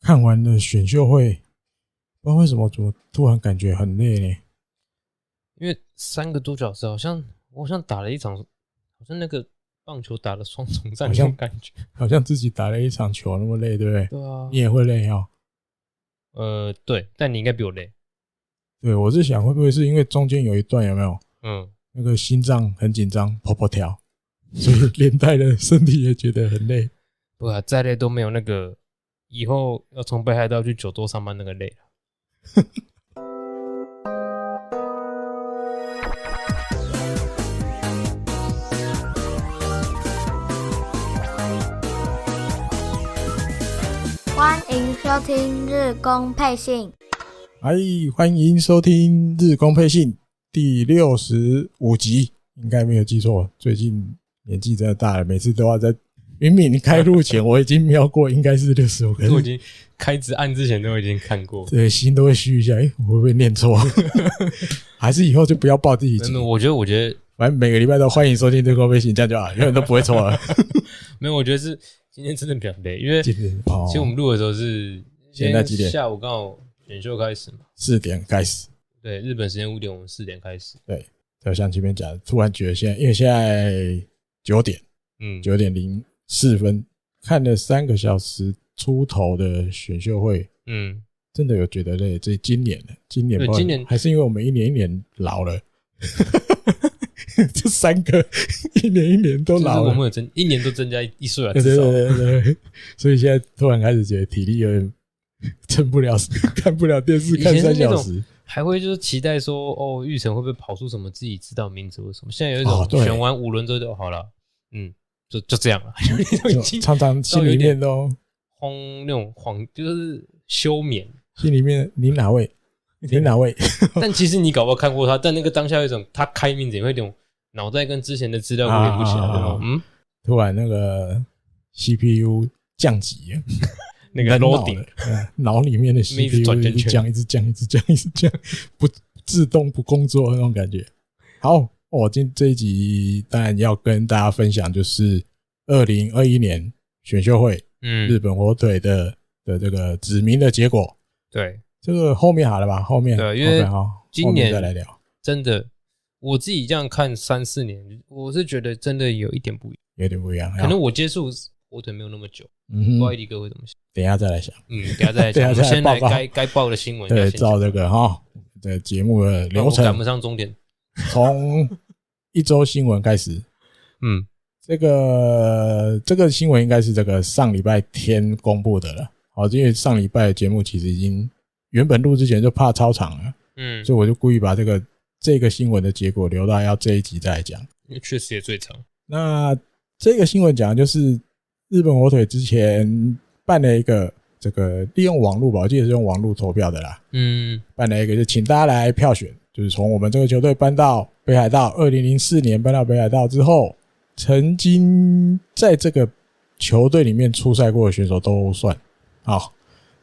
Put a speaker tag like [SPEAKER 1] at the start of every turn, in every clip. [SPEAKER 1] 看完了选秀会，不知道为什么怎么突然感觉很累呢？
[SPEAKER 2] 因为三个多小时，好像我好像打了一场，好像那个棒球打了双重战
[SPEAKER 1] 好
[SPEAKER 2] 那
[SPEAKER 1] 像
[SPEAKER 2] 种感觉。
[SPEAKER 1] 好像自己打了一场球那么累，对不对？
[SPEAKER 2] 对 啊
[SPEAKER 1] 你，也会累哦。
[SPEAKER 2] 呃，对，但你应该比我累。
[SPEAKER 1] 对，我是想会不会是因为中间有一段有没有
[SPEAKER 2] 嗯，
[SPEAKER 1] 那个心脏很紧张，跑跑跳，所以连带的身体也觉得很累。
[SPEAKER 2] 对啊，再累都没有那个以后要从北海道去九州上班那个累啊
[SPEAKER 3] 欢迎收听日工配信，
[SPEAKER 1] 哎，欢迎收听《日工配信》第六十五集，应该没有记错。最近年纪真的大了，每次都要在明明开录前我已经瞄过，应该是六十五个
[SPEAKER 2] 我已经开始按之前都已经看 过。
[SPEAKER 1] 对，心都会虚一下，哎、我会不会念 错？还是以后就不要报第一集
[SPEAKER 2] 真？的，我觉得，我觉得
[SPEAKER 1] 反正每个礼拜都欢迎收听《日 工配信》，这样就好，永远都不会错了。
[SPEAKER 2] 没有，我觉得是今天真的比较累，因为
[SPEAKER 1] 今
[SPEAKER 2] 其
[SPEAKER 1] 天哦，
[SPEAKER 2] 实我们录的时候是
[SPEAKER 1] 现在几点
[SPEAKER 2] 今天下午刚好选秀开始嘛，
[SPEAKER 1] 四点开始。
[SPEAKER 2] 对，日本时间五点，我们四点开始。
[SPEAKER 1] 就像前面讲的，突然觉得现在，因为现在九点
[SPEAKER 2] 嗯，
[SPEAKER 1] 九点零四分，看了三个小时出头的选秀会，
[SPEAKER 2] 嗯，
[SPEAKER 1] 真的有觉得累。这今年的今年
[SPEAKER 2] 对
[SPEAKER 1] 不知道
[SPEAKER 2] 今年
[SPEAKER 1] 还是因为我们一年一年老了， 这三个一年一年都
[SPEAKER 2] 就是
[SPEAKER 1] 老
[SPEAKER 2] 我们
[SPEAKER 1] 了。
[SPEAKER 2] 有增一年都增加一一岁啊，
[SPEAKER 1] 对对
[SPEAKER 2] 至少
[SPEAKER 1] 对对对，所以现在突然开始觉得体力有点撑不了， 看不了电视
[SPEAKER 2] 以前
[SPEAKER 1] 看
[SPEAKER 2] 是
[SPEAKER 1] 三
[SPEAKER 2] 那
[SPEAKER 1] 小
[SPEAKER 2] 种
[SPEAKER 1] 时。
[SPEAKER 2] 还会就是期待说，哦，玉成会不会跑出什么自己知道名字或什么？现在有一
[SPEAKER 1] 哦
[SPEAKER 2] 种
[SPEAKER 1] 对
[SPEAKER 2] 选完五轮之后就好了，嗯，就就这样了，有一 种 已
[SPEAKER 1] 就
[SPEAKER 2] 经
[SPEAKER 1] 常常心里面都
[SPEAKER 2] 慌那种慌，就是休眠。
[SPEAKER 1] 心里面，你哪位？你哪位？
[SPEAKER 2] 但其实你搞不好看过他，但那个当下有一种他开名字也会有一种脑袋跟之前的资料库连不起来，
[SPEAKER 1] 啊
[SPEAKER 2] 对吗？嗯，
[SPEAKER 1] 突然那个 CPU 降级了，
[SPEAKER 2] 那个
[SPEAKER 1] 脑
[SPEAKER 2] loading
[SPEAKER 1] 的嗯脑里 面的
[SPEAKER 2] 一直
[SPEAKER 1] CPU
[SPEAKER 2] 转圈
[SPEAKER 1] 一直
[SPEAKER 2] 圈
[SPEAKER 1] 降，一直降，一直降，一直降，不自动不工作那种感觉。好，我、今这一集当然要跟大家分享，就是二零二一年选秀会日
[SPEAKER 2] 嗯，
[SPEAKER 1] 本火腿的的这个指名的结果。
[SPEAKER 2] 对，
[SPEAKER 1] 这个后面好了吧？后面
[SPEAKER 2] 对因为
[SPEAKER 1] 好，后
[SPEAKER 2] 今年
[SPEAKER 1] 面再来聊，
[SPEAKER 2] 真的，我自己这样看三四年，我是觉得真的有一点不一样，
[SPEAKER 1] 有点不一样。
[SPEAKER 2] 可能我接触火腿没有那么久，不
[SPEAKER 1] 嗯
[SPEAKER 2] 知道艾
[SPEAKER 1] 哼，
[SPEAKER 2] 迪哥会怎么想。
[SPEAKER 1] 等一下再来想。
[SPEAKER 2] 嗯，等一下再来
[SPEAKER 1] 等一
[SPEAKER 2] 讲。
[SPEAKER 1] 下
[SPEAKER 2] 我
[SPEAKER 1] 再
[SPEAKER 2] 们
[SPEAKER 1] 来
[SPEAKER 2] 先来
[SPEAKER 1] 报告
[SPEAKER 2] 该该报的新闻要
[SPEAKER 1] 对，
[SPEAKER 2] 先讲，
[SPEAKER 1] 照这个哈的节目的
[SPEAKER 2] 不然
[SPEAKER 1] 流
[SPEAKER 2] 我赶不
[SPEAKER 1] 程，
[SPEAKER 2] 上终点。
[SPEAKER 1] 从一周新闻开始。
[SPEAKER 2] 嗯，
[SPEAKER 1] 这个这个新闻应该是这个上礼拜天公布的了。好，因为上礼拜的节目其实已经原本录之前就怕超长了，
[SPEAKER 2] 嗯，
[SPEAKER 1] 所以我就故意把这个这个新闻的结果留到要这一集再来讲。
[SPEAKER 2] 因为确实也最长。
[SPEAKER 1] 那这个新闻讲的就是日本火腿之前办了一个这个利用网络吧，我记得是用网络投票的啦，
[SPEAKER 2] 嗯
[SPEAKER 1] 办了一个就请大家来票选，就是从我们这个球队搬到北海道，二零零四年搬到北海道之后，曾经在这个球队里面出赛过的选手都算。好，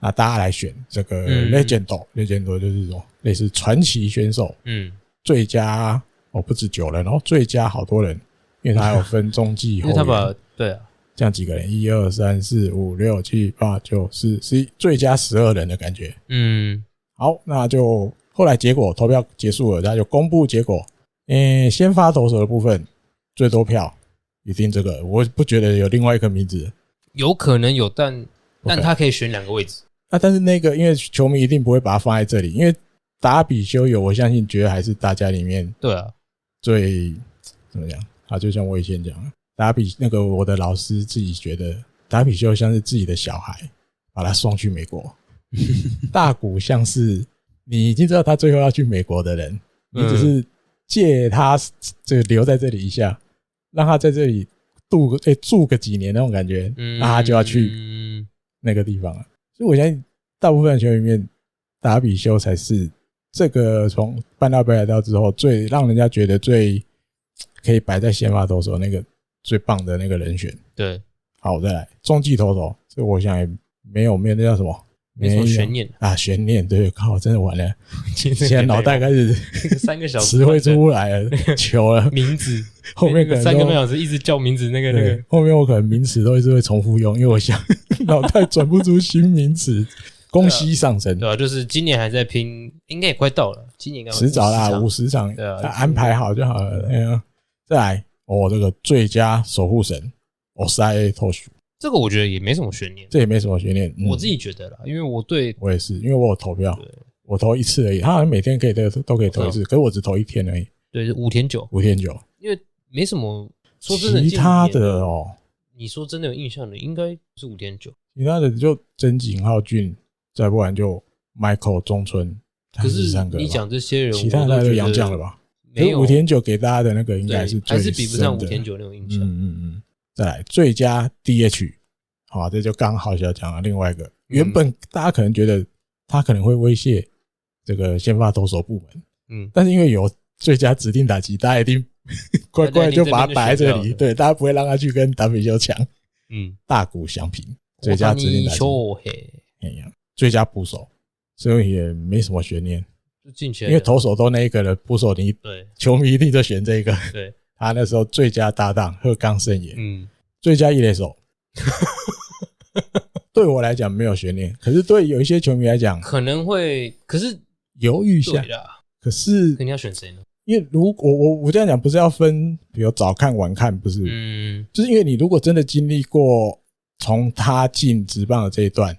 [SPEAKER 1] 那大家来选这个
[SPEAKER 2] 嗯
[SPEAKER 1] legend，legend、就是这种类似传奇选手，
[SPEAKER 2] 嗯，
[SPEAKER 1] 最佳哦不止九人哦，最佳好多人，因为他还有分中继
[SPEAKER 2] 因
[SPEAKER 1] 后援，
[SPEAKER 2] 为他把对啊，
[SPEAKER 1] 这样几个人，一二三四五六七八九十十一，最佳十二人的感觉。
[SPEAKER 2] 嗯
[SPEAKER 1] 好，那就后来结果投票结束了，大家就公布结果。诶、先发投手的部分最多票，一定这个，我不觉得有另外一个名字。
[SPEAKER 2] 有可能有，但但
[SPEAKER 1] OK
[SPEAKER 2] 他可以选两个位置。
[SPEAKER 1] 那、啊但是那个，因为球迷一定不会把它放在这里，因为达比修有，我相信觉得还是大家里面
[SPEAKER 2] 对啊，
[SPEAKER 1] 最怎么讲啊？就像我以前讲的，达比那个我的老师自己觉得达比修像是自己的小孩，把他送去美国。大谷像是你已经知道他最后要去美国的人，你只是借他这个留在这里一下，让他在这里度个哎、住个几年那种感觉，
[SPEAKER 2] 嗯，
[SPEAKER 1] 那他就要去
[SPEAKER 2] 嗯，
[SPEAKER 1] 那个地方了。所以我相信大部分的球员里面，达比修才是这个从搬到北海道之后最让人家觉得最可以摆在先发投手那个最棒的那个人选。
[SPEAKER 2] 对，
[SPEAKER 1] 好，我再来中继投手，这我想也没有没有那叫什么
[SPEAKER 2] 没什么悬念
[SPEAKER 1] 啊，悬念对，靠，真的完 了，
[SPEAKER 2] 现
[SPEAKER 1] 现在脑袋开始
[SPEAKER 2] 三 个小时
[SPEAKER 1] 词汇出不来 了，糗了，
[SPEAKER 2] 名字，
[SPEAKER 1] 后面可能
[SPEAKER 2] 三个
[SPEAKER 1] 都
[SPEAKER 2] 半小时一直叫名字，那个那
[SPEAKER 1] 对
[SPEAKER 2] 个，
[SPEAKER 1] 后面我可能名词都一直会重复用，因为我 想脑袋转不出新名词，恭喜上升
[SPEAKER 2] 对，吧、啊就是今年还在拼，应该也快到了，今年应该
[SPEAKER 1] 迟早啦，五
[SPEAKER 2] 五
[SPEAKER 1] 十场
[SPEAKER 2] 对啊啊
[SPEAKER 1] 再安排好就好了。哎呀，再来，哦，这个最佳守护神，我塞透许，
[SPEAKER 2] 这个我觉得也没什么悬念，
[SPEAKER 1] 这也没什么悬念。嗯
[SPEAKER 2] 我自己觉得啦，因为我对
[SPEAKER 1] 我也是，因为我有投票
[SPEAKER 2] 对，啊
[SPEAKER 1] 我投一次而已，他好像每天可以都都可以投一次，可是我只投一天而已，
[SPEAKER 2] 对五田九，
[SPEAKER 1] 五天九。
[SPEAKER 2] 因为没什么说真的，
[SPEAKER 1] 其他
[SPEAKER 2] 近
[SPEAKER 1] 的
[SPEAKER 2] 年
[SPEAKER 1] 哦，
[SPEAKER 2] 你说真的有印象的，应该是五田九，
[SPEAKER 1] 其他的就真井浩俊，再不然就 Michael 中村，他
[SPEAKER 2] 可
[SPEAKER 1] 们
[SPEAKER 2] 是
[SPEAKER 1] 三个了吧
[SPEAKER 2] 你讲这些人，
[SPEAKER 1] 其他
[SPEAKER 2] 我
[SPEAKER 1] 的
[SPEAKER 2] 都
[SPEAKER 1] 那就
[SPEAKER 2] 觉得
[SPEAKER 1] 杨绛了吧？
[SPEAKER 2] 没有
[SPEAKER 1] 五田九给大家的那个应该
[SPEAKER 2] 对
[SPEAKER 1] 最
[SPEAKER 2] 还
[SPEAKER 1] 是
[SPEAKER 2] 是比不上五田
[SPEAKER 1] 九。
[SPEAKER 2] 九那种印
[SPEAKER 1] 嗯
[SPEAKER 2] 象。
[SPEAKER 1] 嗯嗯。再来最佳 DH，好，这就刚好要讲了另外一
[SPEAKER 2] 嗯
[SPEAKER 1] 个。原本大家可能觉得他可能会威胁这个先发投手部门，
[SPEAKER 2] 嗯，
[SPEAKER 1] 但是因为有最佳指定打击，大家一定 乖乖就把它摆在这
[SPEAKER 2] 大家一定这边就选掉
[SPEAKER 1] 里，
[SPEAKER 2] 了
[SPEAKER 1] 对，大家不会让他去跟达比修抢
[SPEAKER 2] 嗯，
[SPEAKER 1] 大谷翔平最佳指定打击，
[SPEAKER 2] 球嘿，
[SPEAKER 1] 哎呀，最佳捕手，所以也没什么悬念，
[SPEAKER 2] 就进去
[SPEAKER 1] 因
[SPEAKER 2] 了，
[SPEAKER 1] 为投手都那一个了，捕手你
[SPEAKER 2] 对
[SPEAKER 1] 球迷一定都选这个。
[SPEAKER 2] 对，
[SPEAKER 1] 他那时候最佳搭档鹤冈胜也，
[SPEAKER 2] 嗯，
[SPEAKER 1] 最佳一垒 手。对我来讲没有悬念，可是对有一些球迷来讲
[SPEAKER 2] 可能会，可是
[SPEAKER 1] 犹豫一
[SPEAKER 2] 对啊
[SPEAKER 1] 下。
[SPEAKER 2] 啦，
[SPEAKER 1] 可是
[SPEAKER 2] 那你要选谁呢？
[SPEAKER 1] 因为如果我我这样讲，不是要分，比如早看晚看，不是，
[SPEAKER 2] 嗯，
[SPEAKER 1] 就是因为你如果真的经历过从他进职棒的这一段，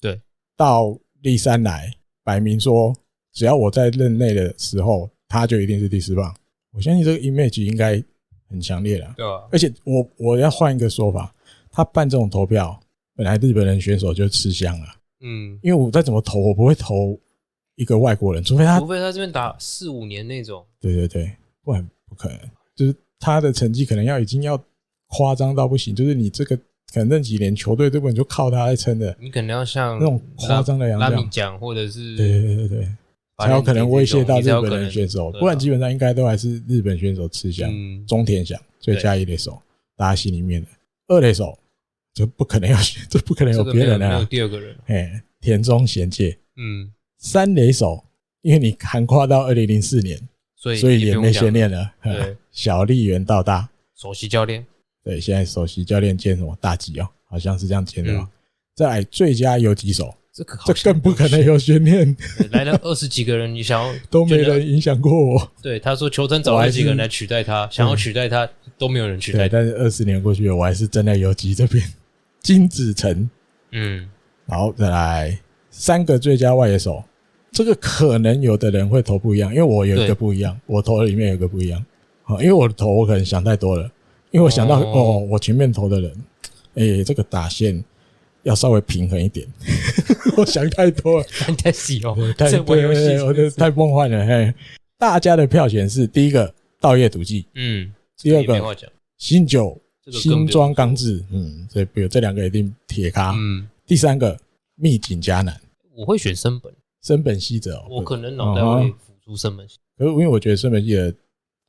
[SPEAKER 2] 对，
[SPEAKER 1] 到立三来，摆明说只要我在任内的时候，他就一定是第四棒。我相信这个 image 应该很强烈了。
[SPEAKER 2] 对啊吧？
[SPEAKER 1] 而且我我要换一个说法，他办这种投票，本来日本人选手就吃香了，
[SPEAKER 2] 嗯，
[SPEAKER 1] 因为我再怎么投，我不会投一个外国人，除非他
[SPEAKER 2] 除非他这边打四五年那种，
[SPEAKER 1] 对对对，不然不可能，就是他的成绩可能要已经要夸张到不行，就是你这个可能那几年球队根本就靠他在撑的，
[SPEAKER 2] 你可能要像
[SPEAKER 1] 那种夸张的洋
[SPEAKER 2] 拉
[SPEAKER 1] 将
[SPEAKER 2] 拉米讲，或者
[SPEAKER 1] 对对
[SPEAKER 2] 是
[SPEAKER 1] 对对对，
[SPEAKER 2] 法
[SPEAKER 1] 才
[SPEAKER 2] 兰
[SPEAKER 1] 有
[SPEAKER 2] 迪这
[SPEAKER 1] 可
[SPEAKER 2] 种
[SPEAKER 1] 能威胁到
[SPEAKER 2] 你
[SPEAKER 1] 日
[SPEAKER 2] 才有
[SPEAKER 1] 本
[SPEAKER 2] 可
[SPEAKER 1] 人
[SPEAKER 2] 能
[SPEAKER 1] 选手，
[SPEAKER 2] 对啊
[SPEAKER 1] 不然基本上应该都还是日本选手吃香。
[SPEAKER 2] 嗯，
[SPEAKER 1] 中田翔最佳一垒手，大家心里面的二垒手，这不可能有，这不可能有
[SPEAKER 2] 这个
[SPEAKER 1] 别
[SPEAKER 2] 没有
[SPEAKER 1] 人
[SPEAKER 2] 没有
[SPEAKER 1] 啊！
[SPEAKER 2] 第二个人，
[SPEAKER 1] 哎，田中贤介
[SPEAKER 2] 嗯，
[SPEAKER 1] 三垒手，因为你横跨到二零零四年，
[SPEAKER 2] 所以
[SPEAKER 1] 所以
[SPEAKER 2] 也
[SPEAKER 1] 也
[SPEAKER 2] 不
[SPEAKER 1] 没
[SPEAKER 2] 用讲
[SPEAKER 1] 悬念了。
[SPEAKER 2] 对
[SPEAKER 1] 小笠原到大，
[SPEAKER 2] 首席教练，
[SPEAKER 1] 对，现在首席教练兼什么大吉哦，好像是这样兼的吧？再来最佳游击手，
[SPEAKER 2] 这个嗯好
[SPEAKER 1] 这
[SPEAKER 2] 像
[SPEAKER 1] 更不可能有悬念，
[SPEAKER 2] 对来了二十几个人，你想要
[SPEAKER 1] 都没
[SPEAKER 2] 觉得
[SPEAKER 1] 人影响过我。
[SPEAKER 2] 对，他说球团找
[SPEAKER 1] 我还
[SPEAKER 2] 了
[SPEAKER 1] 是嗯
[SPEAKER 2] 几个人来取代他，想要取代他都没有人取
[SPEAKER 1] 对，
[SPEAKER 2] 代他。
[SPEAKER 1] 但是二十年过去了，我还是站在游击这边。金子成
[SPEAKER 2] 嗯，
[SPEAKER 1] 然后再来三个最佳外野手，这个可能有的人会投不一样，因为我有一个
[SPEAKER 2] 对
[SPEAKER 1] 不一样，我投的里面有一个不一样啊，因为我投我可能想太多了，因为我想到
[SPEAKER 2] 哦
[SPEAKER 1] 哦我前面投的人，哎、这个打线要稍微平衡一 点，我想太多了，
[SPEAKER 2] f a n t a s y 哦，
[SPEAKER 1] 太
[SPEAKER 2] 这玩游戏
[SPEAKER 1] 对
[SPEAKER 2] 是
[SPEAKER 1] 我
[SPEAKER 2] 不
[SPEAKER 1] 的
[SPEAKER 2] 是，
[SPEAKER 1] 太梦幻了，嘿，大家的票选是第一个道业笃纪，
[SPEAKER 2] 嗯，
[SPEAKER 1] 第二
[SPEAKER 2] 这也没
[SPEAKER 1] 个
[SPEAKER 2] 话讲，
[SPEAKER 1] 新九
[SPEAKER 2] 这个更
[SPEAKER 1] 新
[SPEAKER 2] 不用
[SPEAKER 1] 庄
[SPEAKER 2] 说
[SPEAKER 1] 刚，志，嗯，这比如这两个一定铁咖，
[SPEAKER 2] 嗯，
[SPEAKER 1] 第三个密景迦南。
[SPEAKER 2] 我会选升本，
[SPEAKER 1] 升本希哲哦、
[SPEAKER 2] 我
[SPEAKER 1] 可
[SPEAKER 2] 可能脑袋会浮出升本，
[SPEAKER 1] 可是因为我觉得升本希哲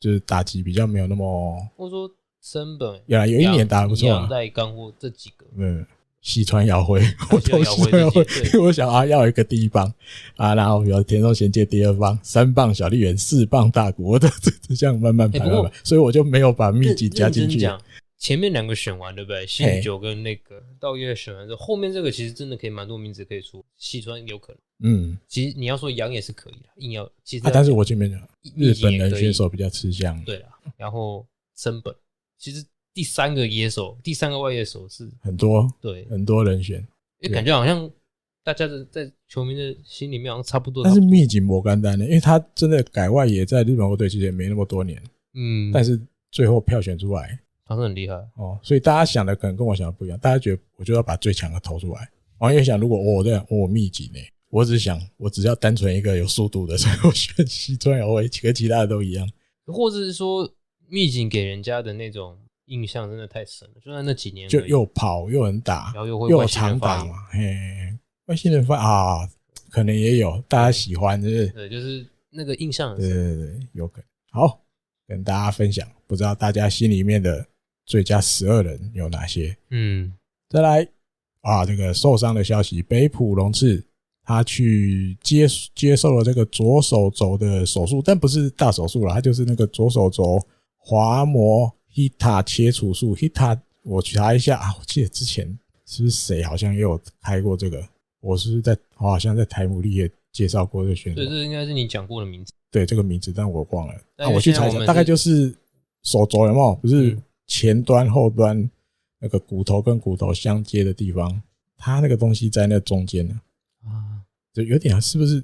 [SPEAKER 1] 就是打击比较没有那么，
[SPEAKER 2] 或者说升本
[SPEAKER 1] 有啦有一年打得不错啊
[SPEAKER 2] 杨代刚或这几个，
[SPEAKER 1] 嗯，西川遥 辉，我投西川遥辉
[SPEAKER 2] 西川遥辉这些，
[SPEAKER 1] 因为我想啊要有一个第一棒啊，然后有田中贤介第二棒，三棒小笠原，四棒大谷，我都 这这样慢慢排
[SPEAKER 2] 哎不过
[SPEAKER 1] 慢慢排，所以我就没有把秘
[SPEAKER 2] 认
[SPEAKER 1] 籍加进
[SPEAKER 2] 认真
[SPEAKER 1] 去。
[SPEAKER 2] 讲前面两个选完对不对？新九跟那个道月选完之后，后面这个其实真的可以蛮多名字可以出，西川有可能。
[SPEAKER 1] 嗯，
[SPEAKER 2] 其实你要说杨也是可以的，硬要其实
[SPEAKER 1] 啊，
[SPEAKER 2] 要
[SPEAKER 1] 但是我前面讲
[SPEAKER 2] 密
[SPEAKER 1] 日
[SPEAKER 2] 集
[SPEAKER 1] 本
[SPEAKER 2] 也
[SPEAKER 1] 人
[SPEAKER 2] 可以
[SPEAKER 1] 选手比较吃香，
[SPEAKER 2] 对啦，然后升本，其实第三个野手，第三个外野手是
[SPEAKER 1] 很多
[SPEAKER 2] 对，
[SPEAKER 1] 很多人选，
[SPEAKER 2] 因为感觉好像大家的在球迷的心里面好像差不多。
[SPEAKER 1] 但是秘籍摩干单的，因为他真的改外野在日本国队其实也没那么多年，
[SPEAKER 2] 嗯，
[SPEAKER 1] 但是最后票选出来。
[SPEAKER 2] 他是很厉害，
[SPEAKER 1] 哦，所以大家想的可能跟我想的不一样，大家觉得我就要把最强的投出来。王也想，如果我这样，我密集呢，我只想我只要单纯一个有速度的， 所以我选西川遥辉，跟其他的都一样。
[SPEAKER 2] 或者是说秘境给人家的那种印象真的太深了，就在那几年
[SPEAKER 1] 就
[SPEAKER 2] 而已
[SPEAKER 1] 又跑又能打
[SPEAKER 2] 然，后又会
[SPEAKER 1] 又
[SPEAKER 2] 嗯外星
[SPEAKER 1] 长
[SPEAKER 2] 人发
[SPEAKER 1] 打
[SPEAKER 2] 言
[SPEAKER 1] 嘛，嘿，外星人发啊，可能也有大家喜欢，就是
[SPEAKER 2] 对，就是那个印象很
[SPEAKER 1] 对
[SPEAKER 2] 深。
[SPEAKER 1] 对对，有可能。好，跟大家分享，不知道大家心里面的最佳十二人有哪些？
[SPEAKER 2] 嗯，
[SPEAKER 1] 再来啊，这个受伤的消息，北浦龙次他去接接受了这个左手肘的手术，但不是大手术了，他就是那个左手肘滑膜 HITA 切除术。HITA 我查一下啊，我记得之前是不是谁好像也有开过这个？我是不是在我好像在台姆利也介绍过这个选手
[SPEAKER 2] 对，？这应该是你讲过的名字。
[SPEAKER 1] 对这个名字，但我忘了。
[SPEAKER 2] 但
[SPEAKER 1] 啊、我去查一
[SPEAKER 2] 现在我
[SPEAKER 1] 下，
[SPEAKER 2] 们
[SPEAKER 1] 大概就是手肘有没有？不是
[SPEAKER 2] 嗯
[SPEAKER 1] 前端、后端那个骨头跟骨头相接的地方，它那个东西在那中间呢，
[SPEAKER 2] 啊，
[SPEAKER 1] 就有点是不是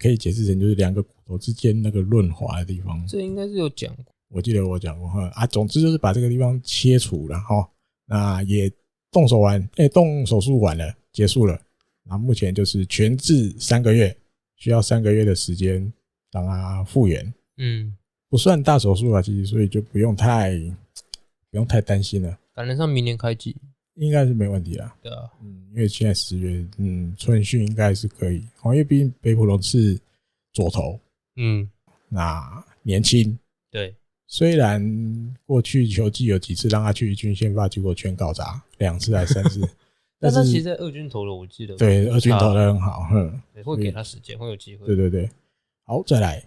[SPEAKER 1] 可以解释成就是两个骨头之间那个润滑的地方？
[SPEAKER 2] 这应该是有讲过。
[SPEAKER 1] 我记得我讲过哈啊，总之就是把这个地方切除了哈，那也动手完，哎、动手术完了，结束了，那目前就是全治三个月，需要三个月的时间让它复原。
[SPEAKER 2] 嗯，
[SPEAKER 1] 不算大手术啊，其实所以就不用太不用太担心了，
[SPEAKER 2] 赶得上明年开季，
[SPEAKER 1] 应该是没问题啦。
[SPEAKER 2] 对啊，
[SPEAKER 1] 嗯，因为现在十月，嗯，春训应该是可以，哦因为毕竟北普龙是左投，
[SPEAKER 2] 嗯，
[SPEAKER 1] 那年轻，
[SPEAKER 2] 对，
[SPEAKER 1] 虽然过去球季有几次让他去一军先发，结果全搞砸，两次还是 三次，但
[SPEAKER 2] 但他
[SPEAKER 1] 是
[SPEAKER 2] 其实在二军投了，我记得啊
[SPEAKER 1] 对二军投的很好，哼，
[SPEAKER 2] 对会给他时间，会有机会。
[SPEAKER 1] 对对对，好，再来，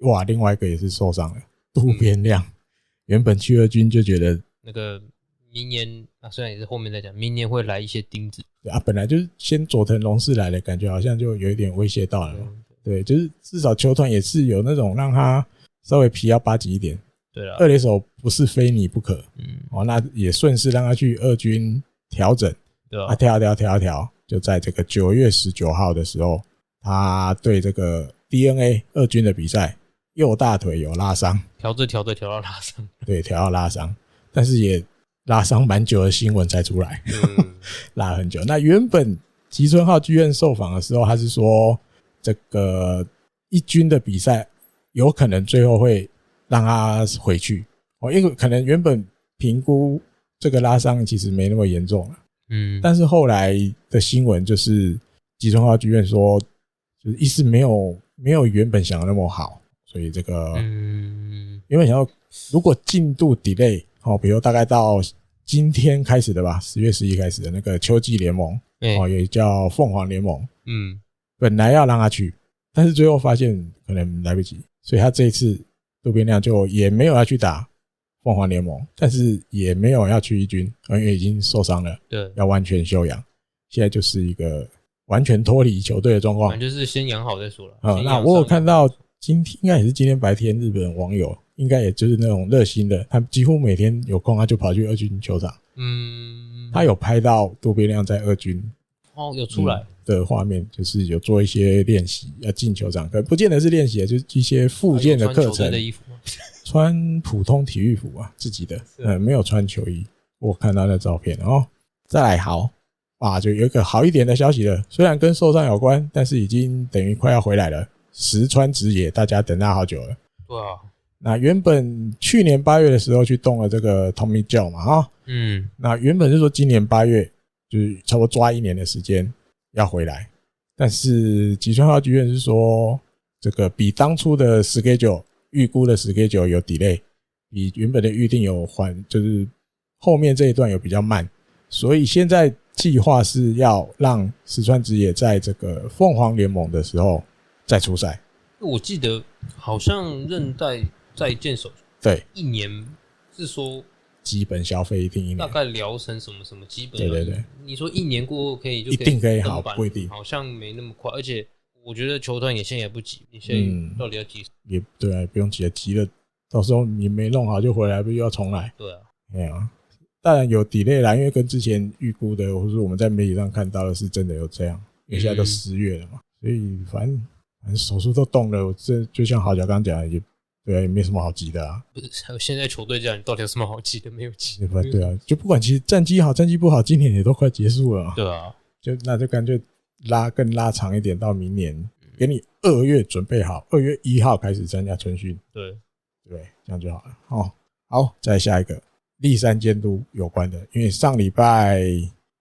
[SPEAKER 1] 哇，另外一个也是受伤了，渡边亮，原本去二军就觉得
[SPEAKER 2] 那个明年啊，虽然也是后面再讲，明年会来一些钉子。
[SPEAKER 1] 对啊，本来就是先佐藤龙士来的感觉，好像就有一点威胁到了嘛。对，就是至少球团也是有那种让他稍微皮要巴紧一点，
[SPEAKER 2] 对了，
[SPEAKER 1] 二垒手不是非你不可
[SPEAKER 2] 嗯，
[SPEAKER 1] 哦，那也顺势让他去二军调整
[SPEAKER 2] 对
[SPEAKER 1] 啊，
[SPEAKER 2] 啊，
[SPEAKER 1] 调啊调啊调啊调啊，就在这个九月十九号的时候，他对这个 DNA 二军的比赛右大腿有拉伤，
[SPEAKER 2] 调着调着调到拉 伤。
[SPEAKER 1] 对，调到拉伤，但是也拉伤蛮久的新闻才出来。
[SPEAKER 2] 嗯，
[SPEAKER 1] 拉很久。那原本吉村浩剧院受访的时候，他是说这个一军的比赛有可能最后会让他回去哦，因为可能原本评估这个拉伤其实没那么严重了，
[SPEAKER 2] 嗯，
[SPEAKER 1] 但是后来的新闻就是吉村浩剧院说，就是意思没有没有原本想的那么好，所以这个
[SPEAKER 2] 嗯，
[SPEAKER 1] 原本想要如果进度 delay 哦，比如大概到今天开始的吧，十月十一开始的那个秋季联盟。
[SPEAKER 2] 哎、
[SPEAKER 1] 哦，也叫凤凰联盟，
[SPEAKER 2] 嗯，
[SPEAKER 1] 本来要让他去，但是最后发现可能来不及，所以他这一次渡边亮就也没有要去打凤凰联盟，但是也没有要去一军，因为已经受伤了，
[SPEAKER 2] 对，
[SPEAKER 1] 要完全休养，现在就是一个完全脱离球队的状况
[SPEAKER 2] 反正。就是先养好再说了。
[SPEAKER 1] 啊、
[SPEAKER 2] 先养
[SPEAKER 1] 那我有
[SPEAKER 2] 伤
[SPEAKER 1] 看到今天应该也是今天白天，日本网友应该也就是那种热心的，他几乎每天有空他就跑去二军球场，
[SPEAKER 2] 嗯，
[SPEAKER 1] 他有拍到渡边亮在二军
[SPEAKER 2] 哦，有出来，
[SPEAKER 1] 嗯的画面，就是有做一些练习，要进球场，可不见得是练习，就是一些附件的
[SPEAKER 2] 他有
[SPEAKER 1] 课
[SPEAKER 2] 穿球队
[SPEAKER 1] 程
[SPEAKER 2] 的，衣服吗，
[SPEAKER 1] 穿普通体育服啊，自己的，呃，没有穿球衣。我看到那照片，然后再来好啊，就有一个好一点的消息了，虽然跟受伤有关，但是已经等于快要回来了。石川直也，大家等他好久了。
[SPEAKER 2] 对啊，
[SPEAKER 1] 那原本去年八月的时候去动了这个 Tommy Joe 嘛，啊，
[SPEAKER 2] 嗯，
[SPEAKER 1] 那原本是说今年八月，就是差不多抓一年的时间要回来，但是吉川花剧院是说，这个比当初的 schedule 预估的 schedule 有 delay，比原本的预定有缓，就是后面这一段有比较慢，所以现在计划是要让石川直也在这个凤凰联盟的时候再出赛。
[SPEAKER 2] 我记得好像韧带再见手术
[SPEAKER 1] 对，
[SPEAKER 2] 一年是说
[SPEAKER 1] 基本消费一定一
[SPEAKER 2] 大
[SPEAKER 1] 年，
[SPEAKER 2] 概疗程什么什么基本，
[SPEAKER 1] 对对对，
[SPEAKER 2] 你说一年过后可以就
[SPEAKER 1] 一定可以好
[SPEAKER 2] 登板
[SPEAKER 1] 不一定
[SPEAKER 2] 好像没那么快，而且我觉得球团也现在也不急，你现
[SPEAKER 1] 嗯
[SPEAKER 2] 在到底要急什么？
[SPEAKER 1] 也对啊，不用急了，急了到时候你没弄好就回来，不就要重来？
[SPEAKER 2] 对啊，
[SPEAKER 1] 没有，当然有 delay 啦，因为跟之前预估的，或者是我们在媒体上看到的，是真的有这样。因为现在都
[SPEAKER 2] 嗯
[SPEAKER 1] 十月了嘛，所以反正反正手术都动了，我这就像郝佳刚讲，的，也对啊，也没什么好急的啊。
[SPEAKER 2] 不是还有现在球队这样，你到底有什么好急的？没有急，
[SPEAKER 1] 对吧？对啊，就不管其实战绩好，战绩不好，今年也都快结束了啊，
[SPEAKER 2] 对啊，
[SPEAKER 1] 就那就干脆拉更拉长一点到明年，
[SPEAKER 2] 嗯
[SPEAKER 1] 给你二月准备好，二月一号开始参加春训，
[SPEAKER 2] 对，
[SPEAKER 1] 对，这样就好了。哦，好，再下一个立山监督有关的，因为上礼拜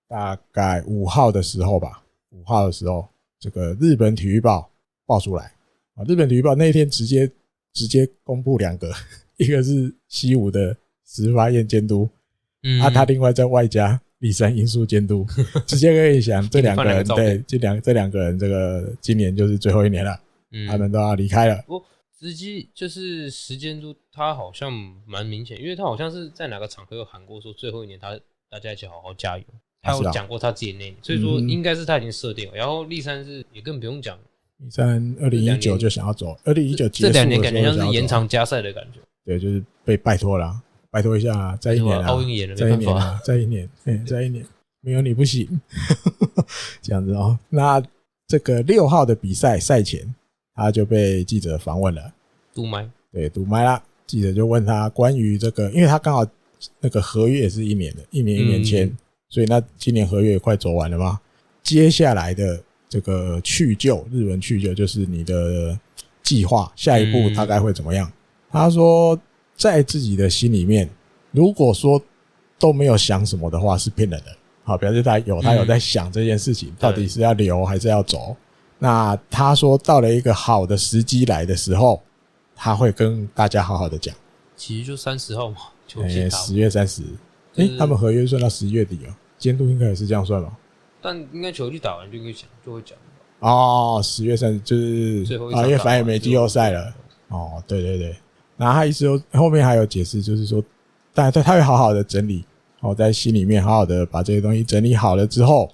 [SPEAKER 1] 大概五号的时候吧，五号的时候，这个日本体育报爆出来啊，日本体育报那一天直接直接公布两个， 一个是西武的石发彦监督，啊
[SPEAKER 2] 嗯
[SPEAKER 1] 啊，他另外在外加立山因素监 督，直接可以想这两个人，
[SPEAKER 2] 给你放两个照
[SPEAKER 1] 对
[SPEAKER 2] 片，
[SPEAKER 1] 这两这两个人，这个今年就是最后一年了，
[SPEAKER 2] 嗯，
[SPEAKER 1] 他们都要离开了。
[SPEAKER 2] 直击就是时间都，他好像蛮明显，因为他好像是在哪个场合有喊过说最后一年他大家一起好好加油，
[SPEAKER 1] 啊
[SPEAKER 2] 他
[SPEAKER 1] 是啊
[SPEAKER 2] 有讲过他自己那一年，所以说
[SPEAKER 1] 嗯
[SPEAKER 2] 应该是他已经设定了。然后立山是也更不用讲，
[SPEAKER 1] 立山二零一
[SPEAKER 2] 两
[SPEAKER 1] 九
[SPEAKER 2] 年
[SPEAKER 1] 就想要走，二零一九
[SPEAKER 2] 这两年感觉像
[SPEAKER 1] 想要
[SPEAKER 2] 是
[SPEAKER 1] 走
[SPEAKER 2] 延，长加赛的感觉，
[SPEAKER 1] 对，就是被拜托了啊，拜托一下啊，再一年啊，
[SPEAKER 2] 奥运延了
[SPEAKER 1] 再一
[SPEAKER 2] 没
[SPEAKER 1] 年
[SPEAKER 2] 办法，
[SPEAKER 1] 啊，再一年， 哎，再一年，没有你不行， 这样子哦。那这个六号的比赛赛前，他就被记者访问了，
[SPEAKER 2] 杜麦
[SPEAKER 1] 对，堵麦啦。记者就问他关于这个，因为他刚好那个合约也是一年的，一年一年签，
[SPEAKER 2] 嗯
[SPEAKER 1] 所以那今年合约也快走完了嘛。接下来的这个去就，日文去就就是你的计划，下一步
[SPEAKER 2] 嗯
[SPEAKER 1] 大概会怎么样？他说，在自己的心里面，如果说都没有想什么的话，是骗人的。好，表示他有他有
[SPEAKER 2] 嗯
[SPEAKER 1] 在想这件事情，到底是要留还是要走。那他说到了一个好的时机来的时候，他会跟大家好好的讲。
[SPEAKER 2] 其实就三十号嘛，就
[SPEAKER 1] 哎，
[SPEAKER 2] 接他，
[SPEAKER 1] 十月三十，哎
[SPEAKER 2] 就，是
[SPEAKER 1] 他们合约算到十月底哦，监督应该也是这样算吧？
[SPEAKER 2] 但应该球季打完就会讲，就会讲
[SPEAKER 1] 哦，十月三十就是
[SPEAKER 2] 最后一场
[SPEAKER 1] 啊，
[SPEAKER 2] 打
[SPEAKER 1] 因
[SPEAKER 2] 完
[SPEAKER 1] 为反正也没季后赛了。哦，对对对，然后他意思说后面还有解释，就是说，但他他会好好的整理，哦，在心里面好好的把这些东西整理好了之后，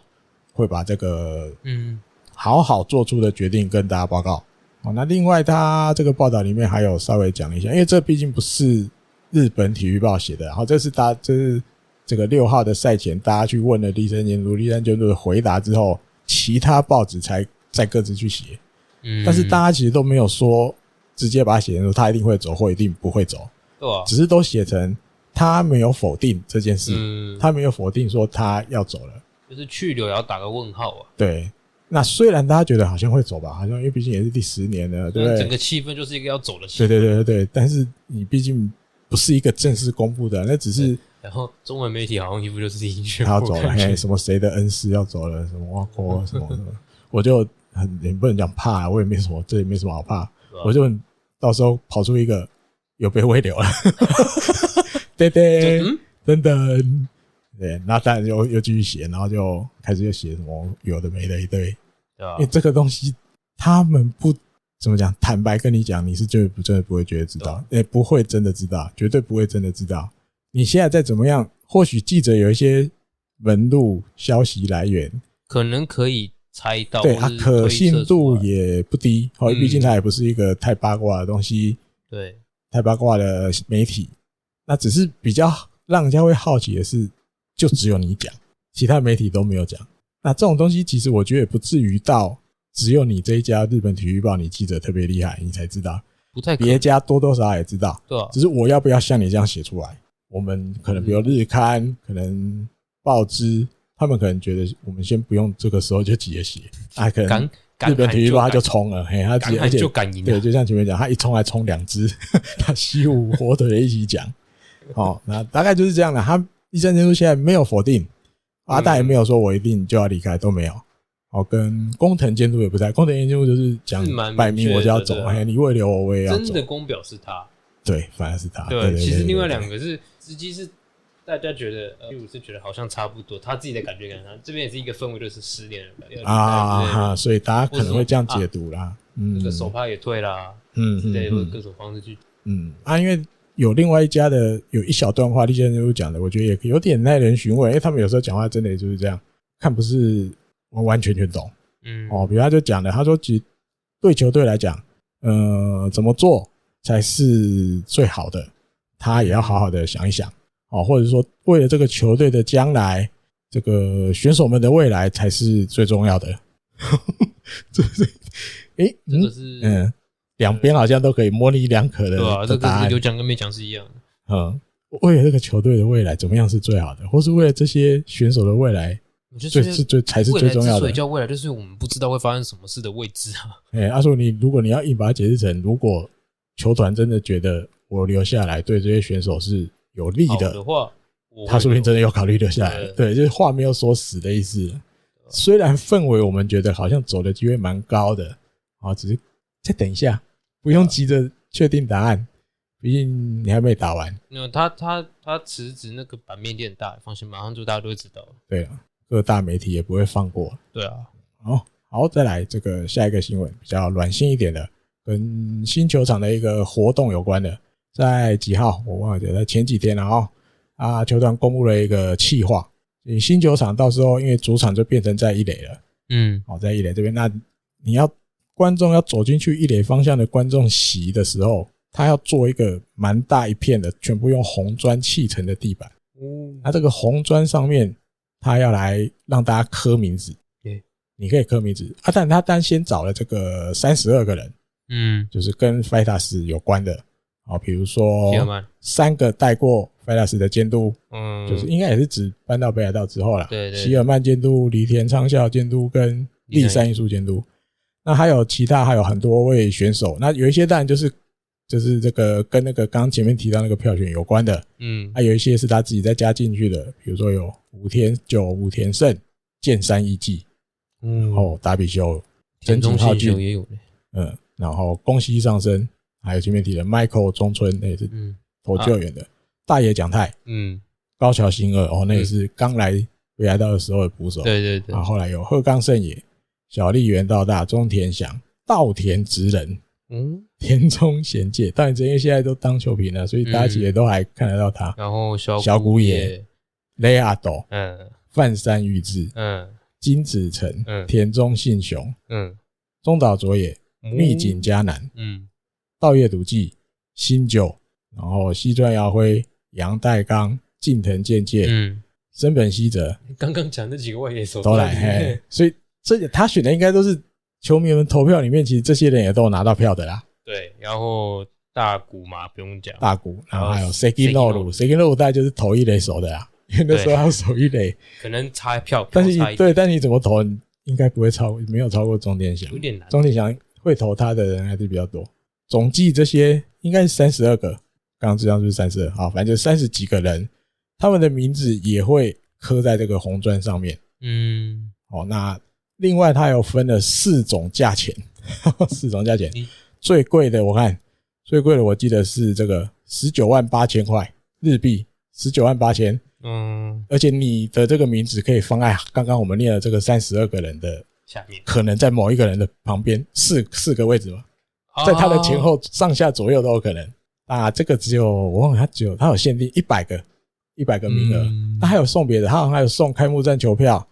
[SPEAKER 1] 会把这个
[SPEAKER 2] 嗯，
[SPEAKER 1] 好好做出的决定跟大家报告。哦，那另外他这个报道里面还有稍微讲一下，因为这毕竟不是日本体育报写的，然后这是大这是这个六号的赛前大家去问了立山监督，立山监督的回答之后，其他报纸才再各自去写，
[SPEAKER 2] 嗯，
[SPEAKER 1] 但是大家其实都没有说直接把它写成说他一定会走或一定不会走，
[SPEAKER 2] 嗯对吧？
[SPEAKER 1] 只是都写成他没有否定这件事，
[SPEAKER 2] 嗯，
[SPEAKER 1] 他没有否定说他要走了。
[SPEAKER 2] 就是去留也要打个问号啊，
[SPEAKER 1] 对，那虽然大家觉得好像会走吧，好像因为毕竟也是第十年了，对不
[SPEAKER 2] 嗯整
[SPEAKER 1] 对？
[SPEAKER 2] 个气氛就是一个要走的气
[SPEAKER 1] 对
[SPEAKER 2] 氛。
[SPEAKER 1] 对对对对，但是你毕竟不是一个正式公布的，那只是
[SPEAKER 2] 然后中文媒体好像一副就是自己去，
[SPEAKER 1] 他要走了，
[SPEAKER 2] 我感觉
[SPEAKER 1] 嘿，什么谁的恩师要走了，什么挖 锅什么什么，我就很也不能讲怕，啊我也没什么，这也没什么好怕，
[SPEAKER 2] 对吧
[SPEAKER 1] 我就到时候跑出一个有被喂 流了，对
[SPEAKER 2] 就
[SPEAKER 1] 对，
[SPEAKER 2] 嗯，
[SPEAKER 1] 等等，对，那当然又又继续写，然后就开始又写什么有的没的一堆。
[SPEAKER 2] 对吧
[SPEAKER 1] 因为？哎这个东西他们不怎么讲，坦白跟你讲，你是绝对不真的不会觉得知道，也不会真的知道，绝对不会真的知道。你现在再怎么样，或许记者有一些门路、消息来源，
[SPEAKER 2] 可能可以猜到，
[SPEAKER 1] 对
[SPEAKER 2] 或
[SPEAKER 1] 它
[SPEAKER 2] 是
[SPEAKER 1] 可
[SPEAKER 2] 推测出
[SPEAKER 1] 信
[SPEAKER 2] 来
[SPEAKER 1] 度也不低，好，
[SPEAKER 2] 嗯
[SPEAKER 1] 毕竟它也不是一个太八卦的东西，
[SPEAKER 2] 对，
[SPEAKER 1] 太八卦的媒体。那只是比较让人家会好奇的是，就只有你讲，其他媒体都没有讲。那这种东西，其实我觉得也不至于到只有你这一家日本体育报，你记者特别厉害，你才知道，
[SPEAKER 2] 不太可
[SPEAKER 1] 别家多多少少也知道。
[SPEAKER 2] 对吧？
[SPEAKER 1] 只是我要不要像你这样写出来？我们可能比如日刊，可能报纸，他们可能觉得我们先不用这个时候就急着写，啊，可能
[SPEAKER 2] 敢敢
[SPEAKER 1] 日本体育报他就
[SPEAKER 2] 喊
[SPEAKER 1] 冲了，嘿，他直
[SPEAKER 2] 敢
[SPEAKER 1] 接而
[SPEAKER 2] 喊
[SPEAKER 1] 且
[SPEAKER 2] 就敢赢啊，
[SPEAKER 1] 对，就像前面讲，他一冲还冲两只， 他西武火腿一起 讲。哦，那大概就是这样的。他医生监督现在没有否定，
[SPEAKER 2] 嗯
[SPEAKER 1] 阿大也没有说我一定就要离开，都没有。哦，跟工藤监督也不在，工藤监督就是讲
[SPEAKER 2] 是蛮
[SPEAKER 1] 摆明我就要
[SPEAKER 2] 明确
[SPEAKER 1] 走
[SPEAKER 2] 的，对啊
[SPEAKER 1] 哎，你为留我我也要
[SPEAKER 2] 真
[SPEAKER 1] 走
[SPEAKER 2] 的。公表是他，
[SPEAKER 1] 对，反而是他。对，
[SPEAKER 2] 对，
[SPEAKER 1] 对
[SPEAKER 2] 其实
[SPEAKER 1] 对
[SPEAKER 2] 另外
[SPEAKER 1] 对
[SPEAKER 2] 两个是呃司机是。大家觉得，呃，第五是觉得好像差不多，他自己的感觉感觉，这边也是一个氛围，就是失恋了，要离开
[SPEAKER 1] 啊
[SPEAKER 2] 对
[SPEAKER 1] 哈，所以大家可能会这样
[SPEAKER 2] 或者
[SPEAKER 1] 解
[SPEAKER 2] 说
[SPEAKER 1] 读啦。嗯，
[SPEAKER 2] 这个手帕也退啦，
[SPEAKER 1] 嗯
[SPEAKER 2] 之
[SPEAKER 1] 嗯
[SPEAKER 2] 类，或者
[SPEAKER 1] 嗯
[SPEAKER 2] 各种方式去，
[SPEAKER 1] 嗯啊，因为有另外一家的有一小段话，立先生讲的，我觉得也有点耐人寻味。因为他们有时候讲话真的也就是这样，看不是完完全全懂
[SPEAKER 2] 嗯，
[SPEAKER 1] 哦。比如他就讲了，他说其实对球队来讲，呃，怎么做才是最好的，他也要好好的想一想哦，或者说为了这个球队的将来，这个选手们的未来才是最重要的。这是，诶、
[SPEAKER 2] 这个
[SPEAKER 1] 嗯
[SPEAKER 2] 是，
[SPEAKER 1] 嗯，两边好像都可以模棱两可的
[SPEAKER 2] 对吧？这
[SPEAKER 1] 的答
[SPEAKER 2] 个
[SPEAKER 1] 案
[SPEAKER 2] 有讲跟没讲是一样的，
[SPEAKER 1] 嗯，为了这个球队的未来怎么样是最好的，或是为了这些选手的未来，
[SPEAKER 2] 我觉得
[SPEAKER 1] 最
[SPEAKER 2] 这个
[SPEAKER 1] 是最才是
[SPEAKER 2] 未
[SPEAKER 1] 最
[SPEAKER 2] 来之
[SPEAKER 1] 重要
[SPEAKER 2] 所
[SPEAKER 1] 的
[SPEAKER 2] 以。叫未来，就是我们不知道会发生什么事的未知啊。
[SPEAKER 1] 哎，阿叔，你如果你要硬把它解释成，如果球团真的觉得我留下来对这些选手是有利
[SPEAKER 2] 好
[SPEAKER 1] 的，
[SPEAKER 2] 话，我会
[SPEAKER 1] 他说不定真的有考虑留下来。
[SPEAKER 2] 对
[SPEAKER 1] 对，就是话没有说死的意思。虽然氛围我们觉得好像走的机会
[SPEAKER 2] 啊
[SPEAKER 1] 蛮高的，啊，只是再等一下，不用急着确定答案，毕竟你还没打完。
[SPEAKER 2] 那他他他辞职那个版面有点大，放心，马上就大家都会知道了。
[SPEAKER 1] 对了，各大媒体也不会放过。
[SPEAKER 2] 对啊，
[SPEAKER 1] 好，好，再来这个下一个新闻，比较软性一点的，跟新球场的一个活动有关的，在几号我忘了，在前几天了哦。啊，球团公布了一个企划，你新球场到时候因为主场就变成在一垒了，
[SPEAKER 2] 嗯，
[SPEAKER 1] 好，在一垒这边，那你要观众要走进去一垒方向的观众席的时候，他要做一个蛮大一片的，全部用红砖砌成的地板。
[SPEAKER 2] 哦，
[SPEAKER 1] 那这个红砖上面，他要来让大家刻名字
[SPEAKER 2] 对，
[SPEAKER 1] 你可以刻名字啊，但他单先找了这个三十二个人，
[SPEAKER 2] 嗯，
[SPEAKER 1] 就是跟 f i t a s 有关的，好，比如说
[SPEAKER 2] 铁曼，
[SPEAKER 1] 三个带过 f i t a s 的监督，
[SPEAKER 2] 嗯，
[SPEAKER 1] 就是应该也是指搬到北海道之后啦，
[SPEAKER 2] 对对
[SPEAKER 1] 希尔曼监督、梨田昌孝监督跟立山艺术监督，那还有其他还有很多位选手，那有一些当然就是就是这个跟那个刚刚前面提到那个票选有关的，
[SPEAKER 2] 嗯
[SPEAKER 1] 还、啊有一些是他自己再加进去的，比如说有武田久、武田胜、剑山一纪，
[SPEAKER 2] 嗯
[SPEAKER 1] 然，后达比修，
[SPEAKER 2] 田中
[SPEAKER 1] 哦真井浩
[SPEAKER 2] 信
[SPEAKER 1] 俊
[SPEAKER 2] 雄也有呢，
[SPEAKER 1] 嗯，然后宫西上升，还有前面提的 Michael 中村，那也是
[SPEAKER 2] 嗯
[SPEAKER 1] 投救援的，大野讲太、
[SPEAKER 2] 嗯，
[SPEAKER 1] 高桥新二，哦，那也是刚来北海道的时候的捕手，
[SPEAKER 2] 对对对
[SPEAKER 1] 啊，，后来有鹤冈胜也、小笠原道大、中田翔、稻田直人、
[SPEAKER 2] 嗯，
[SPEAKER 1] 田中贤介。稻田直人因为现在都当球评了，所以
[SPEAKER 2] 嗯
[SPEAKER 1] 大家其实也都还看得到他。
[SPEAKER 2] 然后小
[SPEAKER 1] 小
[SPEAKER 2] 谷
[SPEAKER 1] 谷野，雷阿斗、
[SPEAKER 2] 嗯
[SPEAKER 1] 范山裕志、
[SPEAKER 2] 嗯
[SPEAKER 1] 金子成、
[SPEAKER 2] 嗯
[SPEAKER 1] 田中信雄、
[SPEAKER 2] 嗯，
[SPEAKER 1] 中岛卓也、密井嘉南、
[SPEAKER 2] 嗯，
[SPEAKER 1] 道叶笃纪、新久，然后西川遥辉、杨代刚、近藤健介、
[SPEAKER 2] 嗯
[SPEAKER 1] 森本希哲
[SPEAKER 2] 嗯，刚刚讲那几个外野手
[SPEAKER 1] 都来。嘿，所以这个他选的应该都是球迷们投票里面，其实这些人也都有拿到票的啦。
[SPEAKER 2] 对，然后大谷嘛，不用讲，
[SPEAKER 1] 大谷，然后
[SPEAKER 2] 哦
[SPEAKER 1] 还有 Seki n o
[SPEAKER 2] Sekinoru
[SPEAKER 1] r u s e k i n o r u 大概就是投一垒手的啦，因为那时候他守一 垒，
[SPEAKER 2] 可能差票，
[SPEAKER 1] 但是
[SPEAKER 2] 票差
[SPEAKER 1] 你
[SPEAKER 2] 一点
[SPEAKER 1] 对，但你怎么投，你应该不会超，没有超过中田翔
[SPEAKER 2] 有，点难。
[SPEAKER 1] 中田翔会投他的人还是比较多。总计这些应该是三十二个，刚刚这张就是三十二，好，反正就三十几个人，他们的名字也会刻在这个红砖上面。
[SPEAKER 2] 嗯，
[SPEAKER 1] 哦，那另外它有分了四种价钱，四种价钱
[SPEAKER 2] 你，
[SPEAKER 1] 最贵的我看最贵的我记得是这个十九万八千块日币，十九万八千，
[SPEAKER 2] 嗯，
[SPEAKER 1] 而且你的这个名字可以放在刚刚我们念的这个三十二个人的，
[SPEAKER 2] 下面
[SPEAKER 1] 可能在某一个人的旁边四四个位置嘛，在他的前
[SPEAKER 2] 哦，
[SPEAKER 1] 后上下左右都有可能。啊，这个只有我忘了，它只有它有限定一百个，一百个名额。
[SPEAKER 2] 嗯
[SPEAKER 1] 他还有送别的，他好像还有送开幕战球票，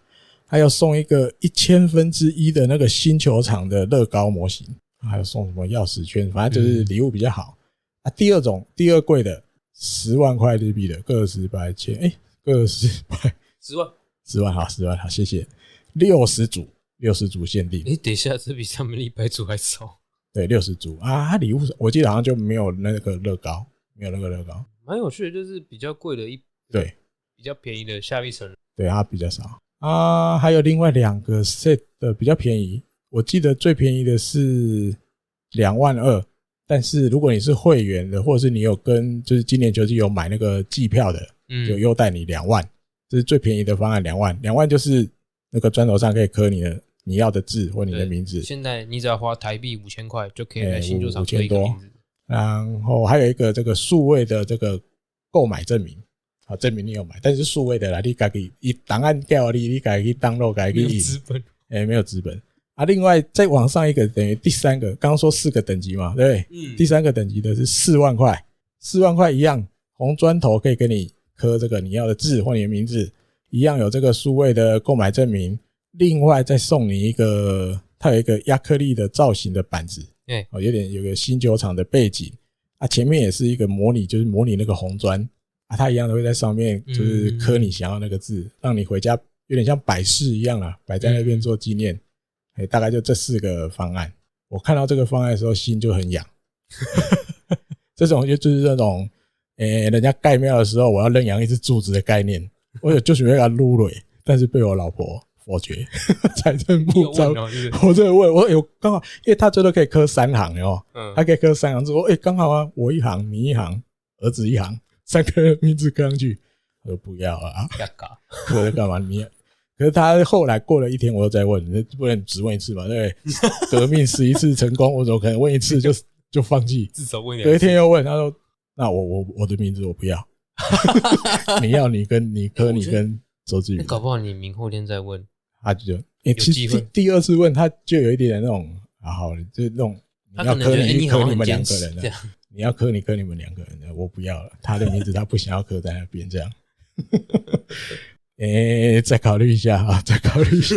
[SPEAKER 1] 还有送一个一千分之一的那个新球场的乐高模型，还有送什么钥匙圈，反正就是礼物比较好、啊。第二种第二贵的十万块日币的个十百千，哎、个十百
[SPEAKER 2] 之外，
[SPEAKER 1] 十万好，十万好，谢谢。六十组，六十组限定，
[SPEAKER 2] 哎，等一下，这比上面的一百组还少，
[SPEAKER 1] 对，六十组啊。他礼物我记得好像就没有那个乐高，没有那个乐高，
[SPEAKER 2] 蛮有趣的，就是比较贵的一，
[SPEAKER 1] 对，
[SPEAKER 2] 比较便宜的下一层，
[SPEAKER 1] 对，它比较少啊。还有另外两个 set 的比较便宜，我记得最便宜的是两万二，但是如果你是会员的，或者是你有跟就是今年球季有买那个季票的，
[SPEAKER 2] 嗯，
[SPEAKER 1] 有优待你两万，这是最便宜的方案，两万，两万就是那个砖头上可以刻你的你要的字或你的
[SPEAKER 2] 对
[SPEAKER 1] 名字，
[SPEAKER 2] 现在你只要花台币五千块就可以
[SPEAKER 1] 哎
[SPEAKER 2] 在新球
[SPEAKER 1] 五
[SPEAKER 2] 场
[SPEAKER 1] 五千
[SPEAKER 2] 刻一个
[SPEAKER 1] 多
[SPEAKER 2] 名字。
[SPEAKER 1] 然后还有一个这个数位的这个购买证明。好，证明你有买，但是数位的啦，你自己一档案掉你，你自己 download，自
[SPEAKER 2] 没有
[SPEAKER 1] 己印
[SPEAKER 2] 资 本，
[SPEAKER 1] 哎、没有资本啊。另外再往上一个，等于第三个，刚刚说四个等级嘛，对不对？
[SPEAKER 2] 嗯
[SPEAKER 1] 第三个等级的是四万块，四万块一样，红砖头可以给你刻这个你要的字或你的名字，一样有这个数位的购买证明。另外再送你一个，它有一个亚克力的造型的板子，
[SPEAKER 2] 哎
[SPEAKER 1] 哦，有点有个新酒厂的背景啊，前面也是一个模拟，就是模拟那个红砖啊，它一样都会在上面就是
[SPEAKER 2] 嗯
[SPEAKER 1] 刻你想要那个字，让你回家有点像摆饰一样啊，摆在那边做纪念。哎、大概就这四个方案。我看到这个方案的时候，心就很痒。这种就就是那种，诶、人家盖庙的时候，我要认养一只柱子的概念。我有就是为他撸蕊，但是被我老婆否决， 财政
[SPEAKER 2] 你有
[SPEAKER 1] 部
[SPEAKER 2] 问
[SPEAKER 1] 招。
[SPEAKER 2] 哦，就是
[SPEAKER 1] 我这个问，我有刚好，因为他最多可以刻三行哦，
[SPEAKER 2] 嗯
[SPEAKER 1] 他可以刻三行，之后，哎、刚好啊，我一行，你一行，儿子一行，三个人名字刻上去。我说不要啊，
[SPEAKER 2] 嘎嘎，
[SPEAKER 1] 我在干嘛？你，可是他后来过了一天，我又再问，你不能只问一次嘛？对不对，革命十一次成功，我怎么可能问一次就就放弃？
[SPEAKER 2] 至少问两
[SPEAKER 1] 隔一
[SPEAKER 2] 次
[SPEAKER 1] 天又问，他说那我我我的名字我不 要， 你要你跟你
[SPEAKER 2] 欸
[SPEAKER 1] 科
[SPEAKER 2] 我
[SPEAKER 1] 你
[SPEAKER 2] 觉得
[SPEAKER 1] 跟周志
[SPEAKER 2] 那
[SPEAKER 1] 宇，
[SPEAKER 2] 搞不好你明后天再问，
[SPEAKER 1] 他就欸其
[SPEAKER 2] 机
[SPEAKER 1] 实
[SPEAKER 2] 会
[SPEAKER 1] 第第二次问他就有一点点那种啊，好，就是那种
[SPEAKER 2] 他
[SPEAKER 1] 你
[SPEAKER 2] 可
[SPEAKER 1] 要
[SPEAKER 2] 能觉
[SPEAKER 1] 科
[SPEAKER 2] 得哎
[SPEAKER 1] 你
[SPEAKER 2] 好
[SPEAKER 1] 科
[SPEAKER 2] 像
[SPEAKER 1] 你
[SPEAKER 2] 很
[SPEAKER 1] 们两
[SPEAKER 2] 坚
[SPEAKER 1] 个
[SPEAKER 2] 持
[SPEAKER 1] 人啊
[SPEAKER 2] 这
[SPEAKER 1] 的，
[SPEAKER 2] 样，
[SPEAKER 1] 你要科你科你们两个人啊的，我不要了，他的名字他不想要刻在那边这样。 哎、再考虑一下啊，再考虑一 下，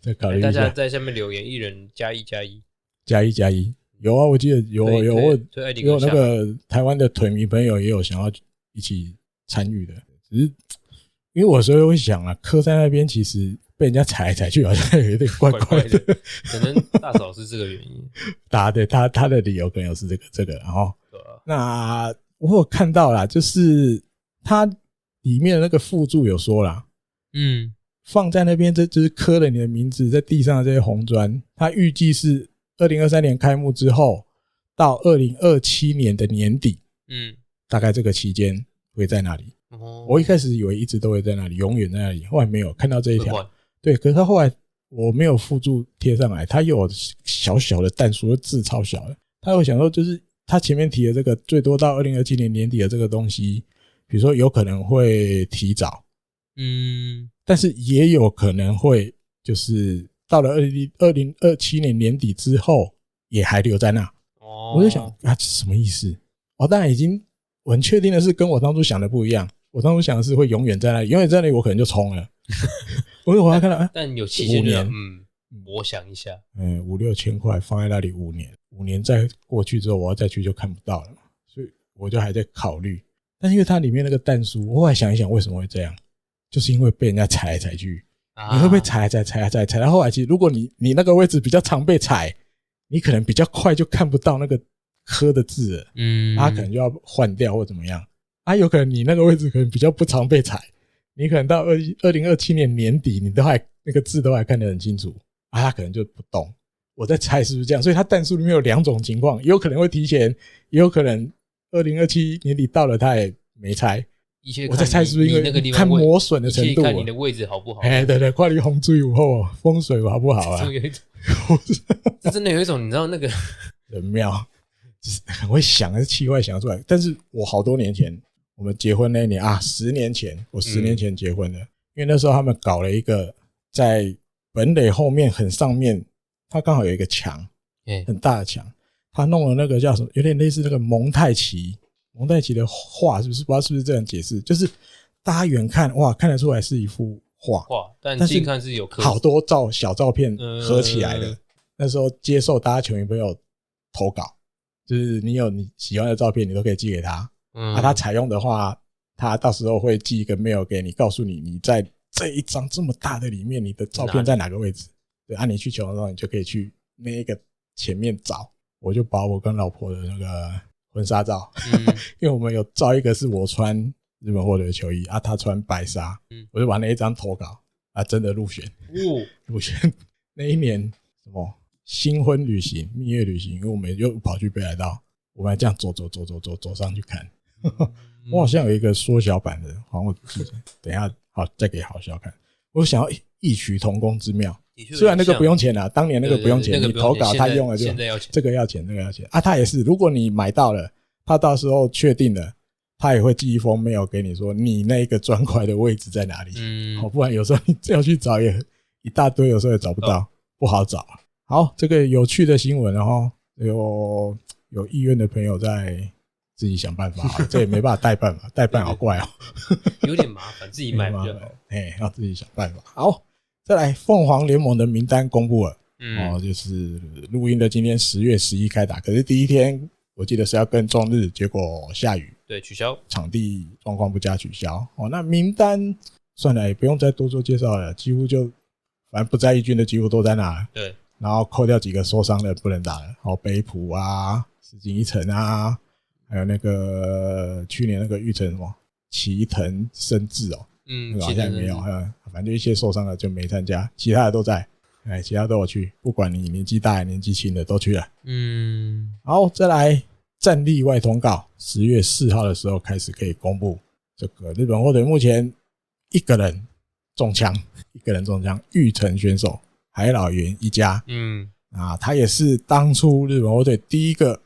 [SPEAKER 1] 再考虑
[SPEAKER 2] 哎大
[SPEAKER 1] 一
[SPEAKER 2] 家
[SPEAKER 1] 下，
[SPEAKER 2] 在下面留言，一人加一加一，
[SPEAKER 1] 加一加一。有啊，我记得有
[SPEAKER 2] 推
[SPEAKER 1] 有
[SPEAKER 2] 推
[SPEAKER 1] 我
[SPEAKER 2] 推艾迪
[SPEAKER 1] 也有
[SPEAKER 2] 哥
[SPEAKER 1] 那
[SPEAKER 2] 下，
[SPEAKER 1] 个台湾的腿迷朋友也有想要一起参与的，只是因为我有时候会想啊，刻在那边其实被人家踩来踩去，好像有点怪
[SPEAKER 2] 怪怪
[SPEAKER 1] 的
[SPEAKER 2] 的。， 可能大嫂是这个原因，
[SPEAKER 1] 答对他他的理由可能是这个这个，然后
[SPEAKER 2] 对啊 吧？
[SPEAKER 1] 那我有看到啦，就是它里面的那个附注有说啦，
[SPEAKER 2] 嗯，
[SPEAKER 1] 放在那边这就是刻了你的名字在地上的这些红砖，它预计是二零二三年开幕之后到二零二七年的年底，
[SPEAKER 2] 嗯，
[SPEAKER 1] 大概这个期间会在那里。
[SPEAKER 2] 哦，
[SPEAKER 1] 我一开始以为一直都会在那里，永远在那里，后来没有看到这一
[SPEAKER 2] 会
[SPEAKER 1] 条
[SPEAKER 2] 换。
[SPEAKER 1] 对，可是它后来我没有附注贴上来，它又有小小的淡书字超小的。他有想说，就是他前面提的这个，最多到二零二七年年底的这个东西，比如说有可能会提早，
[SPEAKER 2] 嗯，
[SPEAKER 1] 但是也有可能会就是到了二零二零二七年年底之后也还留在那。
[SPEAKER 2] 哦，
[SPEAKER 1] 我就想啊，这什么意思？哦，当然已经我很确定的是，跟我当初想的不一样。我当初想的是会永远在那里，永远在那里，我可能就冲了。我就我还看到，哎、
[SPEAKER 2] 但有期限就
[SPEAKER 1] 五
[SPEAKER 2] 想
[SPEAKER 1] 年
[SPEAKER 2] 嗯，我想一下，
[SPEAKER 1] 嗯，五六千块放在那里五年，五年再过去之后，我要再去就看不到了嘛，所以我就还在考虑。但是因为它里面那个蛋书，我后来想一想，为什么会这样，就是因为被人家踩来踩去，你
[SPEAKER 2] 你
[SPEAKER 1] 会不会踩来踩踩来踩踩到后来，其实如果你你那个位置比较常被踩，你可能比较快就看不到那个磕的字了，
[SPEAKER 2] 嗯，
[SPEAKER 1] 它可能就要换掉或怎么样。啊，有可能你那个位置可能比较不常被踩，你可能到二二零二七年年底，你都还那个字都还看得很清楚啊，它可能就不动。我在猜是不是这样，所以它弹数里面有两种情况，也有可能会提前，也有可能二零二七年底到了它也没拆。
[SPEAKER 2] 一切
[SPEAKER 1] 我在
[SPEAKER 2] 看
[SPEAKER 1] 猜
[SPEAKER 2] 你
[SPEAKER 1] 是不是因
[SPEAKER 2] 你
[SPEAKER 1] 为
[SPEAKER 2] 那个地方
[SPEAKER 1] 看
[SPEAKER 2] 位
[SPEAKER 1] 磨损的程
[SPEAKER 2] 一切
[SPEAKER 1] 度
[SPEAKER 2] 看
[SPEAKER 1] 啊
[SPEAKER 2] 你的哦位置好不好？
[SPEAKER 1] 哎，对对，跨离洪水以后风水好不好
[SPEAKER 2] 这
[SPEAKER 1] 啊
[SPEAKER 2] 种？有一种，这真的有一种，你知道那个，
[SPEAKER 1] 很妙， 就是很会想，是气坏想出来。但是我好多年前，我们结婚那一年啊，十年前，我十年前结婚的，因为那时候他们搞了一个在本垒后面很上面，它刚好有一个墙，
[SPEAKER 2] 哎，
[SPEAKER 1] 很大的墙，他弄了那个叫什么，有点类似那个蒙太奇，蒙太奇的画，是不是？不知道是不是这样解释，就是大家远看哇，看得出来是一幅画，
[SPEAKER 2] 话，但
[SPEAKER 1] 但是
[SPEAKER 2] 近看是有科
[SPEAKER 1] 好多照小照片合起来的。
[SPEAKER 2] 嗯
[SPEAKER 1] 那时候接受大家球迷朋友投稿，就是你有你喜欢的照片，你都可以寄给他。
[SPEAKER 2] 嗯
[SPEAKER 1] 啊，他采用的话，他到时候会寄一个 mail 给你，告诉你你在这一张这么大的里面，你的照片在哪个位置。对，啊，你去球场的时候，你就可以去那一个前面找。我就把我跟老婆的那个婚纱照，
[SPEAKER 2] 嗯
[SPEAKER 1] 因为我们有照一个是我穿日本获得的球衣啊，她穿白纱，
[SPEAKER 2] 嗯
[SPEAKER 1] 我就把那一张投稿啊，真的入选。
[SPEAKER 2] 哦，
[SPEAKER 1] 入选那一年什么新婚旅行、蜜月旅行，因为我们又跑去北海道，我们还这样走走走走走走上去看。我好像有一个缩小版的，好像我等一下好再给好笑看。我想要异曲同工之妙，
[SPEAKER 2] 的确有点像
[SPEAKER 1] 虽然那个不用钱啊，当年那个不用钱，
[SPEAKER 2] 对
[SPEAKER 1] 你
[SPEAKER 2] 对对那个
[SPEAKER 1] 投
[SPEAKER 2] 不用
[SPEAKER 1] 稿
[SPEAKER 2] 钱
[SPEAKER 1] 他用了就
[SPEAKER 2] 现在现在要钱
[SPEAKER 1] 这个要钱，那个要钱啊。他也是，如果你买到了，他到时候确定了，他也会寄一封 mail 给你说你那个砖块的位置在哪里。
[SPEAKER 2] 嗯
[SPEAKER 1] 哦，，不然有时候你这样去找也一大堆，有时候也找不到，不好找。好，这个有趣的新闻，然后有有意愿的朋友在自己想办法啊，这也没办法代办嘛，代办好怪哦、
[SPEAKER 2] 有点麻烦，自己买比较好。
[SPEAKER 1] 哎，要自己想办法。好，再来，凤凰联盟的名单公布了，哦，
[SPEAKER 2] 嗯，
[SPEAKER 1] 就是录音的今天十月十一开打，可是第一天我记得是要跟中日，结果下雨，
[SPEAKER 2] 对，取消。
[SPEAKER 1] 场地状况不佳取消。哦，那名单算了，也不用再多做介绍了，几乎就反正不在意军的几乎都在那了，
[SPEAKER 2] 对，
[SPEAKER 1] 然后扣掉几个受伤的不能打了，哦，北浦啊，石井一成啊，还有那个去年那个玉成什么齐藤伸志哦，那
[SPEAKER 2] 嗯，
[SPEAKER 1] 个好
[SPEAKER 2] 现
[SPEAKER 1] 像
[SPEAKER 2] 在
[SPEAKER 1] 也没有，啊还有反正就一些受伤的就没参加，其他的都在，哎，其他都有去，不管你年纪大还年纪轻的都去了。
[SPEAKER 2] 嗯，
[SPEAKER 1] 好，再来战例外通告，十月四号的时候开始可以公布。这个日本火腿目前一个人中枪，一个人中枪，玉成选手海老原一家
[SPEAKER 2] 嗯，
[SPEAKER 1] 啊，他也是当初日本火腿第一个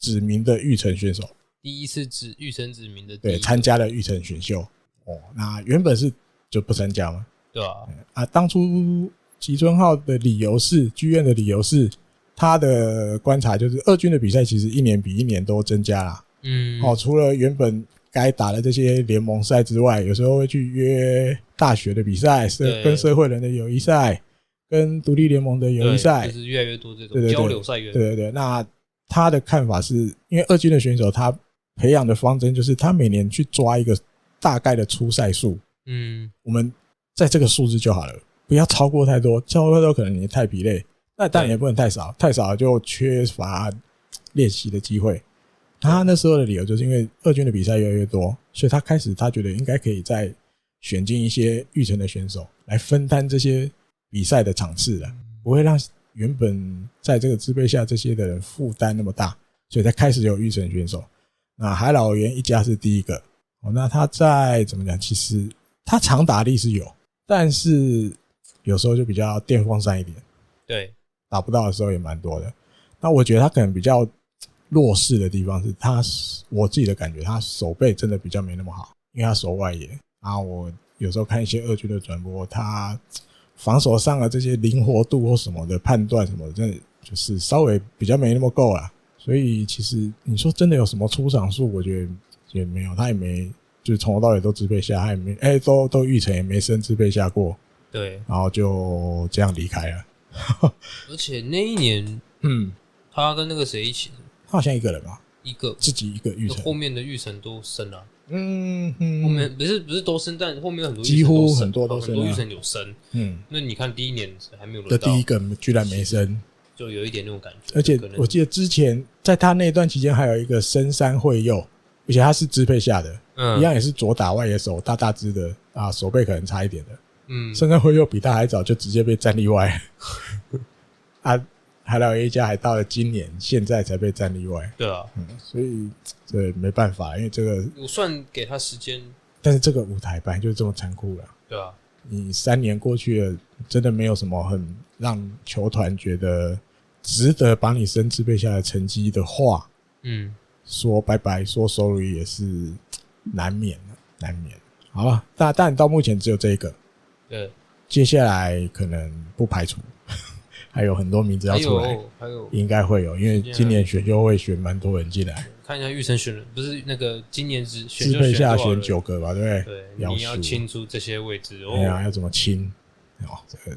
[SPEAKER 1] 指名的玉成选手，
[SPEAKER 2] 第一次指玉成指名的第
[SPEAKER 1] 对，
[SPEAKER 2] 一个
[SPEAKER 1] 参加了玉成选秀。哦，那原本是就不参加嘛。
[SPEAKER 2] 对吧？
[SPEAKER 1] 啊，当初吉村浩的理由是，剧院的理由是，他的观察就是二军的比赛其实一年比一年都增加啦。
[SPEAKER 2] 嗯，
[SPEAKER 1] 哦，除了原本该打的这些联盟赛之外，有时候会去约大学的比赛，社
[SPEAKER 2] 对
[SPEAKER 1] 跟社会人的友谊赛，跟独立联盟的友谊
[SPEAKER 2] 对
[SPEAKER 1] 赛
[SPEAKER 2] 就。是越来越多这
[SPEAKER 1] 对对
[SPEAKER 2] 种
[SPEAKER 1] 对
[SPEAKER 2] 交流赛越
[SPEAKER 1] 对对对，那他的看法是因为二军的选手他培养的方针就是他每年去抓一个大概的出赛数，
[SPEAKER 2] 嗯，
[SPEAKER 1] 我们在这个数字就好了，不要超过太多，超过太多可能你太疲累，那但
[SPEAKER 2] 对
[SPEAKER 1] 也不能太少，太少就缺乏练习的机会。他那时候的理由就是因为二军的比赛越来越多，所以他开始他觉得应该可以再选进一些育成的选手来分担这些比赛的场次了，不会让原本在这个支配下这些的人负担那么大，所以才开始有育成选手。那海老原一家是第一个哦，那他在怎么讲？其实他长打力是有，但是有时候就比较电风扇一点，
[SPEAKER 2] 对，
[SPEAKER 1] 打不到的时候也蛮多的。那我觉得他可能比较弱势的地方是他，我自己的感觉，他手背真的比较没那么好，因为他手外野啊。我有时候看一些二军的转播，他防守上的这些灵活度或什么的判断什么的，真的就是稍微比较没那么够啦。所以其实你说真的有什么出场数，我觉得也没有，他也没就是从头到尾都支配下，他也没哎、都都预成也没升支配下过，
[SPEAKER 2] 对，
[SPEAKER 1] 然后就这样离开了。
[SPEAKER 2] 而且那一年
[SPEAKER 1] 嗯，
[SPEAKER 2] 他跟那个谁一起，
[SPEAKER 1] 他好像一个人吧，
[SPEAKER 2] 一个
[SPEAKER 1] 自己一个预
[SPEAKER 2] 那后
[SPEAKER 1] 成，
[SPEAKER 2] 面的玉成都升了，
[SPEAKER 1] 嗯
[SPEAKER 2] 后
[SPEAKER 1] 嗯
[SPEAKER 2] 面不是不是都升，但后面很多
[SPEAKER 1] 几乎很多都
[SPEAKER 2] 都
[SPEAKER 1] 升
[SPEAKER 2] 很多
[SPEAKER 1] 啊
[SPEAKER 2] 玉成有升。
[SPEAKER 1] 嗯
[SPEAKER 2] 那你看第一年还没有
[SPEAKER 1] 的
[SPEAKER 2] 轮到，
[SPEAKER 1] 第一个居然没升，
[SPEAKER 2] 就有一点那种感觉，
[SPEAKER 1] 而且
[SPEAKER 2] 可能
[SPEAKER 1] 我记得之前在他那段期间还有一个深山惠佑，而且他是支配下的，
[SPEAKER 2] 嗯
[SPEAKER 1] 一样也是左打外野手，大大只的啊，手背可能差一点的，
[SPEAKER 2] 嗯
[SPEAKER 1] 深山惠佑比他还早就直接被战例外，啊，海老爷一家还到了今年现在才被战例外，
[SPEAKER 2] 对啊，
[SPEAKER 1] 嗯所以对没办法，因为这个
[SPEAKER 2] 我算给他时间，
[SPEAKER 1] 但是这个舞台本来就是这么残酷了。
[SPEAKER 2] 对啊，
[SPEAKER 1] 你三年过去了，真的没有什么很让球团觉得值得把你升支配下的成绩的话，
[SPEAKER 2] 嗯，
[SPEAKER 1] 说拜拜，说 sorry 也是难免的，难免。好了，但但到目前只有这一个，
[SPEAKER 2] 对，
[SPEAKER 1] 接下来可能不排除还有很多名字要
[SPEAKER 2] 还
[SPEAKER 1] 出来，
[SPEAKER 2] 有还有，
[SPEAKER 1] 应该会有，因为今年选秀会选蛮多人进来，
[SPEAKER 2] 看一下玉成选了，不是那个今年只选
[SPEAKER 1] 支
[SPEAKER 2] 就
[SPEAKER 1] 配下
[SPEAKER 2] 多少
[SPEAKER 1] 选
[SPEAKER 2] 人
[SPEAKER 1] 九，个吧，对不对？
[SPEAKER 2] 对，
[SPEAKER 1] 要
[SPEAKER 2] 你要
[SPEAKER 1] 输
[SPEAKER 2] 清出这些位置
[SPEAKER 1] 哎呀，
[SPEAKER 2] 哦，
[SPEAKER 1] 要怎么清？哦，这个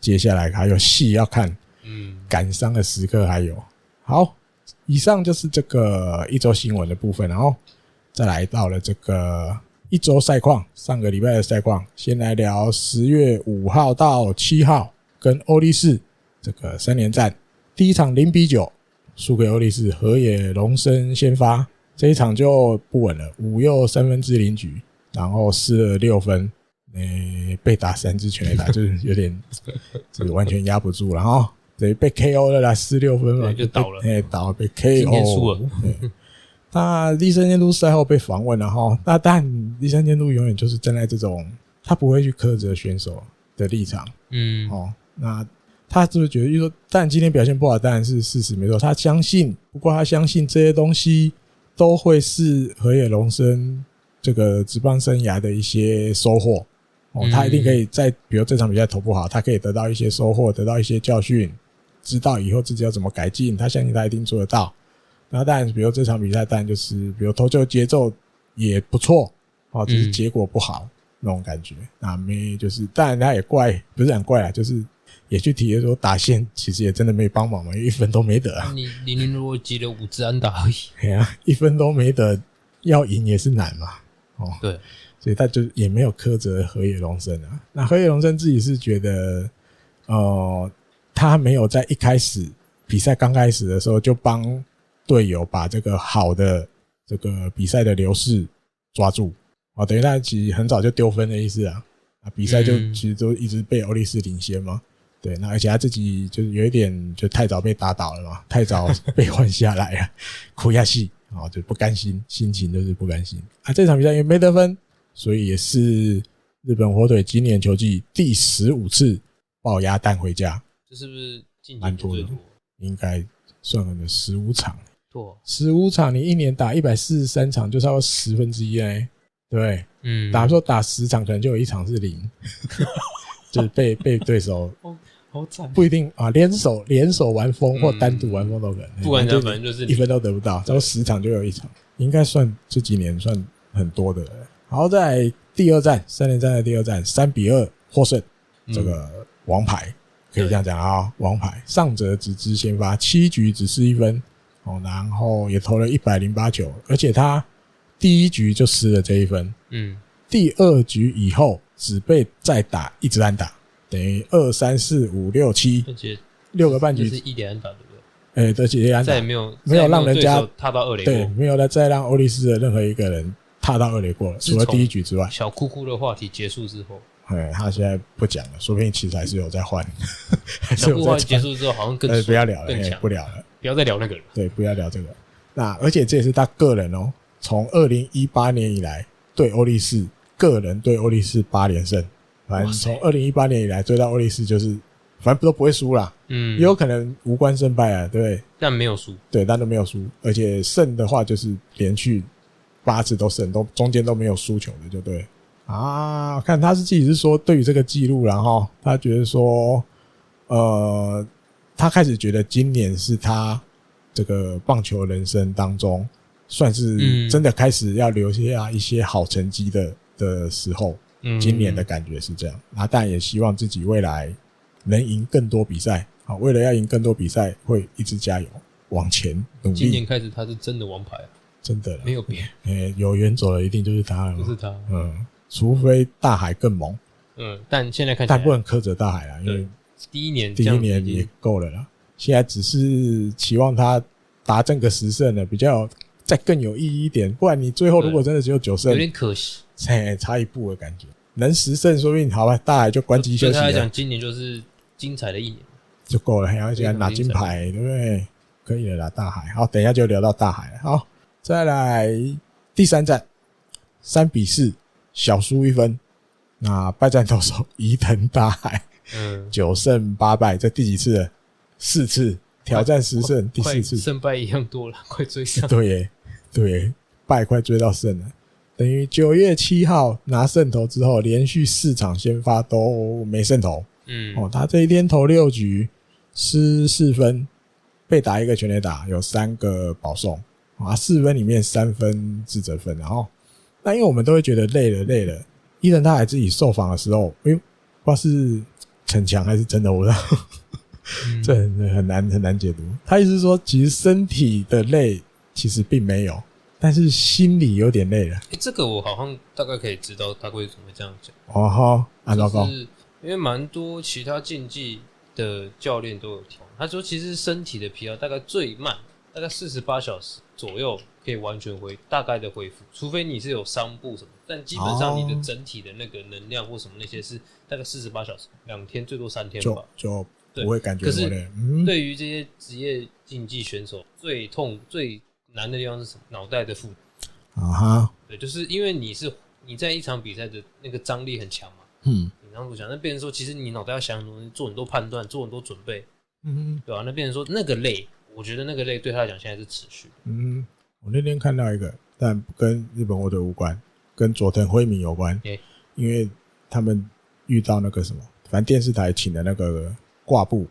[SPEAKER 1] 接下来还有戏要看。
[SPEAKER 2] 嗯，
[SPEAKER 1] 感伤的时刻还有。好，以上就是这个一周新闻的部分，然后再来到了这个一周赛况，上个礼拜的赛况，先来聊十月五号到七号跟欧力士这个三连战，第一场零比九输给欧力士，河野龙生先发，这一场就不稳了，五又三分之零局，然后失了六分。诶、被打三支全垒 打，就是有点，就是完全压不住了哈，等于被 KO 了啦，十六分嘛，
[SPEAKER 2] 对就倒了
[SPEAKER 1] 哎、倒了被 KO，
[SPEAKER 2] 今年输了，
[SPEAKER 1] 那第三监督赛后被访问了哈，那但第三监督永远就是站在这种他不会去苛责选手的立场
[SPEAKER 2] 嗯，
[SPEAKER 1] 哦。那他就是觉得，就是说，但今天表现不好，当然是事实没错。他相信，不过他相信这些东西都会是河野龙生这个职棒生涯的一些收获哦。
[SPEAKER 2] 嗯
[SPEAKER 1] 他一定可以在，比如这场比赛投不好，他可以得到一些收获，得到一些教训，知道以后自己要怎么改进。他相信他一定做得到。然后当然，比如这场比赛，当然就是比如投球节奏也不错哦，只是
[SPEAKER 2] 嗯
[SPEAKER 1] 结果不好、那种感觉。那没就是，当然他也怪，不是很怪啊，就是也去体验说打线其实也真的没帮忙嘛，因为一分都没得啊，
[SPEAKER 2] 你零零落集了五支安打而已，
[SPEAKER 1] 哎呀、一分都没得，要赢也是难嘛。哦，
[SPEAKER 2] 对，
[SPEAKER 1] 所以他就也没有苛责河野龙生啊。那河野龙生自己是觉得，呃，他没有在一开始比赛刚开始的时候就帮队友把这个好的这个比赛的流势抓住啊，等于他其实很早就丢分的意思啊。啊，比赛就
[SPEAKER 2] 嗯
[SPEAKER 1] 其实都一直被欧力士领先嘛。对，那而且他自己就是有一点就太早被打倒了嘛，太早被换下来了，哭下戏啊，就不甘心，心情就是不甘心啊。这场比赛也没得分，所以也是日本火腿今年球季第十五次爆鸭蛋回家，
[SPEAKER 2] 这是不是近几
[SPEAKER 1] 蛮
[SPEAKER 2] 年
[SPEAKER 1] 多的
[SPEAKER 2] 最多？
[SPEAKER 1] 应该算了十五场，
[SPEAKER 2] 错，
[SPEAKER 1] 十五场你一年打一百四十三场，就差不多十分之一哎。对，
[SPEAKER 2] 嗯，
[SPEAKER 1] 打说打十场，可能就有一场是零， 就是被被对手
[SPEAKER 2] 好惨，
[SPEAKER 1] 不一定啊，联手联手玩疯或单独玩疯都可能，
[SPEAKER 2] 嗯不管
[SPEAKER 1] 就
[SPEAKER 2] 他反正就是
[SPEAKER 1] 一
[SPEAKER 2] 你
[SPEAKER 1] 分都得不到，只要十场就有一场，应该算这几年算很多的了。好，在第二战三连战的第二战，三比二获胜，
[SPEAKER 2] 嗯
[SPEAKER 1] 这个王牌可以这样讲啊、王牌上泽直之先发七局只失一分哦，然后也投了一百零八球，而且他第一局就失了这一分，
[SPEAKER 2] 嗯
[SPEAKER 1] 第二局以后只被再打一直安打，等于二三四五六七
[SPEAKER 2] 嗯，而且
[SPEAKER 1] 六个半
[SPEAKER 2] 就
[SPEAKER 1] 局
[SPEAKER 2] 是，一点安打对不对？
[SPEAKER 1] 哎、而且也安打
[SPEAKER 2] 再也没有
[SPEAKER 1] 没有
[SPEAKER 2] 再也
[SPEAKER 1] 让人
[SPEAKER 2] 对
[SPEAKER 1] 家
[SPEAKER 2] 手踏到二垒
[SPEAKER 1] 对，
[SPEAKER 2] 过。
[SPEAKER 1] 没有再让欧力士的任何一个人踏到二垒过了，
[SPEAKER 2] 自
[SPEAKER 1] 除了
[SPEAKER 2] 从
[SPEAKER 1] 第一局之外，
[SPEAKER 2] 小哭哭的话题结束之后，
[SPEAKER 1] 哎，他现在不讲了，说不定其实还是有在换， 还是
[SPEAKER 2] 小哭
[SPEAKER 1] 有
[SPEAKER 2] 话
[SPEAKER 1] 在
[SPEAKER 2] 题结
[SPEAKER 1] 传。
[SPEAKER 2] 束之后，好像更
[SPEAKER 1] 呃，
[SPEAKER 2] 爽
[SPEAKER 1] 不要聊了，
[SPEAKER 2] 更
[SPEAKER 1] 哎
[SPEAKER 2] 强，
[SPEAKER 1] 不聊了，
[SPEAKER 2] 不要再聊那个了。
[SPEAKER 1] 对，不要聊这个。那而且这也是他个人哦，从二零一八年以来对欧力士个人对欧力士八连胜，反正
[SPEAKER 2] 哇塞
[SPEAKER 1] 从二零一八年以来追到欧力士就是，反正都不会输啦，
[SPEAKER 2] 嗯，
[SPEAKER 1] 也有可能无关胜败啊，对不对？
[SPEAKER 2] 但没有输，
[SPEAKER 1] 对，但都没有输，而且胜的话就是连续八次都胜，都中间都没有输球的，就对啊。看他是自己是说对于这个记录，然后他觉得说，呃，他开始觉得今年是他这个棒球人生当中算是
[SPEAKER 2] 嗯
[SPEAKER 1] 真的开始要留下一些好成绩的的时候，
[SPEAKER 2] 嗯，
[SPEAKER 1] 今年的感觉是这样。那但也希望自己未来能赢更多比赛啊，为了要赢更多比赛，会一直加油往前努
[SPEAKER 2] 今年
[SPEAKER 1] 力。
[SPEAKER 2] 开始他是真的王牌，啊
[SPEAKER 1] 真的啦
[SPEAKER 2] 没有别人，
[SPEAKER 1] 呃、有缘走了一定就是他了
[SPEAKER 2] 就是
[SPEAKER 1] 嘛。
[SPEAKER 2] 他。
[SPEAKER 1] 嗯，除非大海更猛，
[SPEAKER 2] 嗯，但现在看起
[SPEAKER 1] 但不
[SPEAKER 2] 来，
[SPEAKER 1] 能苛责大海啦，因为
[SPEAKER 2] 对第一年
[SPEAKER 1] 第
[SPEAKER 2] 这
[SPEAKER 1] 一
[SPEAKER 2] 样
[SPEAKER 1] 年
[SPEAKER 2] 已
[SPEAKER 1] 也
[SPEAKER 2] 经
[SPEAKER 1] 够了啦。现在只是期望他达阵个十胜了，比较有再更有意义一点。不然你最后如果真的只有九胜
[SPEAKER 2] 有，点可惜。
[SPEAKER 1] 嘿，差一步的感觉。能十胜，说不定好吧，大海就关机
[SPEAKER 2] 对
[SPEAKER 1] 休息
[SPEAKER 2] 他来
[SPEAKER 1] 了。
[SPEAKER 2] 讲，今年就是精彩的一年。
[SPEAKER 1] 就够了，还要
[SPEAKER 2] 啊
[SPEAKER 1] 想拿金牌，对不对？可以了啦，大海。好，等一下就聊到大海了。好，再来第三战，三比四，小输一分。那败战投手伊藤大海
[SPEAKER 2] 嗯，
[SPEAKER 1] 九胜八败，这第几次了？四次挑战十胜，第
[SPEAKER 2] 快
[SPEAKER 1] 四次。
[SPEAKER 2] 胜败一样多了， 快追上。
[SPEAKER 1] 对耶，对耶，败快追到胜了。等于九月七号拿胜投之后，连续四场先发都没胜投，
[SPEAKER 2] 嗯，
[SPEAKER 1] 哦，他这一天投六局，失四分，被打一个全垒打，有三个保送啊，四分里面三分自责分，然后那因为我们都会觉得累了累了，伊藤他还自己受访的时候，因为不知道是逞强还是真的，我不知道，
[SPEAKER 2] 嗯
[SPEAKER 1] 这很很难很难解读。他意思是说，其实身体的累其实并没有，但是心里有点累了。
[SPEAKER 2] 诶这个我好像大概可以知道他会怎么会这样讲，
[SPEAKER 1] 哦吼，啊糟
[SPEAKER 2] 就
[SPEAKER 1] 糕，
[SPEAKER 2] 是因为蛮多其他竞技的教练都有调，他说其实身体的疲劳大概最慢大概四十八小时左右可以完全恢大概的恢复，除非你是有伤部什么，但基本上你
[SPEAKER 1] 哦
[SPEAKER 2] 的整体的那个能量或什么那些是大概四十八小时，两天最多三天
[SPEAKER 1] 就
[SPEAKER 2] 吧。
[SPEAKER 1] 就
[SPEAKER 2] 对
[SPEAKER 1] 不会感觉
[SPEAKER 2] 可是
[SPEAKER 1] 我累。嗯，
[SPEAKER 2] 对于这些职业竞技选手，最痛最难的地方是什么？脑袋的负担。
[SPEAKER 1] 啊哈，
[SPEAKER 2] 对，就是因为你是你在一场比赛的那个张力很强嘛，
[SPEAKER 1] 嗯
[SPEAKER 2] 你刚刚讲，那变成说，其实你脑袋要想很多东西，做很多判断，做很多准备，
[SPEAKER 1] 嗯。
[SPEAKER 2] 对吧、那变成说那个累，我觉得那个累对他来讲现在是持续。
[SPEAKER 1] 嗯，我那天看到一个，但跟日本火腿无关，跟佐藤辉明有关
[SPEAKER 2] 诶，
[SPEAKER 1] 因为他们遇到那个什么，反正电视台请的那个挂布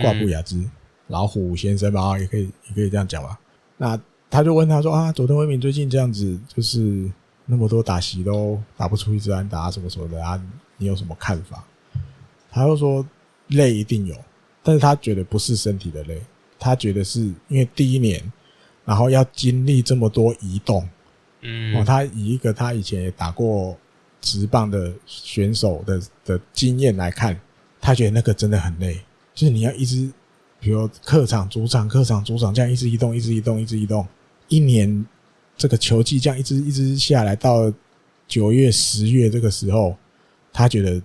[SPEAKER 1] 挂布雅之、老虎先生吧，也可以也可以这样讲吧。那他就问他说啊，佐藤辉明最近这样子，就是那么多打席都打不出一支安打什么什么的啊，你有什么看法？他又说累一定有，但是他觉得不是身体的累，他觉得是因为第一年，然后要经历这么多移动，
[SPEAKER 2] 嗯，
[SPEAKER 1] 哦，他以一个他以前也打过直棒的选手的的经验来看，他觉得那个真的很累，就是你要一直，比如客场、主场、客场、主场这样一直移动、一直移动、一直移动，一年这个球季这样一直一直下来，到九月、十月这个时候，他觉得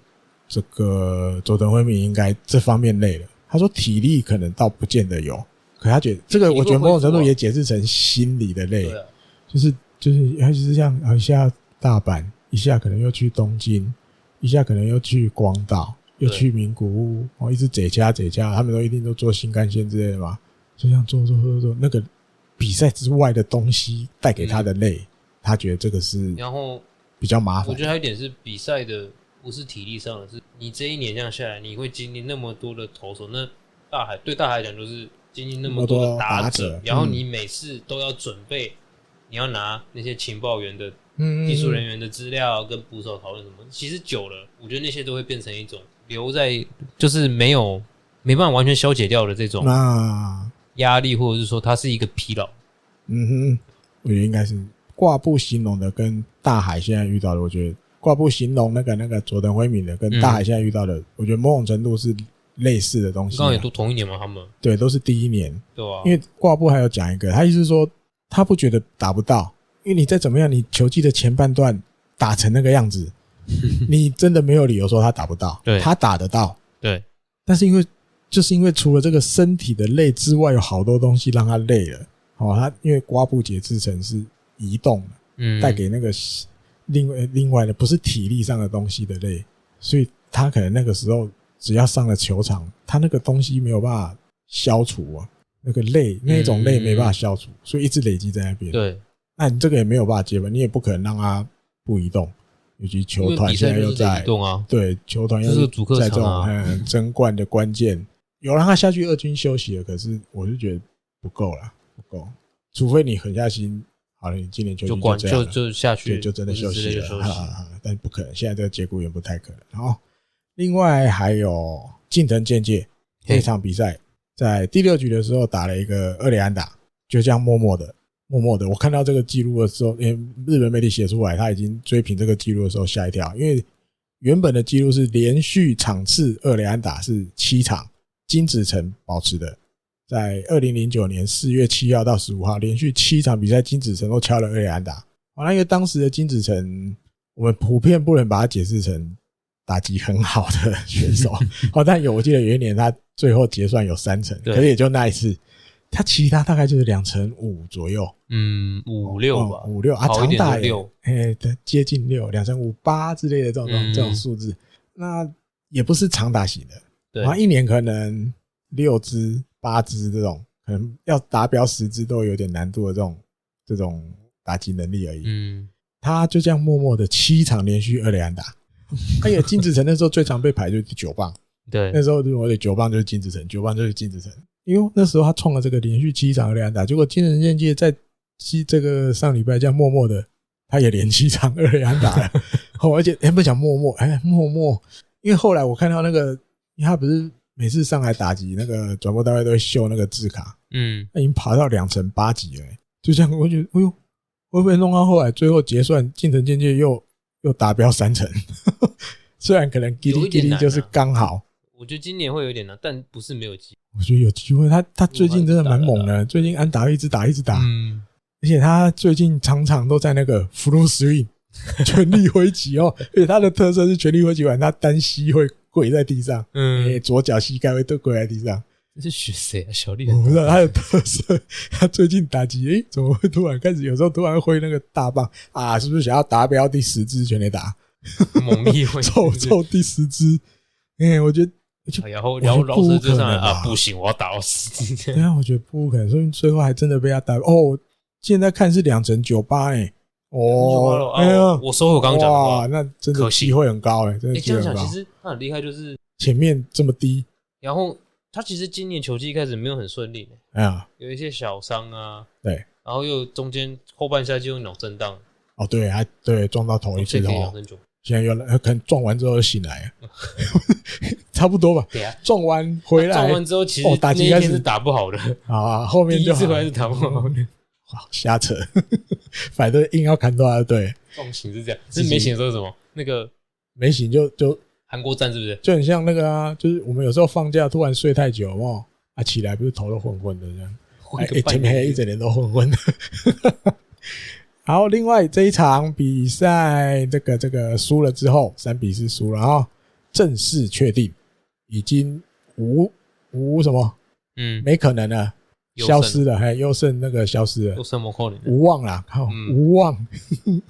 [SPEAKER 1] 这个佐藤辉明应该这方面累了。他说体力可能倒不见得有，可他觉得这个，我觉得某种程度也解释成心理的累。
[SPEAKER 2] 啊对啊，
[SPEAKER 1] 就是就是，尤其是像啊，一下大阪，一下可能又去东京，一下可能又去广岛，又
[SPEAKER 2] 对
[SPEAKER 1] 去名古屋，哦，一直这家这家，他们都一定都坐新干线之类的嘛，就像坐坐坐坐，那个比赛之外的东西带给他的累，他觉得这个是
[SPEAKER 2] 然后
[SPEAKER 1] 比较麻
[SPEAKER 2] 嗯我
[SPEAKER 1] 烦
[SPEAKER 2] 觉。得还有一点是比赛的，不是体力上的，是你这一年这样下来，你会经历那么多的投手，那大海对大海来讲就是经历那么多的打
[SPEAKER 1] 那么多打者
[SPEAKER 2] 然后你每次都要准备，你要拿那些情报员的、
[SPEAKER 1] 嗯，
[SPEAKER 2] 技术人员的资料跟捕手讨论什么，其实久了，我觉得那些都会变成一种留在，就是没有没办法完全消解掉的这种
[SPEAKER 1] 那
[SPEAKER 2] 压力，或者是说它是一个疲劳。
[SPEAKER 1] 嗯哼，我觉得应该是挂布形容的跟大海现在遇到的，我觉得挂布形容那个那个佐藤辉敏的跟大海现在遇到的，我觉得某种程度是类似的东
[SPEAKER 2] 你
[SPEAKER 1] 西
[SPEAKER 2] 刚
[SPEAKER 1] 啊、
[SPEAKER 2] 哦刚也都同一年嘛，他们
[SPEAKER 1] 对，都是第一年，
[SPEAKER 2] 对吧、
[SPEAKER 1] 因为挂布还有讲一个，他意思是说他不觉得打不到，因为你再怎么样，你球季的前半段打成那个样 子，你真的没有理由说他打不到，
[SPEAKER 2] 对
[SPEAKER 1] 他打得到，
[SPEAKER 2] 对，
[SPEAKER 1] 但是因为就是因为除了这个身体的累之外，有好多东西让他累了。哦，他因为瓜布节制成是移动的，
[SPEAKER 2] 嗯，
[SPEAKER 1] 带给那个另外另外的不是体力上的东西的累，所以他可能那个时候只要上了球场，他那个东西没有办法消除啊，那个累那种累没办法消除，所以一直累积在那边。，
[SPEAKER 2] 嗯对。
[SPEAKER 1] 那你这个也没有办法接本，你也不可能让他不移动，尤其
[SPEAKER 2] 因
[SPEAKER 1] 球
[SPEAKER 2] 为
[SPEAKER 1] 团
[SPEAKER 2] 比赛
[SPEAKER 1] 现在
[SPEAKER 2] 就
[SPEAKER 1] 又
[SPEAKER 2] 是得
[SPEAKER 1] 在
[SPEAKER 2] 移动啊，
[SPEAKER 1] 对，球团要
[SPEAKER 2] 这是主客
[SPEAKER 1] 在这
[SPEAKER 2] 场
[SPEAKER 1] 种
[SPEAKER 2] 啊
[SPEAKER 1] 嗯争冠的关键，有让他下去二军休息了，可是我是觉得不够啦，不够，除非你狠下心，好了，你今年秋
[SPEAKER 2] 就
[SPEAKER 1] 季
[SPEAKER 2] 关
[SPEAKER 1] 这样
[SPEAKER 2] 就
[SPEAKER 1] 了，
[SPEAKER 2] 就下
[SPEAKER 1] 就
[SPEAKER 2] 去，
[SPEAKER 1] 就真的休
[SPEAKER 2] 或是
[SPEAKER 1] 息
[SPEAKER 2] 之类
[SPEAKER 1] 了
[SPEAKER 2] 的，休
[SPEAKER 1] 哈
[SPEAKER 2] 息。
[SPEAKER 1] 哈哈但不可能，现在这个节骨眼不太可能。然后，另外还有近藤健介
[SPEAKER 2] 嘿
[SPEAKER 1] 那场比赛，在第六局的时候打了一个二连安打，就这样默默的。默默的，我看到这个记录的时候，因为日本媒体写出来他已经追平这个记录的时候吓一跳，因为原本的记录是连续场次二连安打是七场，金子成保持的，在二零零九年四月七号到十五号连续七场比赛，金子成都敲了二连安打。好，那因为当时的金子成，我们普遍不能把它解释成打击很好的选 手。好，但有我记得有一年他最后结算有三成，
[SPEAKER 2] 对
[SPEAKER 1] 可是也就那一次，他其他大概就是两成五左右，
[SPEAKER 2] 嗯，五六
[SPEAKER 1] 哦
[SPEAKER 2] 吧，
[SPEAKER 1] 五六啊，
[SPEAKER 2] 好一
[SPEAKER 1] 长
[SPEAKER 2] 点
[SPEAKER 1] 打
[SPEAKER 2] 的
[SPEAKER 1] 也
[SPEAKER 2] 六，
[SPEAKER 1] 哎，对接近六，两成五八之类的这种这种
[SPEAKER 2] 嗯
[SPEAKER 1] 这种数字，那也不是长打型的。
[SPEAKER 2] 对
[SPEAKER 1] 然，后一年可能六支、八支这种，可能要达标十支都有点难度的这种这种打击能力而已。
[SPEAKER 2] 嗯，
[SPEAKER 1] 他就这样默默的七场连续二连安打，而且金子成那时候最常被排就是九棒，
[SPEAKER 2] 对
[SPEAKER 1] 那，时候我的九棒就是金子成，九棒就是金子成，因为那时候他创了这个连续七场二连安打，结果金城健介在七这个上礼拜这样默默的，他也连七场二连安打 了，哦，而且原本想默默，哎，默默，因为后来我看到那个，因为他不是每次上来打击那个转播单位都会秀那个字卡，
[SPEAKER 2] 嗯，
[SPEAKER 1] 他已经爬到两成八级了、欸就这样，我觉得，哎呦，会不会弄到后来最后结算，进城间界又又达标三成？ 虽然可能叽
[SPEAKER 2] 有
[SPEAKER 1] 哩
[SPEAKER 2] 一
[SPEAKER 1] 叽
[SPEAKER 2] 点
[SPEAKER 1] 哩
[SPEAKER 2] 难啊
[SPEAKER 1] 就是刚好，
[SPEAKER 2] 我觉得今年会有点难，但不是没有机
[SPEAKER 1] 我觉得有机会。他他最近真的蛮猛的，最近安打一直打一直
[SPEAKER 2] 会。
[SPEAKER 1] 打，
[SPEAKER 2] 嗯，
[SPEAKER 1] 而且他最近常常都在那个 flu swing 全力挥击哦，而且他的特色是全力挥击完，他单膝会跪在地上，诶、
[SPEAKER 2] 嗯，
[SPEAKER 1] 左脚膝盖会都跪在地上。
[SPEAKER 2] 这是学谁啊？小丽
[SPEAKER 1] 我不知道他的特色，他最近打击，诶、怎么会突然开始？有时候突然挥那个大棒啊，是不是想要达标第十支全垒打，
[SPEAKER 2] 猛力 会
[SPEAKER 1] 凑凑第十支？诶、我觉得，
[SPEAKER 2] 哎然后
[SPEAKER 1] 觉得
[SPEAKER 2] 然后老
[SPEAKER 1] 不
[SPEAKER 2] 师
[SPEAKER 1] 可
[SPEAKER 2] 就上来
[SPEAKER 1] 能吧
[SPEAKER 2] 啊，不行，我要打到死。
[SPEAKER 1] 对啊，我觉得不可能，说明最后还真的被他打。哦，现在看是两成九八，诶，哦，哎
[SPEAKER 2] 啊
[SPEAKER 1] 呀，
[SPEAKER 2] 我收回我刚刚讲的
[SPEAKER 1] 哇，
[SPEAKER 2] 话。
[SPEAKER 1] 那真的
[SPEAKER 2] 可惜
[SPEAKER 1] 机会很高、诶，真
[SPEAKER 2] 哎，
[SPEAKER 1] 的机
[SPEAKER 2] 这
[SPEAKER 1] 会很
[SPEAKER 2] 样讲
[SPEAKER 1] 高
[SPEAKER 2] 其。实他很厉害，就是
[SPEAKER 1] 前面这么低，
[SPEAKER 2] 然后他其实今年球季一开始没有很顺利，
[SPEAKER 1] 哎呀，
[SPEAKER 2] 有一些小伤啊，
[SPEAKER 1] 对，
[SPEAKER 2] 然后又中间后半赛季又脑震荡，
[SPEAKER 1] 哦，对，还对撞到头一次
[SPEAKER 2] 所以可以
[SPEAKER 1] 哦
[SPEAKER 2] 养，生久。
[SPEAKER 1] 现在又来呃可能撞完之后就醒来 了，差不多吧。
[SPEAKER 2] 对啊，
[SPEAKER 1] 撞完回来，
[SPEAKER 2] 撞完之后，其实
[SPEAKER 1] 哦打
[SPEAKER 2] 那
[SPEAKER 1] 击
[SPEAKER 2] 一
[SPEAKER 1] 开
[SPEAKER 2] 天
[SPEAKER 1] 始
[SPEAKER 2] 是打不好的，
[SPEAKER 1] 啊，后
[SPEAKER 2] 第
[SPEAKER 1] 面
[SPEAKER 2] 一
[SPEAKER 1] 就好
[SPEAKER 2] 次回来是打不 好的。
[SPEAKER 1] 哇瞎扯， 反正硬要砍断他，对，
[SPEAKER 2] 撞醒是这样，是没醒的时候是什么？那个
[SPEAKER 1] 没醒就就
[SPEAKER 2] 韩国站是不是？
[SPEAKER 1] 就很像那个啊，就是我们有时候放假突然睡太久哦，啊起来不是头都昏昏的这样，哎、
[SPEAKER 2] 换
[SPEAKER 1] 哎
[SPEAKER 2] 个
[SPEAKER 1] 前
[SPEAKER 2] 半
[SPEAKER 1] 面还
[SPEAKER 2] 年
[SPEAKER 1] 一整年都昏昏的。 然后另外这一场比赛，这个这个输了之后，三比四输了啊，然后正式确定已经无无什么
[SPEAKER 2] 嗯，
[SPEAKER 1] 没可能了，
[SPEAKER 2] 优
[SPEAKER 1] 消
[SPEAKER 2] 胜
[SPEAKER 1] 失了，还优胜那个消失了
[SPEAKER 2] 都，圣魔扣里面，
[SPEAKER 1] 无望啦，靠，
[SPEAKER 2] 嗯
[SPEAKER 1] 无望，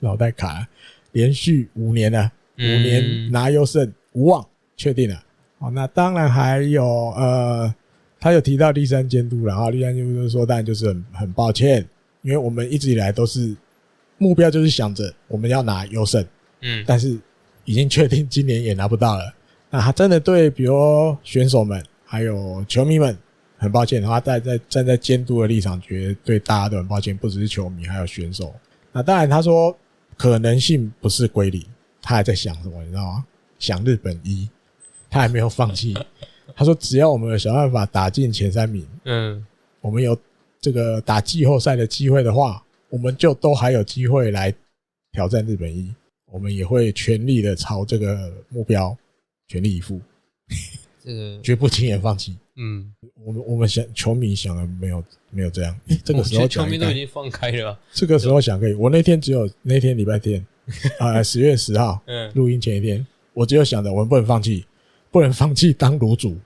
[SPEAKER 1] 脑袋卡了，连续五年了，五
[SPEAKER 2] 嗯
[SPEAKER 1] 年拿优胜，无望，确定了。哦，那当然还有呃，他有提到立山监督啦，然后立山监督就说，当然就是很很抱歉，因为我们一直以来都是目标就是想着我们要拿优胜，
[SPEAKER 2] 嗯，
[SPEAKER 1] 但是已经确定今年也拿不到了。那他真的对，比如选手们还有球迷们，很抱歉，他在在站在监督的立场，觉得对大家都很抱歉，不只是球迷，还有选手。那当然，他说可能性不是归零，他还在想什么，你知道吗？想日本一，他还没有放弃。他说，只要我们有想办法打进前三名，
[SPEAKER 2] 嗯，
[SPEAKER 1] 我们有这个打季后赛的机会的话，我们就都还有机会来挑战日本一。我们也会全力的朝这个目标全力以赴，
[SPEAKER 2] 这个，
[SPEAKER 1] 绝不轻言放弃。
[SPEAKER 2] 嗯，
[SPEAKER 1] 我们我们想球迷想的没有没有这样，这个
[SPEAKER 2] 我
[SPEAKER 1] 时
[SPEAKER 2] 觉
[SPEAKER 1] 候
[SPEAKER 2] 得哦球
[SPEAKER 1] 讲
[SPEAKER 2] 迷
[SPEAKER 1] 应
[SPEAKER 2] 都已
[SPEAKER 1] 该，
[SPEAKER 2] 经放开了啊，
[SPEAKER 1] 这个时候想可以。我那天只有那天礼拜天， 啊，十月十号
[SPEAKER 2] 嗯，
[SPEAKER 1] 录音前一天，我只有想着我们不能放弃，不能放弃当卤主，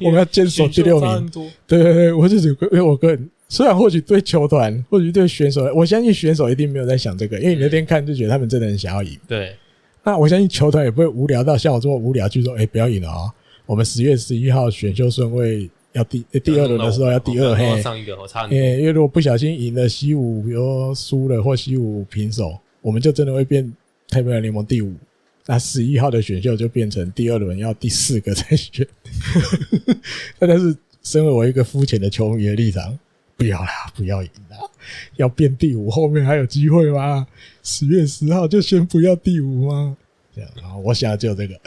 [SPEAKER 1] 我们要坚守第六
[SPEAKER 2] 选秀差
[SPEAKER 1] 名
[SPEAKER 2] 很。多，
[SPEAKER 1] 对对对，我是指因为我个人，虽然或许对球团，或许对选手，我相信选手一定没有在想这个，因为你那天看就觉得他们真的很想要赢。
[SPEAKER 2] 对，
[SPEAKER 1] 那我相信球团也不会无聊到像我这么无聊，就说哎、不要赢了啊、我们十月十一号选秀顺位要第呃第二轮的时候要第二
[SPEAKER 2] 我
[SPEAKER 1] 嘿，
[SPEAKER 2] 上一个，我差很
[SPEAKER 1] 因
[SPEAKER 2] 多，
[SPEAKER 1] 为因为如果不小心赢了西武，比如输了或西武平手，我们就真的会变太平洋联盟第五。那十一号的选秀就变成第二轮要第四个再选。 那但是，身为我一个肤浅的球迷的立场，不要啦，不要赢啦，要变第五，后面还有机会吗？十月十号就先不要第五吗？这样，然后我想的只有这个。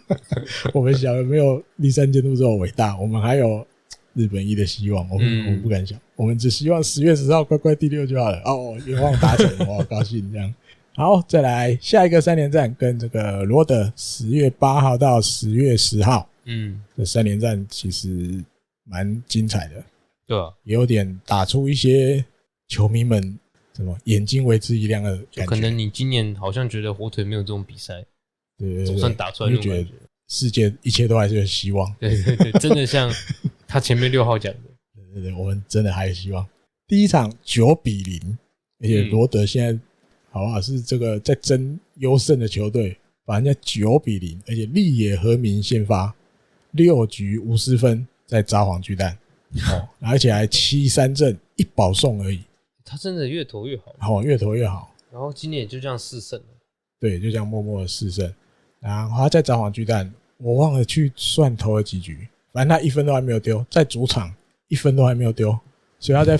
[SPEAKER 1] 我们想的没有第三监督这么伟大，我们还有日本一的希望。我们、
[SPEAKER 2] 嗯
[SPEAKER 1] 我们不敢想，我们只希望十月十号乖乖第六就好了。哦，愿望达成，我好高兴这样。好，再来下一个三连战跟这个罗德，十月八号到十月十号
[SPEAKER 2] 嗯，
[SPEAKER 1] 这三连战其实蛮精彩的，
[SPEAKER 2] 对啊，
[SPEAKER 1] 也有点打出一些球迷们什么眼睛为之一亮的
[SPEAKER 2] 就
[SPEAKER 1] 感
[SPEAKER 2] 可
[SPEAKER 1] 觉。
[SPEAKER 2] 能你今年好像觉得火腿没有这种比赛，
[SPEAKER 1] 对对对，
[SPEAKER 2] 总算打出来
[SPEAKER 1] 你
[SPEAKER 2] 那
[SPEAKER 1] 就
[SPEAKER 2] 种
[SPEAKER 1] 觉
[SPEAKER 2] 感
[SPEAKER 1] 得
[SPEAKER 2] 觉，
[SPEAKER 1] 世界一切都还是有希望。
[SPEAKER 2] 对对对，真的像他前面六号讲的，
[SPEAKER 1] 对对对，我们真的还有希望。第一场九比零，而
[SPEAKER 2] 嗯
[SPEAKER 1] 且罗德现在好不好是这个在争优胜的球队，把人家九比零，而且立野和明先发，六局无失分，在札幌巨蛋，哦，而且还七三阵一保送而已，
[SPEAKER 2] 他真的越投越好，
[SPEAKER 1] 好、越投越好，
[SPEAKER 2] 然后今年也就这样四胜了，
[SPEAKER 1] 对，就这样默默的四胜。然后他在札幌巨蛋，我忘了去算投了几局，反正他一分都还没有丢，在主场一分都还没有丢，所以他在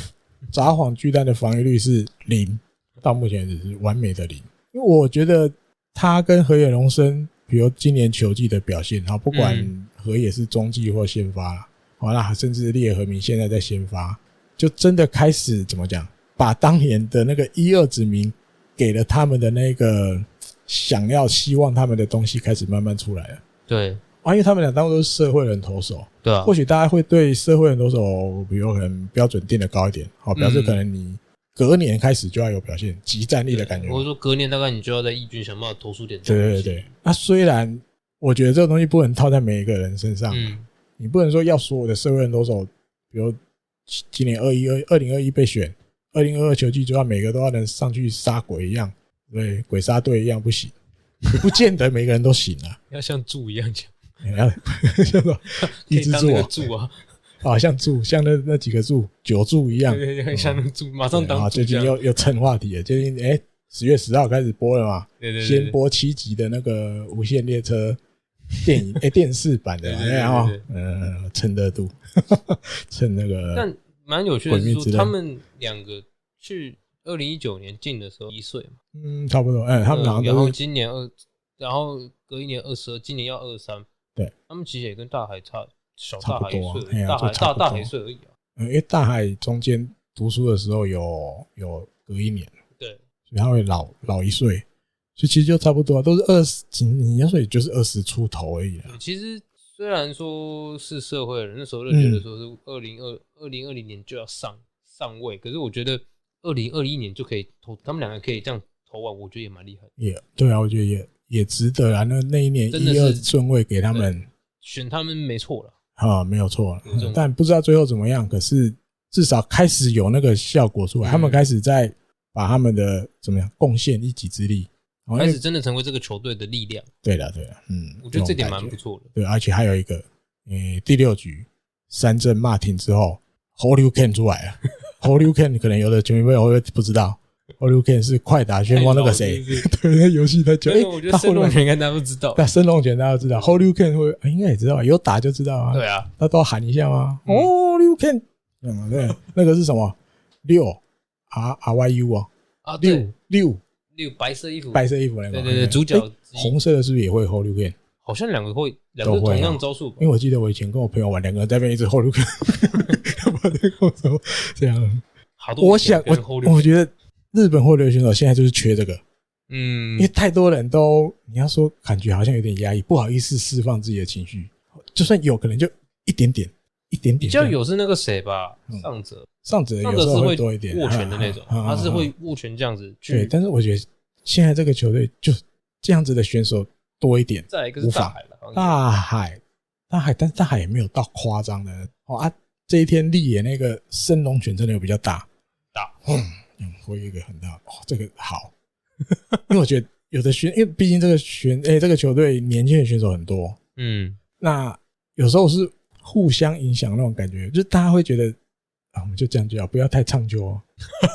[SPEAKER 1] 札幌巨蛋的防御率是零，到目前只是完美的零。因为我觉得他跟河野龙生，比如今年球季的表现，然后不管
[SPEAKER 2] 嗯
[SPEAKER 1] 河野是中继或先发啦，好啦，甚至列和明现在在先发，就真的开始怎么讲，把当年的那个一二指名给了他们的那个想要希望他们的东西开始慢慢出来了。
[SPEAKER 2] 对
[SPEAKER 1] 啊，因为他们俩当初都是社会人投手，
[SPEAKER 2] 对啊
[SPEAKER 1] 或，许大家会对社会人投手，比如可能标准定的高一点，好，表示
[SPEAKER 2] 嗯
[SPEAKER 1] 可能你隔年开始就要有表现，集战力的感觉。
[SPEAKER 2] 或者说隔年大概你就要在义军想办法投出点东
[SPEAKER 1] 对对
[SPEAKER 2] 西，
[SPEAKER 1] 对，那虽然我觉得这个东西不能套在每一个人身上，
[SPEAKER 2] 嗯，
[SPEAKER 1] 你不能说要所有的社会人投手，比如今年二一二二零二一被选，二零二二球季就要每个都要能上去杀鬼一样，对，鬼杀队一样不行，不见得每个人都行啊。
[SPEAKER 2] 要像柱一样讲，
[SPEAKER 1] 你要 叫做
[SPEAKER 2] 可
[SPEAKER 1] 一
[SPEAKER 2] 以
[SPEAKER 1] 只
[SPEAKER 2] 当
[SPEAKER 1] 柱
[SPEAKER 2] 那个
[SPEAKER 1] 啊
[SPEAKER 2] 柱啊，
[SPEAKER 1] 啊，像柱，像那那几个柱九柱一样
[SPEAKER 2] 对。对对，像那个柱，马上
[SPEAKER 1] 对啊，
[SPEAKER 2] 当柱
[SPEAKER 1] 最
[SPEAKER 2] 这
[SPEAKER 1] 近
[SPEAKER 2] 样，
[SPEAKER 1] 又又蹭话题了，最近哎，十月十号开始播了嘛，
[SPEAKER 2] 对对对，
[SPEAKER 1] 先播七集的那个《无限列车》电影哎、电视版的嘛，
[SPEAKER 2] 对对对
[SPEAKER 1] 然后
[SPEAKER 2] 对
[SPEAKER 1] 呃趁热度， 趁那个
[SPEAKER 2] 但蛮有趣的是
[SPEAKER 1] 鬼灭之刃
[SPEAKER 2] 说，他们两个去二零一九年进的时候一岁嘛，
[SPEAKER 1] 嗯差不多，哎、他们好像
[SPEAKER 2] 呃然
[SPEAKER 1] 都
[SPEAKER 2] 后
[SPEAKER 1] 是
[SPEAKER 2] 今年二，然后隔一年二十二，今年要二三，
[SPEAKER 1] 对，
[SPEAKER 2] 他们其实也跟大海差小
[SPEAKER 1] 差
[SPEAKER 2] 大
[SPEAKER 1] 不
[SPEAKER 2] 海一
[SPEAKER 1] 多啊
[SPEAKER 2] 岁而
[SPEAKER 1] 哎
[SPEAKER 2] 已，
[SPEAKER 1] 呀
[SPEAKER 2] 大
[SPEAKER 1] 就
[SPEAKER 2] 海
[SPEAKER 1] 差
[SPEAKER 2] 大
[SPEAKER 1] 不
[SPEAKER 2] 大
[SPEAKER 1] 多
[SPEAKER 2] 海一岁而已啊，
[SPEAKER 1] 呃因为大海中间读书的时候有有隔一年，
[SPEAKER 2] 对，
[SPEAKER 1] 所以他会老老一岁，所以其实就差不多，啊都是二十几，你要说也就是二十出头而已啦。
[SPEAKER 2] 其实虽然说是社会人，那时候就觉得
[SPEAKER 1] 嗯
[SPEAKER 2] 说是二零二二零二零年就要上上位，可是我觉得二零二一年就可以投，他们两个可以这样投完，我觉得也蛮厉害的。
[SPEAKER 1] 也对啊，我觉得也也值得啊。那那一年
[SPEAKER 2] 真的
[SPEAKER 1] 一
[SPEAKER 2] 是
[SPEAKER 1] 二顺位给他们
[SPEAKER 2] 选他们没错了，
[SPEAKER 1] 啊，没有错
[SPEAKER 2] 有这种，
[SPEAKER 1] 但不知道最后怎么样。可是至少开始有那个效果出来，
[SPEAKER 2] 嗯
[SPEAKER 1] 他们开始在把他们的怎么样贡献一己之力。哦
[SPEAKER 2] 开
[SPEAKER 1] 因为
[SPEAKER 2] 始真的成为这个球队的力量，
[SPEAKER 1] 对了，对了，嗯，
[SPEAKER 2] 我觉得这点蛮
[SPEAKER 1] 种
[SPEAKER 2] 不
[SPEAKER 1] 感觉。
[SPEAKER 2] 错的。
[SPEAKER 1] 对，而且还有一个，诶、第六局三振骂停之后 h o l y u k a n 出来了 h o l y u k a n 可能有的球迷朋友会不知道 h o l y u k a n 是快打旋风那个谁， 对，那游戏他就
[SPEAKER 2] 对，我觉
[SPEAKER 1] 哎，
[SPEAKER 2] 得
[SPEAKER 1] 他
[SPEAKER 2] 升
[SPEAKER 1] 后啊
[SPEAKER 2] 龙
[SPEAKER 1] 来
[SPEAKER 2] 拳应该大家都知道。
[SPEAKER 1] 那升龙拳大家都知道 h o l y u k a n 会哎应该也知道吧，有打就知道啊，
[SPEAKER 2] 对啊，
[SPEAKER 1] 他都要喊一下吗？
[SPEAKER 2] 嗯
[SPEAKER 1] 哦，you can，嗯，对，那个是什么？六 R R Y U 啊，
[SPEAKER 2] 啊对
[SPEAKER 1] 六，六
[SPEAKER 2] 六白色衣服，
[SPEAKER 1] 白色衣服那个，
[SPEAKER 2] 对对对，主角
[SPEAKER 1] 诶
[SPEAKER 2] 之一
[SPEAKER 1] 哎红色的是不是也会 Holy Can？
[SPEAKER 2] 好像两个会，两
[SPEAKER 1] 都
[SPEAKER 2] 个
[SPEAKER 1] 会啊
[SPEAKER 2] 同样招数吧
[SPEAKER 1] 因为？我记得我以前跟我朋友玩，两个人在那边一直 Holy Can，我 在跟我说这样。
[SPEAKER 2] 好多
[SPEAKER 1] 我
[SPEAKER 2] 以前
[SPEAKER 1] 想
[SPEAKER 2] 别人 hold
[SPEAKER 1] 我我觉得日本后流选手现在就是缺这个，
[SPEAKER 2] 嗯
[SPEAKER 1] 因为，太多人都你要说感觉好像有点压抑，不好意思释放自己的情绪，就算有可能就一点点，一点
[SPEAKER 2] 比
[SPEAKER 1] 点这
[SPEAKER 2] 较
[SPEAKER 1] 样。
[SPEAKER 2] 有是那个谁吧
[SPEAKER 1] 嗯，
[SPEAKER 2] 上泽，
[SPEAKER 1] 上者
[SPEAKER 2] 上
[SPEAKER 1] 有
[SPEAKER 2] 泽
[SPEAKER 1] 时
[SPEAKER 2] 是
[SPEAKER 1] 候
[SPEAKER 2] 会
[SPEAKER 1] 多一点
[SPEAKER 2] 握拳的那种，
[SPEAKER 1] 嗯嗯嗯
[SPEAKER 2] 他是
[SPEAKER 1] 嗯
[SPEAKER 2] 会握拳这样子
[SPEAKER 1] 对，
[SPEAKER 2] 去。
[SPEAKER 1] 但是我觉得现在这个球队就这样子的选手多一点。
[SPEAKER 2] 再来一个是大海了，好像
[SPEAKER 1] 大海，大海，但是大海也没有到夸张的哦啊！这一天力野那个升龙拳真的有比较大，
[SPEAKER 2] 大，
[SPEAKER 1] 嗯，嗯会有一个很大哦，这个好， 因为我觉得有的选，因为毕竟这个选，哎、这个球队年轻的选手很多，
[SPEAKER 2] 嗯，
[SPEAKER 1] 那有时候是互相影响那种感觉，就是大家会觉得啊，我们就这样就好，不要太唱究、哦。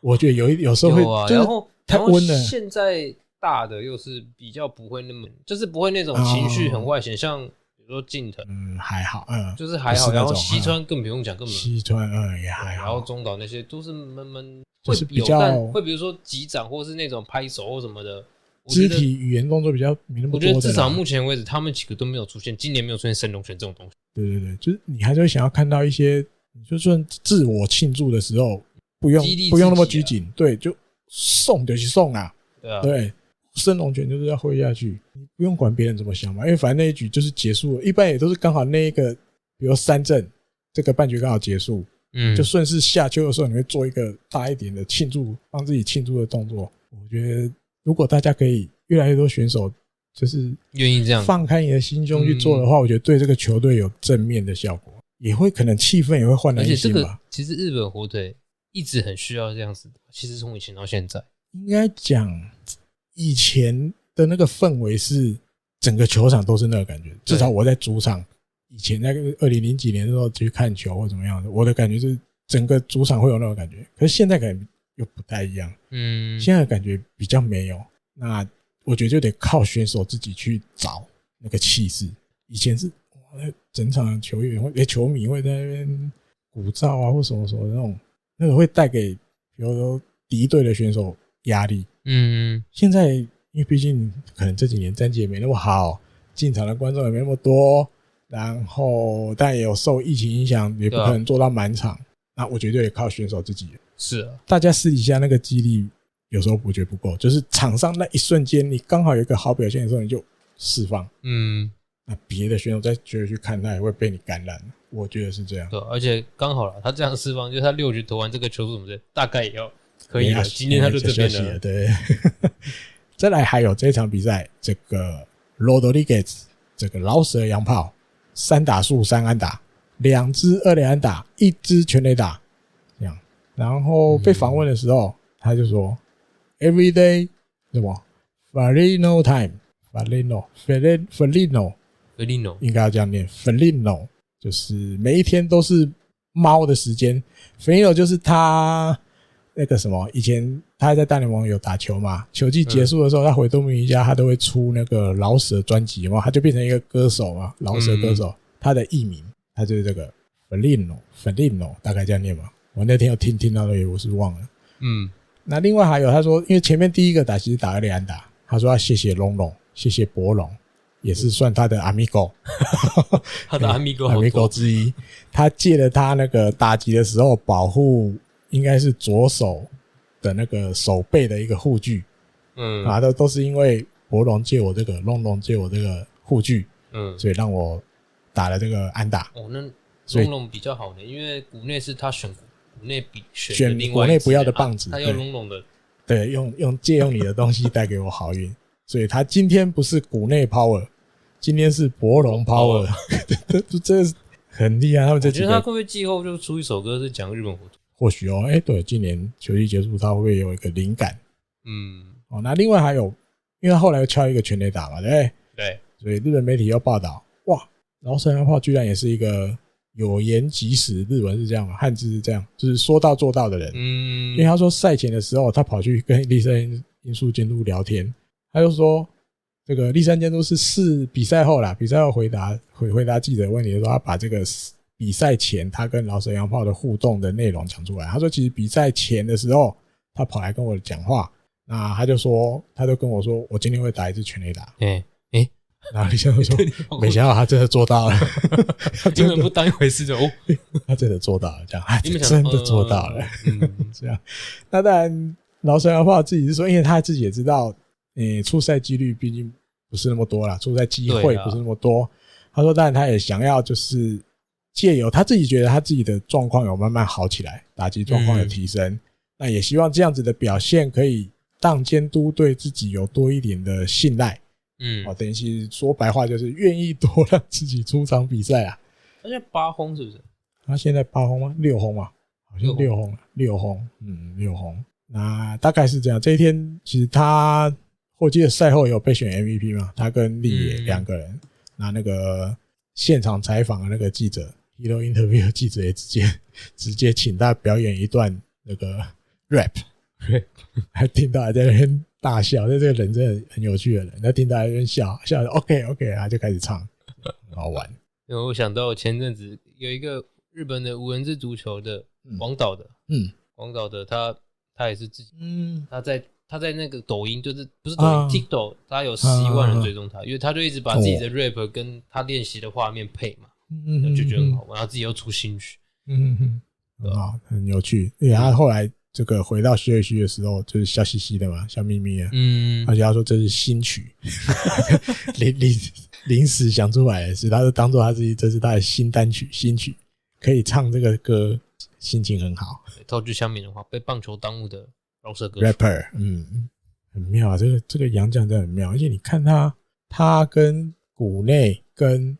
[SPEAKER 1] 我觉得有一有时候会
[SPEAKER 2] 有啊，
[SPEAKER 1] 就是
[SPEAKER 2] 然后
[SPEAKER 1] 太
[SPEAKER 2] 然后
[SPEAKER 1] 温了
[SPEAKER 2] 现在大的又是比较不会那么，就是不会那种情绪很外显，像比如说近藤，
[SPEAKER 1] 啊嗯还好，嗯，
[SPEAKER 2] 就是还好，
[SPEAKER 1] 不是那
[SPEAKER 2] 然
[SPEAKER 1] 种啊
[SPEAKER 2] 后西川更不用讲，根本。
[SPEAKER 1] 西川嗯也还
[SPEAKER 2] 然
[SPEAKER 1] 好
[SPEAKER 2] 后，中岛那些都是闷闷，
[SPEAKER 1] 就
[SPEAKER 2] 会
[SPEAKER 1] 是比
[SPEAKER 2] 有
[SPEAKER 1] 较
[SPEAKER 2] 但会比如说击掌或是那种拍手或什么的，我觉
[SPEAKER 1] 肢
[SPEAKER 2] 得
[SPEAKER 1] 体语言动作比较没那么
[SPEAKER 2] 我
[SPEAKER 1] 多的
[SPEAKER 2] 觉
[SPEAKER 1] 啦。
[SPEAKER 2] 得至少目前为止，他们几个都没有出现，今年没有出现神龙拳这种东西。
[SPEAKER 1] 对对对，就是你还是会想要看到一些，你就算自我庆祝的时候，不用
[SPEAKER 2] 激励自己啊
[SPEAKER 1] 不用那么拘谨，对，就送就去送啊，
[SPEAKER 2] 对啊，
[SPEAKER 1] 对。升龙拳就是要挥下去，你不用管别人怎么想嘛，因为反正那一局就是结束了，一般也都是刚好那一个，比如三阵这个半局刚好结束，
[SPEAKER 2] 嗯，
[SPEAKER 1] 就顺势下丘的时候，你会做一个大一点的庆祝，帮自己庆祝的动作。我觉得如果大家可以越来越多选手就是
[SPEAKER 2] 愿意这样，嗯
[SPEAKER 1] 放开你的心胸去做的话，我觉得对这个球队有正面的效果，也会可能气氛也会焕
[SPEAKER 2] 而
[SPEAKER 1] 然一
[SPEAKER 2] 且这
[SPEAKER 1] 新
[SPEAKER 2] 个
[SPEAKER 1] 吧。
[SPEAKER 2] 其实日本火腿一直很需要这样子的，其实从以前到现在，
[SPEAKER 1] 应该讲以前的那个氛围是整个球场都是那个感觉，至少我在主场以前那个二零零几年的时候去看球或怎么样的，我的感觉是整个主场会有那种感觉，可是现在可能又不太一样。
[SPEAKER 2] 嗯，
[SPEAKER 1] 现在感觉比较没有。那我觉得就得靠选手自己去找那个气势。以前是哇，那整场球员会、诶球迷会在那边鼓噪啊，或什么什么那种，那个会带给比如说敌对的选手压力。
[SPEAKER 2] 嗯，
[SPEAKER 1] 现在因为毕竟可能这几年战绩也没那么好，进场的观众也没那么多，然后但也有受疫情影响，也不
[SPEAKER 2] 对啊
[SPEAKER 1] 可能做到满场。那我觉得也靠选手自己了
[SPEAKER 2] 是啊，
[SPEAKER 1] 大家私底下那个激励有时候我觉得不够，就是场上那一瞬间，你刚好有一个好表现的时候，你就释放。
[SPEAKER 2] 嗯，
[SPEAKER 1] 那别的选手再觉得去看，他也会被你感染。我觉得是这样。
[SPEAKER 2] 对啊，而且刚好了，他这样释放，就是他六局投完这个球什么的，大概也要可以
[SPEAKER 1] 没
[SPEAKER 2] 了。
[SPEAKER 1] 有
[SPEAKER 2] 今天他就这
[SPEAKER 1] 休
[SPEAKER 2] 边
[SPEAKER 1] 息了。
[SPEAKER 2] 了，
[SPEAKER 1] 对。 再来还有这场比赛，这个 Rodriguez 这个老蛇洋炮，三打数三安打，两支二连安打，一支全垒打，这样。然后被访问的时候，他就说：“Every day 什么 Farino time Farino Farino Farino
[SPEAKER 2] 格利诺，
[SPEAKER 1] 应该要这样念 Farino，就是每一天都是猫的时间。Farino 就是他那个什么，以前他在大联盟有打球嘛，球季结束的时候，他回东明一家，他都会出那个老舍专辑嘛，他就变成一个歌手嘛，老舍歌手，他的艺名他就是这个 Farino Farino，大概这样念嘛。我那天有听听到的，我是忘了。
[SPEAKER 2] 嗯，
[SPEAKER 1] 那另外还有他说，因为前面第一个打其实打了两打，他说要谢谢龙龙，谢谢博龙，也是算他的 amigo。
[SPEAKER 2] 他的阿米哥
[SPEAKER 1] 海
[SPEAKER 2] 好
[SPEAKER 1] 绵狗
[SPEAKER 2] 多，
[SPEAKER 1] 之一，他借了他那个打击的时候保护，应该是左手的那个手背的一个护具
[SPEAKER 2] 嗯
[SPEAKER 1] 啊，都都是因为博龙借我这个，龙龙借我这个护具，
[SPEAKER 2] 嗯，
[SPEAKER 1] 所以让我打了这个安打。
[SPEAKER 2] 哦，那
[SPEAKER 1] 所以
[SPEAKER 2] 龙龙比较好呢，因为谷内是他选谷内比选的
[SPEAKER 1] 选
[SPEAKER 2] 另外一
[SPEAKER 1] 谷内
[SPEAKER 2] 支
[SPEAKER 1] 不要的
[SPEAKER 2] 啊
[SPEAKER 1] 棒子
[SPEAKER 2] 他要
[SPEAKER 1] 对
[SPEAKER 2] 龙龙的，
[SPEAKER 1] 对，用用借用你的东西带给我好运， 所以他今天不是谷内 power，今天是博龙 power，这这 这是很厉害，他们这
[SPEAKER 2] 哦我
[SPEAKER 1] 几
[SPEAKER 2] 觉得
[SPEAKER 1] 个
[SPEAKER 2] 他会不会季后就出一首歌是讲日本火腿？
[SPEAKER 1] 或许哦，哎、对，今年球季结束，他会不会有一个灵感？
[SPEAKER 2] 嗯，
[SPEAKER 1] 哦，那另外还有，因为他后来又敲一个全垒打嘛，对不对，
[SPEAKER 2] 对，
[SPEAKER 1] 所以日本媒体又报道，哇，饶舌洋炮居然也是一个有言及时，日文是这样嘛，汉字是这样，就是说到做到的人。
[SPEAKER 2] 嗯
[SPEAKER 1] 因为，他说赛前的时候，他跑去跟立山因素监督聊天，他就说这个立山监督是是比赛后啦，比赛后回答回回答记者问题的时候，他把这个比赛前他跟老沈洋炮的互动的内容讲出来。他说其实比赛前的时候，他跑来跟我讲话，那他就说他就跟我说我今天会打一支全垒打，
[SPEAKER 2] 哎，
[SPEAKER 1] 然后立山就说没想到他真的做 到了，他
[SPEAKER 2] 你
[SPEAKER 1] 真
[SPEAKER 2] 们不
[SPEAKER 1] 的
[SPEAKER 2] 当一回事的 哦，
[SPEAKER 1] 他真的做到了，这样他
[SPEAKER 2] 你们想
[SPEAKER 1] 真的做到了。，
[SPEAKER 2] 呃嗯，
[SPEAKER 1] 这样。那当然，老沈的话自己是说，因为他自己也知道，诶、出赛几率毕竟不是那么多啦，出赛机会
[SPEAKER 2] 对啊啦
[SPEAKER 1] 不是那么多。他说，当然他也想要就是借由他自己觉得他自己的状况有慢慢好起来，打击状
[SPEAKER 2] 嗯
[SPEAKER 1] 况有提升，那也希望这样子的表现可以让监督对自己有多一点的信赖。
[SPEAKER 2] 嗯
[SPEAKER 1] 哦，，等于是说白话就是愿意多 让自己出场比赛啊。
[SPEAKER 2] 而且八轰是不是？
[SPEAKER 1] 他现在八轰吗？六轰嘛，好像
[SPEAKER 2] 六
[SPEAKER 1] 六轰，六轰，嗯，六轰。那大概是这样。这一天其实他，我记得赛后有被选 MVP 嘛，他跟立野
[SPEAKER 2] 嗯
[SPEAKER 1] 两个人。那那个现场采访的那个记者，Hero Interview 的记者也直接 直接请他表演一段那个 rap，还 听到还在那边大笑。那这个人真的很有趣的人，他听到还在那边笑笑，OK OK，他就开始唱，很好玩。
[SPEAKER 2] 因为我想到前阵子有一个日本的无人制足球的
[SPEAKER 1] 嗯
[SPEAKER 2] 广岛的，
[SPEAKER 1] 嗯
[SPEAKER 2] 广岛的他他也是自己，
[SPEAKER 1] 嗯，
[SPEAKER 2] 他在他在那个抖音就是不是抖
[SPEAKER 1] 啊
[SPEAKER 2] 音 TikTok，他有十一万人追踪他，因为他就一直把自己的 rap 跟他练习的画面配嘛，
[SPEAKER 1] 哦嗯
[SPEAKER 2] 就觉得很好玩，然后自己又出新曲，
[SPEAKER 1] 嗯哼哼，啊，很有趣。因为他后来这个回到徐瑞虚的时候，就是笑嘻嘻的嘛，笑眯眯的，
[SPEAKER 2] 嗯
[SPEAKER 1] 而且他说这是新曲，临 临临时想出来的是，他就当做他自己这是他的新单曲，新曲可以唱这个歌，心情很好。
[SPEAKER 2] 套句乡民的话，被棒球耽误的饶舌歌手，
[SPEAKER 1] rapper，嗯，很妙啊，这个这个杨绛真的很妙，而且你看他他跟谷内跟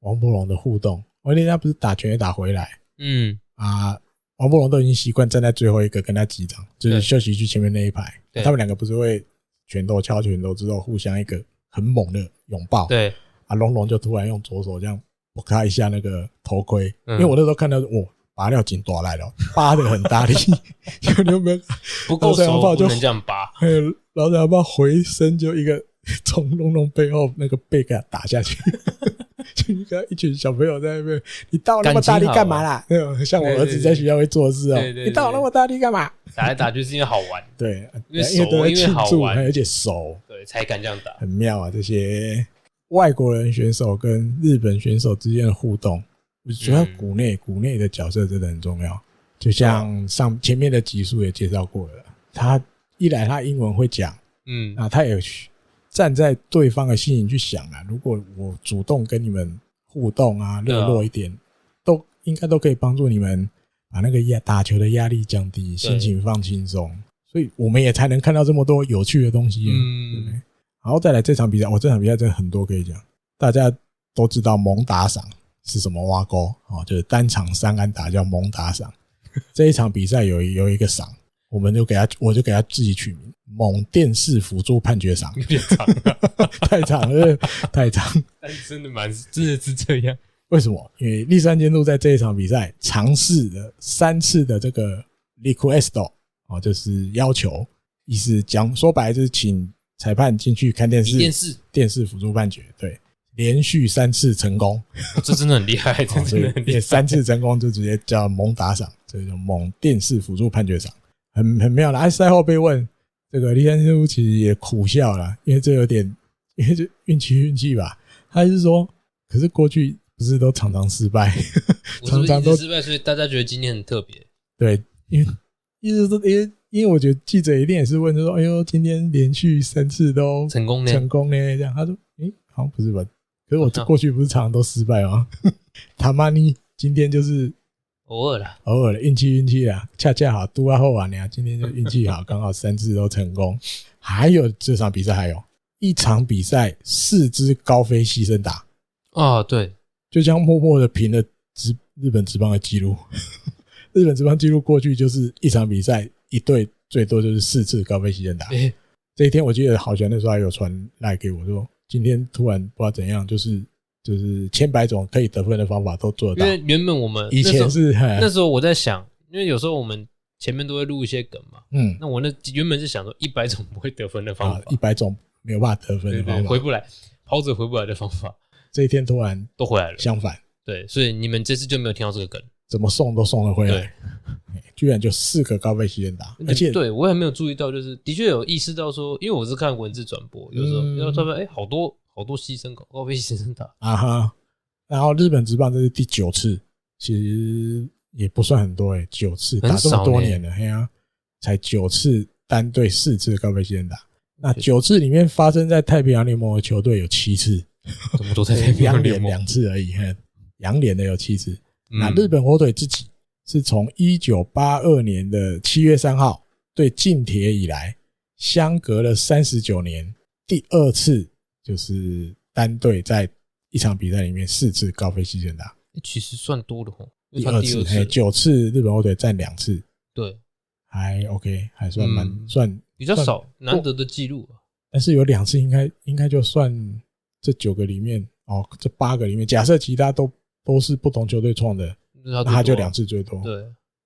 [SPEAKER 1] 王柏荣的互动，而且他不是打拳也打回来。
[SPEAKER 2] 嗯，
[SPEAKER 1] 啊，王柏荣都已经习惯站在最后一个跟他击掌，就是
[SPEAKER 2] 对
[SPEAKER 1] 休息区前面那一排。
[SPEAKER 2] 对
[SPEAKER 1] 他们两个不是会拳头敲拳头之后互相一个很猛的拥抱。，
[SPEAKER 2] 对，
[SPEAKER 1] 啊，龙龙就突然用左手这样拨开一下那个头盔，
[SPEAKER 2] 嗯
[SPEAKER 1] 因为我那时候看到哇，拔料紧抓来了，扒的很大力， 有你有没有？
[SPEAKER 2] 不够
[SPEAKER 1] 老实
[SPEAKER 2] 熟
[SPEAKER 1] 讲话就
[SPEAKER 2] 不能这样拔，
[SPEAKER 1] 还有老蒋爸回身就一个 从龙龙背后那个背给他打下去， 就一个一群小朋友在那边，你到那么大力干嘛啦？那种像我儿子在学校会做的事哦
[SPEAKER 2] 啊对对，对
[SPEAKER 1] 你到那么大力干嘛？
[SPEAKER 2] 打来打去是因为好玩，
[SPEAKER 1] 对，
[SPEAKER 2] 因为熟
[SPEAKER 1] 都在庆
[SPEAKER 2] 因为好
[SPEAKER 1] 祝，
[SPEAKER 2] 玩
[SPEAKER 1] 而且熟，
[SPEAKER 2] 对，才敢这样打，
[SPEAKER 1] 很妙啊！这些外国人选手跟日本选手之间的互动，主要谷内谷内的角色真的很重要。就像上前面的集数也介绍过了，他一来他英文会讲。
[SPEAKER 2] 嗯，
[SPEAKER 1] 啊，他也去站在对方的心里去想啊，如果我主动跟你们互动啊，
[SPEAKER 2] 对啊
[SPEAKER 1] 热络一点，都应该都可以帮助你们把那个压打球的压力降低，心情放轻松，所以我们也才能看到这么多有趣的东西、啊。对不对
[SPEAKER 2] 嗯，
[SPEAKER 1] 然后再来这场比赛，我、这场比赛真的很多可以讲，大家都知道蒙打赏是什么挖沟哦，就是单场三安打叫蒙打 赏。这一场比赛有一有一个赏，我们就给他，我就给他自己取名“某电视辅助判决赏”，
[SPEAKER 2] 有点长，
[SPEAKER 1] 太长了，太长。
[SPEAKER 2] 但是真的蛮，真的是这样，
[SPEAKER 1] 为什么？因为立山监督在这一场比赛尝试了三次的这个 request 哦，就是要求，意思讲说白了就是请裁判进去看电视，
[SPEAKER 2] 一电视，
[SPEAKER 1] 电视辅助判决，对，连续三次成功，
[SPEAKER 2] 哦这真的很厉害，这
[SPEAKER 1] 哦所
[SPEAKER 2] 真
[SPEAKER 1] 以
[SPEAKER 2] 的很厉
[SPEAKER 1] 也
[SPEAKER 2] 害，
[SPEAKER 1] 三次成功就直接叫猛打赏，这就猛电视辅助判决赏，很很妙啦。哎，赛后被问，这个李先生其实也苦笑了，因为这有点， 因为这运气运气吧。他是说，可是过去不是都常常失败，
[SPEAKER 2] 我是不
[SPEAKER 1] 常
[SPEAKER 2] 是一
[SPEAKER 1] 常都
[SPEAKER 2] 直失败，所以大家觉得今天很特别？
[SPEAKER 1] 对，因为一直都因为因为我觉得记者一定也是问他说，哎呦，今天连续三次都
[SPEAKER 2] 成功呢？
[SPEAKER 1] 成功呢？这样，他说，诶、好像不是吧？可是我
[SPEAKER 2] 好像
[SPEAKER 1] 过去不是常常都失败吗？ 他妈你今天就是
[SPEAKER 2] 偶尔啦，
[SPEAKER 1] 偶尔的运气运气啦，恰恰好都啊后完呀，今天就运气好，刚好三次都成功。还有这场比赛还有一场比赛四支高飞牺牲打，
[SPEAKER 2] 啊，对，
[SPEAKER 1] 就这样默默的平了职日本职棒的记录。 日本职棒记录过去就是一场比赛一队最多就是四次高飞牺牲打，
[SPEAKER 2] 诶，
[SPEAKER 1] 这一天我记得好像那时候还有传来给我说，今天突然不知道怎样，就是就是千百种可以得分的方法都做
[SPEAKER 2] 因
[SPEAKER 1] 得
[SPEAKER 2] 为
[SPEAKER 1] 到。
[SPEAKER 2] 原本我们
[SPEAKER 1] 以
[SPEAKER 2] 那时
[SPEAKER 1] 前
[SPEAKER 2] 候
[SPEAKER 1] 是嗯哎嘿
[SPEAKER 2] 那时候我在想，因为有时候我们前面都会录一些梗嘛，
[SPEAKER 1] 嗯
[SPEAKER 2] 那我那原本是想说一百种不会得分的方
[SPEAKER 1] 啊
[SPEAKER 2] 法，，
[SPEAKER 1] 一百种没有办法得分
[SPEAKER 2] 对
[SPEAKER 1] 的
[SPEAKER 2] 对，
[SPEAKER 1] 方
[SPEAKER 2] 回
[SPEAKER 1] 法，
[SPEAKER 2] 不来，跑者回不来的方法
[SPEAKER 1] 这一天突然
[SPEAKER 2] 都回来了，
[SPEAKER 1] 相反，
[SPEAKER 2] 对，所以你们这次就没有听到这个梗，
[SPEAKER 1] 怎么送都送了回
[SPEAKER 2] 对
[SPEAKER 1] 来，居然就四个高倍期间打，而且
[SPEAKER 2] 对我也没有注意到，就是的确有意识到说，因为我是看文字转播，有时候
[SPEAKER 1] 嗯
[SPEAKER 2] 然后他们哎，好多好多牺牲高高飞牺牲 打，
[SPEAKER 1] 啊哈，然后日本职棒这是第九次，其实也不算很多诶、九次
[SPEAKER 2] 很
[SPEAKER 1] 打这
[SPEAKER 2] 少
[SPEAKER 1] 么多
[SPEAKER 2] 呢
[SPEAKER 1] 年了，嘿啊，才九次单队四次高飞先打，那九次里面发生在太平洋联盟的球队有七次，
[SPEAKER 2] 怎么都在太平
[SPEAKER 1] 洋
[SPEAKER 2] 洋联
[SPEAKER 1] 联
[SPEAKER 2] 盟？
[SPEAKER 1] 两次而已，嘿，洋联的有七次，那
[SPEAKER 2] 嗯
[SPEAKER 1] 日本火腿自己是从一九八二年的七月三号对近铁以来，相隔了三十九年，第二次就是单队在一场比赛里面四次高飞牺牲打，
[SPEAKER 2] 哎其实算多的哦，因为
[SPEAKER 1] 第
[SPEAKER 2] 他
[SPEAKER 1] 二
[SPEAKER 2] 第
[SPEAKER 1] 次哎
[SPEAKER 2] 二
[SPEAKER 1] 嘿
[SPEAKER 2] 次
[SPEAKER 1] 九次日本火腿占两次，
[SPEAKER 2] 对
[SPEAKER 1] 还 OK，还算蛮、
[SPEAKER 2] 嗯
[SPEAKER 1] 算，
[SPEAKER 2] 比较
[SPEAKER 1] 算
[SPEAKER 2] 少难得的记录啊，
[SPEAKER 1] 但是有两次应该应该就算这九个里面哦，这八个里面，假设其他都都是不同球队创的，
[SPEAKER 2] 那
[SPEAKER 1] 那他就两
[SPEAKER 2] 次
[SPEAKER 1] 次最多，
[SPEAKER 2] 对。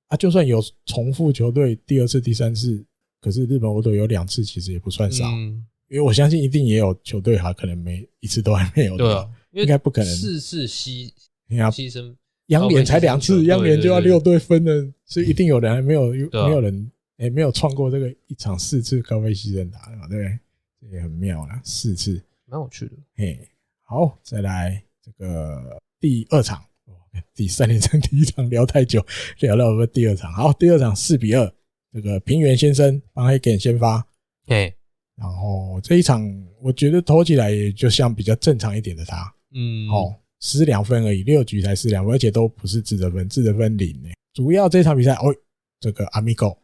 [SPEAKER 1] 啊，就算有重复球队第二次、第三次，可是日本火腿有两次，其实也不算少，
[SPEAKER 2] 嗯
[SPEAKER 1] 因为我相信一定也有球队哈，可能每一次都还没有的
[SPEAKER 2] 对啊，因为
[SPEAKER 1] 应该不可能
[SPEAKER 2] 四次牺
[SPEAKER 1] 你看
[SPEAKER 2] 牺牲，
[SPEAKER 1] 央联才两次，
[SPEAKER 2] 对
[SPEAKER 1] 央联就要
[SPEAKER 2] 对对
[SPEAKER 1] 六队分了，所以一定有人还没有、
[SPEAKER 2] 对啊
[SPEAKER 1] 没有人哎、没有创过这个一场四次高飞牺牲打嘛，对不对？这也很妙啦，四次。
[SPEAKER 2] 蛮有趣的。
[SPEAKER 1] 嘿，好，再来这个第二场，哦第三连战 第一场聊太久，聊到我们第二场。好，第二场四比二，这个平原先生帮黑给先发，
[SPEAKER 2] 哎，
[SPEAKER 1] 然后这一场我觉得投起来也就像比较正常一点的他，
[SPEAKER 2] 嗯，
[SPEAKER 1] 哦，失两分而已，六局才失两分，而且都不是自责分，自责分零呢。主要这场比赛，哦，这个阿米 狗，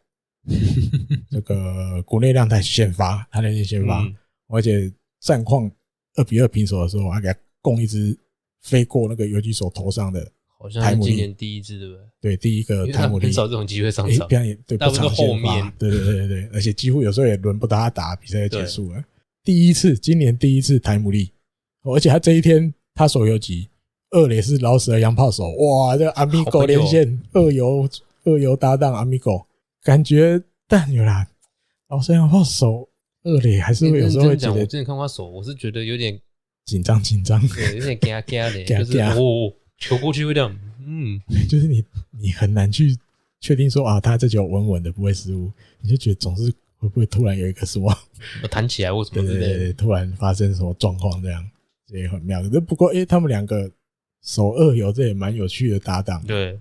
[SPEAKER 1] 这个国内量太先发，他那天先发，
[SPEAKER 2] 嗯，
[SPEAKER 1] 而且战况二比二平手的时候，我还给他供一支飞过那个游击手头上的，
[SPEAKER 2] 好像
[SPEAKER 1] 台
[SPEAKER 2] 是
[SPEAKER 1] 姆利
[SPEAKER 2] 今年第一支，对不对？
[SPEAKER 1] 对，第一个
[SPEAKER 2] 因为
[SPEAKER 1] 泰
[SPEAKER 2] 他
[SPEAKER 1] 姆利
[SPEAKER 2] 很，少这种机会上
[SPEAKER 1] 诶，
[SPEAKER 2] 场
[SPEAKER 1] 不。然也对，
[SPEAKER 2] 大
[SPEAKER 1] 不
[SPEAKER 2] 部分都
[SPEAKER 1] 常先
[SPEAKER 2] 后
[SPEAKER 1] 发
[SPEAKER 2] 面，
[SPEAKER 1] 对对对对对，而且几乎有时候也轮不到他打，比赛就结束了。第一次，今年第一次台姆利，哦而且他这一天他手游级二垒是老死的洋炮手，哇，这阿米
[SPEAKER 2] 好
[SPEAKER 1] 狗
[SPEAKER 2] 朋友
[SPEAKER 1] 连线二游二游搭档阿米狗，感觉但有啦，老死的洋炮手二垒还是会有时候会
[SPEAKER 2] 认真
[SPEAKER 1] 觉
[SPEAKER 2] 讲，我
[SPEAKER 1] 得
[SPEAKER 2] 之前看他手，我是觉得有点，
[SPEAKER 1] 紧张紧张。
[SPEAKER 2] 对，有点嘎嘎的，
[SPEAKER 1] 怕
[SPEAKER 2] 就是
[SPEAKER 1] 怕
[SPEAKER 2] 哦，球过去会这样，嗯，
[SPEAKER 1] 就是你你很难去确定说啊，他这球稳稳的不会失误，你就觉得总是会不会突然有一个什么
[SPEAKER 2] 我弹起来或什
[SPEAKER 1] 对
[SPEAKER 2] 么
[SPEAKER 1] 对
[SPEAKER 2] 之
[SPEAKER 1] 对
[SPEAKER 2] 类的。
[SPEAKER 1] 对，突然发生什么状况这样，这也很妙。那不过诶、他们两个手二游这也蛮有趣的搭档。
[SPEAKER 2] 对，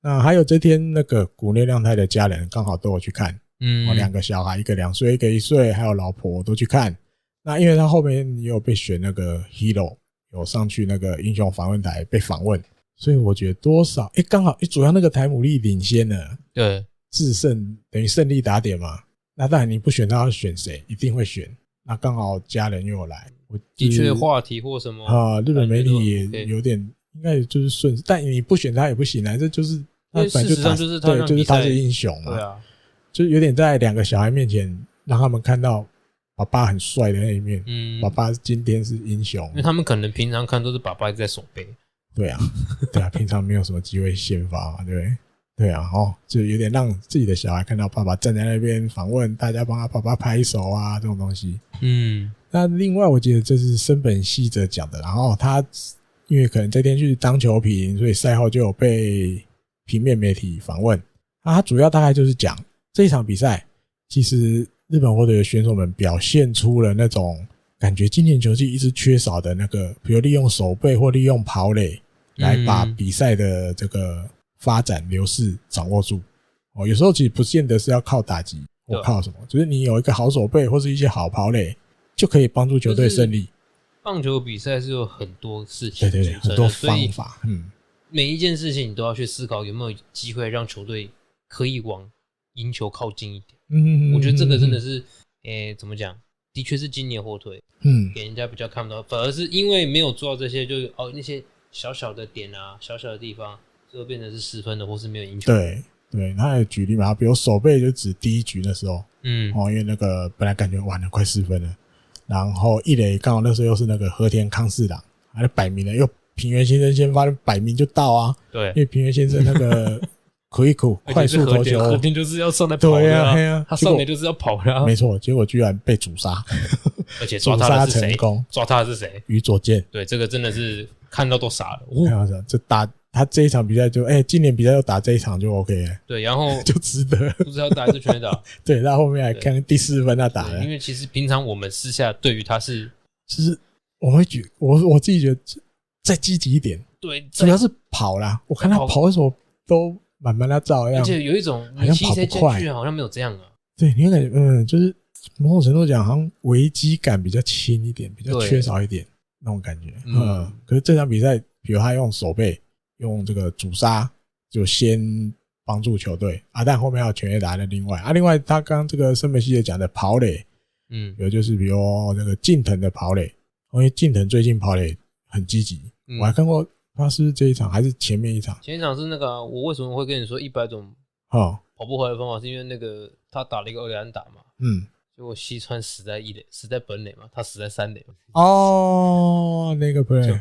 [SPEAKER 1] 那还有这天那个谷内亮太的家人刚好都有去看，我
[SPEAKER 2] 嗯，
[SPEAKER 1] 哦两个小孩，一个两岁，一个一岁，还有老婆都去看。那因为他后面也有被选那个 hero，有上去那个英雄访问台被访问，所以我觉得多少诶，刚好诶、主要那个台姆利领先了，
[SPEAKER 2] 对，
[SPEAKER 1] 制胜等于胜利打点嘛。那当然你不选他要选谁，一定会选。那刚好家人又有来，我
[SPEAKER 2] 的确
[SPEAKER 1] 就是
[SPEAKER 2] 话题或什么
[SPEAKER 1] 啊，日本媒体也
[SPEAKER 2] 对
[SPEAKER 1] 有点应该也就是顺，但你不选他也不行啊，这就是他
[SPEAKER 2] 因为
[SPEAKER 1] 本来
[SPEAKER 2] 事实上
[SPEAKER 1] 打
[SPEAKER 2] 就是他
[SPEAKER 1] 对，
[SPEAKER 2] 让
[SPEAKER 1] 就是
[SPEAKER 2] 比
[SPEAKER 1] 他
[SPEAKER 2] 赛
[SPEAKER 1] 是英雄嘛，
[SPEAKER 2] 对啊，
[SPEAKER 1] 就是有点在两个小孩面前让他们看到爸爸很帅的那一面，
[SPEAKER 2] 嗯
[SPEAKER 1] 爸，爸今天是英雄
[SPEAKER 2] 因为，他们可能平常看都是爸爸一直在手背，
[SPEAKER 1] 对啊，对啊，平常没有什么机会先发嘛，对不对？对啊，哦，就有点让自己的小孩看到爸爸站在那边访问，大家帮他爸爸拍手啊，这种东西。
[SPEAKER 2] 嗯，
[SPEAKER 1] 那另外，我记得这是升本希哲讲的，然后他因为可能这天去当球评，所以赛后就有被平面媒体访问。那他主要大概就是讲这一场比赛，其实日本火腿的选手们表现出了那种感觉今年球季一直缺少的那个，比如利用手背或利用跑垒来把
[SPEAKER 2] 嗯
[SPEAKER 1] 比赛的这个发展流势掌握住。哦，有时候其实不见得是要靠打击，
[SPEAKER 2] 对
[SPEAKER 1] 我靠什么，就是你有一个好手背或是一些好跑垒，就可以帮助球队胜利。
[SPEAKER 2] 棒球比赛是有很多事情
[SPEAKER 1] 对
[SPEAKER 2] 组成
[SPEAKER 1] 对
[SPEAKER 2] 的，
[SPEAKER 1] 对，很多
[SPEAKER 2] 啊所以
[SPEAKER 1] 方法，嗯，
[SPEAKER 2] 每一件事情你都要去思考有没有机会让球队可以往赢球靠近一点。
[SPEAKER 1] 嗯，
[SPEAKER 2] 我觉得这个真的
[SPEAKER 1] 是，
[SPEAKER 2] 是，诶、怎么讲？的确是今年火腿
[SPEAKER 1] 嗯，
[SPEAKER 2] 给人家比较看不到，反而是因为没有做到这些，就是哦那些小小的点啊，小小的地方，最后变成是失分的，或是没有赢球。，
[SPEAKER 1] 对对，他也举例嘛，比如手背就指第一局的时候，
[SPEAKER 2] 嗯，
[SPEAKER 1] 哦，因为那个本来感觉完了快四分了，然后一垒刚好那时候又是那个和田康四郎，啊，那摆明了又平原先生先发，摆明就到啊，
[SPEAKER 2] 对
[SPEAKER 1] 因，为平原先生那 个可以苦
[SPEAKER 2] 而
[SPEAKER 1] 快
[SPEAKER 2] 且是
[SPEAKER 1] 速
[SPEAKER 2] 和
[SPEAKER 1] 投
[SPEAKER 2] 田，
[SPEAKER 1] 球，
[SPEAKER 2] 和田就是要上来跑
[SPEAKER 1] 对
[SPEAKER 2] 的
[SPEAKER 1] 呀、
[SPEAKER 2] 啊
[SPEAKER 1] 对呀、
[SPEAKER 2] 他
[SPEAKER 1] 结
[SPEAKER 2] 上
[SPEAKER 1] 果
[SPEAKER 2] 来就是要跑的啊，
[SPEAKER 1] 没错，结果居然被主杀，
[SPEAKER 2] 而且抓
[SPEAKER 1] 主
[SPEAKER 2] 他
[SPEAKER 1] 杀
[SPEAKER 2] 的是
[SPEAKER 1] 成
[SPEAKER 2] 谁？
[SPEAKER 1] 功，
[SPEAKER 2] 抓他的是谁？
[SPEAKER 1] 于左健。
[SPEAKER 2] 对，这个真的是看到都傻了。
[SPEAKER 1] 我
[SPEAKER 2] 哦，
[SPEAKER 1] 想想，这打他这一场比赛就，哎、今年比赛要打这一场就 OK 了，
[SPEAKER 2] 对，然后
[SPEAKER 1] 就值得。
[SPEAKER 2] 不知道大家 是全打，
[SPEAKER 1] 对，他后面还看第四分他打
[SPEAKER 2] 对，因
[SPEAKER 1] 了，
[SPEAKER 2] 为其实平常我们私下对于他是
[SPEAKER 1] 就是我会觉我我自己觉得再积极一点，
[SPEAKER 2] 对，
[SPEAKER 1] 主要
[SPEAKER 2] 在
[SPEAKER 1] 是跑啦。我看他
[SPEAKER 2] 跑
[SPEAKER 1] 跑为什么都慢慢的照
[SPEAKER 2] 而
[SPEAKER 1] 样，
[SPEAKER 2] 且有一种
[SPEAKER 1] 好
[SPEAKER 2] 你
[SPEAKER 1] 像
[SPEAKER 2] 其
[SPEAKER 1] 跑
[SPEAKER 2] 实
[SPEAKER 1] 不快
[SPEAKER 2] 进去好像没有这样啊。
[SPEAKER 1] 对，你会感觉嗯，就是某种程度讲，好像危机感比较轻一点，比较
[SPEAKER 2] 对
[SPEAKER 1] 缺少一点那种感觉。
[SPEAKER 2] 嗯
[SPEAKER 1] 嗯，可是这场比赛，比如他用手背，用这个主杀，就先帮助球队啊，但后面还有全垒打的另外啊，另外他刚刚这个圣梅西也讲的跑垒，
[SPEAKER 2] 嗯
[SPEAKER 1] 有就是比如那个近藤的跑垒，因为近藤最近跑垒很积极，
[SPEAKER 2] 嗯
[SPEAKER 1] 我还看过他是不是这一场还是前面一场
[SPEAKER 2] 前一场是那个啊、我为什么会跟你说一百种
[SPEAKER 1] 哦，
[SPEAKER 2] 跑不回来的方法，是因为那个他打了一个二垒安打嘛，
[SPEAKER 1] 嗯
[SPEAKER 2] 结果西川死在一垒，死在本垒嘛，他死在 三垒嘛。
[SPEAKER 1] 哦，那个 play，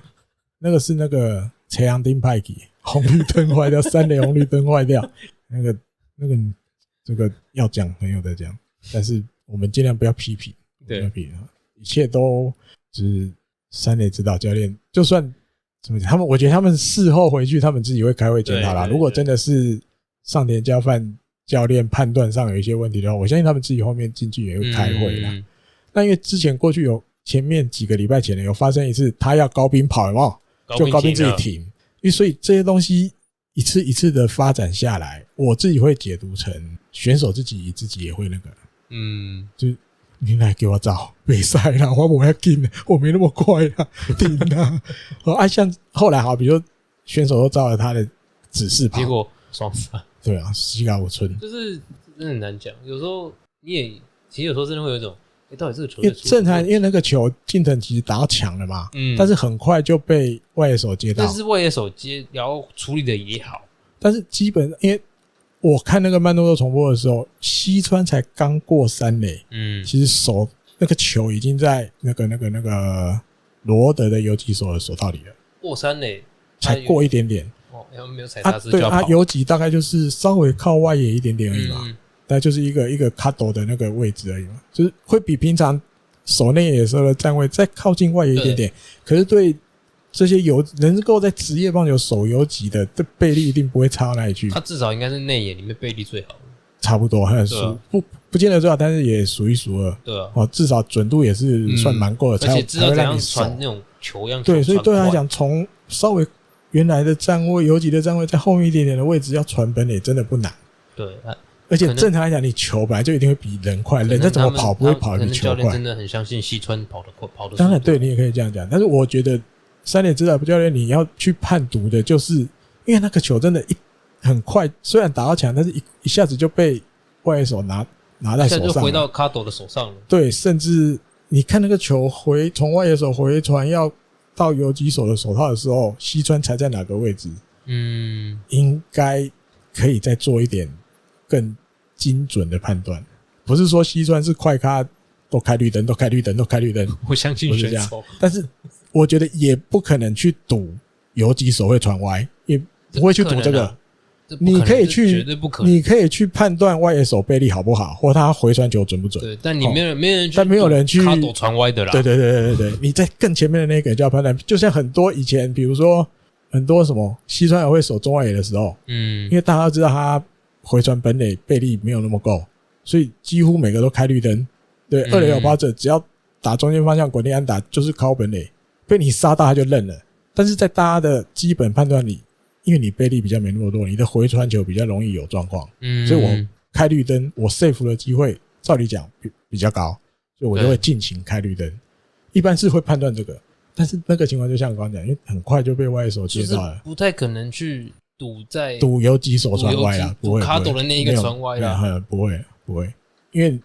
[SPEAKER 1] 那个是那个垂杨丁派给红绿灯坏掉，三连红绿灯坏掉，那个那个这个要讲很有得讲，但是我们尽量不要批评，
[SPEAKER 2] 对
[SPEAKER 1] 不要批评，一切都只是三连指导教练，就算怎么讲，他们我觉得他们事后回去，他们自己会开会检讨啦。
[SPEAKER 2] 对对
[SPEAKER 1] 如果
[SPEAKER 2] 对
[SPEAKER 1] 真的是上田加饭教练判断上有一些问题的话，我相信他们自己后面进去也会开会啦。
[SPEAKER 2] 嗯
[SPEAKER 1] 那因为之前过去有前面几个礼拜前呢有发生一次，他要高兵跑，有没有？就高兵自己
[SPEAKER 2] 停了，啊
[SPEAKER 1] 停，因为所以这些东西一次一次的发展下来，我自己会解读成选手自己自己也会那个，
[SPEAKER 2] 嗯，
[SPEAKER 1] 你来给我找比赛啦，我不要进了，我没那么快 啦，顶啦！哦啊，像后来好，比如说选手都照了他的指示跑
[SPEAKER 2] 结，果 双杀，
[SPEAKER 1] 对啊，西高我村，
[SPEAKER 2] 就是真的很难讲。有时候你也其实有时候真的会有一种，哎、到底这个球
[SPEAKER 1] 因
[SPEAKER 2] 队
[SPEAKER 1] 为
[SPEAKER 2] 出
[SPEAKER 1] 正常，因为那个球近藤其实打到墙了嘛，
[SPEAKER 2] 嗯
[SPEAKER 1] 但是很快就被外野手接到
[SPEAKER 2] 但，是外野手接然后处理的也好，
[SPEAKER 1] 但是基本因为我看那个曼多多重播的时候，西川才刚过三垒，
[SPEAKER 2] 嗯
[SPEAKER 1] 其实手那个球已经在那个那个那个罗德的游击手的手套里了，
[SPEAKER 2] 过三垒
[SPEAKER 1] 才过一点点。
[SPEAKER 2] 哦，然后没有踩
[SPEAKER 1] 啊，
[SPEAKER 2] 刹车就
[SPEAKER 1] 对
[SPEAKER 2] 要
[SPEAKER 1] 啊
[SPEAKER 2] 跑，，
[SPEAKER 1] 游击大概就是稍微靠外野一点点而已嘛，
[SPEAKER 2] 嗯，
[SPEAKER 1] 那就是一个一个卡斗的那个位置而已嘛，就是会比平常守内野的时候的站位再靠近外野一点点。可是对这些游能够在职业棒球守游击的，这倍率一定不会差到哪里去。
[SPEAKER 2] 他至少应该是内野里面背力最好的，
[SPEAKER 1] 差不多，很
[SPEAKER 2] 对
[SPEAKER 1] 数
[SPEAKER 2] 啊
[SPEAKER 1] 不不见得最好，但是也数一数二
[SPEAKER 2] 对啊，
[SPEAKER 1] 哦，至少准度也是算蛮够的，
[SPEAKER 2] 嗯而
[SPEAKER 1] 才
[SPEAKER 2] 且
[SPEAKER 1] 有
[SPEAKER 2] 知
[SPEAKER 1] 才
[SPEAKER 2] 道
[SPEAKER 1] 会
[SPEAKER 2] 怎
[SPEAKER 1] 让
[SPEAKER 2] 样
[SPEAKER 1] 你
[SPEAKER 2] 传
[SPEAKER 1] 爽。
[SPEAKER 2] 那种球样球
[SPEAKER 1] 对，所以
[SPEAKER 2] 传
[SPEAKER 1] 对他来啊
[SPEAKER 2] 快，
[SPEAKER 1] 讲，从稍微原来的站位、游击的站位在后面一点点的位置要传本垒真的不难，
[SPEAKER 2] 对，他
[SPEAKER 1] 而且
[SPEAKER 2] 可能
[SPEAKER 1] 正常来讲，你球本来就一定会比人快，人
[SPEAKER 2] 可
[SPEAKER 1] 再
[SPEAKER 2] 能
[SPEAKER 1] 怎
[SPEAKER 2] 他
[SPEAKER 1] 么
[SPEAKER 2] 们
[SPEAKER 1] 跑不会
[SPEAKER 2] 他
[SPEAKER 1] 跑得
[SPEAKER 2] 可
[SPEAKER 1] 比
[SPEAKER 2] 能教
[SPEAKER 1] 球
[SPEAKER 2] 练
[SPEAKER 1] 快
[SPEAKER 2] 真。的很相信西川跑得快，跑得
[SPEAKER 1] 当然，
[SPEAKER 2] 速度
[SPEAKER 1] 对你也可以这样讲，但是我觉得三垒指导教练你要去判读的，就是因为那个球真的一很快，虽然打到墙，但是一一下子就被外野手拿拿在
[SPEAKER 2] 现在
[SPEAKER 1] 手
[SPEAKER 2] 就
[SPEAKER 1] 上啊
[SPEAKER 2] 回
[SPEAKER 1] 了。
[SPEAKER 2] 到卡斗的手上了，
[SPEAKER 1] 对，甚至你看那个球回从外野手回传要到游击手的手套的时候，西川才在哪个位置？
[SPEAKER 2] 嗯，
[SPEAKER 1] 应该可以再做一点更精准的判断。不是说西川是快咖，都开绿灯，都开绿灯，都开绿灯，
[SPEAKER 2] 我相信
[SPEAKER 1] 不是
[SPEAKER 2] 选
[SPEAKER 1] 这样
[SPEAKER 2] 手，
[SPEAKER 1] 但是我觉得也不可能去赌游击手会传歪，也不会去赌这
[SPEAKER 2] 这不可能
[SPEAKER 1] 个
[SPEAKER 2] 啊。这不
[SPEAKER 1] 你
[SPEAKER 2] 能
[SPEAKER 1] 可以
[SPEAKER 2] 这
[SPEAKER 1] 去
[SPEAKER 2] 绝对不可能，
[SPEAKER 1] 你可以去判断外野手背力好不好，或他回传球准不准。
[SPEAKER 2] 对，啊但你没人没人去，
[SPEAKER 1] 哦但没有人去
[SPEAKER 2] 卡斗传歪的啦，
[SPEAKER 1] 对对对对对对，你在更前面的那个叫判断，就像很多以前，比如说很多什么西川也会守中外野的时候，
[SPEAKER 2] 嗯
[SPEAKER 1] 因，为大家都知道他回传本垒背力没有那么够，所以几乎每个都开绿灯。对，
[SPEAKER 2] 嗯
[SPEAKER 1] 二垒有跑者只要打中间方向滚地安打就是靠本垒，被你杀到他就认了。但是在大家的基本判断里，因为你背力比较没那么多，你的回传球比较容易有状况，
[SPEAKER 2] 嗯，
[SPEAKER 1] 所以我开绿灯，我 safe 的机会，照理讲比比较高，所以我就会进行开绿灯。一般是会判断这个，但是那个情况就像我刚刚讲，因为很快就被外野手
[SPEAKER 2] 就
[SPEAKER 1] 接
[SPEAKER 2] 是
[SPEAKER 1] 到了，
[SPEAKER 2] 不太可能去赌在
[SPEAKER 1] 赌游击手传歪了，
[SPEAKER 2] 赌
[SPEAKER 1] 不会
[SPEAKER 2] 游击赌卡斗的那一个啊传歪啦
[SPEAKER 1] 了，没有哎不会不会，因为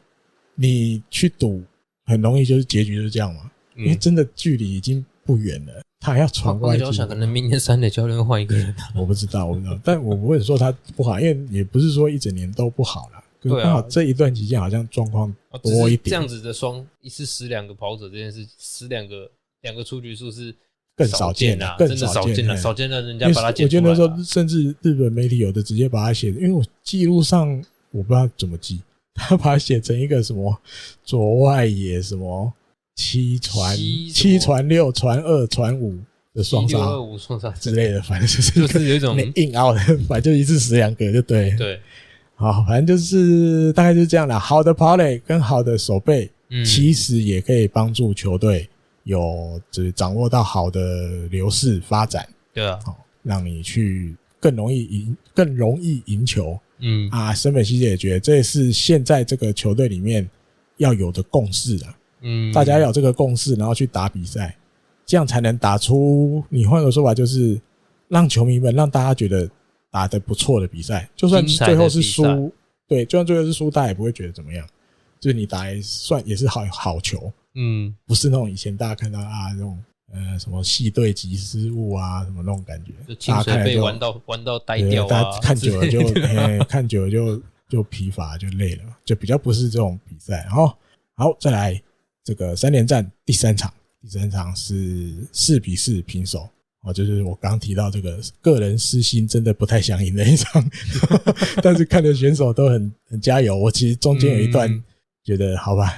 [SPEAKER 1] 你去赌很容易就是结局就是这样嘛，因为
[SPEAKER 2] 嗯哦
[SPEAKER 1] 真的距离已经不远了，他还要传
[SPEAKER 2] 换
[SPEAKER 1] 歪
[SPEAKER 2] 个角
[SPEAKER 1] 进
[SPEAKER 2] 度想，
[SPEAKER 1] 去
[SPEAKER 2] 可能明年三垒教练会换一 个人，
[SPEAKER 1] 我不知道，我不知道， 但我不会说他不好，因为也不是说一整年都不好啦。
[SPEAKER 2] 对啊
[SPEAKER 1] 刚好这一段期间好像状况多一
[SPEAKER 2] 哦只是这
[SPEAKER 1] 点
[SPEAKER 2] 样，子的双一次死两个跑者这件事，死两个两个出局数是
[SPEAKER 1] 更
[SPEAKER 2] 少
[SPEAKER 1] 少见
[SPEAKER 2] 啊，
[SPEAKER 1] 更
[SPEAKER 2] 真的
[SPEAKER 1] 少
[SPEAKER 2] 见
[SPEAKER 1] 见哎
[SPEAKER 2] 了，
[SPEAKER 1] 嘿
[SPEAKER 2] 少见到人
[SPEAKER 1] 因
[SPEAKER 2] 家
[SPEAKER 1] 为
[SPEAKER 2] 把它剪
[SPEAKER 1] 我觉
[SPEAKER 2] 出来啊
[SPEAKER 1] 得那时
[SPEAKER 2] 了
[SPEAKER 1] 候甚至日本媒体有的直接把它写，因为我记录上我不知道怎么记， 他把它写成一个什么左外野什么七传
[SPEAKER 2] 七什么
[SPEAKER 1] 七传六传二传五的双
[SPEAKER 2] 七六二
[SPEAKER 1] 杀
[SPEAKER 2] 五双杀
[SPEAKER 1] 之类的，反正就是 一
[SPEAKER 2] 就
[SPEAKER 1] 个
[SPEAKER 2] 是有一种嗯
[SPEAKER 1] 你硬凹的，反正就一次死两个就对了。
[SPEAKER 2] 对，
[SPEAKER 1] 好，反正就是大概就是这样啦。好的跑垒跟好的守备，
[SPEAKER 2] 嗯，
[SPEAKER 1] 其实也可以帮助球队有只掌握到好的流势发展。
[SPEAKER 2] 对啊，
[SPEAKER 1] 哦，让你去更容易赢，更容易赢球
[SPEAKER 2] 嗯，
[SPEAKER 1] 啊。森本希也觉得这也是现在这个球队里面要有的共识啊，
[SPEAKER 2] 嗯，
[SPEAKER 1] 大家要有这个共识，然后去打比赛，这样才能打出。你换个说法就是，让球迷们让大家觉得打得不错的比赛，就算
[SPEAKER 2] 精彩的
[SPEAKER 1] 最后是
[SPEAKER 2] 比赛
[SPEAKER 1] 输，对，就算最后是输，大家也不会觉得怎么样，就是你打得算也是好好球。
[SPEAKER 2] 嗯，
[SPEAKER 1] 不是那种以前大家看到啊那种呃什么系队级失误啊什么那种感觉
[SPEAKER 2] 就，清
[SPEAKER 1] 大家
[SPEAKER 2] 水
[SPEAKER 1] 看
[SPEAKER 2] 被
[SPEAKER 1] 就
[SPEAKER 2] 玩到玩到呆
[SPEAKER 1] 对
[SPEAKER 2] 掉
[SPEAKER 1] 大
[SPEAKER 2] 啊
[SPEAKER 1] 家，看久了就
[SPEAKER 2] 之类的
[SPEAKER 1] 嘿看久了就就疲乏就累了，就比较不是这种比赛。然后好再来这个三连战第三场，第三场是四比四平手。哦，就是我刚提到这个个人私心真的不太想赢的一场， 但是看的选手都很很加油。我其实中间有一段
[SPEAKER 2] 嗯
[SPEAKER 1] 觉得，好吧，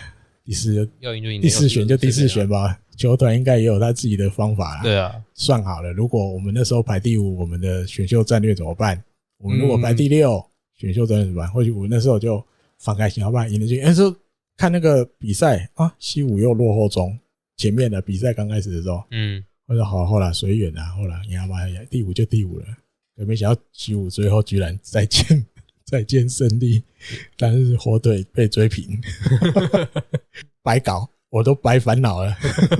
[SPEAKER 1] 第四就
[SPEAKER 2] 要赢就赢，
[SPEAKER 1] 第四选就第四选
[SPEAKER 2] 吧，
[SPEAKER 1] 吧，球团应该也有他自己的方法啦。
[SPEAKER 2] 对啊，
[SPEAKER 1] 算好了，如果我们那时候排第五，我们的选秀战略怎么办？我们如果
[SPEAKER 2] 嗯
[SPEAKER 1] 排第六，选秀战略怎么办？或许我那时候就放开心，好吧，赢了就赢。那时候看那个比赛啊，西武又落后中，前面的比赛刚开始的时候，
[SPEAKER 2] 嗯，
[SPEAKER 1] 我说好，后来随缘啊，后来你他妈第五就第五了，可没想到西武最后居然再见 再见胜利，但是火腿被追平， 白搞，我都白烦恼了。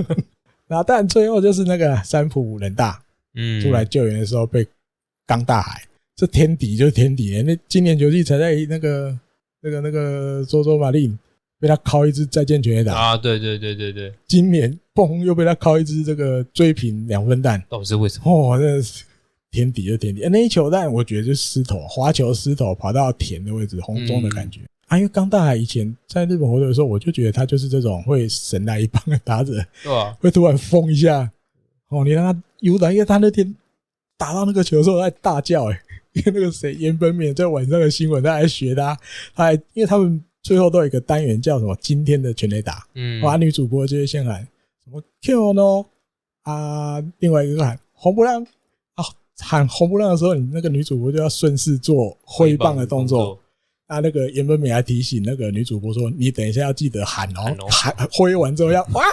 [SPEAKER 1] 那但最后就是那个啊三浦人大
[SPEAKER 2] 嗯，
[SPEAKER 1] 出来救援的时候被刚大海，这天敌就是天敌耶。那今年球季才在那个那个那个佐佐马令被他敲一支再见全垒打，
[SPEAKER 2] 啊，对对对对对，
[SPEAKER 1] 今年蹦又被他敲一支这个追平两分弹。
[SPEAKER 2] 到底是为什么？
[SPEAKER 1] 哦，真的是天敌就天敌、欸那一球蛋我觉得就是失头，滑球失头跑到田的位置，红中的感觉、啊。因为刚大海以前在日本活动的时候，我就觉得他就是这种会神来一棒的打者，
[SPEAKER 2] 对啊，
[SPEAKER 1] 会突然疯一下。哦，你让他悠然，因为他那天打到那个球的时候他还大叫、欸，因为那个谁岩本勉在晚上的新闻，他还学他，他还因为他们最后都有一个单元叫什么今天的全垒打，
[SPEAKER 2] 嗯，
[SPEAKER 1] 哇，女主播就会先喊什么 Q 呢？啊，另外一个就喊红不让啊，喊红不让的时候，你那个女主播就要顺势做挥棒的动作。，啊，那个原本美还提醒那个女主播说：“你等一下要记得喊
[SPEAKER 2] 喊
[SPEAKER 1] 哦
[SPEAKER 2] 哦，嗯
[SPEAKER 1] 喊挥完之后要哇，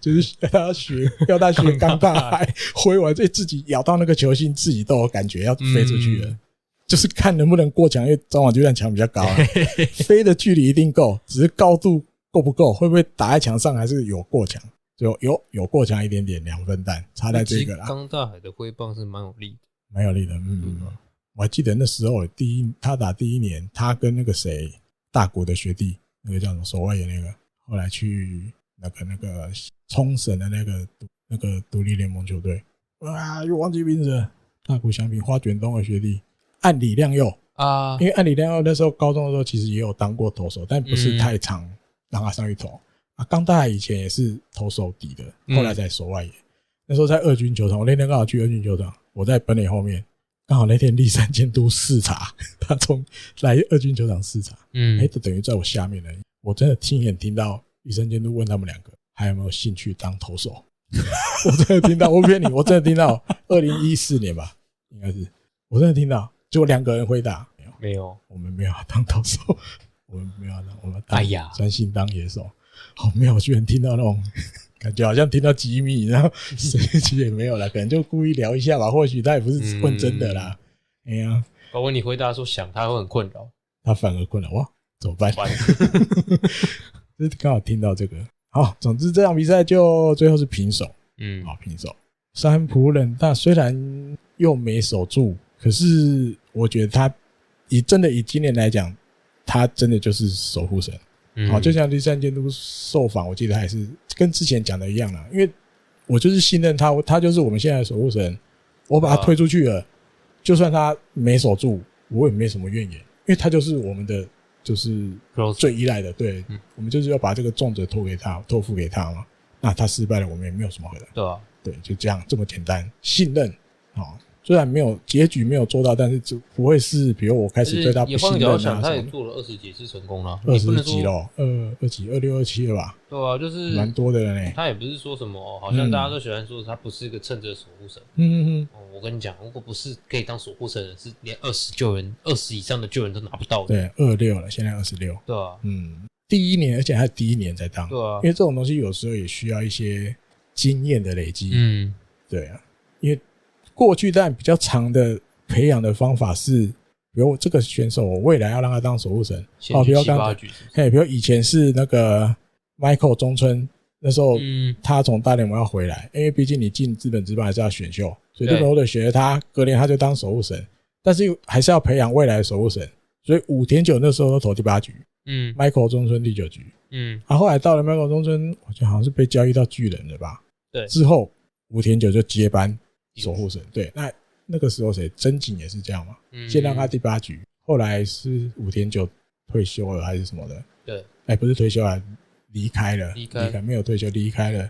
[SPEAKER 1] 就是要她学，要她学刚大海挥完，这自己咬到那个球心，自己都有感觉要飞出去了。
[SPEAKER 2] 嗯
[SPEAKER 1] 就是看能不能过墙，因为张网就算墙比较 高、啊，飞的距离一定够，只是高度够不够，会不会打在墙上，还是有过墙？就有有过墙一点点，两分弹差在这个啦，
[SPEAKER 2] 刚大海的挥棒是蛮有力的，
[SPEAKER 1] 蛮有力的。嗯，
[SPEAKER 2] 嗯
[SPEAKER 1] 我还记得那时候第一他打第一年，他跟那个谁大谷的学弟，那个叫什么守外野那个，后来去那个那个冲绳的那个独那个独立联盟球队，啊，又忘记名字了，大谷翔平花卷东的学弟，按李亮佑，
[SPEAKER 2] 啊
[SPEAKER 1] 因，为按理亮佑那时候高中的时候其实也有当过投手，但不
[SPEAKER 2] 嗯
[SPEAKER 1] 是太常让他上去投。啊，刚大海以前也是投手底的，
[SPEAKER 2] 嗯
[SPEAKER 1] 后来才守外野。那时候在二军球场，我那天刚好去二军球场，我在本垒后面，刚好那天立山监督视察，他从来二军球场视察，哎、
[SPEAKER 2] 嗯，
[SPEAKER 1] 就等于在我下面而已。我真的亲眼听到立山监督问他们两个还有没有兴趣当投手， 我真的听到，我不骗你，我真的听到，二零一四年吧，应该是，我真的听到，结果两个人回答没有。
[SPEAKER 2] 没有，
[SPEAKER 1] 我们没有要当投手， 我们没有要当，我们当
[SPEAKER 2] 哎呀
[SPEAKER 1] 专心当野手。好妙，我居然听到那种 感觉，好像听到机密，然 后谁其实也没有啦，可能就故意聊一下吧。或许他也不
[SPEAKER 2] 嗯
[SPEAKER 1] 是问真的啦。哎呀，
[SPEAKER 2] 包括你回答说想，他会很困扰，
[SPEAKER 1] 他反而困了，哇，怎么办？
[SPEAKER 2] 完，
[SPEAKER 1] 就是刚好听到 这个。好，总之这场比赛就最后是平手，
[SPEAKER 2] 嗯，
[SPEAKER 1] 好平手。三浦冷大虽然又没守住，可是我觉得他以真的以今年来讲，他真的就是守护神。
[SPEAKER 2] 嗯
[SPEAKER 1] 好，哦就像第三监督受访，我记得还是跟之前讲的一样啦，因为我就是信任他，他就是我们现在的守护神，我把他推出去
[SPEAKER 2] 啊
[SPEAKER 1] 了，就算他没守住，我也没什么怨言，因为他就是我们的就是最依赖的，对
[SPEAKER 2] 嗯，
[SPEAKER 1] 我们就是要把这个重责托给他，托付给他嘛。那他失败了，我们也没有什么回来。
[SPEAKER 2] 对啊，
[SPEAKER 1] 对，就这样这么简单，信任哦。虽然没有结局没有做到，但是就不会是比如我开
[SPEAKER 2] 但
[SPEAKER 1] 始
[SPEAKER 2] 是
[SPEAKER 1] 对他
[SPEAKER 2] 也
[SPEAKER 1] 不
[SPEAKER 2] 换
[SPEAKER 1] 信
[SPEAKER 2] 个
[SPEAKER 1] 任
[SPEAKER 2] 角
[SPEAKER 1] 啊
[SPEAKER 2] 度
[SPEAKER 1] 什
[SPEAKER 2] 想，他也
[SPEAKER 1] 么的。
[SPEAKER 2] 做了二十几次成功了，
[SPEAKER 1] 二
[SPEAKER 2] 你
[SPEAKER 1] 十
[SPEAKER 2] 不能
[SPEAKER 1] 几
[SPEAKER 2] 说
[SPEAKER 1] 咯，二二几二六二七了吧，
[SPEAKER 2] 对啊，就是
[SPEAKER 1] 蛮多嗯的了呢。
[SPEAKER 2] 他也不是说什么哦，好像大家都喜欢说他不是一个称职的守护神。
[SPEAKER 1] 嗯嗯
[SPEAKER 2] 哦，我跟你讲，如果不是可以当守护神的，是连二十救人、二十以上的救人都拿不
[SPEAKER 1] 嗯，
[SPEAKER 2] 到的。
[SPEAKER 1] 对，二六了，现在二十六。
[SPEAKER 2] 对啊，
[SPEAKER 1] 嗯，第一年，而且还是第一年才当，
[SPEAKER 2] 对啊
[SPEAKER 1] 因为这种东西有时候也需要一些经验的累积，
[SPEAKER 2] 嗯，
[SPEAKER 1] 对啊，因为过去但比较长的培养的方法是，比如我这个选手，我未来要让他当守护神，
[SPEAKER 2] 先
[SPEAKER 1] 哦，比
[SPEAKER 2] 去
[SPEAKER 1] 如
[SPEAKER 2] 七八
[SPEAKER 1] 刚，
[SPEAKER 2] 局是不是，
[SPEAKER 1] 嘿，比如以前是那个 Michael 中村，那时候
[SPEAKER 2] 嗯，
[SPEAKER 1] 他从大联盟要回来，因为毕竟你进资本职棒还是要选秀，所以
[SPEAKER 2] 对
[SPEAKER 1] 日本火腿选了他，隔年他就当守护神，但是还是要培养未来的守护神，所以五田九那时候都投第八局
[SPEAKER 2] 嗯
[SPEAKER 1] ，Michael 中村第九局。
[SPEAKER 2] 嗯，
[SPEAKER 1] 啊，后来到了 Michael 中村，我觉得好像是被交易到巨人了吧？
[SPEAKER 2] 对
[SPEAKER 1] 之后武田久就接班守护神。对，那那个时候谁真井也是这样嘛，
[SPEAKER 2] 嗯
[SPEAKER 1] 先让他第八局，后来是武田久退休了还是什么的？
[SPEAKER 2] 对，
[SPEAKER 1] 哎，不是退休啊，离开了，
[SPEAKER 2] 离开
[SPEAKER 1] 没有退休，离开了，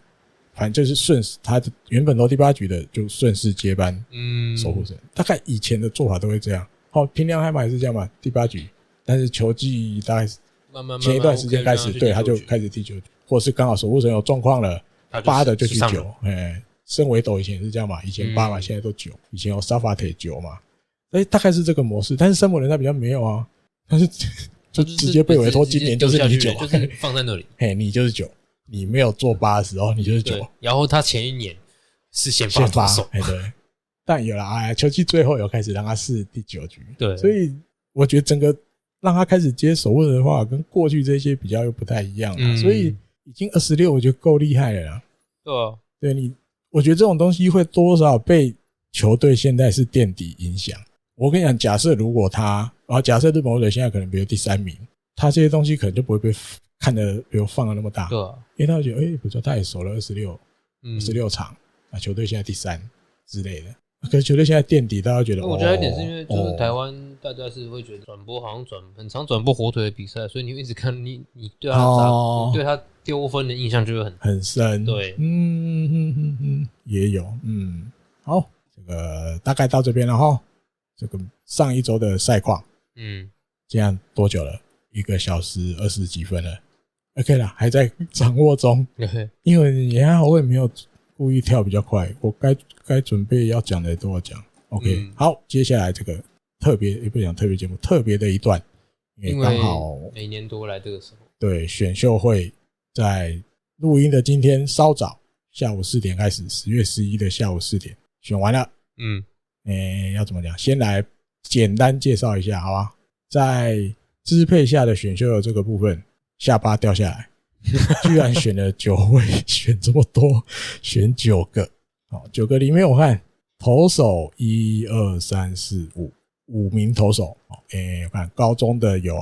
[SPEAKER 1] 反正就是顺势，他原本投第八局的就顺势接班
[SPEAKER 2] 嗯，
[SPEAKER 1] 守护神。大概以前的做法都会这样。好，平良海马也是这样嘛，第八局，但是球季大概是
[SPEAKER 2] 慢慢慢慢
[SPEAKER 1] 前一段时间开始，对，他就开
[SPEAKER 2] 始
[SPEAKER 1] 始第九，或是刚好守护神有状况了，八的就去
[SPEAKER 2] 上
[SPEAKER 1] 九
[SPEAKER 2] 了，
[SPEAKER 1] 哎，升维斗以前也是这样嘛，以前八嘛，
[SPEAKER 2] 嗯
[SPEAKER 1] 现在都九，以前有沙法铁九嘛，哎，大概是这个模式，但是山姆人他比较没有啊，但是 就
[SPEAKER 2] 就是
[SPEAKER 1] 直接被委托，今年就是你
[SPEAKER 2] 直
[SPEAKER 1] 九啊
[SPEAKER 2] 接丢，下去了就是放在那里。
[SPEAKER 1] 嘿，你就是九，你没有做八的时候，你 就是
[SPEAKER 2] 对
[SPEAKER 1] 九，，
[SPEAKER 2] 然后他前一年是先
[SPEAKER 1] 先
[SPEAKER 2] 投
[SPEAKER 1] 发
[SPEAKER 2] 手，，
[SPEAKER 1] 哎，对，但有了哎，球季最后有开始让他试第九局，
[SPEAKER 2] 对，啊
[SPEAKER 1] 所以我觉得整个让他开始接手握的话，跟过去这些比较又不太一样了。
[SPEAKER 2] 嗯
[SPEAKER 1] 所以已经二十六，我觉得够厉害了啦。
[SPEAKER 2] 对啊，
[SPEAKER 1] 对你，我觉得这种东西会多少被球队现在是垫底影响。我跟你讲，假设如果他，啊，假设日本火腿现在可能比如第三名，他这些东西可能就不会被看的，比如放的那么大，
[SPEAKER 2] 对啊，
[SPEAKER 1] 因为他会觉得，哎、不错，他也守了二十六，
[SPEAKER 2] 嗯，
[SPEAKER 1] 十六场，啊，球队现在第三之类的。可是球队现在垫底，大家觉得，
[SPEAKER 2] 那我觉得
[SPEAKER 1] 哦
[SPEAKER 2] 一点是因为就是
[SPEAKER 1] 哦
[SPEAKER 2] 台湾大家是会觉得转播好像转很常转播火腿的比赛，所以你会一直看你你对他砸、
[SPEAKER 1] 哦
[SPEAKER 2] 你对他丢分的印象就会很
[SPEAKER 1] 很深。
[SPEAKER 2] 对
[SPEAKER 1] 嗯嗯嗯嗯，也有，嗯，好，这个大概到这边了哈。这个上一周的赛况，
[SPEAKER 2] 嗯
[SPEAKER 1] 这样多久了？一个小时二十几分了，OK 啦，还在掌握中。因为也还好，我也没有故意跳比较快，我该该准备要讲的都要讲。OK，、
[SPEAKER 2] 嗯
[SPEAKER 1] 好，接下来这个特别也不讲特别节目，特别的一段，因
[SPEAKER 2] 因
[SPEAKER 1] 为刚
[SPEAKER 2] 为
[SPEAKER 1] 好
[SPEAKER 2] 每年都会来这个时候，
[SPEAKER 1] 对，选秀会在录音的今天稍早下午四点开始，十月十一的下午四点选完了。
[SPEAKER 2] 嗯
[SPEAKER 1] 诶、要怎么讲？先来简单介绍一下，好吧？在支配下的选秀的这个部分，下巴掉下来， 居然选了九位，选这么多，选九个。好，九个里面我看投手一二三四五五名投手，哦诶、我看高中的有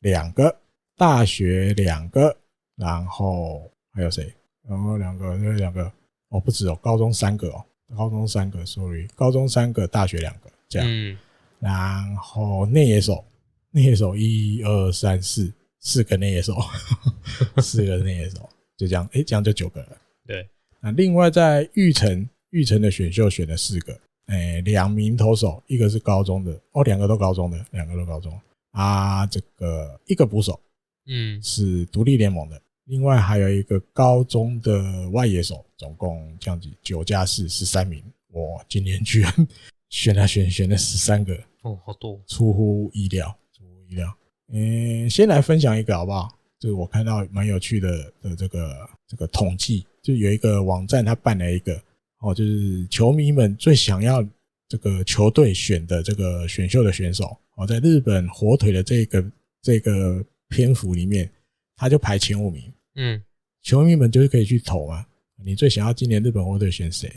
[SPEAKER 1] 两个，大学两个，然后还有谁？然后两个，那两个哦，不止哦，高中三个哦，高中三个，sorry，高中三个，大学两个，这样。
[SPEAKER 2] 嗯
[SPEAKER 1] 然后内野手，内野手一二三四，四个内野手， 四个内野手，就这样，诶，这样就九个了。
[SPEAKER 2] 对，
[SPEAKER 1] 那另外在玉城，玉城的选秀选了四个，诶，两名投手，一个是高中的，哦，两个都高中的，两个都高中啊，这个一个捕手
[SPEAKER 2] 嗯
[SPEAKER 1] 是独立联盟的，另外还有一个高中的外野手，总共这样子九加四十三名，我今年居然选来选选了十三个，
[SPEAKER 2] 哦好多
[SPEAKER 1] 出乎意料，出乎意料。嗯，先来分享一个好不好？这个我看到蛮有趣的的这个这个统计，就有一个网站他办了一个哦，就是球迷们最想要这个球队选的这个选秀的选手哦，在日本火腿的这个这个篇幅里面，他就排前五名。
[SPEAKER 2] 嗯
[SPEAKER 1] 球迷们就是可以去投嘛。你最想要今年日本火腿选谁？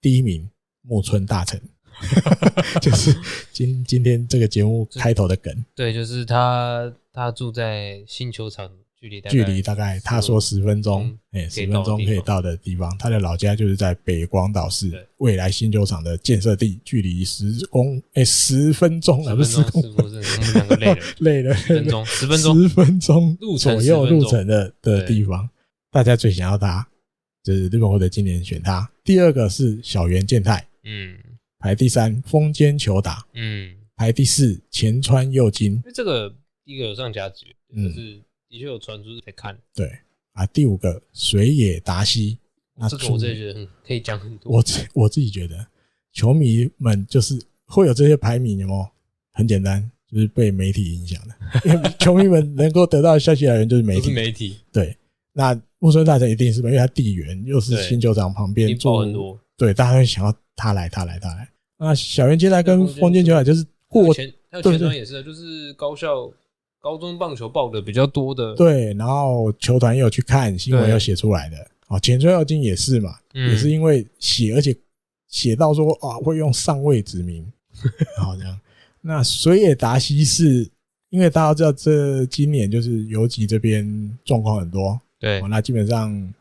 [SPEAKER 1] 第一名木村大臣， 就是今今天这个节目开头的梗，
[SPEAKER 2] 对，就是他他住在新球场，距离大概
[SPEAKER 1] 距离大概他说十分钟
[SPEAKER 2] 嗯，
[SPEAKER 1] 哎，
[SPEAKER 2] 可
[SPEAKER 1] 十
[SPEAKER 2] 以
[SPEAKER 1] 分
[SPEAKER 2] 到的
[SPEAKER 1] 钟
[SPEAKER 2] 地
[SPEAKER 1] 可以
[SPEAKER 2] 方
[SPEAKER 1] 到的地方，他的老家就是在北广岛市
[SPEAKER 2] 对
[SPEAKER 1] 未来新球场的建设地，距离十公哎十分钟啊，不是十
[SPEAKER 2] 十分钟
[SPEAKER 1] 公
[SPEAKER 2] 是不是我们两个累了
[SPEAKER 1] 累了，
[SPEAKER 2] 十分钟十分钟
[SPEAKER 1] 十分钟
[SPEAKER 2] 路程
[SPEAKER 1] 左右
[SPEAKER 2] 10分钟
[SPEAKER 1] 路程的的
[SPEAKER 2] 对
[SPEAKER 1] 地方，大家最想要他，就是日本火腿今年选他第二个是小圆健太，
[SPEAKER 2] 嗯
[SPEAKER 1] 排第三风间球打，
[SPEAKER 2] 嗯，
[SPEAKER 1] 排第四前川佑金
[SPEAKER 2] 因为这个第一个有上价值，
[SPEAKER 1] 嗯
[SPEAKER 2] 就是的确有传出是在看，
[SPEAKER 1] 啊，第五个水野达希。那
[SPEAKER 2] 哦这个我
[SPEAKER 1] 出
[SPEAKER 2] 真的觉得很可以讲很多。
[SPEAKER 1] 我自我自己觉得，球迷们就是会有这些排名，有没有？很简单，就是被媒体影响的。因为球迷们能够得到消息来源就是媒
[SPEAKER 2] 都是
[SPEAKER 1] 体。
[SPEAKER 2] 媒体，
[SPEAKER 1] 对，那木村大臣一定是因为他地缘又是
[SPEAKER 2] 对
[SPEAKER 1] 新球场旁边
[SPEAKER 2] 你报
[SPEAKER 1] 住，
[SPEAKER 2] 很多。
[SPEAKER 1] 对，大家会想要他来，他来，他来。那小圆接待跟
[SPEAKER 2] 对
[SPEAKER 1] 风间球来就是
[SPEAKER 2] 还有
[SPEAKER 1] 过
[SPEAKER 2] 前还有
[SPEAKER 1] 对
[SPEAKER 2] 前端
[SPEAKER 1] 对
[SPEAKER 2] 也是，啊就是高校高中棒球报的比较多的，
[SPEAKER 1] 对，然后球团也有去看新闻，
[SPEAKER 2] 对
[SPEAKER 1] 有写出来的。哦，前村耀金也是嘛，
[SPEAKER 2] 嗯
[SPEAKER 1] 也是因为写，而且写到说啊，会用上位指 名，好这样。那水野达希是因为大家知道，这今年就是游击这边状况很多，
[SPEAKER 2] 对
[SPEAKER 1] 哦，那基本上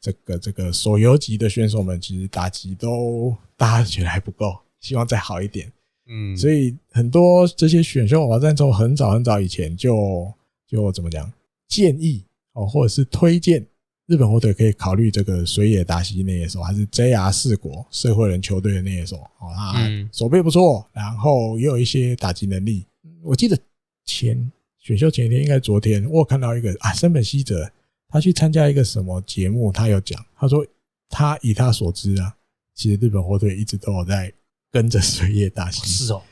[SPEAKER 1] 这个这个手游级的选手们，其实打击都大家觉得还不够，希望再好一点。
[SPEAKER 2] 嗯，
[SPEAKER 1] 所以很多这些选秀网站从很早很早以前就就怎么讲建议哦，或者是推荐日本火腿可以考虑这个水野达希内野手，还是 JR 四国社会人球队的内野手哦，他
[SPEAKER 2] 嗯
[SPEAKER 1] 手背不错，然后也有一些打击能力。我记得前选秀前一天，应该昨天，我有看到一个啊，山本希哲他去参加一个什么节目，他有讲，他说他以他所知啊，其实日本火腿一直都有在跟着水野达希。
[SPEAKER 2] 是哦，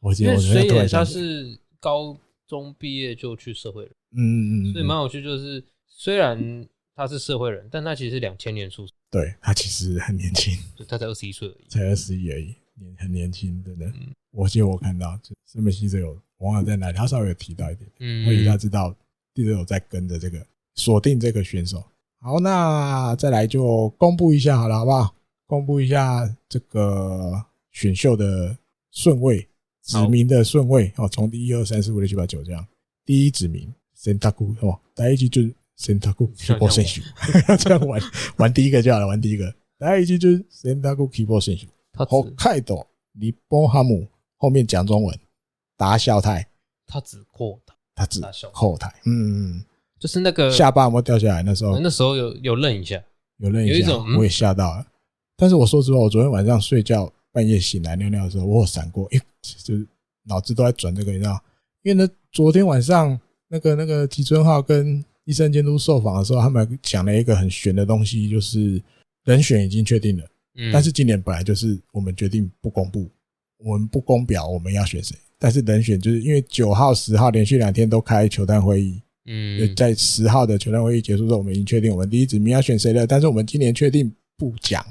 [SPEAKER 1] 我记
[SPEAKER 2] 因
[SPEAKER 1] 得
[SPEAKER 2] 为
[SPEAKER 1] 我
[SPEAKER 2] 水
[SPEAKER 1] 突
[SPEAKER 2] 野
[SPEAKER 1] 然
[SPEAKER 2] 他
[SPEAKER 1] 想起来，
[SPEAKER 2] 是高中毕业就去社会人，
[SPEAKER 1] 嗯嗯嗯
[SPEAKER 2] 所以
[SPEAKER 1] 嗯，
[SPEAKER 2] 蛮有趣，就是虽然他是社会人，但他其实是两千年出生，
[SPEAKER 1] 对他其实很年轻，
[SPEAKER 2] 就他才二十一岁而已。
[SPEAKER 1] 才二十一而已，年很年轻，真的
[SPEAKER 2] 嗯。
[SPEAKER 1] 我记得我看到，就森本希哲有网友在哪里，他稍微有提到一点，我以他
[SPEAKER 2] 嗯，
[SPEAKER 1] 知道记者有在跟着这个锁定这个选手。好，那再来就公布一下好了，好不好？公布一下这个选秀的顺位，指
[SPEAKER 2] 好
[SPEAKER 1] 名的顺位哦，从第一、二、三、四、五、六、七、八、九这样。第一指名神塔库哦，第一局就是神塔库 keyboard 选手， 这样玩玩第一个就好了，玩第一个。第一局就是神塔库 keyboard 选手，
[SPEAKER 2] 他
[SPEAKER 1] 好
[SPEAKER 2] 只
[SPEAKER 1] 开斗，尼波哈姆后面讲中文，达孝泰
[SPEAKER 2] 他只扩大，
[SPEAKER 1] 他指
[SPEAKER 2] 达孝
[SPEAKER 1] 后台，嗯嗯。嗯
[SPEAKER 2] 就是那个呃
[SPEAKER 1] 下巴有没有掉下来？那时候
[SPEAKER 2] 那时候有有愣一下，
[SPEAKER 1] 有人
[SPEAKER 2] 嗯有一
[SPEAKER 1] 一下
[SPEAKER 2] 种嗯，
[SPEAKER 1] 我也吓到了。但是我说实话，我昨天晚上睡觉半夜醒来尿尿的时候，我有闪过，诶，就是脑子都在转这个，你知道？因为呢，昨天晚上那个那个吉村浩跟医生监督受访的时候，他们讲了一个很悬的东西，就是人选已经确定了，
[SPEAKER 2] 嗯，
[SPEAKER 1] 但是今年本来就是我们决定不公布，我们不公表我们要选谁，但是人选就是因为九号、十号连续两天都开球探会议，
[SPEAKER 2] 嗯，
[SPEAKER 1] 在十号的球探会议结束之后，我们已经确定我们第一指名要选谁了，但是我们今年确定不讲，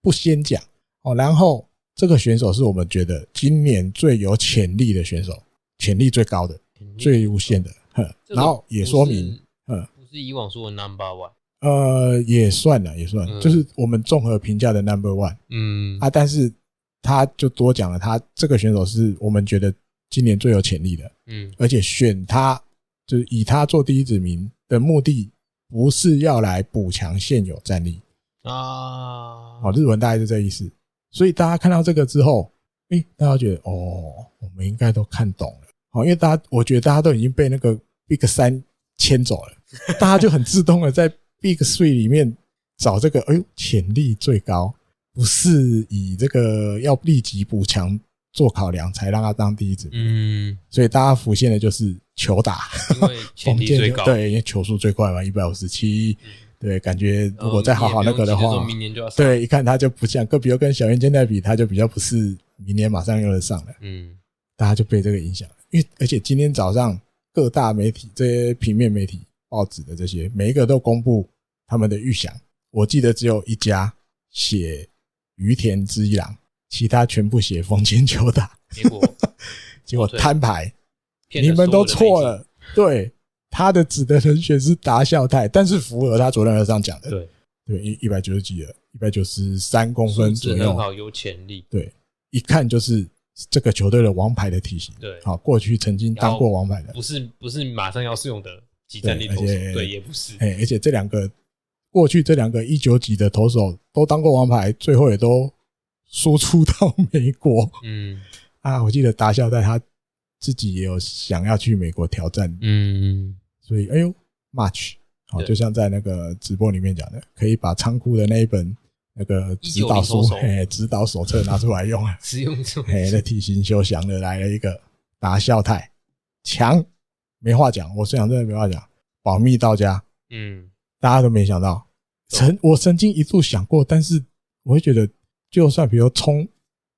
[SPEAKER 1] 不先讲哦。然后这个选手是我们觉得今年最有潜力的选手，潜力最高的、最无限的，哼。
[SPEAKER 2] 嗯这个
[SPEAKER 1] 然后也说明，
[SPEAKER 2] 不是
[SPEAKER 1] 嗯，
[SPEAKER 2] 不是以往说的 number one，
[SPEAKER 1] 呃，也算了，也算，
[SPEAKER 2] 嗯
[SPEAKER 1] 就是我们综合评价的 number one
[SPEAKER 2] 嗯，
[SPEAKER 1] 啊。但是他就多讲了，他这个选手是我们觉得今年最有潜力的，
[SPEAKER 2] 嗯
[SPEAKER 1] 而且选他就是以他做第一指名的目的，不是要来补强现有战力。哦
[SPEAKER 2] 啊，
[SPEAKER 1] 好，日文大概是这意思。所以大家看到这个之后，诶、大家觉得哦，我们应该都看懂了。哦好，因为大家我觉得大家都已经被那个 Big 三牵走了，大家就很自动的在 Big Three 里面找这个，哎呦，潜力最高，不是以这个要立即补强做考量才让他当第一指名。
[SPEAKER 2] 嗯，
[SPEAKER 1] 所以大家浮现的就是球打。
[SPEAKER 2] 因 为潜力最高，
[SPEAKER 1] 封建就对，因为球速最快嘛，一百五十七，对，感觉
[SPEAKER 2] 然后
[SPEAKER 1] 如果再好好那个的
[SPEAKER 2] 哦你也不用急着说
[SPEAKER 1] 话，
[SPEAKER 2] 呃明年就要上，
[SPEAKER 1] 对，一看他就不像，跟比如跟小圆健太比，他就比较不是明年马上用得上了，
[SPEAKER 2] 嗯，
[SPEAKER 1] 大家就被这个影响了。因为而且今天早上各大媒体、这些平面媒体、报纸的这些，每一个都公布他们的预想。我记得只有一家写于田之一郎，其他全部写风间球打，
[SPEAKER 2] 结果
[SPEAKER 1] 结果
[SPEAKER 2] 哦对
[SPEAKER 1] 摊牌。
[SPEAKER 2] 骗
[SPEAKER 1] 你
[SPEAKER 2] 了
[SPEAKER 1] 们
[SPEAKER 2] 所
[SPEAKER 1] 都
[SPEAKER 2] 有的媒体
[SPEAKER 1] 错，了。对，他的指的人选是达孝泰，但是符合他昨天和尚讲的，
[SPEAKER 2] 对，
[SPEAKER 1] 对，一一百九十几了，一百九十三公
[SPEAKER 2] 素
[SPEAKER 1] 分
[SPEAKER 2] 质
[SPEAKER 1] 左
[SPEAKER 2] 很
[SPEAKER 1] 右，
[SPEAKER 2] 好，有潜力，
[SPEAKER 1] 对，一看就是这个球队的王牌的体型。
[SPEAKER 2] 对
[SPEAKER 1] 好，过去曾经当过王牌的，
[SPEAKER 2] 不是不是马上要适用的集战力投手，
[SPEAKER 1] 对而且
[SPEAKER 2] 对，也不是，
[SPEAKER 1] 哎，而且这两个过去这两个一九几的投手都当过王牌，最后也都输出到美国
[SPEAKER 2] 嗯
[SPEAKER 1] 啊！我记得达孝泰他自己也有想要去美国挑战
[SPEAKER 2] 嗯，
[SPEAKER 1] 所以哎呦，match 好，
[SPEAKER 2] 对
[SPEAKER 1] 就像在那个直播里面讲的，可以把仓库的那一本那那个指导书
[SPEAKER 2] 1909手，。
[SPEAKER 1] 哎，指导手册拿出来用啊
[SPEAKER 2] 使用这种
[SPEAKER 1] 哎，那体型修祥的来了一个达孝太强，没话讲，我是讲真的没话讲，保密到家，
[SPEAKER 2] 嗯，
[SPEAKER 1] 大家都没想到。曾我曾经一度想过，但是我会觉得，就算比如冲，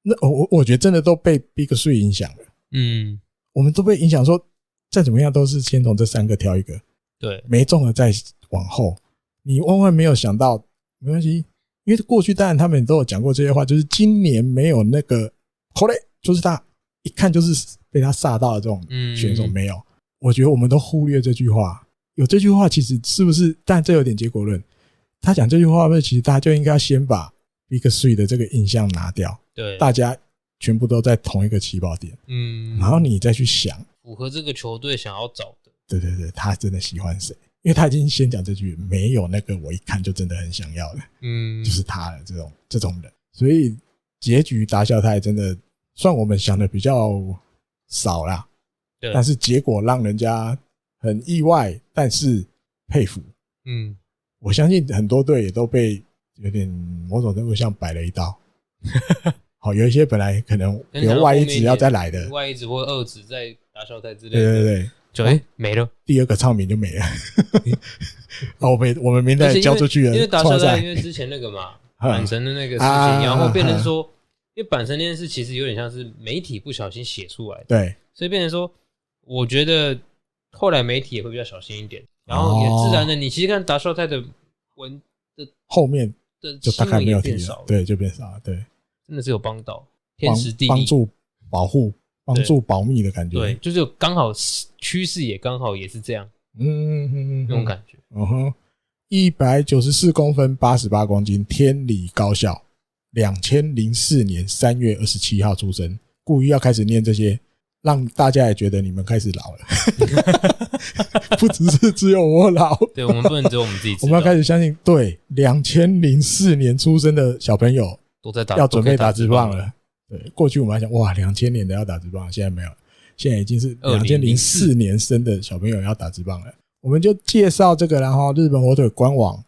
[SPEAKER 1] 那我我我觉得真的都被 Big Three 影响了，
[SPEAKER 2] 嗯，
[SPEAKER 1] 我们都被影响说，再怎么样都是先从这三个挑一个，
[SPEAKER 2] 对，
[SPEAKER 1] 没中了再往后。你万万没有想到，没关系，因为过去当然他们都有讲过这些话，就是今年没有那个 c o l 就是他一看就是被他煞到的这种
[SPEAKER 2] 嗯，
[SPEAKER 1] 选手没有。我觉得我们都忽略这句话，有这句话其实是不是？但这有点结果论。他讲这句话，那其实大家就应该先把 Big Three 的这个印象拿掉，
[SPEAKER 2] 对，
[SPEAKER 1] 大家全部都在同一个起跑点，
[SPEAKER 2] 嗯，
[SPEAKER 1] 然后你再去想，
[SPEAKER 2] 符合这个球队想要找的，
[SPEAKER 1] 对对对，他真的喜欢谁？因为他已经先讲这句，没有那个我一看就真的很想要的，
[SPEAKER 2] 嗯，
[SPEAKER 1] 就是他了这种这种人。所以结局达孝太真的算我们想的比较少啦，
[SPEAKER 2] 对，
[SPEAKER 1] 但是结果让人家很意外，但是佩服。
[SPEAKER 2] 嗯，
[SPEAKER 1] 我相信很多队也都被有点某种程度上摆了一道。 好，有一些本来可能
[SPEAKER 2] 那
[SPEAKER 1] 有万一只要再来的，
[SPEAKER 2] 外一直或二指在打小赛之类
[SPEAKER 1] 对
[SPEAKER 2] 的，
[SPEAKER 1] 对对，
[SPEAKER 2] 就哎没了。
[SPEAKER 1] 第二个唱名就没了。 哦，我们我们名
[SPEAKER 2] 而
[SPEAKER 1] 单
[SPEAKER 2] 且
[SPEAKER 1] 也
[SPEAKER 2] 因
[SPEAKER 1] 交
[SPEAKER 2] 为
[SPEAKER 1] 出去了，
[SPEAKER 2] 嗯因为打
[SPEAKER 1] 创
[SPEAKER 2] 小赛，
[SPEAKER 1] 赛
[SPEAKER 2] 因为之前那个嘛，
[SPEAKER 1] 嗯
[SPEAKER 2] 板神的那个事
[SPEAKER 1] 啊
[SPEAKER 2] 情，然后变成说，因为板神那件事其实有点像是媒体不小心写出来的，
[SPEAKER 1] 对，
[SPEAKER 2] 所以变成说，我觉得后来媒体也会比较小心一点，然后也自
[SPEAKER 1] 哦
[SPEAKER 2] 然的，你其实看达绍泰的文
[SPEAKER 1] 后面
[SPEAKER 2] 的
[SPEAKER 1] 就大
[SPEAKER 2] 新
[SPEAKER 1] 概
[SPEAKER 2] 闻
[SPEAKER 1] 没
[SPEAKER 2] 也
[SPEAKER 1] 有提
[SPEAKER 2] 变少
[SPEAKER 1] 了
[SPEAKER 2] 了，，
[SPEAKER 1] 对，就变少了，对，
[SPEAKER 2] 真的是有帮到天
[SPEAKER 1] 帮
[SPEAKER 2] 时地
[SPEAKER 1] 帮
[SPEAKER 2] 利，
[SPEAKER 1] 助保护、帮助保密的感觉，
[SPEAKER 2] 对，，就是有刚好是趋势也刚好也是这样
[SPEAKER 1] 嗯嗯嗯，
[SPEAKER 2] 那种
[SPEAKER 1] 觉，
[SPEAKER 2] 感觉，
[SPEAKER 1] 嗯哼，一百九十四公分，八十八公斤，天理高校，两千零四年三月二十七号出生，故意要开始念这些。让大家也觉得你们开始 老了，不只是只有我老，
[SPEAKER 2] 对我们不能只有我们自己知道，
[SPEAKER 1] 我们要开始相信，对，两千零四年出生的小朋友
[SPEAKER 2] 都在打，
[SPEAKER 1] 要准备打直棒
[SPEAKER 2] 都在打直
[SPEAKER 1] 了。对，过去我们还想，哇，两千年的要打直棒，现在没有，现在已经是两千零
[SPEAKER 2] 2004
[SPEAKER 1] 四年生的小朋友要打直棒了。我们就介绍这个，然后日本火腿官网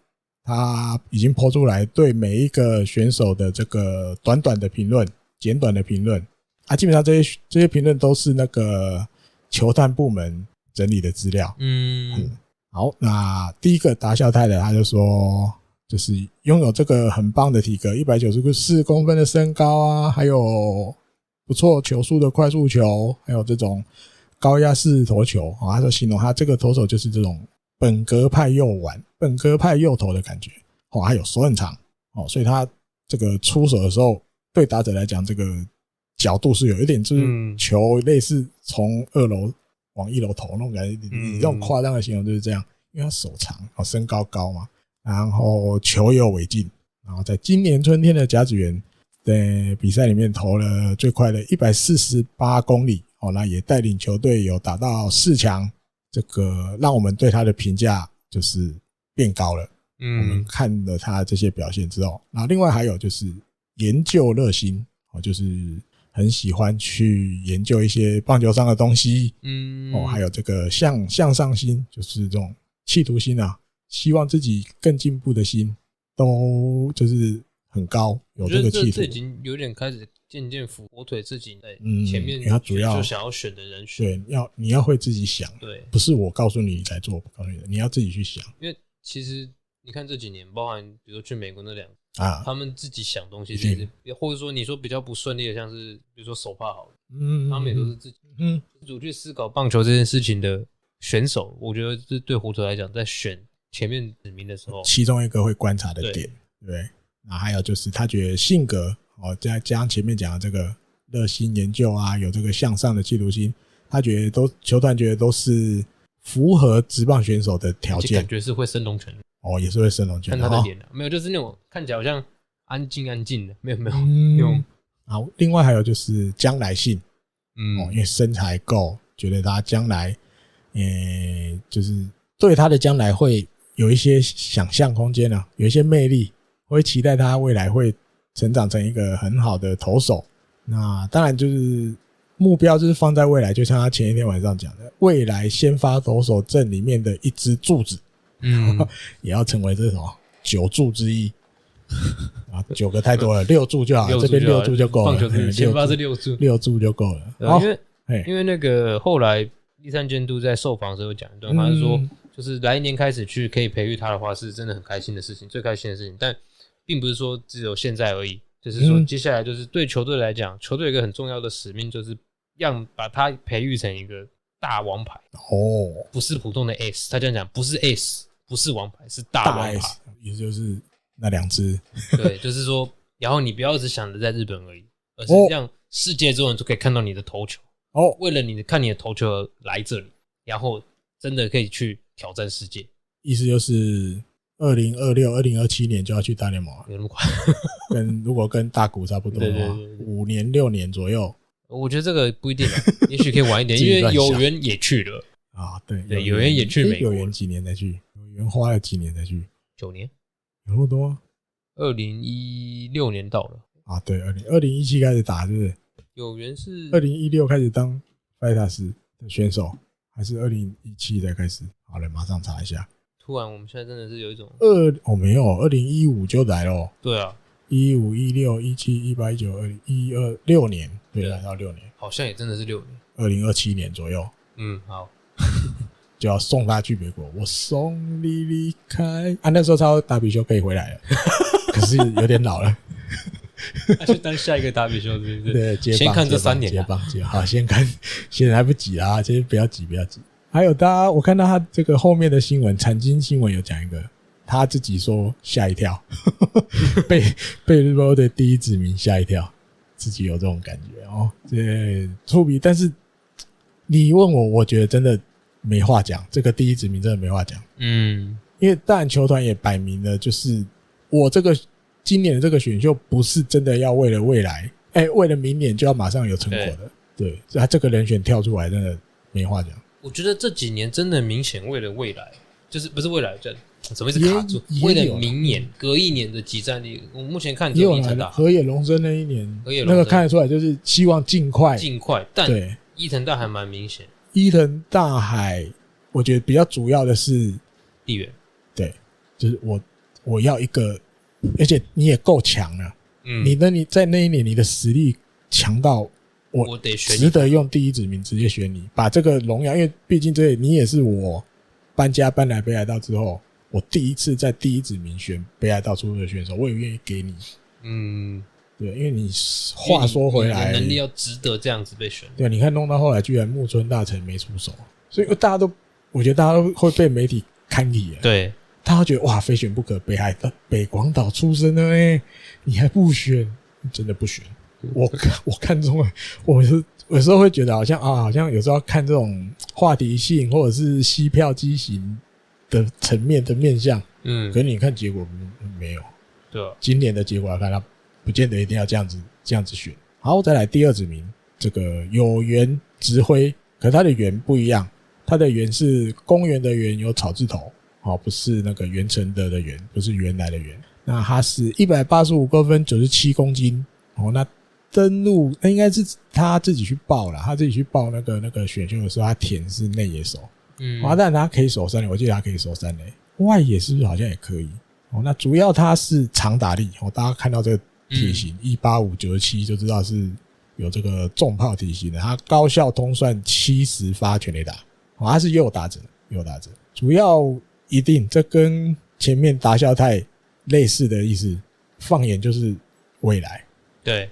[SPEAKER 1] 它已经抛出来对每一个选手的这个短短的评论、简短的评论啊，基本上这些这些评论都是那个球探部门整理的资料。
[SPEAKER 2] 嗯
[SPEAKER 1] 好，那第一个达孝太的，他就说，就是拥有这个很棒的体格，一百九十四公分的身高啊，还有不错球速的快速球，还有这种高压式投球啊、他说形容他这个投手就是这种本格派右腕、本格派右投的感觉哦，还有手很长哦，所以他这个出手的时候，对打者来讲，这个角度是有一点就是
[SPEAKER 2] 嗯
[SPEAKER 1] 球类似从二楼往一楼投那种感觉，你你这种
[SPEAKER 2] 嗯
[SPEAKER 1] 夸张的形容就是这样。因为他手长，哦，身高高嘛，然后球也有违禁，然后在今年春天的甲子园的比赛里面投了最快的一百四十八公里，哦，那也带领球队有打到四强，这个让我们对他的评价就是变高了。我们
[SPEAKER 2] 嗯
[SPEAKER 1] 看了他这些表现之后，然后另外还有就是研究热心，哦，就是很喜欢去研究一些棒球上的东西，
[SPEAKER 2] 嗯，
[SPEAKER 1] 哦，还有这个向向上心，就是这种企图心啊，希望自己更进步的心，都就是很高，有
[SPEAKER 2] 我觉
[SPEAKER 1] 个
[SPEAKER 2] 得这
[SPEAKER 1] 企
[SPEAKER 2] 这已
[SPEAKER 1] 图。
[SPEAKER 2] 经有点开始渐渐符火腿自己在
[SPEAKER 1] 嗯
[SPEAKER 2] 前面
[SPEAKER 1] 因为他主要
[SPEAKER 2] 就想要选的人选，
[SPEAKER 1] 对，要你要会自己想，
[SPEAKER 2] 对，
[SPEAKER 1] 不是我告诉你你才做，不告诉你，你要自己去想
[SPEAKER 2] 因为其实你看这几年，包含比如说去美国那两个，
[SPEAKER 1] 啊。
[SPEAKER 2] 他们自己想东西
[SPEAKER 1] 一
[SPEAKER 2] 其
[SPEAKER 1] 定
[SPEAKER 2] 实，或者说你说比较不顺利的，像是比如说手帕好了，
[SPEAKER 1] 嗯，
[SPEAKER 2] 他们也都是自己
[SPEAKER 1] 嗯
[SPEAKER 2] 自主去思考棒球这件事情的选手，我觉得这对火腿来讲，在选前面指名的时候，
[SPEAKER 1] 其中一个会观察的
[SPEAKER 2] 对
[SPEAKER 1] 点，对不对。那还有就是他觉得性格哦，再加上前面讲的这个热心研究啊，有这个向上的企图心，他觉得都球团觉得都是符合职棒选手的条
[SPEAKER 2] 就
[SPEAKER 1] 件
[SPEAKER 2] 感觉是会升龙拳，
[SPEAKER 1] 哦，也是会升龙卷
[SPEAKER 2] 看
[SPEAKER 1] 的
[SPEAKER 2] 他的
[SPEAKER 1] 哦
[SPEAKER 2] 脸啊，没有，就是那种看起来好像安静安静的，没有没有，那
[SPEAKER 1] 嗯
[SPEAKER 2] 种，
[SPEAKER 1] 好，另外还有就是将来性哦，因
[SPEAKER 2] 嗯
[SPEAKER 1] 为身材够，觉得他将来，呃，就是对他的将来会有一些想象空间啊，有一些魅力，会期待他未来会成长成一个很好的投手。那当然就是目标就是放在未来，就像他前一天晚上讲的，未来先发投手阵里面的一支柱子，
[SPEAKER 2] 嗯，
[SPEAKER 1] 也要成为这种九柱之一。啊，九个太 多了，六注就好，
[SPEAKER 2] 六
[SPEAKER 1] 啊这边
[SPEAKER 2] 就好
[SPEAKER 1] 六注就够了。
[SPEAKER 2] 棒球
[SPEAKER 1] 嗯
[SPEAKER 2] 是先发是六注，
[SPEAKER 1] 六注就够了。
[SPEAKER 2] 对啊
[SPEAKER 1] 好
[SPEAKER 2] 因，为
[SPEAKER 1] 哎，
[SPEAKER 2] 因为那个后来第三监督在受访的时候讲一段话，他是说
[SPEAKER 1] 嗯
[SPEAKER 2] 就是来年开始去可以培育他的话，是真的很开心的事情，最开心的事情。但并不是说只有现在而已，就是说
[SPEAKER 1] 嗯
[SPEAKER 2] 接下来就是对球队来讲，球队有一个很重要的使命，就是让把他培育成一个大王牌，
[SPEAKER 1] 哦，
[SPEAKER 2] 不是普通的 S。他这样讲，不是 S，不是王牌，是大
[SPEAKER 1] 大
[SPEAKER 2] 王
[SPEAKER 1] S，
[SPEAKER 2] 牌。
[SPEAKER 1] 也就是那两只，
[SPEAKER 2] 对，就是说，然后你不要只想着在日本而已，而是
[SPEAKER 1] 哦
[SPEAKER 2] 让世界中人都可以看到你的头球。
[SPEAKER 1] 哦，
[SPEAKER 2] 为了你的看你的投球而来这里，然后真的可以去挑战世界，
[SPEAKER 1] 意思就是二零二六、二零二七年就要去大联盟 了，
[SPEAKER 2] 有那么快？
[SPEAKER 1] 跟如果跟大股差不多的话
[SPEAKER 2] 对对对，对
[SPEAKER 1] 五年六年左右
[SPEAKER 2] 我觉得这个不 一定啊，也许可以晚一点，因为有缘也去了
[SPEAKER 1] 啊，对
[SPEAKER 2] 对有缘也去
[SPEAKER 1] 诶
[SPEAKER 2] 美
[SPEAKER 1] 有
[SPEAKER 2] 国
[SPEAKER 1] 缘几年再去，有缘花了几年再去，
[SPEAKER 2] 九年，
[SPEAKER 1] 有那么多吗
[SPEAKER 2] 二零一六年到了，
[SPEAKER 1] 啊？对，二零二零一七开始打，对不对？
[SPEAKER 2] 有缘是
[SPEAKER 1] 二零一六开始当拜塔斯的选手，还是二零一七才开始？好了，马上查一下。
[SPEAKER 2] 突然，我们现在真的是有一种
[SPEAKER 1] 二哦没有，二零一五就来了，
[SPEAKER 2] 对啊，
[SPEAKER 1] 一五一六一七一八一九二一二六年，对，
[SPEAKER 2] 对啊
[SPEAKER 1] 来到六年，
[SPEAKER 2] 好像也真的是六年，
[SPEAKER 1] 二零二七年左右
[SPEAKER 2] 嗯，好，
[SPEAKER 1] 就要送他去美国，我送你离开啊！那时候他打比修可以回来了， 可是有点老了。
[SPEAKER 2] 那就当下一个打比修，对不对？
[SPEAKER 1] 对，接棒
[SPEAKER 2] 先看
[SPEAKER 1] 接
[SPEAKER 2] 这
[SPEAKER 1] 棒
[SPEAKER 2] 三年
[SPEAKER 1] 接
[SPEAKER 2] 啊
[SPEAKER 1] 棒接棒好，先看， 现在来不及啦，先不要急，不要急。还有，大家我看到他这个后面的新闻，产经新闻有讲一个，他自己说吓一跳， 被被日本队第一指名吓一跳，自己有这种感觉哦。这触笔，但是你问我，我觉得真的没话讲，这个第一指名真的没话讲。
[SPEAKER 2] 嗯，
[SPEAKER 1] 因为当然球团也摆明了，就是我这个今年的这个选秀不是真的要为了未来，哎、为了明年就要马上有成果的，对，所以他这个人选跳出来真的没话讲，
[SPEAKER 2] 我觉得这几年真的明显为了未来，就是不是未来，这怎么一直
[SPEAKER 1] 也
[SPEAKER 2] 卡住？
[SPEAKER 1] 也有啊
[SPEAKER 2] 为了明年隔一年的集战力，我目前看只
[SPEAKER 1] 也有啊
[SPEAKER 2] 一场
[SPEAKER 1] 来
[SPEAKER 2] 打。
[SPEAKER 1] 河野龙生那一年
[SPEAKER 2] 河野，龙
[SPEAKER 1] 那个
[SPEAKER 2] 生
[SPEAKER 1] 看得出来就是希望尽快，
[SPEAKER 2] 尽快，但
[SPEAKER 1] 哎对，
[SPEAKER 2] 伊藤大还蛮明显，
[SPEAKER 1] 伊藤大海，我觉得比较主要的是，
[SPEAKER 2] 地缘，
[SPEAKER 1] 对，就是我我要一个，而且你也够强了，
[SPEAKER 2] 嗯，
[SPEAKER 1] 你的你在那一年你的实力强到我
[SPEAKER 2] 我得选
[SPEAKER 1] 值
[SPEAKER 2] 你，
[SPEAKER 1] 得用第一指名直接选你，把这个荣耀，因为毕竟这你也是我搬家搬来北海道之后，我第一次在第一指名选北海道出的选手，我也愿意给你。
[SPEAKER 2] 嗯，
[SPEAKER 1] 对，因为你话说回来
[SPEAKER 2] 你的，能力要值得这样子被选，
[SPEAKER 1] 对，你看弄到后来居然木村大臣没出手，所以大家都，我觉得大家都会被媒体看你，
[SPEAKER 2] 对，
[SPEAKER 1] 大家觉得哇，非选不可，北海道北广岛出生的哎，你还不选，真的不选。我看我看中了，我是有时候会觉得好像啊，好像有时候要看这种话题性或者是吸票机型的层面的面向，
[SPEAKER 2] 嗯
[SPEAKER 1] 可，是你看结果嗯没有，
[SPEAKER 2] 对啊，
[SPEAKER 1] 今年的结果来看，他不见得一定要这样子这样子选。好，再来第二指名，这个有缘直挥，可是他的缘不一样，他的缘是公园的园，有草字头，好、不是那个原成德的原，不是原来的原。那他是一百八十五公分，九十七公斤，哦，那登录那应该是他自己去报了，他自己去报那个那个选秀的时候，他填是内野手，
[SPEAKER 2] 嗯，
[SPEAKER 1] 华蛋他可以守三垒，我记得他可以守三垒，外野是不是好像也可以？哦，那主要他是长打力哦，大家看到这个体型一八五九七就知道是有这个重炮体型的。他高效通算七十发全垒打，哦，他是右打者，右打者主要一定这跟前面达孝泰类似的意思，放眼就是未来。
[SPEAKER 2] 对，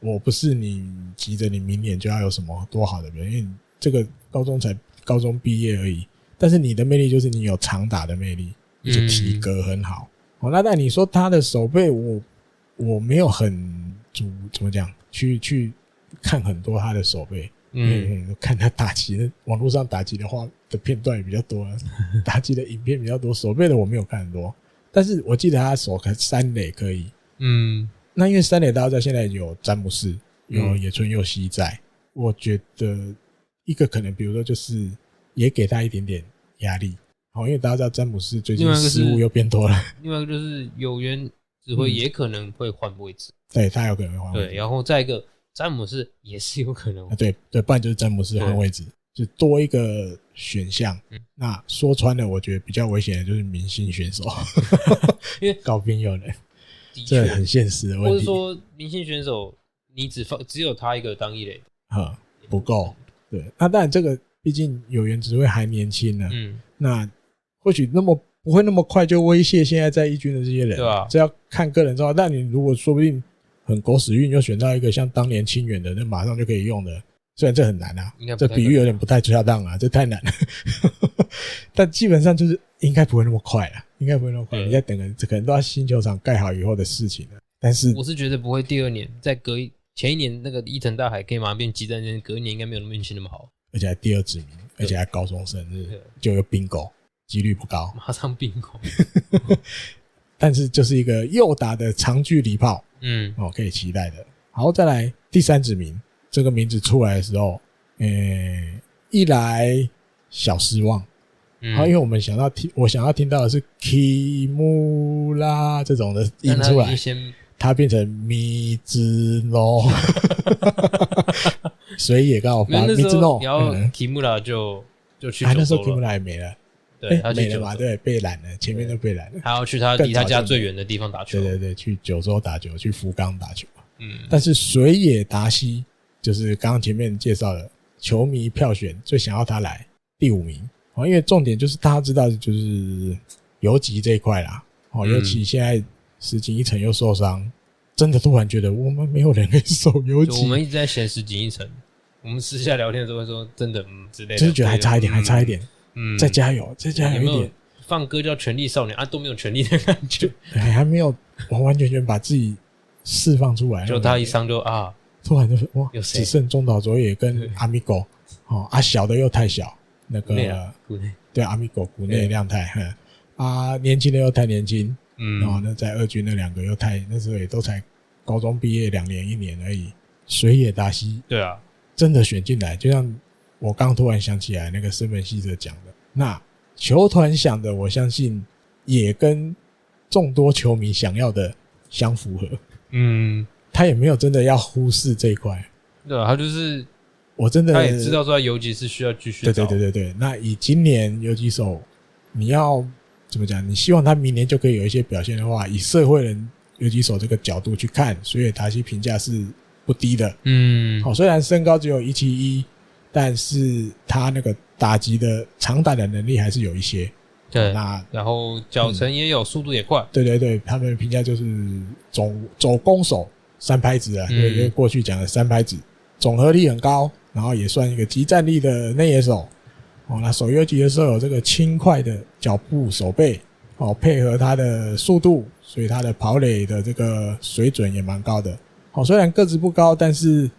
[SPEAKER 1] 我不是你急着你明年就要有什么多好的表现，因为你这个高中才高中毕业而已。但是你的魅力就是你有长打的魅力，而
[SPEAKER 2] 嗯
[SPEAKER 1] 且体格很好。哦，那但你说他的手背，我我没有很主怎么讲，去去看很多他的手背，
[SPEAKER 2] 嗯，
[SPEAKER 1] 嗯，看他打击的网络上打击的话的片段也比较多 啊，打击的影片比较多，手背的我没有看很多，但是我记得他手可三垒可以，
[SPEAKER 2] 嗯，
[SPEAKER 1] 那因为三垒大家在现在有詹姆斯、有
[SPEAKER 2] 嗯
[SPEAKER 1] 野村佑希在，我觉得一个可能，比如说就是也给他一点点压力，好，因为大家知道詹姆斯最
[SPEAKER 2] 另
[SPEAKER 1] 近
[SPEAKER 2] 外一个是
[SPEAKER 1] 失误又变多了，
[SPEAKER 2] 另外一个就是有缘指挥
[SPEAKER 1] 嗯
[SPEAKER 2] 也可能会换位置，
[SPEAKER 1] 对他有可能会换位
[SPEAKER 2] 对，
[SPEAKER 1] 置，
[SPEAKER 2] 然后再一个詹姆斯也是有可能
[SPEAKER 1] 嗯啊，对对，不然就是詹姆斯换位置，就多一个选项
[SPEAKER 2] 嗯。
[SPEAKER 1] 那说穿了，我觉得比较危险的就是明星选手
[SPEAKER 2] 因为
[SPEAKER 1] 搞兵有人，
[SPEAKER 2] 的
[SPEAKER 1] 这
[SPEAKER 2] 确
[SPEAKER 1] 很，现实的
[SPEAKER 2] 或
[SPEAKER 1] 问
[SPEAKER 2] 者
[SPEAKER 1] 题，
[SPEAKER 2] 说明星选手，你只放只有他一个当一垒，
[SPEAKER 1] 哈，不够。
[SPEAKER 2] 嗯
[SPEAKER 1] 对，那当然这个毕竟有缘只会还年轻呢，
[SPEAKER 2] 嗯，
[SPEAKER 1] 那或许那么不会那么快就威胁现在在一军的这些人，
[SPEAKER 2] 对啊
[SPEAKER 1] 这要看个人状况。但你如果说不定很狗屎运，又选到一个像当年清远的，那马上就可以用的。虽然这很难啊
[SPEAKER 2] 应该，不
[SPEAKER 1] 这
[SPEAKER 2] 太可能
[SPEAKER 1] 比喻有点不太恰当啊，这太难了。 但基本上就是应该不会那么快了，应该不会那么快。
[SPEAKER 2] 对
[SPEAKER 1] 你在等个，这可能都要新球场盖好以后的事情了。但是
[SPEAKER 2] 我是觉得不会第二年再隔一前一年那个伊藤大海可以马上变鸡蛋人，隔一年应该没有那么运气那么好，
[SPEAKER 1] 而且还第二指名，而且还高中生
[SPEAKER 2] 对
[SPEAKER 1] 日，就有 bingo，几率不高。
[SPEAKER 2] 马上并 购，
[SPEAKER 1] 但是就是一个右打的长距离炮，
[SPEAKER 2] 嗯，
[SPEAKER 1] 哦，可以期待的。好，再来第三指名，这个名字出来的时候，呃、一来小失望，
[SPEAKER 2] 嗯
[SPEAKER 1] 啊、因为我们想要听，我想要听到的是 Kimura 这种的音
[SPEAKER 2] 但他
[SPEAKER 1] 出
[SPEAKER 2] 已经
[SPEAKER 1] 来，
[SPEAKER 2] 先
[SPEAKER 1] 它变成米之诺， 水野刚好
[SPEAKER 2] 没有
[SPEAKER 1] 发
[SPEAKER 2] 那
[SPEAKER 1] 米
[SPEAKER 2] 时
[SPEAKER 1] 之
[SPEAKER 2] 候
[SPEAKER 1] 诺，
[SPEAKER 2] 你要
[SPEAKER 1] 嗯
[SPEAKER 2] 提姆拉就就去
[SPEAKER 1] 啊，
[SPEAKER 2] 九
[SPEAKER 1] 那时候
[SPEAKER 2] 州了，
[SPEAKER 1] Kimura 也没了，
[SPEAKER 2] 对，
[SPEAKER 1] 哎
[SPEAKER 2] 他去
[SPEAKER 1] 没
[SPEAKER 2] 九
[SPEAKER 1] 了嘛，
[SPEAKER 2] 州，
[SPEAKER 1] 对，被揽了，前面都被揽了，
[SPEAKER 2] 他要去他
[SPEAKER 1] 更
[SPEAKER 2] 离他
[SPEAKER 1] 早
[SPEAKER 2] 家
[SPEAKER 1] 就
[SPEAKER 2] 最
[SPEAKER 1] 没
[SPEAKER 2] 远的地方打球
[SPEAKER 1] 对，对对，去九州打球，去福冈打球。
[SPEAKER 2] 嗯，
[SPEAKER 1] 但是水野达希就是刚刚前面介绍的，球迷票选最想要他来第五名哦，因为重点就是大家知道的就是游击这一块啦哦，
[SPEAKER 2] 嗯
[SPEAKER 1] 尤其现在石井一成又受伤，真的突然觉得我们没有人可以守游
[SPEAKER 2] 就我们
[SPEAKER 1] 击，
[SPEAKER 2] 一直在嫌石井一成，我们私下聊天的时候会说真的，嗯之类的，
[SPEAKER 1] 就是觉得还差一点，
[SPEAKER 2] 嗯
[SPEAKER 1] 还差一，点，
[SPEAKER 2] 嗯，
[SPEAKER 1] 再加油，再加
[SPEAKER 2] 有
[SPEAKER 1] 油
[SPEAKER 2] 没
[SPEAKER 1] 一
[SPEAKER 2] 有
[SPEAKER 1] 点，
[SPEAKER 2] 放歌叫《权力少年》啊，都没有权力的感觉，
[SPEAKER 1] 哎还还没有完完全全把自己释放出来，
[SPEAKER 2] 就他一伤就啊，
[SPEAKER 1] 突然就是哇，
[SPEAKER 2] 有谁
[SPEAKER 1] 只剩中岛佐野
[SPEAKER 2] 对
[SPEAKER 1] 跟阿米狗哦，啊小的又太小，那
[SPEAKER 2] 国内
[SPEAKER 1] 个。
[SPEAKER 2] 啊，国内，
[SPEAKER 1] 对阿米狗国
[SPEAKER 2] 对
[SPEAKER 1] 内亮太，哼啊，年轻的又太年轻，
[SPEAKER 2] 嗯，
[SPEAKER 1] 然后那在二军那两个又太那时候也都才高中毕业两年一年而已。水野达希
[SPEAKER 2] 对啊，
[SPEAKER 1] 真的选进来，就像我刚突然想起来那个森本希哲讲的，那球团想的，我相信也跟众多球迷想要的相符合。
[SPEAKER 2] 嗯，
[SPEAKER 1] 他也没有真的要忽视这一块，
[SPEAKER 2] 对啊，他就是
[SPEAKER 1] 我真的
[SPEAKER 2] 他也知道说他游击是需要继续
[SPEAKER 1] 对对
[SPEAKER 2] 找
[SPEAKER 1] 对对对，那以今年游击手，你要怎么讲？你希望他明年就可以有一些表现的话，以社会人游击手这个角度去看，所以达西评价是不低的。
[SPEAKER 2] 嗯，
[SPEAKER 1] 好、虽然身高只有一七一，但是他那个打击的长打的能力还是有一些。
[SPEAKER 2] 对，
[SPEAKER 1] 那
[SPEAKER 2] 然后
[SPEAKER 1] 嗯
[SPEAKER 2] 脚程也有，速度也快，
[SPEAKER 1] 对对对，他们评价就是走走攻手三拍子啊，
[SPEAKER 2] 嗯
[SPEAKER 1] 对，因为过去讲的三拍子，总和力很高，然后也算一个集战力的内野手。哦，那守游击的时候有这个轻快的脚步手背，哦，配合他的速度，所以他的跑垒的这个水准也蛮高的。哦，虽然个子不高，但是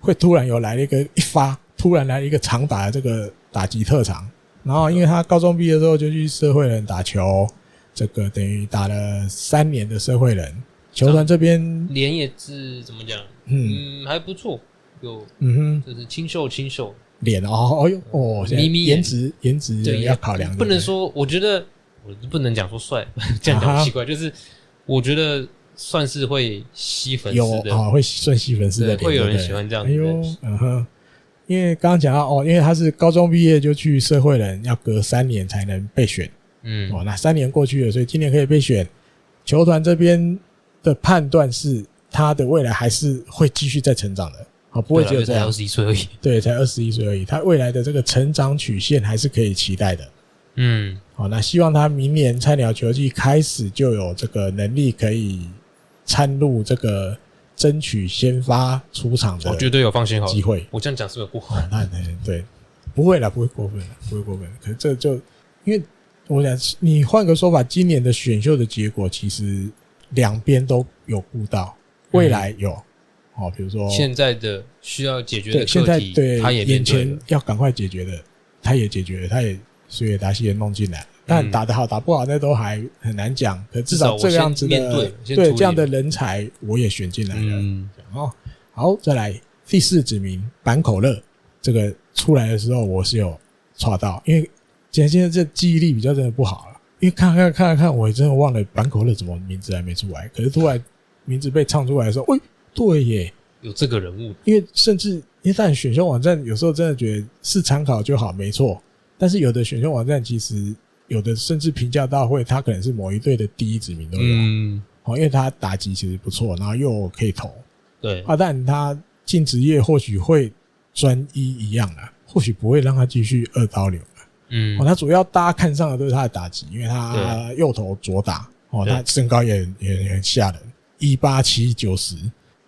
[SPEAKER 1] 会突然有来了一个一发，突然来了一个长打的这个打击特长。然后，因为他高中毕业之后就去社会人打球，这个等于打了三年的社会人。球团这边，
[SPEAKER 2] 脸也是怎么讲，
[SPEAKER 1] 嗯
[SPEAKER 2] 嗯，还不错，有
[SPEAKER 1] 嗯哼，
[SPEAKER 2] 就是清秀清秀，
[SPEAKER 1] 脸哦，哦哟，哦，现在
[SPEAKER 2] 嗯眯眯眼
[SPEAKER 1] 颜值颜值
[SPEAKER 2] 对，
[SPEAKER 1] 要考量，
[SPEAKER 2] 不
[SPEAKER 1] 对对
[SPEAKER 2] 能
[SPEAKER 1] 啊
[SPEAKER 2] 说，我觉得我不能讲说帅，这样讲很奇怪，就是我觉得算是会吸粉
[SPEAKER 1] 有
[SPEAKER 2] 丝的，
[SPEAKER 1] 啊、会顺吸粉丝的
[SPEAKER 2] 对
[SPEAKER 1] 脸，
[SPEAKER 2] 会有
[SPEAKER 1] 对不
[SPEAKER 2] 人
[SPEAKER 1] 对
[SPEAKER 2] 喜欢这样
[SPEAKER 1] 哎
[SPEAKER 2] 子的
[SPEAKER 1] 呦，嗯哼，因为刚刚讲到哦，因为他是高中毕业就去社会人，要隔三年才能被选
[SPEAKER 2] 嗯，
[SPEAKER 1] 哦。那三年过去了，所以今年可以被选。球团这边的判断是，他的未来还是会继续在成长的，好、不会只有这
[SPEAKER 2] 啊才
[SPEAKER 1] 样
[SPEAKER 2] 二。十一岁而已，
[SPEAKER 1] 对，才二十一岁而已，他未来的这个成长曲线还是可以期待的。
[SPEAKER 2] 嗯，
[SPEAKER 1] 好，那希望他明年菜鸟球季开始就有这个能力，可以参入这个争取先发出场
[SPEAKER 2] 我绝
[SPEAKER 1] 的
[SPEAKER 2] 对有放哦心好了
[SPEAKER 1] 机，会。哦
[SPEAKER 2] 我这样讲是不是有不好？
[SPEAKER 1] 那对，不会啦，不会过分啦，不会过分。可是这就因为我想，你换个说法，今年的选秀的结果其实两边都有顾到，未来有哦，比如说
[SPEAKER 2] 嗯现在的需要解决的
[SPEAKER 1] 对现在
[SPEAKER 2] 课题，
[SPEAKER 1] 对
[SPEAKER 2] 他也面
[SPEAKER 1] 眼
[SPEAKER 2] 对
[SPEAKER 1] 前
[SPEAKER 2] 了，
[SPEAKER 1] 要赶快解决的，他也解决了，他也所以达西也弄进来了。但
[SPEAKER 2] 嗯
[SPEAKER 1] 打得好打不好，那都还很难讲。可至
[SPEAKER 2] 少
[SPEAKER 1] 少
[SPEAKER 2] 我
[SPEAKER 1] 这
[SPEAKER 2] 先
[SPEAKER 1] 样子
[SPEAKER 2] 面对
[SPEAKER 1] 的
[SPEAKER 2] 了先处
[SPEAKER 1] 对
[SPEAKER 2] 理
[SPEAKER 1] 这样的
[SPEAKER 2] 了
[SPEAKER 1] 人才，我也选进来了。
[SPEAKER 2] 嗯，
[SPEAKER 1] 哦，好，再来第四指名板口乐，这个出来的时候我是有刷到，因为现在现在这记忆力比较真的不好了，因为看看看看，我真的忘了板口乐怎么名字还没出来，可是突然名字被唱出来的时候，喂、对耶，
[SPEAKER 2] 有这个人物，
[SPEAKER 1] 因为甚至一旦选秀网站有时候真的觉得是参考就好，没错，但是有的选秀网站其实有的甚至评价大会，它可能是某一队的第一指名都有。
[SPEAKER 2] 嗯，
[SPEAKER 1] 哦，因为他打击其实不错，然后又可以投
[SPEAKER 2] 对，
[SPEAKER 1] 啊，但他进职业或许会专一一样啊，或许不会让他继续二刀流啊。
[SPEAKER 2] 嗯
[SPEAKER 1] 哦，，他主要大家看上的都是他的打击，因为他右投左打，哦，
[SPEAKER 2] 对
[SPEAKER 1] 他身高也很也也很吓人，一八七九十。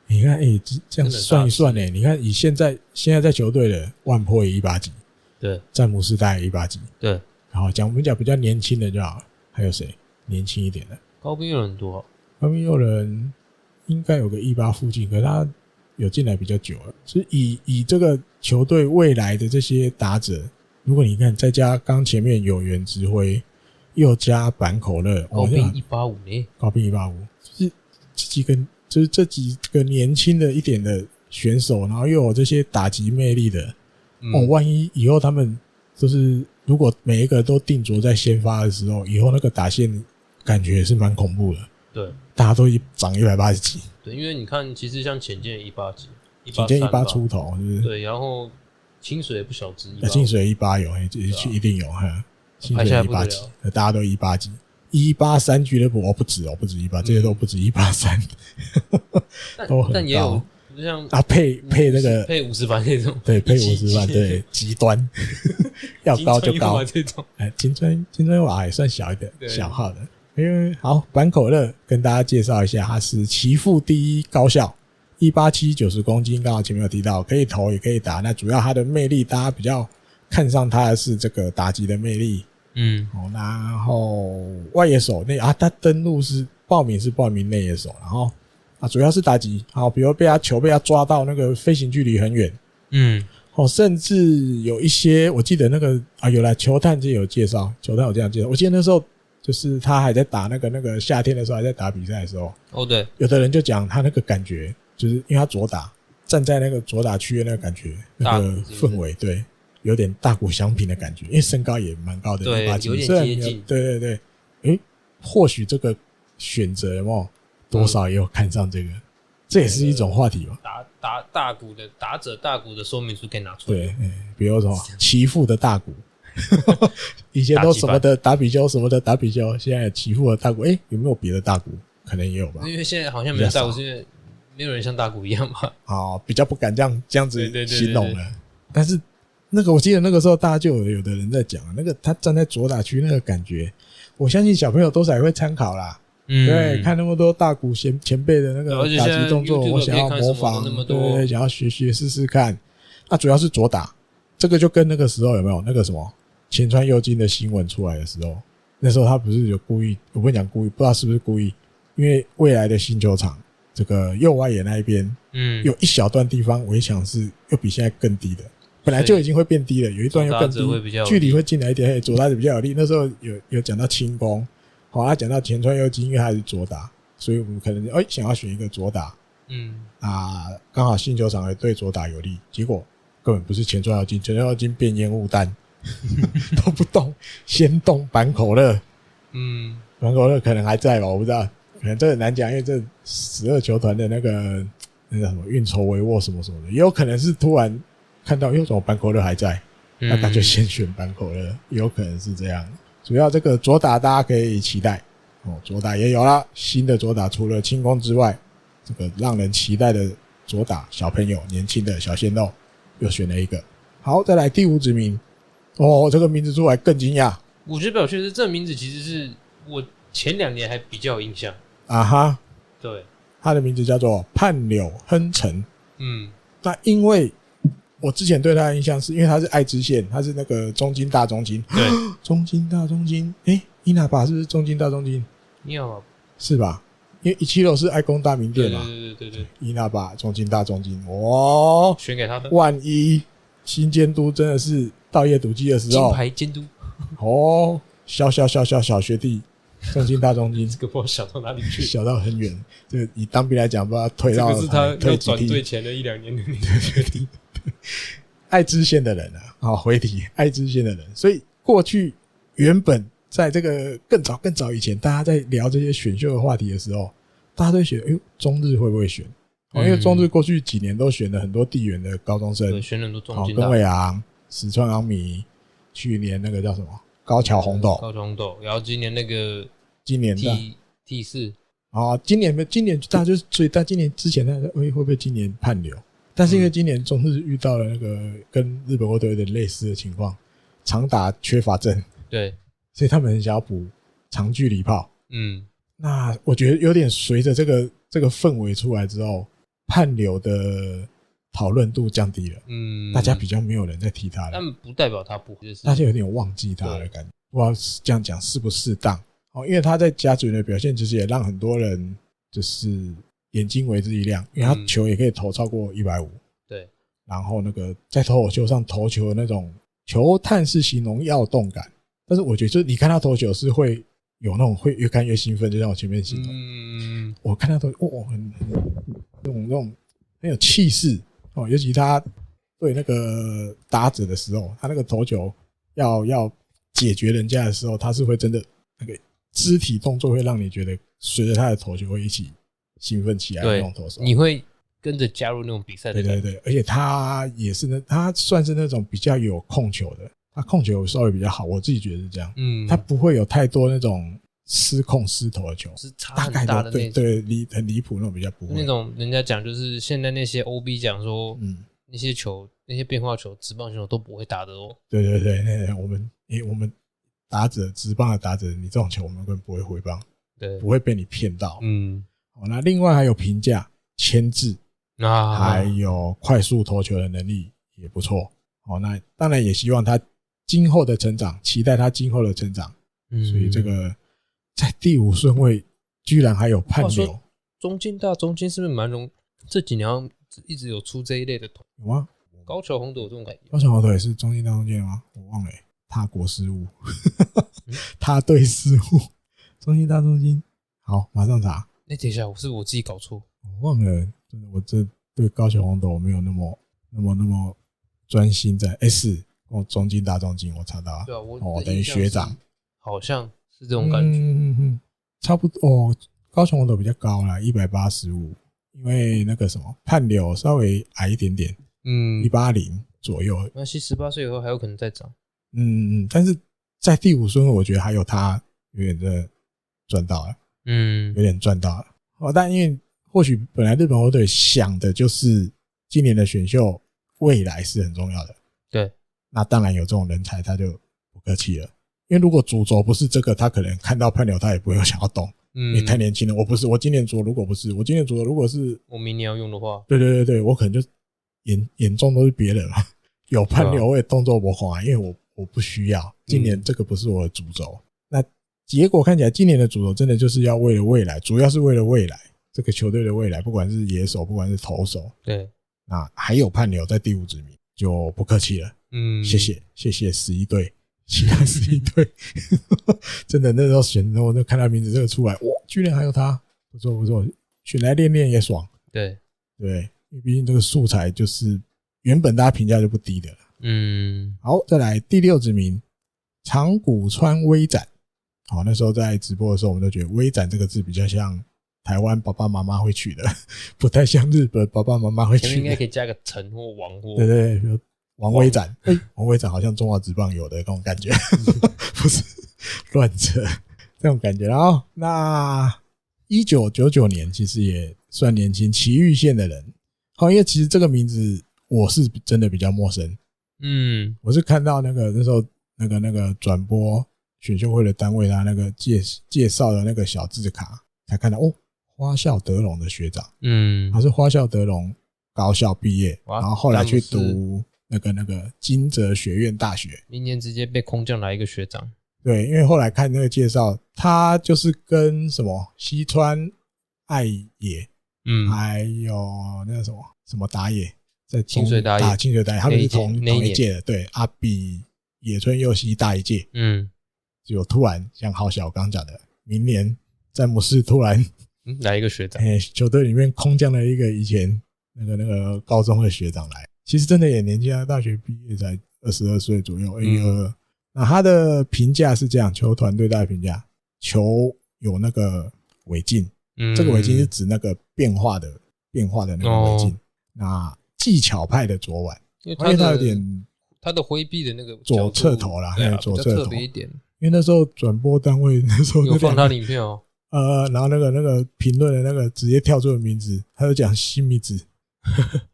[SPEAKER 1] 你看，哎、这这样
[SPEAKER 2] 真的大
[SPEAKER 1] 算一算
[SPEAKER 2] 只
[SPEAKER 1] 呢、你看以现在现在在球队的万坡也一八几，
[SPEAKER 2] 对
[SPEAKER 1] 詹姆斯大概一八几，
[SPEAKER 2] 对，
[SPEAKER 1] 然后讲我们讲比较年轻的就好了，还有谁年轻一点的？
[SPEAKER 2] 高兵有很多，
[SPEAKER 1] 外面有人应该有个一八附近，可是他有进来比较久了。所以以以这个球队未来的这些打者，如果你看再加刚前面有缘指挥，又加板口乐，
[SPEAKER 2] 高
[SPEAKER 1] 我
[SPEAKER 2] 兵
[SPEAKER 1] 想
[SPEAKER 2] 一八五呢，
[SPEAKER 1] 高兵一八五，就是这几个就是这几个年轻的一点的选手，然后又有这些打击魅力的，
[SPEAKER 2] 嗯
[SPEAKER 1] 哦，万一以后他们就是如果每一个都定着在先发的时候，以后那个打线感觉也是蛮恐怖的，
[SPEAKER 2] 对
[SPEAKER 1] 大家都一长一百八十几，
[SPEAKER 2] 对，因为你看，其实像浅见一八几，一
[SPEAKER 1] 仅
[SPEAKER 2] 八
[SPEAKER 1] 见一
[SPEAKER 2] 三
[SPEAKER 1] 八
[SPEAKER 2] 吧，
[SPEAKER 1] 出头，是不是？
[SPEAKER 2] 对，然后清水也不小只，一
[SPEAKER 1] 那
[SPEAKER 2] 八
[SPEAKER 1] 清水一八有，哎这
[SPEAKER 2] 对啊
[SPEAKER 1] 一定有哈，清
[SPEAKER 2] 拍下
[SPEAKER 1] 水一
[SPEAKER 2] 来不得
[SPEAKER 1] 八
[SPEAKER 2] 了
[SPEAKER 1] 几，大家都一八几。一八三俱乐部哦，不止哦，不止一
[SPEAKER 2] 嗯
[SPEAKER 1] 八，这些都不止一八三
[SPEAKER 2] 但
[SPEAKER 1] 都很
[SPEAKER 2] 但也有
[SPEAKER 1] 高
[SPEAKER 2] 就像嗯
[SPEAKER 1] 啊，配配那个
[SPEAKER 2] 配五十番那种，
[SPEAKER 1] 对配五
[SPEAKER 2] 一
[SPEAKER 1] 十
[SPEAKER 2] 级
[SPEAKER 1] 万， 对极端 要高就高，
[SPEAKER 2] 这种，
[SPEAKER 1] 哎，金砖金砖瓦也算小一点，
[SPEAKER 2] 对
[SPEAKER 1] 小号的。因为好，板口乐跟大家介绍一下，他是岐阜第一高校，一八七九十公斤，刚好前面有提到，可以投也可以打。那主要他的魅力，大家比较看上他的是这个打击的魅力
[SPEAKER 2] 嗯，
[SPEAKER 1] 哦。然后外野手内啊，他登录是报名是报名内野手，然后啊主要是打击，好，比如被他球被他抓到那个飞行距离很远，
[SPEAKER 2] 嗯，
[SPEAKER 1] 哦，甚至有一些，我记得那个啊，有了球探界有介绍，球探有这样介绍。我记得那时候就是他还在打那个那个夏天的时候，还在打比赛的时候，
[SPEAKER 2] 哦对，
[SPEAKER 1] 有的人就讲他那个感觉，就是因为他左打站在那个左打区的那个感觉，那个
[SPEAKER 2] 大鼓是不是
[SPEAKER 1] 氛围，对，有点大鼓相平的感觉，因为身高也蛮高的，
[SPEAKER 2] 对
[SPEAKER 1] 180
[SPEAKER 2] 有点
[SPEAKER 1] 虽然
[SPEAKER 2] 接
[SPEAKER 1] 没有
[SPEAKER 2] 近
[SPEAKER 1] 对对对，诶，或许这个选择有没有
[SPEAKER 2] 嗯
[SPEAKER 1] 多少也有看上这个，这也是一种话题吧。
[SPEAKER 2] 打打大鼓的打者大鼓的说明书可以拿出来，
[SPEAKER 1] 对，嗯比如什么岐阜的大鼓， 以前都什么的打比丘什么的打比丘，现在岐阜的大鼓，哎、有没有别的大鼓？可能也有吧。
[SPEAKER 2] 因为现在好像没有
[SPEAKER 1] 比较
[SPEAKER 2] 大鼓，
[SPEAKER 1] 少
[SPEAKER 2] 是因为没有人像大鼓一样嘛，
[SPEAKER 1] 啊，比较不敢这样这样
[SPEAKER 2] 对
[SPEAKER 1] 子
[SPEAKER 2] 对对
[SPEAKER 1] 形容
[SPEAKER 2] 对对
[SPEAKER 1] 了。但是那个我记得那个时候大家就有有的人在讲，那个他站在左打区那个感觉，我相信小朋友多少也会参考啦。
[SPEAKER 2] 嗯
[SPEAKER 1] 对，看那么多大鼓前前辈的那
[SPEAKER 2] 对
[SPEAKER 1] 个
[SPEAKER 2] 而且
[SPEAKER 1] 打
[SPEAKER 2] 现
[SPEAKER 1] 击
[SPEAKER 2] 在
[SPEAKER 1] 动作，
[SPEAKER 2] YouTube
[SPEAKER 1] 我想要
[SPEAKER 2] 可以看
[SPEAKER 1] 模
[SPEAKER 2] 什么
[SPEAKER 1] 仿，
[SPEAKER 2] 都那么
[SPEAKER 1] 对
[SPEAKER 2] 多
[SPEAKER 1] 对，对想要学学试试看。那主要是左打，这个就跟那个时候有没有那个什么前川右京的新闻出来的时候，那时候他不是有故意，我不讲故意，不知道是不是故意，因为未来的新球场这个右外野那一边
[SPEAKER 2] 嗯，
[SPEAKER 1] 有一小段地方围墙是又比现在更低的，本来就已经会变低了，有一段又更
[SPEAKER 2] 左打者会比
[SPEAKER 1] 低
[SPEAKER 2] 较有，力
[SPEAKER 1] 距离会近来一点，嘿左打者比较有力。那时候有有讲到轻功，好、啊他讲到前川右京，因为他是左打，所以我们可能哎、想要选一个左打
[SPEAKER 2] 嗯，
[SPEAKER 1] 啊，刚好新球场也对左打有利，结果根本不是前川右京，前川右京变烟雾弹， 都不动，先动板口乐，
[SPEAKER 2] 嗯，
[SPEAKER 1] 门口乐可能还在吧，我不知道，可能这很难讲，因为这十二球团的那个那叫什么运筹帷幄什么什么的，也有可能是突然看到，又怎么班口乐还在，那
[SPEAKER 2] 嗯
[SPEAKER 1] 他就先选班口乐，也有可能是这样。主要这个左打大家可以期待哦，左打也有啦，新的左打除了轻功之外，这个让人期待的左打小朋友年轻的小鲜肉又选了一个，好，再来第五指名，哦，这个名字出来更惊讶
[SPEAKER 2] 我觉得表确实这名字其实是我前两年还比较有印象，
[SPEAKER 1] 啊哈，
[SPEAKER 2] 对，
[SPEAKER 1] 他的名字叫做盼柳亨城。
[SPEAKER 2] 嗯，
[SPEAKER 1] 那因为我之前对他的印象是因为他是爱知县，他是那个中京大中京，
[SPEAKER 2] 对，
[SPEAKER 1] 中京大中京，诶、伊娜巴是不是中京大中京？
[SPEAKER 2] 你好，
[SPEAKER 1] 是吧？因为一七六是爱工大名
[SPEAKER 2] 对
[SPEAKER 1] 店
[SPEAKER 2] 对
[SPEAKER 1] 嘛，
[SPEAKER 2] 对对对对，
[SPEAKER 1] 伊娜巴中京大中京，哦，
[SPEAKER 2] 选给他的
[SPEAKER 1] 万一新监督真的是盗业毒鸡的时
[SPEAKER 2] 金
[SPEAKER 1] 候，
[SPEAKER 2] 牌监督，
[SPEAKER 1] 哦，小小小小小学弟，中京大中京，
[SPEAKER 2] 这个不知道想到哪里去，
[SPEAKER 1] 小到很远，这个以当兵来讲，不知道退
[SPEAKER 2] 这
[SPEAKER 1] 到
[SPEAKER 2] 个是他
[SPEAKER 1] 退
[SPEAKER 2] 要
[SPEAKER 1] 几
[SPEAKER 2] 转
[SPEAKER 1] 地
[SPEAKER 2] 队前的一两年的年纪，
[SPEAKER 1] 爱知县的人啊，
[SPEAKER 2] 哦
[SPEAKER 1] 好回题，爱知县的人，所以过去原本在这个更早更早以前，大家在聊这些选秀的话题的时候，大家都会选，哎呦，中日会不会选？哦，
[SPEAKER 2] 嗯
[SPEAKER 1] 因为中日过去几年都选了很多地缘的高中
[SPEAKER 2] 对，
[SPEAKER 1] 生，
[SPEAKER 2] 选了很多中
[SPEAKER 1] 好，
[SPEAKER 2] 间
[SPEAKER 1] 根卫昂、石川昂米，去年那个叫什么高桥红豆，
[SPEAKER 2] 高中红豆，然后今年那个
[SPEAKER 1] 今年的
[SPEAKER 2] T T 四
[SPEAKER 1] 啊，今年没今年大家就是所以在今年之前大家会会不会今年判流？但是因为今年中日遇到了那个跟日本国队有点类似的情况，长打缺乏症，
[SPEAKER 2] 对，
[SPEAKER 1] 所以他们很想要补长距离炮。
[SPEAKER 2] 嗯，
[SPEAKER 1] 那我觉得有点随着这个这个氛围出来之后，判流的讨论度降低了，
[SPEAKER 2] 嗯，
[SPEAKER 1] 大家比，较没有人在提他了，
[SPEAKER 2] 但不代表他不，就是
[SPEAKER 1] 大家有点忘记他的感觉。不知道是这样讲适不适当哦，因为他在甲组的表现其实也让很多人就是眼睛为之一亮，因为他
[SPEAKER 2] 嗯
[SPEAKER 1] 球也可以投超过一百五，
[SPEAKER 2] 对，
[SPEAKER 1] 然后那个在投球上投球的那种球探是形容要动感，但是我觉得就是你看他投球是会有那种会越看越兴奋，就像我前面形容的。
[SPEAKER 2] 嗯，
[SPEAKER 1] 我看他都哦，很很那种那种很有气势哦，尤其他对那个打者的时候，他那个投球要要解决人家的时候，他是会真的那个肢体动作会让你觉得随着他的投球会一起兴奋起来的那
[SPEAKER 2] 对
[SPEAKER 1] 种投手。
[SPEAKER 2] 你会跟着加入那种比赛的
[SPEAKER 1] 对
[SPEAKER 2] 感
[SPEAKER 1] 对
[SPEAKER 2] 觉，
[SPEAKER 1] 对，而且他也是那他算是那种比较有控球的，他控球稍微比较好，我自己觉得是这样，
[SPEAKER 2] 嗯，
[SPEAKER 1] 他不会有太多那种失控失投的球。
[SPEAKER 2] 是差
[SPEAKER 1] 大
[SPEAKER 2] 很
[SPEAKER 1] 概
[SPEAKER 2] 大
[SPEAKER 1] 的
[SPEAKER 2] 的
[SPEAKER 1] 对
[SPEAKER 2] 那种，
[SPEAKER 1] 对离很离谱那种比较不会
[SPEAKER 2] 那种人家讲就是现在那些 OB 讲说
[SPEAKER 1] 嗯，
[SPEAKER 2] 那些球那些变化球、直棒球都不会打的哦，
[SPEAKER 1] 对对对，那个我们诶、我们打者直棒的打者，你这种球我们根本不会回棒，
[SPEAKER 2] 对
[SPEAKER 1] 不，会被你骗到。
[SPEAKER 2] 嗯，
[SPEAKER 1] 好，那另外还有评价、牵制，
[SPEAKER 2] 那
[SPEAKER 1] 还有快速投球的能力也不错。好，那当然也希望他今后的成长，期待他今后的成长。
[SPEAKER 2] 嗯
[SPEAKER 1] 所以这个在第五顺位居然还有判
[SPEAKER 2] 话说
[SPEAKER 1] 流，
[SPEAKER 2] 中间大中间是不是蛮容？这几年好像一直有出这一类的头，
[SPEAKER 1] 有吗？
[SPEAKER 2] 高桥红都有这种感觉
[SPEAKER 1] 高。桥好腿是中间大中间吗？我忘了、欸，他国失 误，他对失误，中心大中心。好，马上查。
[SPEAKER 2] 那、哎等一下，我是我自己搞错，
[SPEAKER 1] 我忘了，欸真的，我这对高雄红豆我没有那么、那么、那么专心在。S 哦，中金大中金，我查到啊
[SPEAKER 2] 对，啊，我
[SPEAKER 1] 哦
[SPEAKER 2] 的
[SPEAKER 1] 等于
[SPEAKER 2] 印象
[SPEAKER 1] 学
[SPEAKER 2] 是
[SPEAKER 1] 长，
[SPEAKER 2] 好像是
[SPEAKER 1] 这
[SPEAKER 2] 这种感觉。
[SPEAKER 1] 嗯嗯嗯，差不多。哦，高雄红豆比较高啦，一百八十五，因为那个什么判柳稍微矮一点点，
[SPEAKER 2] 嗯
[SPEAKER 1] 一，八零左右。
[SPEAKER 2] 那西十八岁以后还有可能再长。
[SPEAKER 1] 嗯嗯，但是在第五顺位，我觉得还有他有点真的赚到了。
[SPEAKER 2] 嗯
[SPEAKER 1] 有点赚到了。哦，但因为或许本来日本火腿想的就是今年的选秀未来是很重要的。
[SPEAKER 2] 对，
[SPEAKER 1] 那当然有这种人才，他就不客气了。因为如果主轴不是这个，他可能看到判流，他也不会想要动。
[SPEAKER 2] 嗯，
[SPEAKER 1] 你太年轻了，我不是，我今年主如果不是，我今年主如果是
[SPEAKER 2] 我明年要用的话，
[SPEAKER 1] 对对对对，我可能就眼眼中都是别人了。啊 有判流我也动作不滑，因为我我不需要。今年这个不是我的主轴。那结果看起来，今年的主轴真的就是要为了未来，主要是为了未来这个球队的未来，不管是野手，不管是投手，
[SPEAKER 2] 对，
[SPEAKER 1] 啊，还有判流在第五指名，就不客气了。
[SPEAKER 2] 嗯，
[SPEAKER 1] 谢。谢谢谢十一队，其他十一队， 真的那时候选，我就看他名字这个出来，哇，居然还有他，不错不错，选来练练也爽。
[SPEAKER 2] 对，
[SPEAKER 1] 对，因为毕竟这个素材就是原本大家评价就不低的了。
[SPEAKER 2] 嗯，
[SPEAKER 1] 好，再来第六之名，长谷川微展。好，那时候在直播的时候，我们都觉得“微展”这个字比较像台湾爸爸妈妈会取的， 不太像日本爸爸妈妈会
[SPEAKER 2] 前面
[SPEAKER 1] 取
[SPEAKER 2] 应该
[SPEAKER 1] 的。
[SPEAKER 2] 可以加个陈或王或
[SPEAKER 1] 对对对，比如王微展，哎、王微展好像中华职棒有的那种感觉，不是乱扯这种感觉。然后，那一九九九年其实也算年轻，崎玉县的人。好，因为其实这个名字我是真的比较陌生，
[SPEAKER 2] 嗯，
[SPEAKER 1] 我是看到那个那时候那个那个转播选秀会的单位啊他那个介介绍的那个小字卡才看到哦，花校德隆的学长。
[SPEAKER 2] 嗯
[SPEAKER 1] 他，是花校德隆高校毕业，
[SPEAKER 2] 哇
[SPEAKER 1] 然后后来去
[SPEAKER 2] 詹姆斯
[SPEAKER 1] 读那个那个金泽学院大学。
[SPEAKER 2] 明年直接被空降来一个学长。
[SPEAKER 1] 对，因为后来看那个介绍，他就是跟什么西川爱也，
[SPEAKER 2] 嗯，
[SPEAKER 1] 还有那个什么什么打野，在
[SPEAKER 2] 清水打野
[SPEAKER 1] 打清水打野，他们是同
[SPEAKER 2] 那一届
[SPEAKER 1] 同一届的。对，阿比野村佑希大一届，
[SPEAKER 2] 嗯，
[SPEAKER 1] 就突然像浩小刚讲的，明年詹姆斯突然
[SPEAKER 2] 嗯来一个学长。
[SPEAKER 1] 哎、球队里面空降了一个以前那个那个高中的学长来，其实真的也年纪啊，大学毕业才二十二岁左右，二
[SPEAKER 2] 嗯
[SPEAKER 1] 一二。那他的评价是这样：球团对他的评价，球有那个违禁，
[SPEAKER 2] 嗯，
[SPEAKER 1] 这个违禁是指那个变化的变化的那个违禁。
[SPEAKER 2] 哦
[SPEAKER 1] 那技巧派的左腕，
[SPEAKER 2] 因为
[SPEAKER 1] 因为他
[SPEAKER 2] 的
[SPEAKER 1] 有点
[SPEAKER 2] 他的挥臂的那个角
[SPEAKER 1] 左
[SPEAKER 2] 度
[SPEAKER 1] 侧头啦
[SPEAKER 2] 对啊
[SPEAKER 1] 嘿
[SPEAKER 2] 比较
[SPEAKER 1] 左侧
[SPEAKER 2] 特别
[SPEAKER 1] 头
[SPEAKER 2] 一点。
[SPEAKER 1] 因为那时候转播单位那时候
[SPEAKER 2] 有
[SPEAKER 1] 那
[SPEAKER 2] 放
[SPEAKER 1] 两
[SPEAKER 2] 他
[SPEAKER 1] 个
[SPEAKER 2] 的影片哦，
[SPEAKER 1] 呃，然后那个那个评论的那个直接跳出了名字，他就讲西米 子，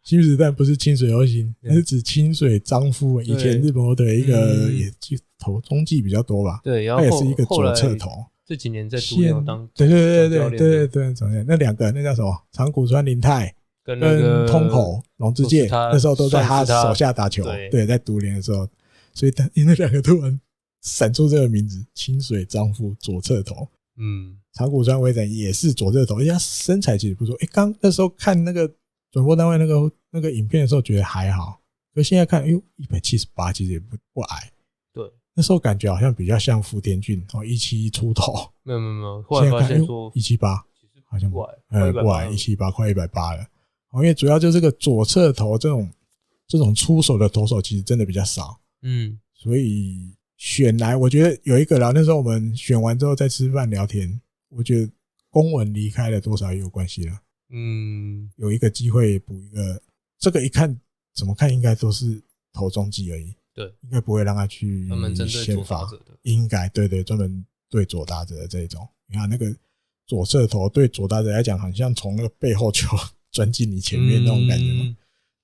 [SPEAKER 1] 西米子但不是清水游行，
[SPEAKER 2] 嗯
[SPEAKER 1] 那是指清水张夫，以前日本我的一个
[SPEAKER 2] 嗯
[SPEAKER 1] 也就投中继比较多吧，
[SPEAKER 2] 对，然
[SPEAKER 1] 他
[SPEAKER 2] 后
[SPEAKER 1] 也
[SPEAKER 2] 后
[SPEAKER 1] 是一个
[SPEAKER 2] 后
[SPEAKER 1] 左
[SPEAKER 2] 来
[SPEAKER 1] 侧头，
[SPEAKER 2] 这几年在独
[SPEAKER 1] 现
[SPEAKER 2] 联当
[SPEAKER 1] 对对对
[SPEAKER 2] 总教
[SPEAKER 1] 对对对
[SPEAKER 2] 练
[SPEAKER 1] 对对，总教练那两个那叫什么？长谷川林太
[SPEAKER 2] 跟那
[SPEAKER 1] 跟
[SPEAKER 2] 个
[SPEAKER 1] 通口龙之
[SPEAKER 2] 都
[SPEAKER 1] 介
[SPEAKER 2] 是他
[SPEAKER 1] 那时候都在他
[SPEAKER 2] 算是他
[SPEAKER 1] 手下打球，
[SPEAKER 2] 对
[SPEAKER 1] 对，在独联的时候，所以他因为那两个突然闪出这个名字，清水张夫左侧头。
[SPEAKER 2] 嗯，
[SPEAKER 1] 长谷川威展也是左侧头，人家身材其实不错。哎，刚那时候看那个转播单位那个那个影片的时候，觉得还好，可现在看，哎呦，一百七十八其实也不不矮。
[SPEAKER 2] 对，
[SPEAKER 1] 那时候感觉好像比较像福田俊，哦，一七出头，
[SPEAKER 2] 没有没有没有，后
[SPEAKER 1] 现在
[SPEAKER 2] 来发
[SPEAKER 1] 看，哎
[SPEAKER 2] 现
[SPEAKER 1] 呦
[SPEAKER 2] 说，
[SPEAKER 1] 一七八，
[SPEAKER 2] 其实
[SPEAKER 1] 好像
[SPEAKER 2] 不矮，
[SPEAKER 1] 呃，
[SPEAKER 2] 快
[SPEAKER 1] 不矮，
[SPEAKER 2] 180
[SPEAKER 1] 一七八，快一百八了。哦，因为主要就是这个左侧头这种这种出手的投手，其实真的比较少。
[SPEAKER 2] 嗯，
[SPEAKER 1] 所以选来，我觉得有一个啦。那时候我们选完之后再吃饭聊天，我觉得公文离开了多少也有关系啦。
[SPEAKER 2] 嗯，
[SPEAKER 1] 有一个机会补一个，这个一看怎么看应该都是投中继而已，
[SPEAKER 2] 对，
[SPEAKER 1] 应该不会让他去
[SPEAKER 2] 他们针对
[SPEAKER 1] 嗯先
[SPEAKER 2] 左
[SPEAKER 1] 发
[SPEAKER 2] 打者的，
[SPEAKER 1] 应该对对，专门对左打者的这一种。你看那个左侧头对左打者来讲，好像从那个背后球 钻进你前面那种感觉嘛，
[SPEAKER 2] 嗯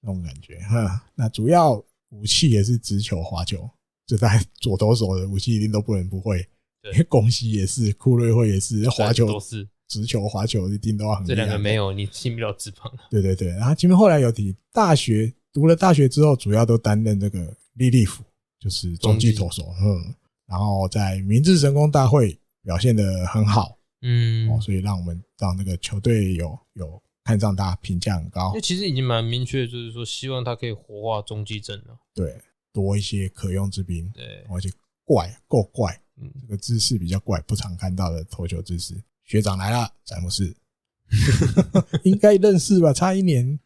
[SPEAKER 1] 那种感觉哈。那主要武器也是直球、滑球，这在左投手的武器一定都不能不会
[SPEAKER 2] 对。
[SPEAKER 1] 攻西也是，库瑞会也是，滑
[SPEAKER 2] 都
[SPEAKER 1] 球、
[SPEAKER 2] 是
[SPEAKER 1] 直球、滑球一定都要很厉
[SPEAKER 2] 这
[SPEAKER 1] 害。
[SPEAKER 2] 两个没有，你进不了职棒。
[SPEAKER 1] 对对对，然后前面后来有提，大学读了大学之后，主要都担任这个利利府，就是中继投手，嗯，然后在明治神功大会表现的很好、
[SPEAKER 2] 嗯，
[SPEAKER 1] 哦，所以让我们让那个球队有有看上他，评价很高
[SPEAKER 2] 因为，其实已经蛮明确，就是说希望他可以活化中继阵了。
[SPEAKER 1] 对，多一些可用之兵，
[SPEAKER 2] 对，
[SPEAKER 1] 而且怪够怪，
[SPEAKER 2] 嗯，
[SPEAKER 1] 这个姿势比较怪，不常看到的投球姿势。学长来了，詹姆 斯，应该认识吧？差一年，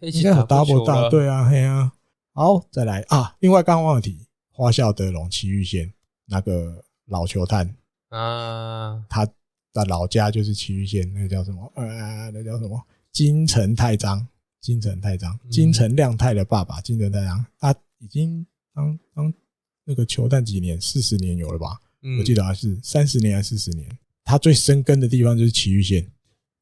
[SPEAKER 2] 一
[SPEAKER 1] 应
[SPEAKER 2] 起
[SPEAKER 1] 该有
[SPEAKER 2] 打
[SPEAKER 1] double
[SPEAKER 2] 到
[SPEAKER 1] 到，，对啊，嘿啊。好，再来啊！另外刚刚忘了提，花校德龙崎玉县那个老球探，
[SPEAKER 2] 啊，
[SPEAKER 1] 他的老家就是崎玉县，那个叫什么？呃，那叫什么？金城太章，金城太章，
[SPEAKER 2] 嗯
[SPEAKER 1] 金城亮太的爸爸，金城太章，他已经当当那个球探几年，四十年有了吧？
[SPEAKER 2] 嗯
[SPEAKER 1] 我记得好像是三十年还是四十年。他最深根的地方就是崎玉县，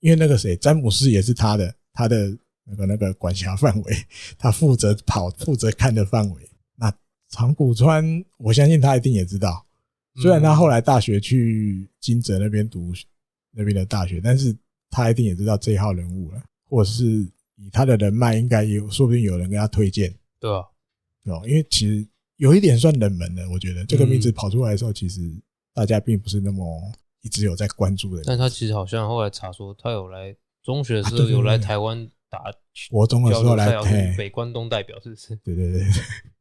[SPEAKER 1] 因为那个谁，詹姆斯也是他的他的那个那个管辖范围，他负责跑负责看的范围。那长谷川，我相信他一定也知道，虽然他后来大学去金泽那边读那边的大学，但是他一定也知道这一号人物了，或者是以他的人脉，应该也有说不定有人跟他推荐。
[SPEAKER 2] 对啊吧？
[SPEAKER 1] 哦，因为其实有一点算冷门的，我觉得这个名字
[SPEAKER 2] 嗯
[SPEAKER 1] 跑出来的时候，其实大家并不是那么一直有在关注的。
[SPEAKER 2] 但他其实好像后来查说，他有来中学的
[SPEAKER 1] 啊
[SPEAKER 2] 时
[SPEAKER 1] 对
[SPEAKER 2] 候
[SPEAKER 1] 对
[SPEAKER 2] 有来
[SPEAKER 1] 对
[SPEAKER 2] 台湾打
[SPEAKER 1] 国中的时
[SPEAKER 2] 交
[SPEAKER 1] 候
[SPEAKER 2] 流
[SPEAKER 1] 来
[SPEAKER 2] 赛，，好像是
[SPEAKER 1] 嘿
[SPEAKER 2] 北关东代表是不是？
[SPEAKER 1] 对对对，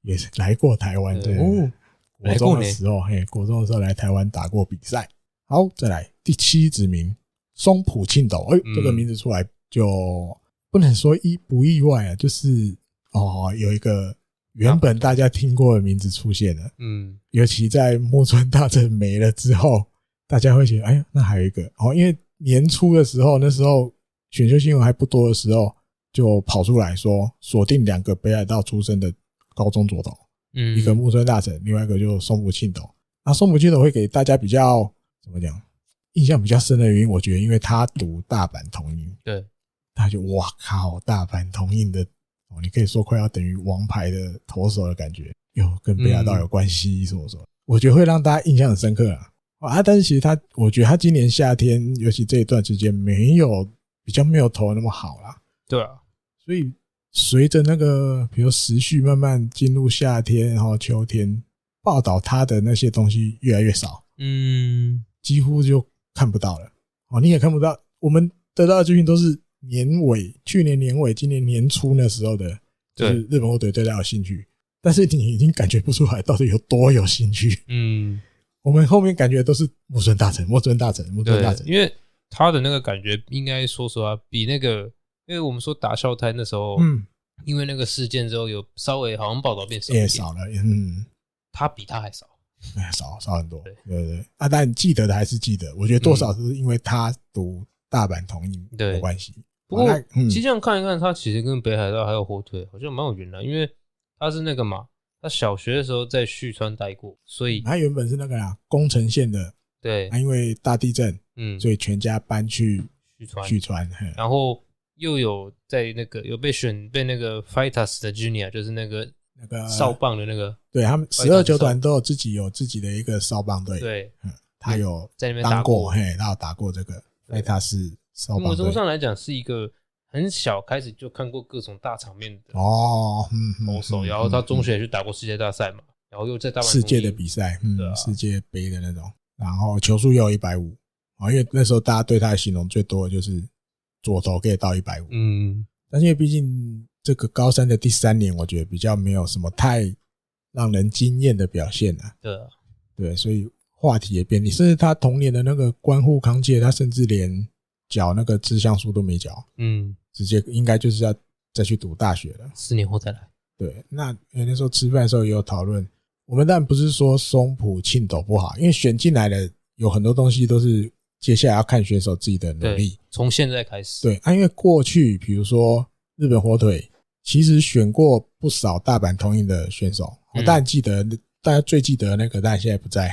[SPEAKER 1] 也是来过台湾，对，
[SPEAKER 2] 哦，
[SPEAKER 1] 国中的时候，嘿，国中的时候来台湾打过比赛。好，再来第七指名松浦庆斗，哎、
[SPEAKER 2] 嗯
[SPEAKER 1] 这个名字出来就不能说意不意外啊，就是哦，有一个
[SPEAKER 2] 啊
[SPEAKER 1] 原本大家听过的名字出现了。
[SPEAKER 2] 嗯，
[SPEAKER 1] 尤其在木村大臣没了之后，大家会觉得，哎呀，那还有一个哦，因为年初的时候，那时候选秀新闻还不多的时候，就跑出来说锁定两个北海道出身的高中左投，
[SPEAKER 2] 嗯，
[SPEAKER 1] 一个木村大臣，另外一个就是松浦庆斗。那松浦庆斗会给大家比较怎么讲，印象比较深的原因，我觉得因为他读大阪桐音，
[SPEAKER 2] 对，
[SPEAKER 1] 他就哇靠，大阪同印的哦，你可以说快要等于王牌的投手的感觉，有跟北海道有关系，什么什么，我觉得会让大家印象很深刻啊。啊，但是其实他，我觉得他今年夏天，尤其这一段时间，没有比较没有投得那么好啦。
[SPEAKER 2] 对啊，
[SPEAKER 1] 所以随着那个，比如时序慢慢进入夏天，然后秋天，报道他的那些东西越来越少。
[SPEAKER 2] 嗯，
[SPEAKER 1] 几乎就看不到了。哦，你也看不到，我们得到的资讯都是年尾，去年年尾、今年年初那时候的，就是
[SPEAKER 2] 对
[SPEAKER 1] 日本火腿对他有兴趣，但是你已经感觉不出来到底有多有兴趣。
[SPEAKER 2] 嗯，
[SPEAKER 1] 我们后面感觉都是木村大臣、木村大臣、木村
[SPEAKER 2] 对
[SPEAKER 1] 大，臣，
[SPEAKER 2] 因为他的那个感觉，应该说实话，比那个，因为我们说打校胎那时候，
[SPEAKER 1] 嗯，
[SPEAKER 2] 因为那个事件之后，有稍微好像报道变少一
[SPEAKER 1] 也
[SPEAKER 2] 点，
[SPEAKER 1] 少了，嗯，
[SPEAKER 2] 他比他还少，
[SPEAKER 1] 哎少少很多，
[SPEAKER 2] 对
[SPEAKER 1] 对对对。啊，但记得的还是记得，我觉得多少是因为他读大阪同音
[SPEAKER 2] 对
[SPEAKER 1] 有关系。
[SPEAKER 2] 不过
[SPEAKER 1] 啊那嗯
[SPEAKER 2] 其实这样看一看，他其实跟北海道还有火腿好像蛮有缘的，因为他是那个嘛，他小学的时候在旭川待过，所以
[SPEAKER 1] 哎啊他原本是那个啦，宫城县的
[SPEAKER 2] 对
[SPEAKER 1] 啊，，因为大地震，
[SPEAKER 2] 嗯，
[SPEAKER 1] 所以全家搬去
[SPEAKER 2] 续传，
[SPEAKER 1] 旭川。嘿
[SPEAKER 2] 然后又有在那个有被选被那个 Fighters 的 Junior，就是那个
[SPEAKER 1] 那个
[SPEAKER 2] 哨棒的那个，
[SPEAKER 1] 对他们
[SPEAKER 2] 外
[SPEAKER 1] 十
[SPEAKER 2] 岛
[SPEAKER 1] 二
[SPEAKER 2] 的
[SPEAKER 1] 球
[SPEAKER 2] 哨
[SPEAKER 1] 团都有自己有自己的一个哨棒队，
[SPEAKER 2] 对，
[SPEAKER 1] 他有
[SPEAKER 2] 在那边打
[SPEAKER 1] 当过，
[SPEAKER 2] 过。
[SPEAKER 1] 嘿，他有打过这个，所以他是哨
[SPEAKER 2] 某
[SPEAKER 1] 棒
[SPEAKER 2] 种
[SPEAKER 1] 队。
[SPEAKER 2] 上来讲，是一个很小开始就看过各种大场面的
[SPEAKER 1] 哦，嗯，嗯
[SPEAKER 2] 投手，
[SPEAKER 1] 嗯
[SPEAKER 2] 然后他
[SPEAKER 1] 嗯
[SPEAKER 2] 中学去打过世界大赛嘛，然后又在大阪
[SPEAKER 1] 世界
[SPEAKER 2] 公益
[SPEAKER 1] 的比赛，嗯
[SPEAKER 2] 对啊，
[SPEAKER 1] 世界杯的那种，然后球速又有一百五啊，因为那时候大家对他的形容最多的就是左投可以到一百五，
[SPEAKER 2] 嗯，
[SPEAKER 1] 但是因为毕竟这个高三的第三年，我觉得比较没有什么太让人惊艳的表现啊，
[SPEAKER 2] 对啊，
[SPEAKER 1] 对，所以话题也变低，甚至他同年的那个关户康介，他甚至连缴那个志向书都没缴，
[SPEAKER 2] 嗯，
[SPEAKER 1] 直接应该就是要再去读大学了。
[SPEAKER 2] 四年后再来，
[SPEAKER 1] 对，那呃那时候吃饭的时候也有讨论，我们当然不是说松浦庆斗不好，因为选进来的有很多东西都是接下来要看选手自己的努
[SPEAKER 2] 对
[SPEAKER 1] 力。，
[SPEAKER 2] 从现在开始，
[SPEAKER 1] 对，啊，因为过去比如说日本火腿，其实选过不少大阪桐荫的选手，我
[SPEAKER 2] 嗯
[SPEAKER 1] 当然记得，大家最记得那个，但现在不在，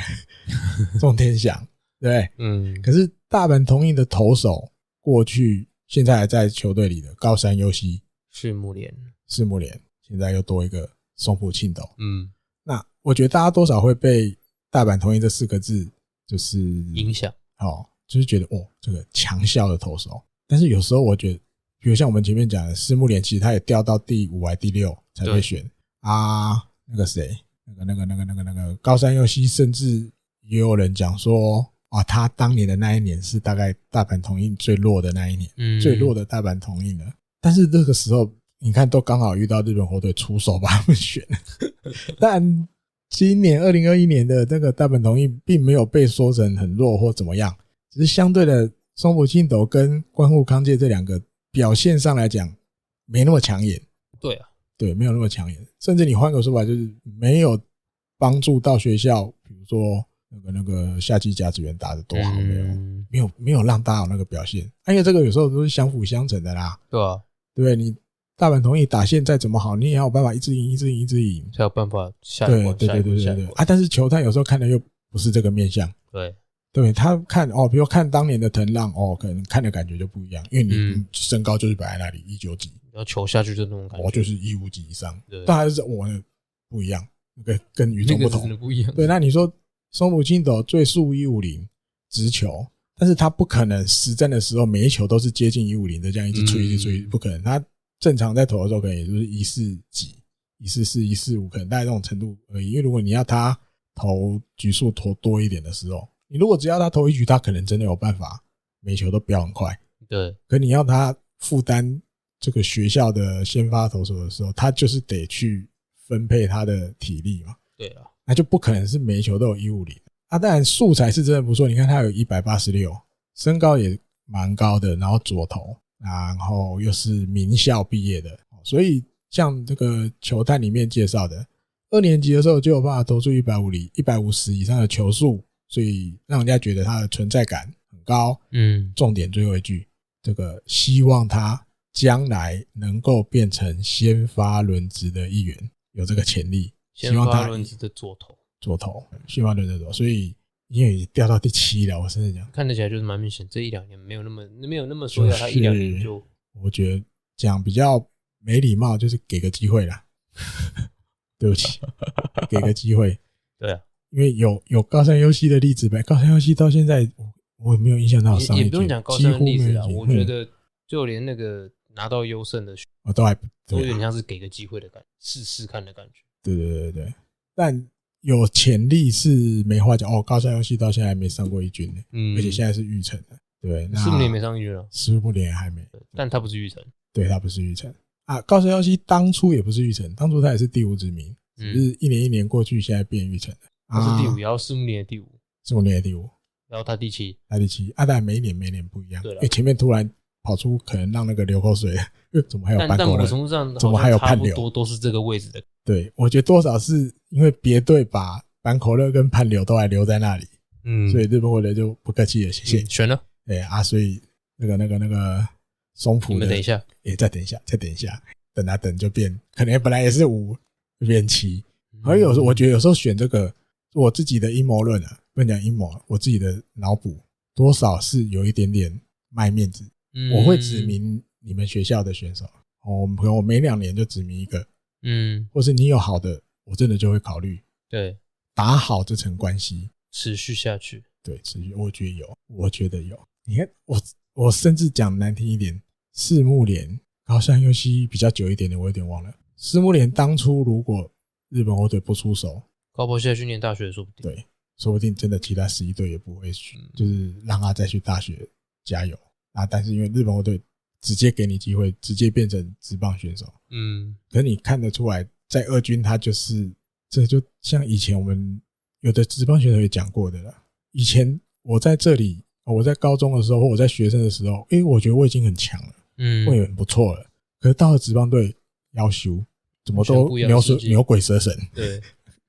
[SPEAKER 1] 中天祥，对不对。
[SPEAKER 2] 嗯，
[SPEAKER 1] 可是大阪桐荫的投手，过去现在还在球队里的高山优希、
[SPEAKER 2] 是木莲，
[SPEAKER 1] 赤木莲，现在又多一个松浦庆斗。
[SPEAKER 2] 嗯，
[SPEAKER 1] 那我觉得大家多少会被“大阪桐荫”这四个字就是
[SPEAKER 2] 影响，
[SPEAKER 1] 哦，就是觉得哦，这个强效的投手。但是有时候我觉得，比如像我们前面讲的，私木连其实他也掉到第五还第六才被
[SPEAKER 2] 对
[SPEAKER 1] 选啊。那个谁，那个那个那个那个那个高山佑希，甚至也有人讲说啊，他当年的那一年是大概大阪桐荫最弱的那一年，
[SPEAKER 2] 嗯，
[SPEAKER 1] 最弱
[SPEAKER 2] 的，
[SPEAKER 1] 的大阪桐荫了。但是这个时候，你看都刚好遇到日本火腿出手把他们选， 但今年二零二一年的这个大阪桐荫并没有被说成很弱或怎么样，只是相对的松浦庆斗跟关户康介这两个表现上来讲没那么抢眼，
[SPEAKER 2] 对啊，
[SPEAKER 1] 对，没有那么抢眼，甚至你换个说法就是没有帮助到学校，比如说那个那个夏季甲子园打得多好没有。
[SPEAKER 2] 嗯
[SPEAKER 1] 没有没有让大家有那个表现，啊因为这个有时候都是相辅相成的啦，
[SPEAKER 2] 对啊，
[SPEAKER 1] 对不对？你大阪同意打线再怎么好，你也要有办法一直赢，一直赢，一直赢。
[SPEAKER 2] 才有办法下一
[SPEAKER 1] 对
[SPEAKER 2] 关，
[SPEAKER 1] 对
[SPEAKER 2] 下一
[SPEAKER 1] 对
[SPEAKER 2] 关，
[SPEAKER 1] 对
[SPEAKER 2] 下
[SPEAKER 1] 对对
[SPEAKER 2] 一关，
[SPEAKER 1] 啊！但是球探有时候看的又不是这个面相，
[SPEAKER 2] 对，
[SPEAKER 1] 对不对他看哦，比如看当年的藤浪哦，可能看的感觉就不一样，因为你
[SPEAKER 2] 嗯
[SPEAKER 1] 你身高就是摆在那里一九几，
[SPEAKER 2] 然后球下去就那种感
[SPEAKER 1] 我
[SPEAKER 2] 觉，
[SPEAKER 1] 就是一五几以上，
[SPEAKER 2] 对
[SPEAKER 1] 但还是我的不一样，那个跟与
[SPEAKER 2] 那
[SPEAKER 1] 众不
[SPEAKER 2] 个是真的
[SPEAKER 1] 同。
[SPEAKER 2] 不一样，
[SPEAKER 1] 对，那你说松浦金斗最速一五零直球，但是他不可能实战的时候每一球都是接近一五零的，这样一直吹
[SPEAKER 2] 嗯
[SPEAKER 1] 一直吹，不可能。他正常在投的时候，可能也就是一四几、一四四、一四五，可能大概这种程度而已。因为如果你要他投局数投多一点的时候，你如果只要他投一局，他可能真的有办法每球都飙很快。
[SPEAKER 2] 对，
[SPEAKER 1] 可你要他负担这个学校的先发投手的时候，他就是得去分配他的体力嘛。
[SPEAKER 2] 对啊，
[SPEAKER 1] 那就不可能是每一球都有一五零啊。当然素材是真的不错，你看他有一百八十六，身高也蛮高的，然后左投，然后又是名校毕业的，所以像这个球探里面介绍的，二年级的时候就有办法投出一百五里一百五十以上的球速，所以让人家觉得他的存在感很高。
[SPEAKER 2] 嗯，
[SPEAKER 1] 重点最后一句，这个希望他将来能够变成先发轮值的一员，有这个潜力。
[SPEAKER 2] 先
[SPEAKER 1] 希望
[SPEAKER 2] 发
[SPEAKER 1] 他
[SPEAKER 2] 轮子的左投，
[SPEAKER 1] 左投，旭发轮的左，所以因为掉到第七了，我甚至讲，
[SPEAKER 2] 看得起来就是蛮明显，这一两年没有那么没有那么说要他一两年就
[SPEAKER 1] 我觉得讲比较没礼貌，就是给个机会啦。 对不起，给个机会，
[SPEAKER 2] 对啊，
[SPEAKER 1] 因为有有高山优希的例子呗，高山优希到现在我我也没有印象到上
[SPEAKER 2] 也
[SPEAKER 1] 一
[SPEAKER 2] 也
[SPEAKER 1] 局，
[SPEAKER 2] 不用讲高
[SPEAKER 1] 几
[SPEAKER 2] 山的
[SPEAKER 1] 乎没有
[SPEAKER 2] 例子
[SPEAKER 1] 一
[SPEAKER 2] 啦，
[SPEAKER 1] 局
[SPEAKER 2] 我觉
[SPEAKER 1] 嗯
[SPEAKER 2] 得就连那个拿到优胜的选
[SPEAKER 1] 我都还
[SPEAKER 2] 都有
[SPEAKER 1] 对啊
[SPEAKER 2] 点像是给个机会的感觉，试试看的感觉，
[SPEAKER 1] 对对对对对，但有潜力是没话讲哦。高山优希到现在还没上过一军呢，
[SPEAKER 2] 嗯，
[SPEAKER 1] 而且现在是玉成的，对，那
[SPEAKER 2] 四五年没上去了，
[SPEAKER 1] 十五年还没，
[SPEAKER 2] 但他不是玉成，
[SPEAKER 1] 对他不是玉成啊，高山耀希当初也不是玉成，当初他也是第五指名，只
[SPEAKER 2] 嗯，
[SPEAKER 1] 是一年一年过去，现在变玉成了。
[SPEAKER 2] 他是第
[SPEAKER 1] 啊
[SPEAKER 2] 五，，然后四五年的第五，
[SPEAKER 1] 是我年的第五，
[SPEAKER 2] 然后他第七，
[SPEAKER 1] 他第七。啊，但每一年每一年不一样，
[SPEAKER 2] 对啦
[SPEAKER 1] 因为前面突然跑出可能让那个流口水，呃 怎么还有
[SPEAKER 2] 但
[SPEAKER 1] 班
[SPEAKER 2] 但
[SPEAKER 1] 狗
[SPEAKER 2] 某
[SPEAKER 1] 呢
[SPEAKER 2] 个？程度上
[SPEAKER 1] 怎么
[SPEAKER 2] 好
[SPEAKER 1] 还有
[SPEAKER 2] 像差
[SPEAKER 1] 判
[SPEAKER 2] 不
[SPEAKER 1] 流
[SPEAKER 2] 多都是这个位置的，
[SPEAKER 1] 对，我觉得多少是因为别队把板口乐跟潘柳都还留在那里，
[SPEAKER 2] 嗯，
[SPEAKER 1] 所以日本火腿就不客气了，谢谢
[SPEAKER 2] 嗯。选了，
[SPEAKER 1] 对啊，所以那个那个那个松
[SPEAKER 2] 你
[SPEAKER 1] 浦的
[SPEAKER 2] 们等一下，
[SPEAKER 1] 也再等一下，再等一下，等啊等就变，可能本来也是五就变七，而有时候我觉得有时候选这个我自己的阴谋论啊，不能讲阴谋，我自己的脑补多少是有一点点卖面子。
[SPEAKER 2] 嗯
[SPEAKER 1] 我会指，明你们学校的选手，哦，我们可能我每两年就指明一个，
[SPEAKER 2] 嗯，
[SPEAKER 1] 或是你有好的，我真的就会考虑
[SPEAKER 2] 对，
[SPEAKER 1] 打好这层关系。
[SPEAKER 2] 持续下去，
[SPEAKER 1] 对，持续，我觉得有，我觉得有。你看，我我甚至讲难听一点，四木联好像尤其比较久一点的，我有点忘了。四木联当初如果日本火腿不出手，
[SPEAKER 2] 高博现在去念大学说不定，
[SPEAKER 1] 对说不定真的其他十一队也不会去，
[SPEAKER 2] 嗯
[SPEAKER 1] 就是让他再去大学加油啊。但是因为日本火腿直接给你机会，直接变成职棒选手，
[SPEAKER 2] 嗯，
[SPEAKER 1] 可你看得出来，在二军他就是这就像以前我们有的职棒选手也讲过的了。以前我在这里，我在高中的时候，或我在学生的时候，诶，我觉得我已经很强了，
[SPEAKER 2] 嗯，
[SPEAKER 1] 我也很不错了。可是到了职棒队，要求怎么
[SPEAKER 2] 完全
[SPEAKER 1] 都
[SPEAKER 2] 不一样的
[SPEAKER 1] 牛
[SPEAKER 2] 世
[SPEAKER 1] 水
[SPEAKER 2] 界
[SPEAKER 1] 牛鬼蛇神，
[SPEAKER 2] 对，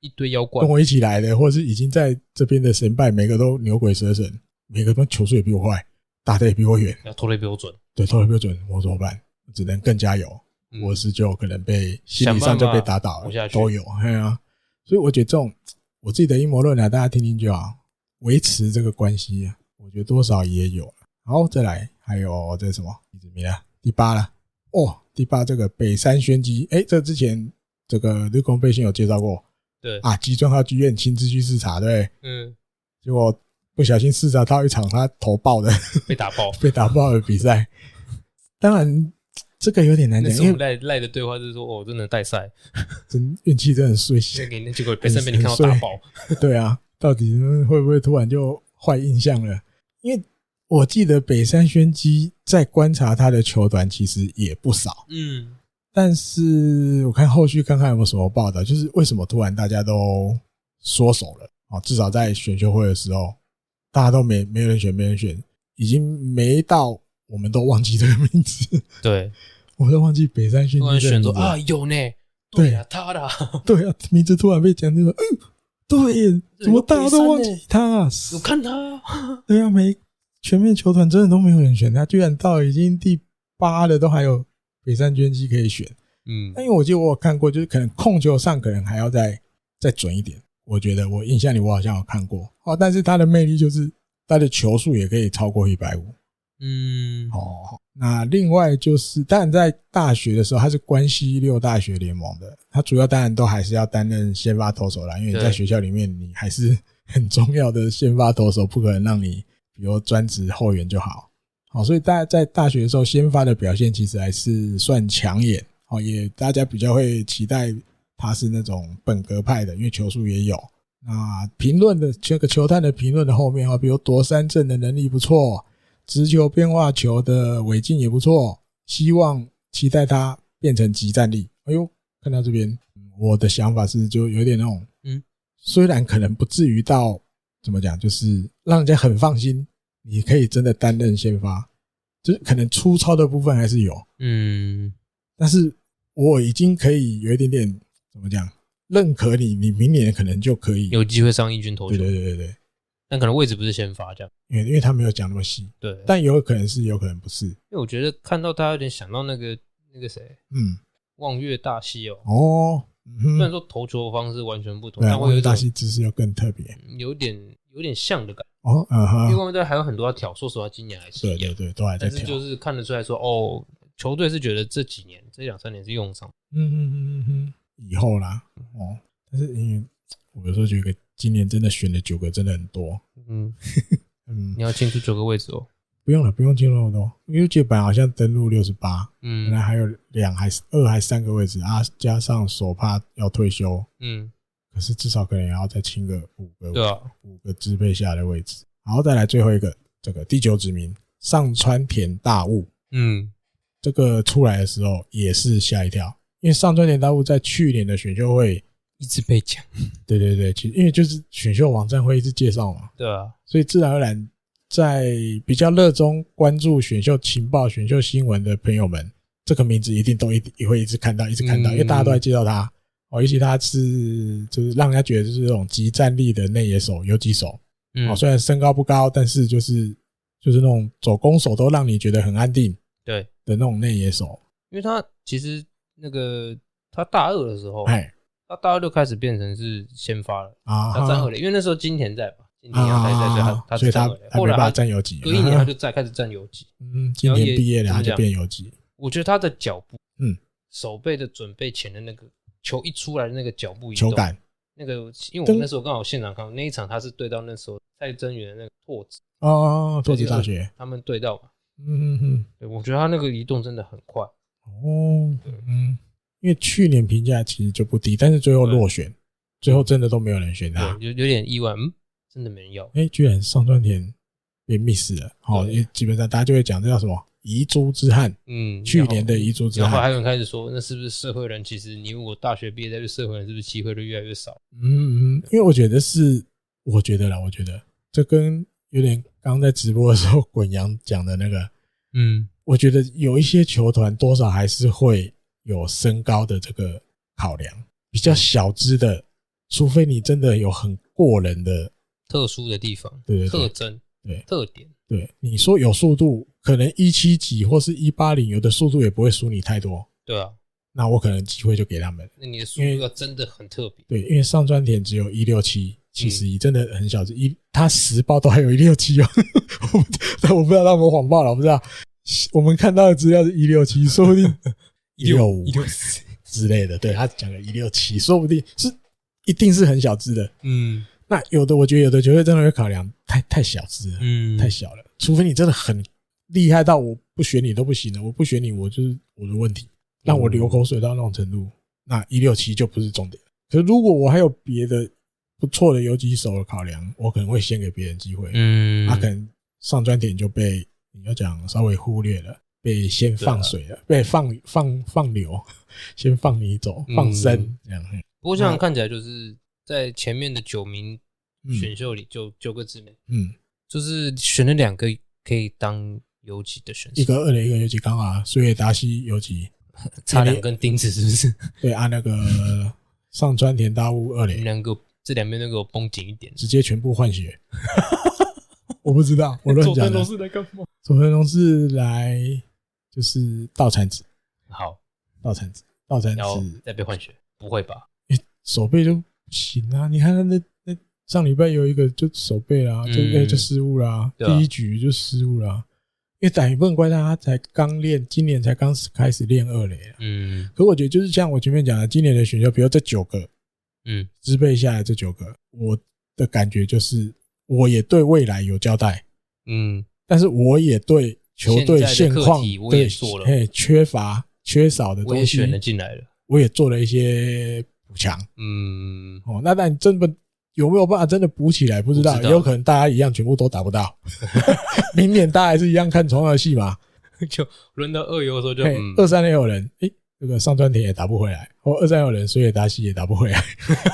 [SPEAKER 2] 一堆妖怪
[SPEAKER 1] 跟，我一起来的，或是已经在这边的神拜，每个都牛鬼蛇神，每个都球速也比我快，打的也比我远，
[SPEAKER 2] 要投的比我准，
[SPEAKER 1] 对，投的标准，我怎么办？只能更加油。
[SPEAKER 2] 嗯
[SPEAKER 1] 我是就有可能被心
[SPEAKER 2] 想
[SPEAKER 1] 理
[SPEAKER 2] 办
[SPEAKER 1] 上就被
[SPEAKER 2] 法
[SPEAKER 1] 打倒
[SPEAKER 2] 活下
[SPEAKER 1] 了，
[SPEAKER 2] 去
[SPEAKER 1] 都有，哎呀、所以我觉得这种我自己的阴谋论啊，大家听听就好，维持这个关系、啊，我觉得多少也有。啊好，再来，还有这是什么？第几名啊？第八了。哦，第八这个北山宣基，哎，这之前这个绿空背心有介绍过
[SPEAKER 2] 对，
[SPEAKER 1] 啊，吉川浩剧院亲自去视察，对不对，
[SPEAKER 2] 嗯，
[SPEAKER 1] 结果不小心视察到一场他头爆的 。
[SPEAKER 2] 被打爆
[SPEAKER 1] 被打爆的比赛，当然这个有点难
[SPEAKER 2] 那
[SPEAKER 1] 讲，
[SPEAKER 2] 时
[SPEAKER 1] 因
[SPEAKER 2] 候
[SPEAKER 1] 为
[SPEAKER 2] 赖赖的对话就是说，哦，真的带赛，
[SPEAKER 1] 真运气真的很衰。
[SPEAKER 2] 现在给你结果被身边你看到打爆，
[SPEAKER 1] 对啊，到底会不会突然就坏印象了？因为我记得北山宣基在观察他的球团其实也不少，
[SPEAKER 2] 嗯，
[SPEAKER 1] 但是我看后续看看有没有什么报道，就是为什么突然大家都缩手了啊？至少在选秀会的时候，大家都没没人选，没人选，已经没到我们都忘记这个名字，
[SPEAKER 2] 对，
[SPEAKER 1] 我都忘记北山宣
[SPEAKER 2] 突然
[SPEAKER 1] 基这个
[SPEAKER 2] 选
[SPEAKER 1] 名字
[SPEAKER 2] 说
[SPEAKER 1] 了
[SPEAKER 2] 啊，有呢，
[SPEAKER 1] 对
[SPEAKER 2] 对啊，他的啊，
[SPEAKER 1] 对啊，名字突然被讲，就说，哎呦，对耶，怎么大家都忘记他、啊？
[SPEAKER 2] 我看他啊，
[SPEAKER 1] 对啊，没全面球团真的都没有人选他，居然到已经第八了，都还有北山捐机可以选。
[SPEAKER 2] 嗯
[SPEAKER 1] 但因为我记得我有看过，就是可能控球上可能还要再再准一点。我觉得我印象里我好像有看过哦，但是他的魅力就是他的球速也可以超过一百五
[SPEAKER 2] 嗯，
[SPEAKER 1] 哦。那另外就是，当然在大学的时候，他是关西六大学联盟的，他主要当然都还是要担任先发投手啦，因为你在
[SPEAKER 2] 对
[SPEAKER 1] 学校里面你还是很重要的先发投手，不可能让你比如专职后援就好。好，所以大家在大学的时候，先发的表现其实还是算抢眼，哦，也大家比较会期待他是那种本格派的，因为球速也有。那评论的这个球探的评论的后面哦，比如夺三振的能力不错，直球变化球的尾劲也不错，希望期待他变成集战力。哎呦，看到这边，嗯我的想法是就有点那种，
[SPEAKER 2] 嗯，
[SPEAKER 1] 虽然可能不至于到怎么讲，就是让人家很放心，你可以真的担任先发，就是可能粗糙的部分还是有，
[SPEAKER 2] 嗯，
[SPEAKER 1] 但是我已经可以有一点点怎么讲，认可你，你明年可能就可以，
[SPEAKER 2] 有机会上一军投
[SPEAKER 1] 对
[SPEAKER 2] 球
[SPEAKER 1] 对，对对对，
[SPEAKER 2] 但可能位置不是先发这样，
[SPEAKER 1] 因为因为他没有讲那么细，
[SPEAKER 2] 对，
[SPEAKER 1] 但有可能是，有可能不是，
[SPEAKER 2] 因为我觉得看到他有点想到那个那个谁，
[SPEAKER 1] 嗯，
[SPEAKER 2] 望月大西哦，
[SPEAKER 1] 哦，嗯
[SPEAKER 2] 虽然
[SPEAKER 1] 哼，
[SPEAKER 2] 说投球的方式完全不同，
[SPEAKER 1] 对啊，
[SPEAKER 2] 但
[SPEAKER 1] 我
[SPEAKER 2] 会
[SPEAKER 1] 觉
[SPEAKER 2] 有
[SPEAKER 1] 得
[SPEAKER 2] 一种
[SPEAKER 1] 大西知识又更特别，
[SPEAKER 2] 有点有点像的感
[SPEAKER 1] 哦，嗯
[SPEAKER 2] 觉，因为
[SPEAKER 1] 哼，
[SPEAKER 2] 望月队还有很多要挑，说实话，今年还是
[SPEAKER 1] 对
[SPEAKER 2] 一
[SPEAKER 1] 对
[SPEAKER 2] 样，
[SPEAKER 1] 对，都还在
[SPEAKER 2] 但是
[SPEAKER 1] 跳，
[SPEAKER 2] 就是看得出来说，哦，球队是觉得这几年这两三年是用上，
[SPEAKER 1] 嗯嗯嗯嗯嗯，以后啦，哦，但是因为我有时候觉得今年真的选的九个真的很多，
[SPEAKER 2] 嗯，
[SPEAKER 1] 嗯
[SPEAKER 2] 你，要清出九个位置 哦，不
[SPEAKER 1] 不用了，不用进入那么多，因为这版好像登录六十八，本来
[SPEAKER 2] 嗯
[SPEAKER 1] 还有两还是二还三个位置啊，加上手帕要退休，
[SPEAKER 2] 嗯，
[SPEAKER 1] 可是至少可能也要再清个五个
[SPEAKER 2] 对啊，
[SPEAKER 1] 五个支配下的位置。然后再来最后一个，这个第九指名上川田大悟，
[SPEAKER 2] 嗯，
[SPEAKER 1] 这个出来的时候也是吓一跳，因为上川田大悟在去年的选秀会，
[SPEAKER 2] 一直被讲，
[SPEAKER 1] 对对对，其实因为就是选秀网站会一直介绍嘛，
[SPEAKER 2] 对啊，
[SPEAKER 1] 所以自然而然在比较热衷关注选秀情报、选秀新闻的朋友们，这个名字一定都一也会一直看到，一直看到，
[SPEAKER 2] 嗯
[SPEAKER 1] 因为大家都在介绍他。哦，尤其他是就是让人家觉得就是这种极战力的内野手、游击手。
[SPEAKER 2] 嗯
[SPEAKER 1] 哦，，虽然身高不高，但是就是就是那种走攻手都让你觉得很安定
[SPEAKER 2] 对，
[SPEAKER 1] 的那种内野手。
[SPEAKER 2] 因为他其实那个他大二的时候，
[SPEAKER 1] 哎
[SPEAKER 2] 他大二就开始变成是先发了，
[SPEAKER 1] 啊
[SPEAKER 2] 他站
[SPEAKER 1] 哈
[SPEAKER 2] 二垒，因为那时候金田在嘛，今年要待在这，他
[SPEAKER 1] 啊，
[SPEAKER 2] 他
[SPEAKER 1] 所以
[SPEAKER 2] 只
[SPEAKER 1] 他
[SPEAKER 2] 站回来，
[SPEAKER 1] 还
[SPEAKER 2] 后
[SPEAKER 1] 没
[SPEAKER 2] 来
[SPEAKER 1] 办法
[SPEAKER 2] 他
[SPEAKER 1] 站游击。
[SPEAKER 2] 隔一年他
[SPEAKER 1] 啊
[SPEAKER 2] 就再开始站游击。
[SPEAKER 1] 嗯，今年毕业了，
[SPEAKER 2] 然
[SPEAKER 1] 他
[SPEAKER 2] 后也
[SPEAKER 1] 就变游击。
[SPEAKER 2] 我觉得他的脚步，
[SPEAKER 1] 嗯，
[SPEAKER 2] 手背的准备前的那个球一出来的那个脚步移动
[SPEAKER 1] 球，感
[SPEAKER 2] 那个，因为
[SPEAKER 1] 跟
[SPEAKER 2] 我那时候刚好现场看到那一场，他是对到那时候蔡真元的那个拓子，
[SPEAKER 1] 哦，多子大学，
[SPEAKER 2] 他们对到嘛，
[SPEAKER 1] 嗯嗯嗯，
[SPEAKER 2] 对我觉得他那个移动真的很快，
[SPEAKER 1] 哦，嗯，因为去年评价其实就不低，但是最后落选，最后真的都没有人选他。
[SPEAKER 2] 对，有有点意外，嗯，真的没人要，
[SPEAKER 1] 哎、居然上川田被 miss 了，哦，
[SPEAKER 2] 对
[SPEAKER 1] 因为基本上大家就会讲这叫什么遗珠之憾，
[SPEAKER 2] 嗯，
[SPEAKER 1] 去
[SPEAKER 2] 然后
[SPEAKER 1] 年的遗珠之
[SPEAKER 2] 然后还
[SPEAKER 1] 憾，
[SPEAKER 2] 有人开始说，那是不是社会人？其实你如果大学毕业再去社会人，是不是机会就越来越少？
[SPEAKER 1] 嗯嗯，因为我觉得是，我觉得啦，我觉得这跟有点刚刚在直播的时候 滚阳讲的那个，
[SPEAKER 2] 嗯，
[SPEAKER 1] 我觉得有一些球团多少还是会有身高的这个考量，比较小只的，除非你真的有很过人的，
[SPEAKER 2] 特殊的地方，
[SPEAKER 1] 对对对
[SPEAKER 2] 特征，
[SPEAKER 1] 对
[SPEAKER 2] 特点，
[SPEAKER 1] 对你说有速度，可能一七几或是一八零，有的速度也不会输你太多，
[SPEAKER 2] 对啊，
[SPEAKER 1] 那我可能机会就给他们。
[SPEAKER 2] 那你的速
[SPEAKER 1] 因
[SPEAKER 2] 度
[SPEAKER 1] 为
[SPEAKER 2] 要真的很特别，
[SPEAKER 1] 对，因为上川田只有一六七，其实真的很小只，一他十包都还有一六七哦， 我不但我不知 道他们谎报了，我不知道，我们看到的资料是一六七，说不定一六五
[SPEAKER 2] 一六四，
[SPEAKER 1] 之类的，对他讲个一六七，说不定是一定是很小只的。
[SPEAKER 2] 嗯
[SPEAKER 1] 那有的我觉得有的球队真的会考量太太小只了，
[SPEAKER 2] 嗯，
[SPEAKER 1] 太小了，除非你真的很厉害到我不选你都不行了，我不选你我就是我的问题，让我流口水到那种程度，那一六七就不是重点。可是如果我还有别的不错的游击手的考量，我可能会先给别人机会，
[SPEAKER 2] 嗯，
[SPEAKER 1] 他可能上专点就被你要讲稍微忽略了，被先放水了，被放放放流， 先放你走，
[SPEAKER 2] 啊嗯
[SPEAKER 1] 放生这样。嘿
[SPEAKER 2] 不过这样看起来，就是在前面的九名选秀里就九个指名，
[SPEAKER 1] 嗯，
[SPEAKER 2] 就是选了两个可以当游击的选
[SPEAKER 1] 一
[SPEAKER 2] 手，
[SPEAKER 1] 个二垒，一个游击刚啊，所以达西游击
[SPEAKER 2] 差两根钉子，是不是？
[SPEAKER 1] 对按那 个上川田大悟二
[SPEAKER 2] 你
[SPEAKER 1] 垒
[SPEAKER 2] 们，两个这两边都给我绷紧一点。
[SPEAKER 1] 直接全部换血。 我不知 道，
[SPEAKER 2] 欸
[SPEAKER 1] 我 乱讲的。
[SPEAKER 2] 是在干嘛？
[SPEAKER 1] 佐藤龙是来就是倒铲子，
[SPEAKER 2] 好，
[SPEAKER 1] 倒铲子，倒铲
[SPEAKER 2] 然后
[SPEAKER 1] 子，
[SPEAKER 2] 再被换血，不会吧？
[SPEAKER 1] 手背就不行啊！你看他那那上礼拜有一个就手背啦，就
[SPEAKER 2] 嗯
[SPEAKER 1] 哎就失误啦，
[SPEAKER 2] 对啊
[SPEAKER 1] 第一局就失误啦。因为但也不能怪他，他才刚练，今年才刚开始练二垒啊。
[SPEAKER 2] 嗯
[SPEAKER 1] 可我觉得就是像我前面讲的，今年的选秀，比如这九个
[SPEAKER 2] 嗯
[SPEAKER 1] 支配下来这九个，我的感觉就是我也对未来有交代，
[SPEAKER 2] 嗯
[SPEAKER 1] 但是我也对球队
[SPEAKER 2] 现在
[SPEAKER 1] 现
[SPEAKER 2] 的课
[SPEAKER 1] 况
[SPEAKER 2] 题我也
[SPEAKER 1] 对
[SPEAKER 2] 做了
[SPEAKER 1] 嘿缺乏缺少的
[SPEAKER 2] 我
[SPEAKER 1] 东
[SPEAKER 2] 也
[SPEAKER 1] 西
[SPEAKER 2] 选，了进来了。
[SPEAKER 1] 我也做了一些补强。
[SPEAKER 2] 嗯，
[SPEAKER 1] 哦，那但真的有没有办法真的补起来？不知道，
[SPEAKER 2] 不知道
[SPEAKER 1] 也有可能大家一样全部都打不 到。明年大家还是一样看同样的戏嘛。
[SPEAKER 2] 就轮到二游的时候就
[SPEAKER 1] 嘿
[SPEAKER 2] 嗯，
[SPEAKER 1] 二三也有人，诶、这个上川田也打不回来，或二三有人，所以达西也打不 回来。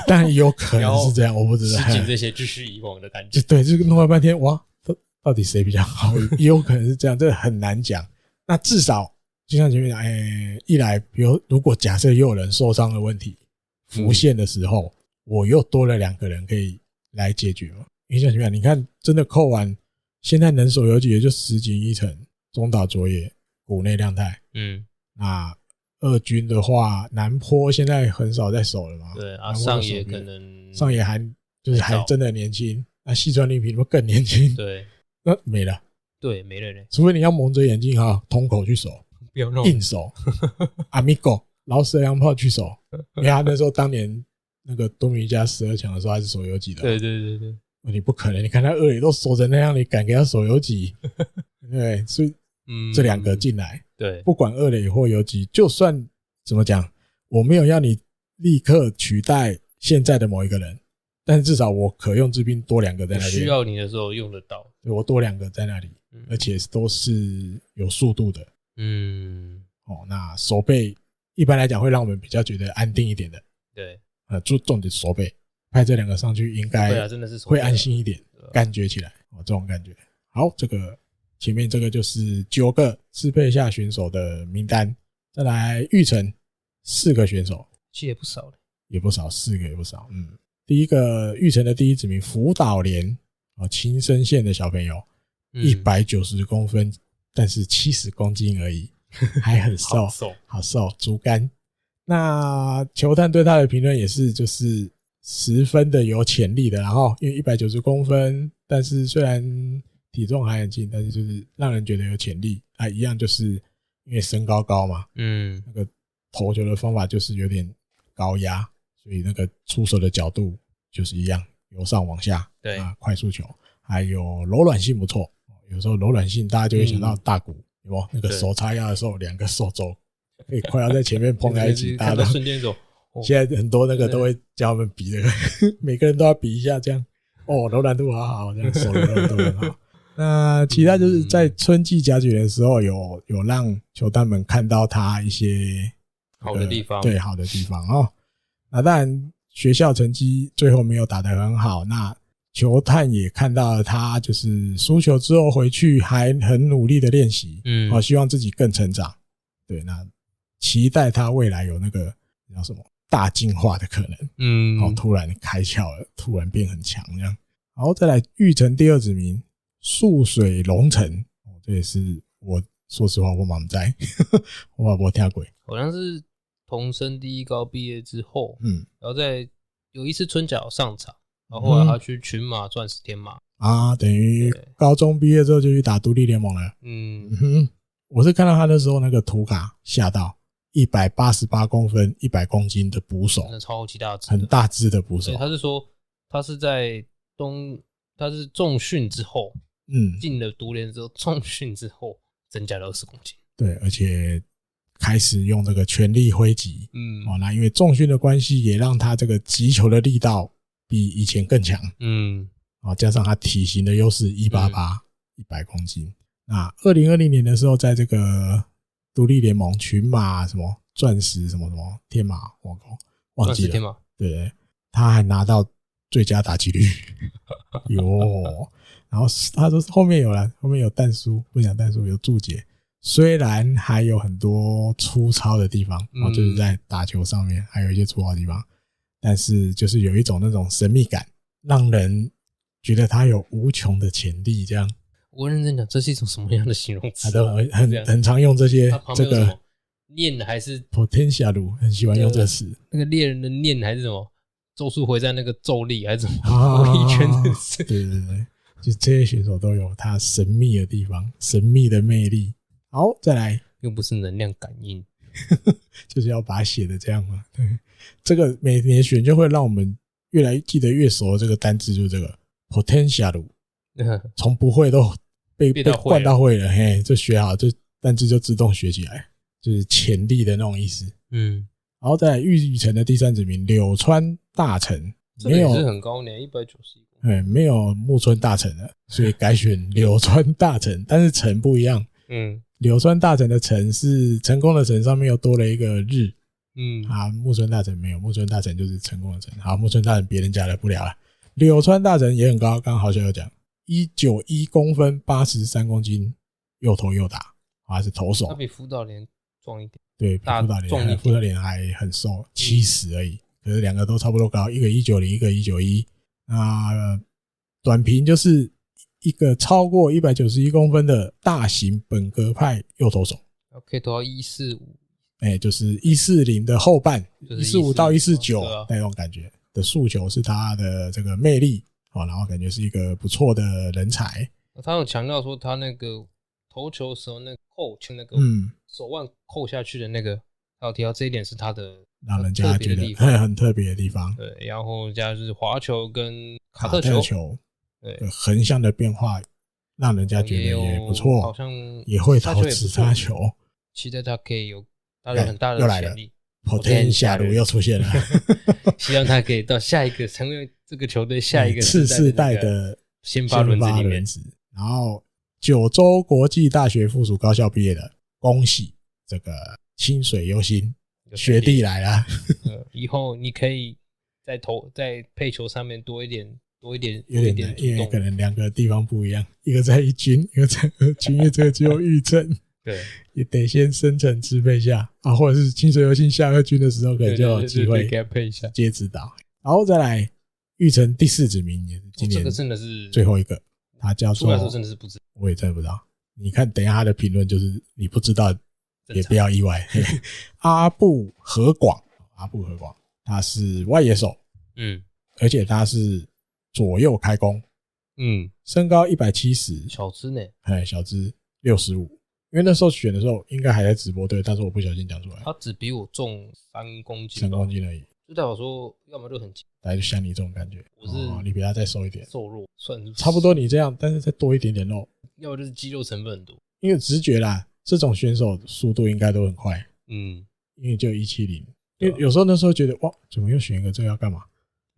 [SPEAKER 1] 但有可能是这样，我不知道。
[SPEAKER 2] 失敬这些就是以往的感
[SPEAKER 1] 就
[SPEAKER 2] 觉。
[SPEAKER 1] 对，就是弄了半天，哇，到到底谁比较好？ 也有可能是这样，这很难讲。那至少就像前面讲，哎、一来，比如如果假设又有人受伤的问题
[SPEAKER 2] 嗯
[SPEAKER 1] 浮现的时候，我又多了两个人可以来解决嘛。因为像前面讲，你看，真的扣完，现在能手游几也就石井一成、中岛卓也、谷内亮太。
[SPEAKER 2] 嗯，
[SPEAKER 1] 那二军的话，南坡现在很少在守了嘛。
[SPEAKER 2] 对
[SPEAKER 1] 南坡
[SPEAKER 2] 啊，
[SPEAKER 1] 都
[SPEAKER 2] 上
[SPEAKER 1] 守
[SPEAKER 2] 野
[SPEAKER 1] 别
[SPEAKER 2] 可
[SPEAKER 1] 人
[SPEAKER 2] 能
[SPEAKER 1] 上野还就是还真的年轻，那细川丽平不更年轻？
[SPEAKER 2] 对
[SPEAKER 1] 那没了，
[SPEAKER 2] 对没了嘞，
[SPEAKER 1] 除非你要蒙着眼睛哈，瞳孔去守，
[SPEAKER 2] 不要弄
[SPEAKER 1] 硬 守，amigo 老舍洋炮去守，因为他那时候当年那个东明一家十二强的时候，他是守游击的，哦
[SPEAKER 2] 对对对对，
[SPEAKER 1] 你不可能，你看他二垒都守成那样，你敢给他守游击？ 对，所以
[SPEAKER 2] 嗯，
[SPEAKER 1] 这两个进来，
[SPEAKER 2] 对，
[SPEAKER 1] 不管二垒或游击，就算怎么讲，我没有要你立刻取代现在的某一个人，但是至少我可用之兵多两个在
[SPEAKER 2] 我
[SPEAKER 1] 那边，
[SPEAKER 2] 需要你的时候用得到。
[SPEAKER 1] 对我多两个在那里，
[SPEAKER 2] 嗯
[SPEAKER 1] 而且都是有速度的
[SPEAKER 2] 嗯，
[SPEAKER 1] 哦。那手背一般来讲会让我们比较觉得安定一点的，
[SPEAKER 2] 对，
[SPEAKER 1] 呃，注重点手背派这两个上去应
[SPEAKER 2] 对啊，
[SPEAKER 1] 该
[SPEAKER 2] 真的是手
[SPEAKER 1] 会
[SPEAKER 2] 背啊
[SPEAKER 1] 安心一点，
[SPEAKER 2] 对啊
[SPEAKER 1] 感觉起来哦，这种感觉。好，这个前面这个就是九个支配下选手的名单，再来玉成四个选手
[SPEAKER 2] 其实也不少了。
[SPEAKER 1] 也不少，四个也不少，嗯。第一个玉成的第一指名福岛连哦，青森县的小朋友，
[SPEAKER 2] 嗯
[SPEAKER 1] 一百九十公分，但是七十公斤而已，还很瘦
[SPEAKER 2] 好，瘦，
[SPEAKER 1] 哦好瘦，竹竿。那球探对他的评论也是，就是十分的有潜力的，然后因为一百九十公分，但是虽然体重还很轻，但是就是让人觉得有潜力啊，一样就是因为身高高嘛，
[SPEAKER 2] 嗯
[SPEAKER 1] 那个投球的方法就是有点高压，所以那个出手的角度就是一样，由上往下，
[SPEAKER 2] 对
[SPEAKER 1] 啊，快速球，还有柔软性不错。有时候柔软性大家就会想到大鼓，有没有？那个
[SPEAKER 2] 嗯对
[SPEAKER 1] 手叉腰的时候，两个手肘可以快要在前面碰在一起，大
[SPEAKER 2] 看
[SPEAKER 1] 家
[SPEAKER 2] 到
[SPEAKER 1] 都
[SPEAKER 2] 瞬间 走，哦
[SPEAKER 1] 现在很多那个都会教我们比这个， 每个人都要比一下，这样哦，柔软度好好，这样手的柔软度很 好。那其他
[SPEAKER 2] 嗯
[SPEAKER 1] 就是在春季甲举的时候有，有让球探们看到他一些
[SPEAKER 2] 好的地方，
[SPEAKER 1] 呃对，好的地方哦。那当然，学校成绩最后没有打得很好，那球探也看到了他就是输球之后回去还很努力的练习，
[SPEAKER 2] 嗯
[SPEAKER 1] 哦，希望自己更成长。对，那期待他未来有那个叫什么大进化的可能。
[SPEAKER 2] 嗯，
[SPEAKER 1] 哦，突然开窍了，突然变很强这样。然后再来玉成第二子名素水龙城，哦，这也是我说实话我满在， 我我跳鬼，
[SPEAKER 2] 好像是同生第一高毕业之后，
[SPEAKER 1] 嗯
[SPEAKER 2] 然后在有一次春假有上场，然后后
[SPEAKER 1] 嗯
[SPEAKER 2] 来他去群马钻石天马，
[SPEAKER 1] 啊，等于
[SPEAKER 2] 对
[SPEAKER 1] 高中毕业之后就去打独立联盟了。嗯
[SPEAKER 2] 嗯，
[SPEAKER 1] 哼，我是看到他那时候那个图卡吓到，一百八十八公分，一百公斤的捕手
[SPEAKER 2] 真，的超级大只，
[SPEAKER 1] 很。大只的捕手
[SPEAKER 2] 所嗯以，他是说，他是在冬，他是重训之后
[SPEAKER 1] 嗯，
[SPEAKER 2] 进了独联之后，重训之后增加了二十公斤，
[SPEAKER 1] 对，而且开始用这个全力挥击，
[SPEAKER 2] 嗯
[SPEAKER 1] 哦，那因为重训的关系，也让他这个击球的力道比以前更强
[SPEAKER 2] 嗯
[SPEAKER 1] 啊、哦，加上他体型的优势，一八八一百公斤。那二零二零年的时候，在这个独立联盟群马什么钻石什么什么天马忘光忘
[SPEAKER 2] 钻
[SPEAKER 1] 记
[SPEAKER 2] 石天
[SPEAKER 1] 了，
[SPEAKER 2] 马，
[SPEAKER 1] 对对，他还拿到最佳打击率， 哟。然后他说后面有了，后面有蛋叔，不讲蛋叔有注解。虽然还有很多粗糙的地方，
[SPEAKER 2] 嗯
[SPEAKER 1] 哦，就是在打球上面还有一些粗糙的地方，但是就是有一种那种神秘感，让人觉得他有无穷的潜力。这样，
[SPEAKER 2] 我认真讲，这是一种什么样的形容
[SPEAKER 1] 他
[SPEAKER 2] 词啊？
[SPEAKER 1] 都很
[SPEAKER 2] 这样
[SPEAKER 1] 很很常用这些
[SPEAKER 2] 他旁
[SPEAKER 1] 这
[SPEAKER 2] 边有什
[SPEAKER 1] 个
[SPEAKER 2] 么念还是
[SPEAKER 1] potential，很喜欢用这个词。
[SPEAKER 2] 那个猎人的念还是什么？咒术回战那个咒力还是什么？
[SPEAKER 1] 啊
[SPEAKER 2] 我一圈真是
[SPEAKER 1] 对对对，就这些选手都有他神秘的地方，神秘的魅力。好，再来
[SPEAKER 2] 又不是能量感应，
[SPEAKER 1] 就是要把它写的这样嘛。对，这个每年选就会让我们越来记得越熟。这个单字就是这个 potential，从不会都被
[SPEAKER 2] 变
[SPEAKER 1] 被
[SPEAKER 2] 到会
[SPEAKER 1] 灌
[SPEAKER 2] 了
[SPEAKER 1] 到会了，嘿，就学好，就单字就自动学起来，就是潜力的那种意思。
[SPEAKER 2] 嗯，
[SPEAKER 1] 然后再来玉宇城的第三子名柳川大臣，
[SPEAKER 2] 这个
[SPEAKER 1] 没
[SPEAKER 2] 也
[SPEAKER 1] 有
[SPEAKER 2] 是很高呢，一百九十一公分，
[SPEAKER 1] 哎，没有木村大臣了，所以改选柳川大臣，但是臣不一样，
[SPEAKER 2] 嗯
[SPEAKER 1] 柳川大臣的臣是成功的臣，上面又多了一个日
[SPEAKER 2] 嗯，
[SPEAKER 1] 啊，木村大臣没有，木村大臣就是成功的臣，好，木村大臣别人家的不聊了，啊柳川大臣也很高，刚刚好像有讲一九一公分，八十三公斤，又投又打，啊是投
[SPEAKER 2] 他
[SPEAKER 1] 手，
[SPEAKER 2] 比辅导连壮一点，
[SPEAKER 1] 对，比
[SPEAKER 2] 大嗯
[SPEAKER 1] 福岛
[SPEAKER 2] 壮一
[SPEAKER 1] 脸，
[SPEAKER 2] 点
[SPEAKER 1] 福岛脸还很瘦，七十而已，可是两个都差不多高，一个一九零，一个一九一。那呃短平就是一个超过一百九十一公分的大型本格派右投手，
[SPEAKER 2] 然后可以投到一四五，
[SPEAKER 1] 哎、就是一四零的后半，
[SPEAKER 2] 就
[SPEAKER 1] 一
[SPEAKER 2] 是
[SPEAKER 1] 四五到一四九
[SPEAKER 2] 对啊
[SPEAKER 1] 那种感觉的诉求是他的这个魅力哦，然后感觉是一个不错的人才，
[SPEAKER 2] 他有强调说他那个投球的时候那个扣就那个
[SPEAKER 1] 嗯，
[SPEAKER 2] 手腕扣下去的那个，他有提到这一点是他的
[SPEAKER 1] 让人
[SPEAKER 2] 特
[SPEAKER 1] 家
[SPEAKER 2] 别
[SPEAKER 1] 觉
[SPEAKER 2] 的
[SPEAKER 1] 得
[SPEAKER 2] 地方
[SPEAKER 1] 很 很特别的地方。
[SPEAKER 2] 对，然后加上就是滑球跟卡
[SPEAKER 1] 卡
[SPEAKER 2] 特
[SPEAKER 1] 特
[SPEAKER 2] 球，
[SPEAKER 1] 球
[SPEAKER 2] 对，
[SPEAKER 1] 的横向的变化，让人家觉得
[SPEAKER 2] 有
[SPEAKER 1] 也不错，
[SPEAKER 2] 哎好像
[SPEAKER 1] 也会
[SPEAKER 2] 杀
[SPEAKER 1] 投
[SPEAKER 2] 球也
[SPEAKER 1] 直
[SPEAKER 2] 不错
[SPEAKER 1] 杀球。哎
[SPEAKER 2] 期待他可 以有他有很大
[SPEAKER 1] 又
[SPEAKER 2] 的
[SPEAKER 1] 来了
[SPEAKER 2] 潜 力，
[SPEAKER 1] Poten 下路又出现了，
[SPEAKER 2] 希望他可以到下一个成为这个球队 下一个
[SPEAKER 1] 哎次世代
[SPEAKER 2] 那个
[SPEAKER 1] 的
[SPEAKER 2] 先发轮子里面
[SPEAKER 1] 轮，子。然后九州国际大学附属高校毕业的，恭喜这个清水优心
[SPEAKER 2] 有
[SPEAKER 1] 学弟来了。
[SPEAKER 2] 呃，以后你可以在投在配球上面多一点多一点
[SPEAKER 1] 有
[SPEAKER 2] 多一
[SPEAKER 1] 点难，因
[SPEAKER 2] 点
[SPEAKER 1] 为
[SPEAKER 2] 主
[SPEAKER 1] 可
[SPEAKER 2] 动，
[SPEAKER 1] 能两个地方不一样，一个在一军，一个在二军，因为这个只有预证，
[SPEAKER 2] 对，
[SPEAKER 1] 也得先深层支配下啊，或者是清水优心下二军的时候，可能
[SPEAKER 2] 对
[SPEAKER 1] 就有
[SPEAKER 2] 对
[SPEAKER 1] 机
[SPEAKER 2] 对对
[SPEAKER 1] 会
[SPEAKER 2] 给他配一下。
[SPEAKER 1] 接指导，然后再来玉成第四指名也是今
[SPEAKER 2] 哦这
[SPEAKER 1] 年
[SPEAKER 2] 个真的是
[SPEAKER 1] 最后一个，他叫
[SPEAKER 2] 出
[SPEAKER 1] 做
[SPEAKER 2] 来的时候真的是不知
[SPEAKER 1] 我也真的不知道。你看，等一下他的评论就是你不知道
[SPEAKER 2] 正
[SPEAKER 1] 也
[SPEAKER 2] 常
[SPEAKER 1] 不要意外。嘿阿布和广，阿布和广，他是外野手，
[SPEAKER 2] 嗯
[SPEAKER 1] 而且他是左右开弓，
[SPEAKER 4] 嗯，
[SPEAKER 1] 身高一百七十，
[SPEAKER 2] 小资呢，
[SPEAKER 1] 哎，小只六十五。因为那时候选的时候应该还在直播队，但是我不小心讲出来，
[SPEAKER 2] 他只比我重三公斤
[SPEAKER 1] 三
[SPEAKER 2] 吧，
[SPEAKER 1] 公斤而已，
[SPEAKER 2] 就代表说，要么就很轻
[SPEAKER 1] 大概就像你这种感觉。
[SPEAKER 2] 我是
[SPEAKER 1] 哦、你比他再瘦一点，
[SPEAKER 2] 瘦弱，算是
[SPEAKER 1] 差不多你这样，但是再多一点点肉，
[SPEAKER 2] 要么就是肌肉成分很多。
[SPEAKER 1] 因为直觉啦，这种选手速度应该都很快，
[SPEAKER 4] 嗯
[SPEAKER 1] 因为就一七零。
[SPEAKER 2] 对
[SPEAKER 1] 因
[SPEAKER 2] 啊
[SPEAKER 1] 为有时候那时候觉得哇，怎么又选一个这个要干嘛？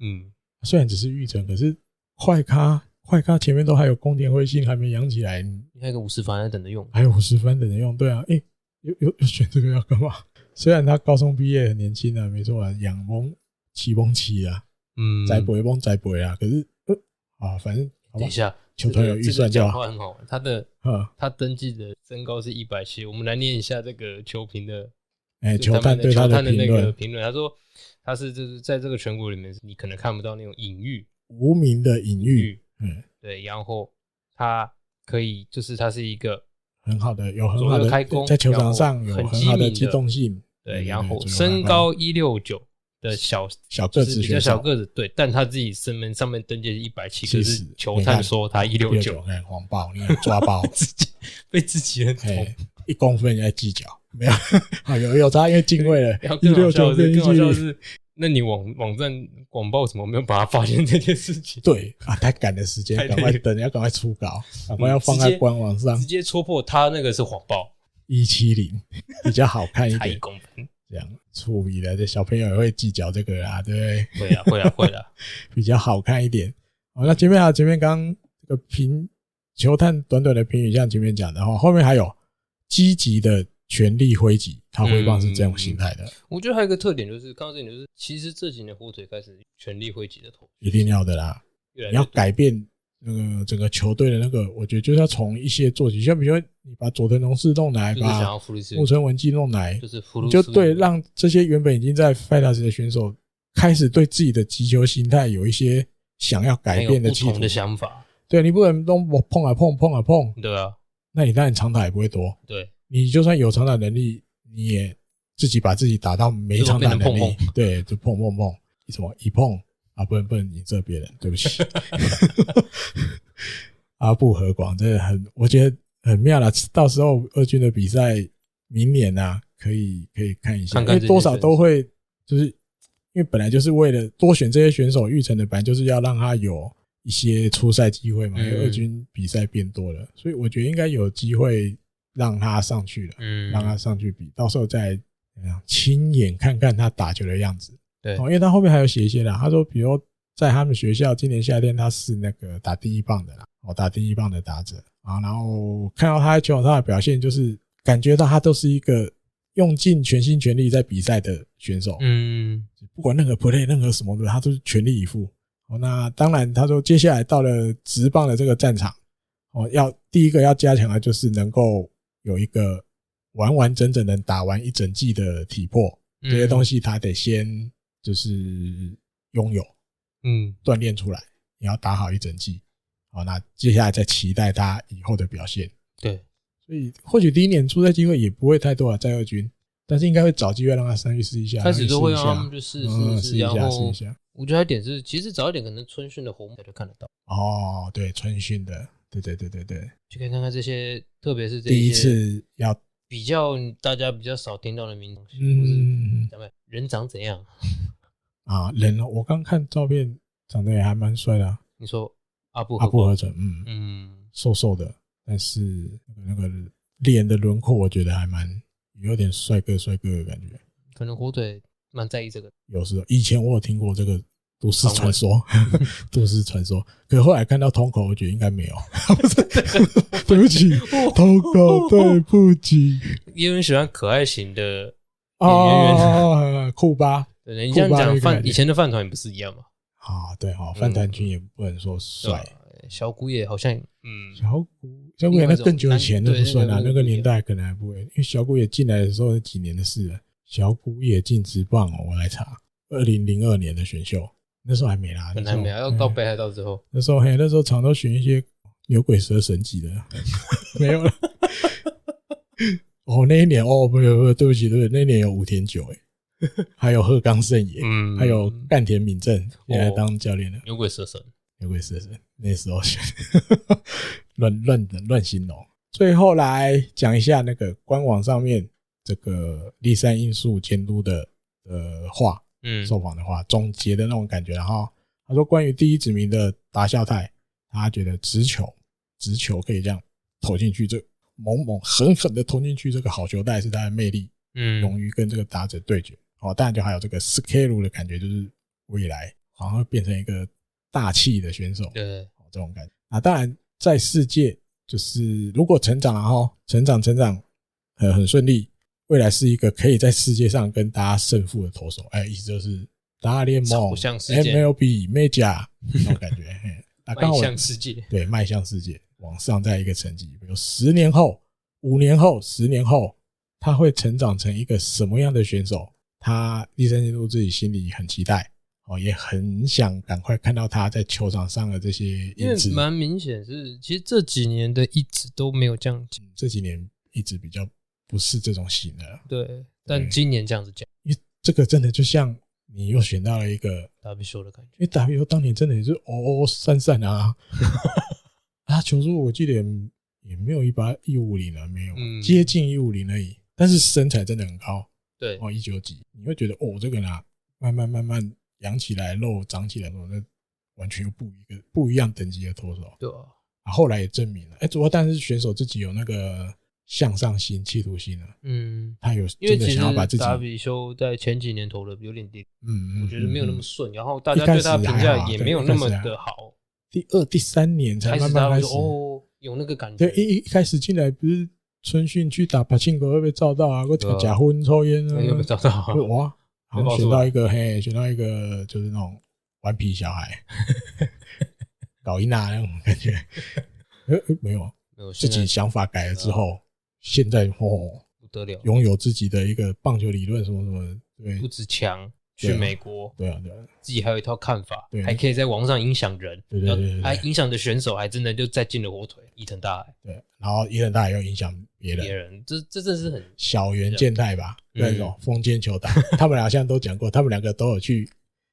[SPEAKER 4] 嗯，
[SPEAKER 1] 虽然只是预成，可是快咖快咖前面都还有宫田辉信还没养起来，你
[SPEAKER 2] 你看一个五十反还等着用，
[SPEAKER 1] 还有五十分等着用。对啊，诶、有有有选这个要干嘛？ 虽然他高中毕业很年轻啊，没错啊，养蒙起蒙起啊，
[SPEAKER 4] 嗯，
[SPEAKER 1] 栽培蒙栽培啊，可是呃啊，反正好吧
[SPEAKER 2] 等一，下，
[SPEAKER 1] 球团有预算
[SPEAKER 2] 这
[SPEAKER 1] 就
[SPEAKER 2] 个这个讲
[SPEAKER 1] 好。
[SPEAKER 2] 话很好玩。他的
[SPEAKER 1] 啊，
[SPEAKER 2] 他登记的身高是一百七，我们来念一下这个球评的
[SPEAKER 1] 哎、
[SPEAKER 2] 就
[SPEAKER 1] 球
[SPEAKER 2] 他们
[SPEAKER 1] 探对他
[SPEAKER 2] 球
[SPEAKER 1] 的
[SPEAKER 2] 探的
[SPEAKER 1] 评
[SPEAKER 2] 那个
[SPEAKER 1] 论，
[SPEAKER 2] 评论，他说他是就是在这个全国里面，你可能看不到那种隐喻，
[SPEAKER 1] 无名的隐喻，嗯，
[SPEAKER 2] 对，然后他可以就是他是一个
[SPEAKER 1] 很好的，有很好
[SPEAKER 2] 左
[SPEAKER 1] 的
[SPEAKER 2] 右开弓
[SPEAKER 1] 在球场上有
[SPEAKER 2] 然
[SPEAKER 1] 很
[SPEAKER 2] 后很
[SPEAKER 1] 好
[SPEAKER 2] 机
[SPEAKER 1] 的
[SPEAKER 2] 敏的
[SPEAKER 1] 机动性，嗯
[SPEAKER 2] 对，然后
[SPEAKER 1] 左右开弓
[SPEAKER 2] 身高一六九的小
[SPEAKER 1] 小
[SPEAKER 2] 就
[SPEAKER 1] 个
[SPEAKER 2] 是
[SPEAKER 1] 子
[SPEAKER 2] 比
[SPEAKER 1] 选
[SPEAKER 2] 较
[SPEAKER 1] 手
[SPEAKER 2] 小个子，对，但他自己身份上面登记是一百七，可是
[SPEAKER 1] 70
[SPEAKER 2] 球探说他一六
[SPEAKER 1] 九
[SPEAKER 2] 九，，
[SPEAKER 1] 哎，黄暴，你看抓包，
[SPEAKER 2] 自己被自己人捅
[SPEAKER 1] 哎，一公分也在计较，没有，啊有有差，因为进位了
[SPEAKER 2] 然后，
[SPEAKER 1] 一
[SPEAKER 2] 更好
[SPEAKER 1] 六
[SPEAKER 2] 笑
[SPEAKER 1] 九
[SPEAKER 2] 的是，
[SPEAKER 1] 变一
[SPEAKER 2] 更好笑的
[SPEAKER 1] 七
[SPEAKER 2] 是，那你网网站广报怎么没有把它发现这件事 情？
[SPEAKER 1] 对啊，太赶的时间，
[SPEAKER 2] 太累
[SPEAKER 1] 赶快等，要赶快出稿，赶快
[SPEAKER 2] 嗯
[SPEAKER 1] 要放
[SPEAKER 2] 直
[SPEAKER 1] 在
[SPEAKER 2] 接
[SPEAKER 1] 官网上
[SPEAKER 2] 直，接戳破他那个是谎报，
[SPEAKER 1] 一七零比较好看一
[SPEAKER 2] 差一
[SPEAKER 1] 点，
[SPEAKER 2] 公分。
[SPEAKER 1] 这样处理的这小朋友也会计较这个啊，对不对？
[SPEAKER 2] 会啊，会啊，会啊。
[SPEAKER 1] 比较好看一点。好，那前面啊，前面刚这个评球探短短的评语，像前面讲的哈，后面还有积极的全力挥击，他挥棒是这种形态的，
[SPEAKER 2] 我觉得还有一个特点就是，看到这点就是，其实这几年火腿开始全力挥击的投，
[SPEAKER 1] 一定要的啦。
[SPEAKER 2] 越来
[SPEAKER 1] 你要
[SPEAKER 2] 越多。
[SPEAKER 1] 改变那个整个球队的那个，我觉得就是要从一些做起，像比如说你把佐藤龙士弄来，
[SPEAKER 2] 就是想
[SPEAKER 1] 把
[SPEAKER 2] 要福利斯，
[SPEAKER 1] 木村文纪弄来
[SPEAKER 2] 就，是福
[SPEAKER 1] 你
[SPEAKER 2] 利
[SPEAKER 1] 就
[SPEAKER 2] 斯，
[SPEAKER 1] 对让这些原本已经在 f i g h t s 的选手开始对自己的击球形态有一些想要改
[SPEAKER 2] 很有
[SPEAKER 1] 变的
[SPEAKER 2] 不
[SPEAKER 1] 企
[SPEAKER 2] 同
[SPEAKER 1] 图
[SPEAKER 2] 的。想法，
[SPEAKER 1] 对你不能弄我碰啊碰碰啊碰，
[SPEAKER 2] 对啊，
[SPEAKER 1] 那你当然长打也不会多。
[SPEAKER 2] 对，
[SPEAKER 1] 你就算有长打能力，你也自己把自己打到没长打能
[SPEAKER 2] 就变成
[SPEAKER 1] 力
[SPEAKER 2] 碰，
[SPEAKER 1] 对，就碰碰碰，什么一碰啊，不能不能赢这别人，对不起。 阿布和广真的很，我觉得很妙了。到时候二军的比赛，明年啊，可以可以看一下，
[SPEAKER 2] 看看
[SPEAKER 1] 因
[SPEAKER 2] 这
[SPEAKER 1] 为多
[SPEAKER 2] 些
[SPEAKER 1] 少
[SPEAKER 2] 选手
[SPEAKER 1] 都会，就是因为本来就是为了多选这些选手育成的，本来就是要让他有一些出赛机会嘛。因为
[SPEAKER 2] 嗯
[SPEAKER 1] 二军比赛变多了，所以我觉得应该有机会让他上去了。
[SPEAKER 2] 嗯，
[SPEAKER 1] 让他上去比，到时候再怎么样亲眼看看他打球的样子。
[SPEAKER 2] 对
[SPEAKER 1] 哦，因为他后面还有写一些啦，他说，比如在他们学校，今年夏天他是那个打第一棒的啦，哦，打第一棒的打者啊，然后看到他在球场上的表现，就是感觉到他都是一个用尽全心全力在比赛的选手，
[SPEAKER 2] 嗯，
[SPEAKER 1] 不管任何 play 任何什么的，他都是全力以赴。哦，那当然，他说接下来到了直棒的这个战场，哦，要第一个要加强的就是能够有一个完完整整的打完一整季的体魄，这些东
[SPEAKER 2] 西，
[SPEAKER 1] 西他得先就是拥有
[SPEAKER 4] 嗯
[SPEAKER 1] 锻炼出来，你要打好一整季。好，那接下来再期待他以后的表现。
[SPEAKER 2] 对，
[SPEAKER 1] 所以或许第一年出赛机会也不会太多啊，在二军，但是应该会找机会让他上去试一下，
[SPEAKER 2] 开始
[SPEAKER 1] 让
[SPEAKER 2] 都会
[SPEAKER 1] 试一
[SPEAKER 2] 让
[SPEAKER 1] 下
[SPEAKER 2] 他们去试
[SPEAKER 1] 嗯
[SPEAKER 2] 试
[SPEAKER 1] 试一
[SPEAKER 2] 然
[SPEAKER 1] 下，试
[SPEAKER 2] 后
[SPEAKER 1] 一下。
[SPEAKER 2] 我觉得还有一点是，其实早一点可能春训的红牌就看得到，
[SPEAKER 1] 哦，对，春训的，对对对对对，
[SPEAKER 2] 就可以看看这些，特别是这
[SPEAKER 1] 第一
[SPEAKER 2] 些
[SPEAKER 1] 次要，
[SPEAKER 2] 比较大家比较少听到的名字，或是
[SPEAKER 1] 嗯
[SPEAKER 2] 咱们人长怎样？
[SPEAKER 1] 啊，人哦，我刚看照片，长得也还蛮帅的啊，
[SPEAKER 2] 你说阿布
[SPEAKER 1] 阿
[SPEAKER 2] 和
[SPEAKER 1] 布
[SPEAKER 2] 光
[SPEAKER 1] 合准，嗯，
[SPEAKER 2] 嗯，
[SPEAKER 1] 瘦瘦的，但是那个那个脸的轮廓，我觉得还蛮有点帅哥帅哥的感觉。
[SPEAKER 2] 可能火腿蛮在意这个，
[SPEAKER 1] 有时候以前我有听过这个都市传 说，都市传说，可后来看到通口，我觉得应该没有， 不是对不 起，
[SPEAKER 2] 哦
[SPEAKER 1] 通口，对不起，
[SPEAKER 2] 也有人喜欢可爱型的演员
[SPEAKER 1] 哦，酷吧。
[SPEAKER 2] 对你这样
[SPEAKER 1] 酷巴的
[SPEAKER 2] 讲
[SPEAKER 1] 一个感
[SPEAKER 2] 饭
[SPEAKER 1] 觉
[SPEAKER 2] 以前的饭团也不是一样嘛？
[SPEAKER 1] 啊，对哦，饭团君也不能说
[SPEAKER 2] 对啊吧
[SPEAKER 1] 帅，
[SPEAKER 2] 小谷也好像嗯，
[SPEAKER 1] 小谷小谷也那更久以前那不算啦，
[SPEAKER 2] 另外一
[SPEAKER 1] 那
[SPEAKER 2] 种
[SPEAKER 1] 个年
[SPEAKER 2] 对
[SPEAKER 1] 代可能还不会，因为小谷也进来的时候是几年的事了。小谷也进职棒哦，我来查，二零零二年的选秀，那时候还没啦，
[SPEAKER 2] 本来没有
[SPEAKER 1] 那时
[SPEAKER 2] 要
[SPEAKER 1] 候
[SPEAKER 2] 到
[SPEAKER 1] 嗯
[SPEAKER 2] 北海道之后，
[SPEAKER 1] 那时候嘿，那时候常都选一些牛鬼蛇神级的， 没有 了。哦，那一年哦，不不不，对不起，对不起，那一年有五天九哎，还有鹤冈胜也，
[SPEAKER 4] 嗯
[SPEAKER 1] 还有干田敏正也来当教练了。
[SPEAKER 2] 牛鬼蛇神，
[SPEAKER 1] 牛鬼蛇神那时候选乱乱乱形容。最后来讲一下那个官网上面这个立山因素监督的呃话，
[SPEAKER 2] 嗯
[SPEAKER 1] 受访的话总结的那种感觉。然后他说，关于第一指名的达孝泰，他觉得直球直球可以这样投进去，这猛猛狠狠的投进去，这个好球带是他的魅力。勇
[SPEAKER 2] 嗯
[SPEAKER 1] 于跟这个打者对决。哦，当然就还有这个 scale 的感觉，就是未来好像会变成一个大气的选手，哦，
[SPEAKER 2] 对，
[SPEAKER 1] 这种感觉啊。当然，在世界就是如果成长然后成长成长，呃，很顺利，未来是一个可以在世界上跟大家胜负的投手。哎，意思就是大联盟、
[SPEAKER 2] 走向世界
[SPEAKER 1] MLB、美甲那种感觉。嘿 啊，刚
[SPEAKER 2] 迈
[SPEAKER 1] 好我
[SPEAKER 2] 向世界，
[SPEAKER 1] 对，迈向世界，往上在一个成绩，比如十年后、五年后、十年后，他会成长成一个什么样的选手？他立山监督自己心里很期待，哦，也很想赶快看到他在球场上的这些
[SPEAKER 2] 因
[SPEAKER 1] 影
[SPEAKER 2] 为
[SPEAKER 1] 子。
[SPEAKER 2] 蛮明显是，其实这几年的一直都没有这样讲，
[SPEAKER 1] 这几年一直比较不是这种型的，
[SPEAKER 2] 对，但今年这样子讲
[SPEAKER 1] 因为这个真的就像你又选到了一个，
[SPEAKER 2] ，W 秀的感觉，
[SPEAKER 1] 因为 W 当年真的也是哦哦散散啊， 啊，球速我记得也也没有一八一五零啊，没有，
[SPEAKER 2] 嗯
[SPEAKER 1] 接近一五零而已。但是身材真的很高
[SPEAKER 2] 对，
[SPEAKER 1] 哦，一九几，你会觉得哦，这个人啊，慢慢慢慢养起来，肉长起来的时候，那完全又不一个不一样等级的投手。
[SPEAKER 2] 对啊，
[SPEAKER 1] 啊，后来也证明了，哎、主要但是选手自己有那个向上心、企图心啊，
[SPEAKER 2] 嗯，
[SPEAKER 1] 他有
[SPEAKER 2] 因
[SPEAKER 1] 真
[SPEAKER 2] 为
[SPEAKER 1] 的
[SPEAKER 2] 其实
[SPEAKER 1] 想要把自己，
[SPEAKER 2] 达比修在前几年投的有点低，
[SPEAKER 1] 嗯，嗯
[SPEAKER 2] 我觉得没有那
[SPEAKER 1] 嗯
[SPEAKER 2] 么
[SPEAKER 1] 嗯
[SPEAKER 2] 顺，然后大家对他的评价也没有那么的好，
[SPEAKER 1] 第二、第三年才
[SPEAKER 2] 开
[SPEAKER 1] 慢
[SPEAKER 2] 始
[SPEAKER 1] 慢
[SPEAKER 2] 大
[SPEAKER 1] 开
[SPEAKER 2] 家
[SPEAKER 1] 始
[SPEAKER 2] 说哦，有那个感觉
[SPEAKER 1] 对，，一一开始进来不是春训去打柏青哥会被照到啊，或
[SPEAKER 2] 对啊
[SPEAKER 1] 假婚抽烟啊，
[SPEAKER 2] 有没有找到？
[SPEAKER 1] 会哇，好
[SPEAKER 2] 被爆
[SPEAKER 1] 像选
[SPEAKER 2] 出来
[SPEAKER 1] 到一个嘿，选到一个就是那种顽皮小孩， 搞一娜那种感觉。 呃、呃没有，
[SPEAKER 2] 没有，
[SPEAKER 1] 自
[SPEAKER 2] 现在
[SPEAKER 1] 己想法改了之后，现在哦，
[SPEAKER 2] 不得了，
[SPEAKER 1] 拥有自己的一个棒球理论什么什么，对
[SPEAKER 2] 不止强，
[SPEAKER 1] 对啊
[SPEAKER 2] 去美国，
[SPEAKER 1] 对啊对啊，
[SPEAKER 2] 自己还有一套看法
[SPEAKER 1] 对，
[SPEAKER 2] 还可以在网上影响人，
[SPEAKER 1] 对对对对对
[SPEAKER 2] 然后还影响的选手还真的就再进了火腿，伊藤大海，
[SPEAKER 1] 对，然后伊人大也要影响别人
[SPEAKER 2] 别，人，这这真的是很
[SPEAKER 1] 小圆健太吧，
[SPEAKER 2] 嗯
[SPEAKER 1] 那种风间球打， 他们俩好像都讲过，他们两个都有去，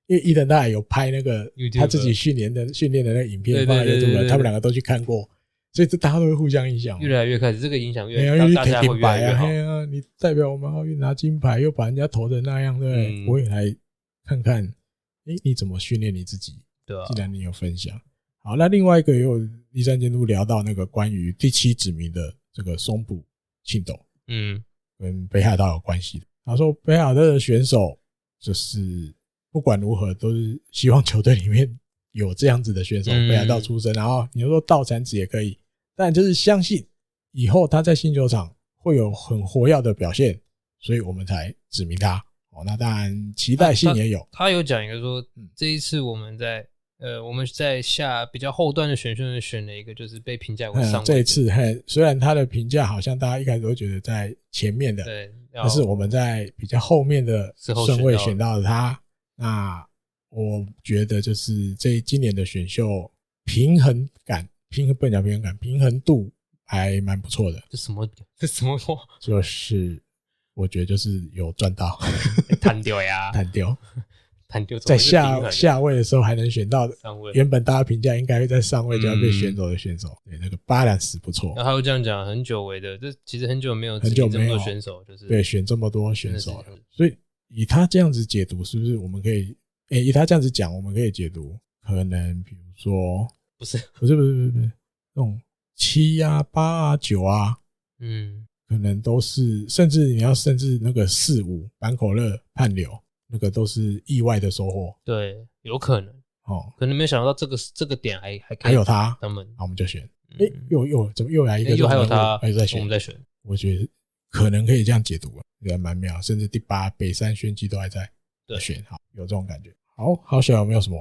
[SPEAKER 1] 因为伊藤大有拍那个
[SPEAKER 2] YouTube
[SPEAKER 1] 他自己训练的训练的那个影片
[SPEAKER 2] 对对
[SPEAKER 1] 放在
[SPEAKER 2] 对对
[SPEAKER 1] YouTube，
[SPEAKER 2] 对
[SPEAKER 1] 他们两个都去看过，所以这大家都会互相影响。
[SPEAKER 2] 越来越开始这个影响
[SPEAKER 1] 没
[SPEAKER 2] 越
[SPEAKER 1] 有，
[SPEAKER 2] 大
[SPEAKER 1] 因为
[SPEAKER 2] 大家会
[SPEAKER 1] 挺
[SPEAKER 2] 越来
[SPEAKER 1] 白
[SPEAKER 2] 越
[SPEAKER 1] 啊，
[SPEAKER 2] 好
[SPEAKER 1] 嘿，啊，你代表我们奥运拿金牌，又把人家投的那样，对不对？
[SPEAKER 4] 嗯
[SPEAKER 1] 我也来看看，诶，你怎么训练你自己？
[SPEAKER 2] 对啊吧
[SPEAKER 1] 既？然你有分享，好，那另外一个也有第三监督聊到那个关于第七指名的这个松浦庆斗，
[SPEAKER 2] 嗯，
[SPEAKER 1] 跟北海道有关系的。他说，北海道的选手就是不管如何都是希望球队里面有这样子的选手，
[SPEAKER 2] 嗯
[SPEAKER 1] 北海道出身。然后你就说道产子也可以，但就是相信以后他在新球场会有很活跃的表现，所以我们才指名他。哦，那当然期待性也有，
[SPEAKER 2] 他有讲一个说
[SPEAKER 1] 嗯，
[SPEAKER 2] 这一次我们在呃我们在下比较后段的选秀中选了一个，就是被评价为上
[SPEAKER 1] 嗯，
[SPEAKER 2] 位
[SPEAKER 1] 这一次嘿，虽然他的评价好像大家一开始都觉得在前面的，
[SPEAKER 2] 对，然
[SPEAKER 1] 但
[SPEAKER 2] 后
[SPEAKER 1] 啊是我们在比较后面的顺位选到了他。那我觉得就是这今年的选秀平衡感，平衡不能讲平衡感，平衡度还蛮不错的。
[SPEAKER 2] 这什么这什么 话
[SPEAKER 1] 就是我觉得就是有赚到
[SPEAKER 2] 弹掉呀，
[SPEAKER 1] 弹 丢，
[SPEAKER 2] 弹掉
[SPEAKER 1] 在
[SPEAKER 2] 怎么会是平衡
[SPEAKER 1] 下
[SPEAKER 2] 的
[SPEAKER 1] 下位的时候还能选到
[SPEAKER 2] 上位。
[SPEAKER 1] 原本大家评价应该会在上位就
[SPEAKER 2] 嗯
[SPEAKER 1] 要被选走的选手，对那个 balance 不错
[SPEAKER 2] 然。后他又这样讲，很久违的，这其实很久没有
[SPEAKER 1] 很久
[SPEAKER 2] 这么
[SPEAKER 1] 没有
[SPEAKER 2] 多选手，就是
[SPEAKER 1] 对，选这么多
[SPEAKER 2] 真
[SPEAKER 1] 选
[SPEAKER 2] 的是
[SPEAKER 1] 手了，所以以他这样子解读，是不是我们可以？诶、以他这样子讲，我们可以解读，可能比如说，
[SPEAKER 2] 不是，
[SPEAKER 1] 不是不是不是不是，那种七啊、八啊、九啊，
[SPEAKER 2] 嗯，
[SPEAKER 1] 可能都是，甚至你要甚至那个四五板口乐、盼柳，那个都是意外的收获
[SPEAKER 2] 对，有可能，
[SPEAKER 1] 哦。
[SPEAKER 2] 可能没想到这个这个点还还可以
[SPEAKER 1] 还有他，
[SPEAKER 2] 他们，
[SPEAKER 1] 那我们就选，
[SPEAKER 2] 嗯
[SPEAKER 1] 诶、又又怎么又来一个
[SPEAKER 2] 诶
[SPEAKER 1] 这种
[SPEAKER 2] 又还
[SPEAKER 1] 人物？
[SPEAKER 2] 有他，
[SPEAKER 1] 还有在
[SPEAKER 2] 我
[SPEAKER 1] 选
[SPEAKER 2] 们，在选，
[SPEAKER 1] 我觉得可能可以这样解读啊，也蛮妙。甚至第八北山宣基都还在
[SPEAKER 2] 对
[SPEAKER 1] 选，好有这种感觉。好，好小有没有什么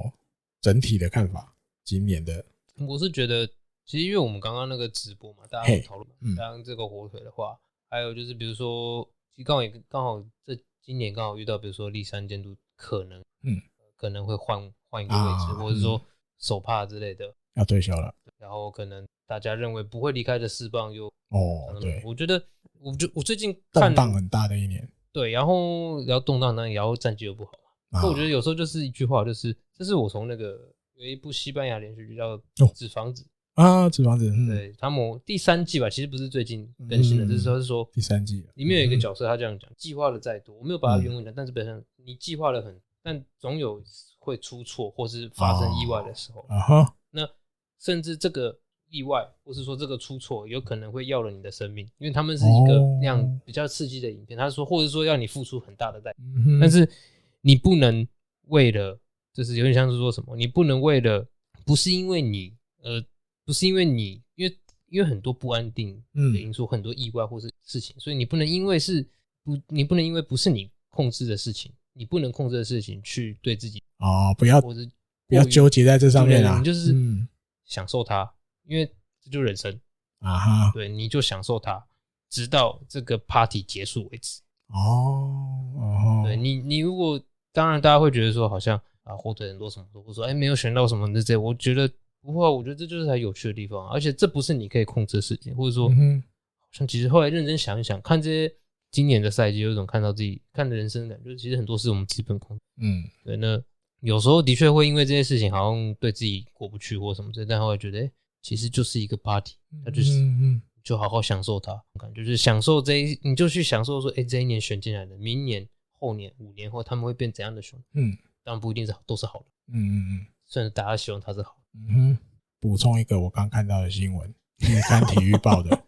[SPEAKER 1] 整体的看法？今年的
[SPEAKER 2] 我是觉得，其实因为我们刚刚那个直播嘛，大家
[SPEAKER 1] 嘿
[SPEAKER 2] 有讨论嘛
[SPEAKER 1] 嗯，
[SPEAKER 2] 刚刚这个火腿的话，还有就是比如说，其实刚好也刚好这今年刚好遇到，比如说立山监督可能，
[SPEAKER 1] 嗯
[SPEAKER 2] 呃，可能会换换一个位置，
[SPEAKER 1] 啊
[SPEAKER 2] 或者说手帕之类的，
[SPEAKER 1] 要退休了
[SPEAKER 2] 然后可能大家认为不会离开的四棒又，
[SPEAKER 1] 哦，对，
[SPEAKER 2] 嗯我觉得，我就我最近看
[SPEAKER 1] 动荡很大的一年，
[SPEAKER 2] 对，然后然后动荡呢，然后战绩又不好。
[SPEAKER 1] 啊
[SPEAKER 2] 那我觉得有时候就是一句话，就是这是我从那个有一部西班牙连续剧叫
[SPEAKER 1] 哦
[SPEAKER 2] 《纸房子》，
[SPEAKER 1] 啊，纸房子，嗯，
[SPEAKER 2] 对他某第三季吧，其实不是最近更新的，
[SPEAKER 1] 嗯
[SPEAKER 2] 这是他是说
[SPEAKER 1] 第三季了
[SPEAKER 2] 里面有一个
[SPEAKER 1] 嗯
[SPEAKER 2] 角色，他这样讲：计划的再多，我没有把它
[SPEAKER 1] 嗯
[SPEAKER 2] 原文讲，但是本身你计划的很，但总有会出错或是发生意外的时候，
[SPEAKER 1] 啊哈，
[SPEAKER 2] 那甚至这个。意外，或是说这个出错，有可能会要了你的生命，因为他们是一个
[SPEAKER 1] 哦
[SPEAKER 2] 那样比较刺激的影片。他说，或者说要你付出很大的代价。
[SPEAKER 1] 嗯哼
[SPEAKER 2] 但是你不能为了，就是有点像是说什么，你不能为了不是因为你，呃，不是因为你，因为因为很多不安定
[SPEAKER 1] 嗯
[SPEAKER 2] 的因素，很多意外或是事情，所以你不能因为是不，你不能因为不是你控制的事情，你不能控制的事情去对自己
[SPEAKER 1] 哦，不要
[SPEAKER 2] 或者
[SPEAKER 1] 不要纠结在这上面
[SPEAKER 2] 对
[SPEAKER 1] 啦，
[SPEAKER 2] 你就是
[SPEAKER 1] 嗯
[SPEAKER 2] 享受它，因为这就是人生，
[SPEAKER 1] 啊哈，
[SPEAKER 2] 对，你就享受它，直到这个 party 结束为止。
[SPEAKER 1] 哦哦，
[SPEAKER 2] 对你，你如果当然大家会觉得说好像啊火腿很多什么，我说哎没有选到什么那这，我觉得不会啊，我觉得这就是它有趣的地方啊，而且这不是你可以控制的事情，或者说
[SPEAKER 1] 嗯哼
[SPEAKER 2] 好像其实后来认真想一想，看这些今年的赛季，有一种看到自己看的人生的感觉，其实很多是我们基本控制。
[SPEAKER 1] 嗯
[SPEAKER 2] 对，那有时候的确会因为这些事情好像对自己过不去或什么之类，但后来觉得哎、其实就是一个 party，它就是。
[SPEAKER 1] 嗯嗯
[SPEAKER 2] 就好好享受它，感觉就是享受这一，你就去享受说，哎、这一年选进来的，明年、后年、五年后他们会变怎样的熊？
[SPEAKER 1] 嗯
[SPEAKER 2] 当然不一定是都是好的，
[SPEAKER 1] 嗯嗯嗯
[SPEAKER 2] 虽然大家希望它是好的。
[SPEAKER 1] 嗯哼，补充一个我刚看到的新闻，你看体育报的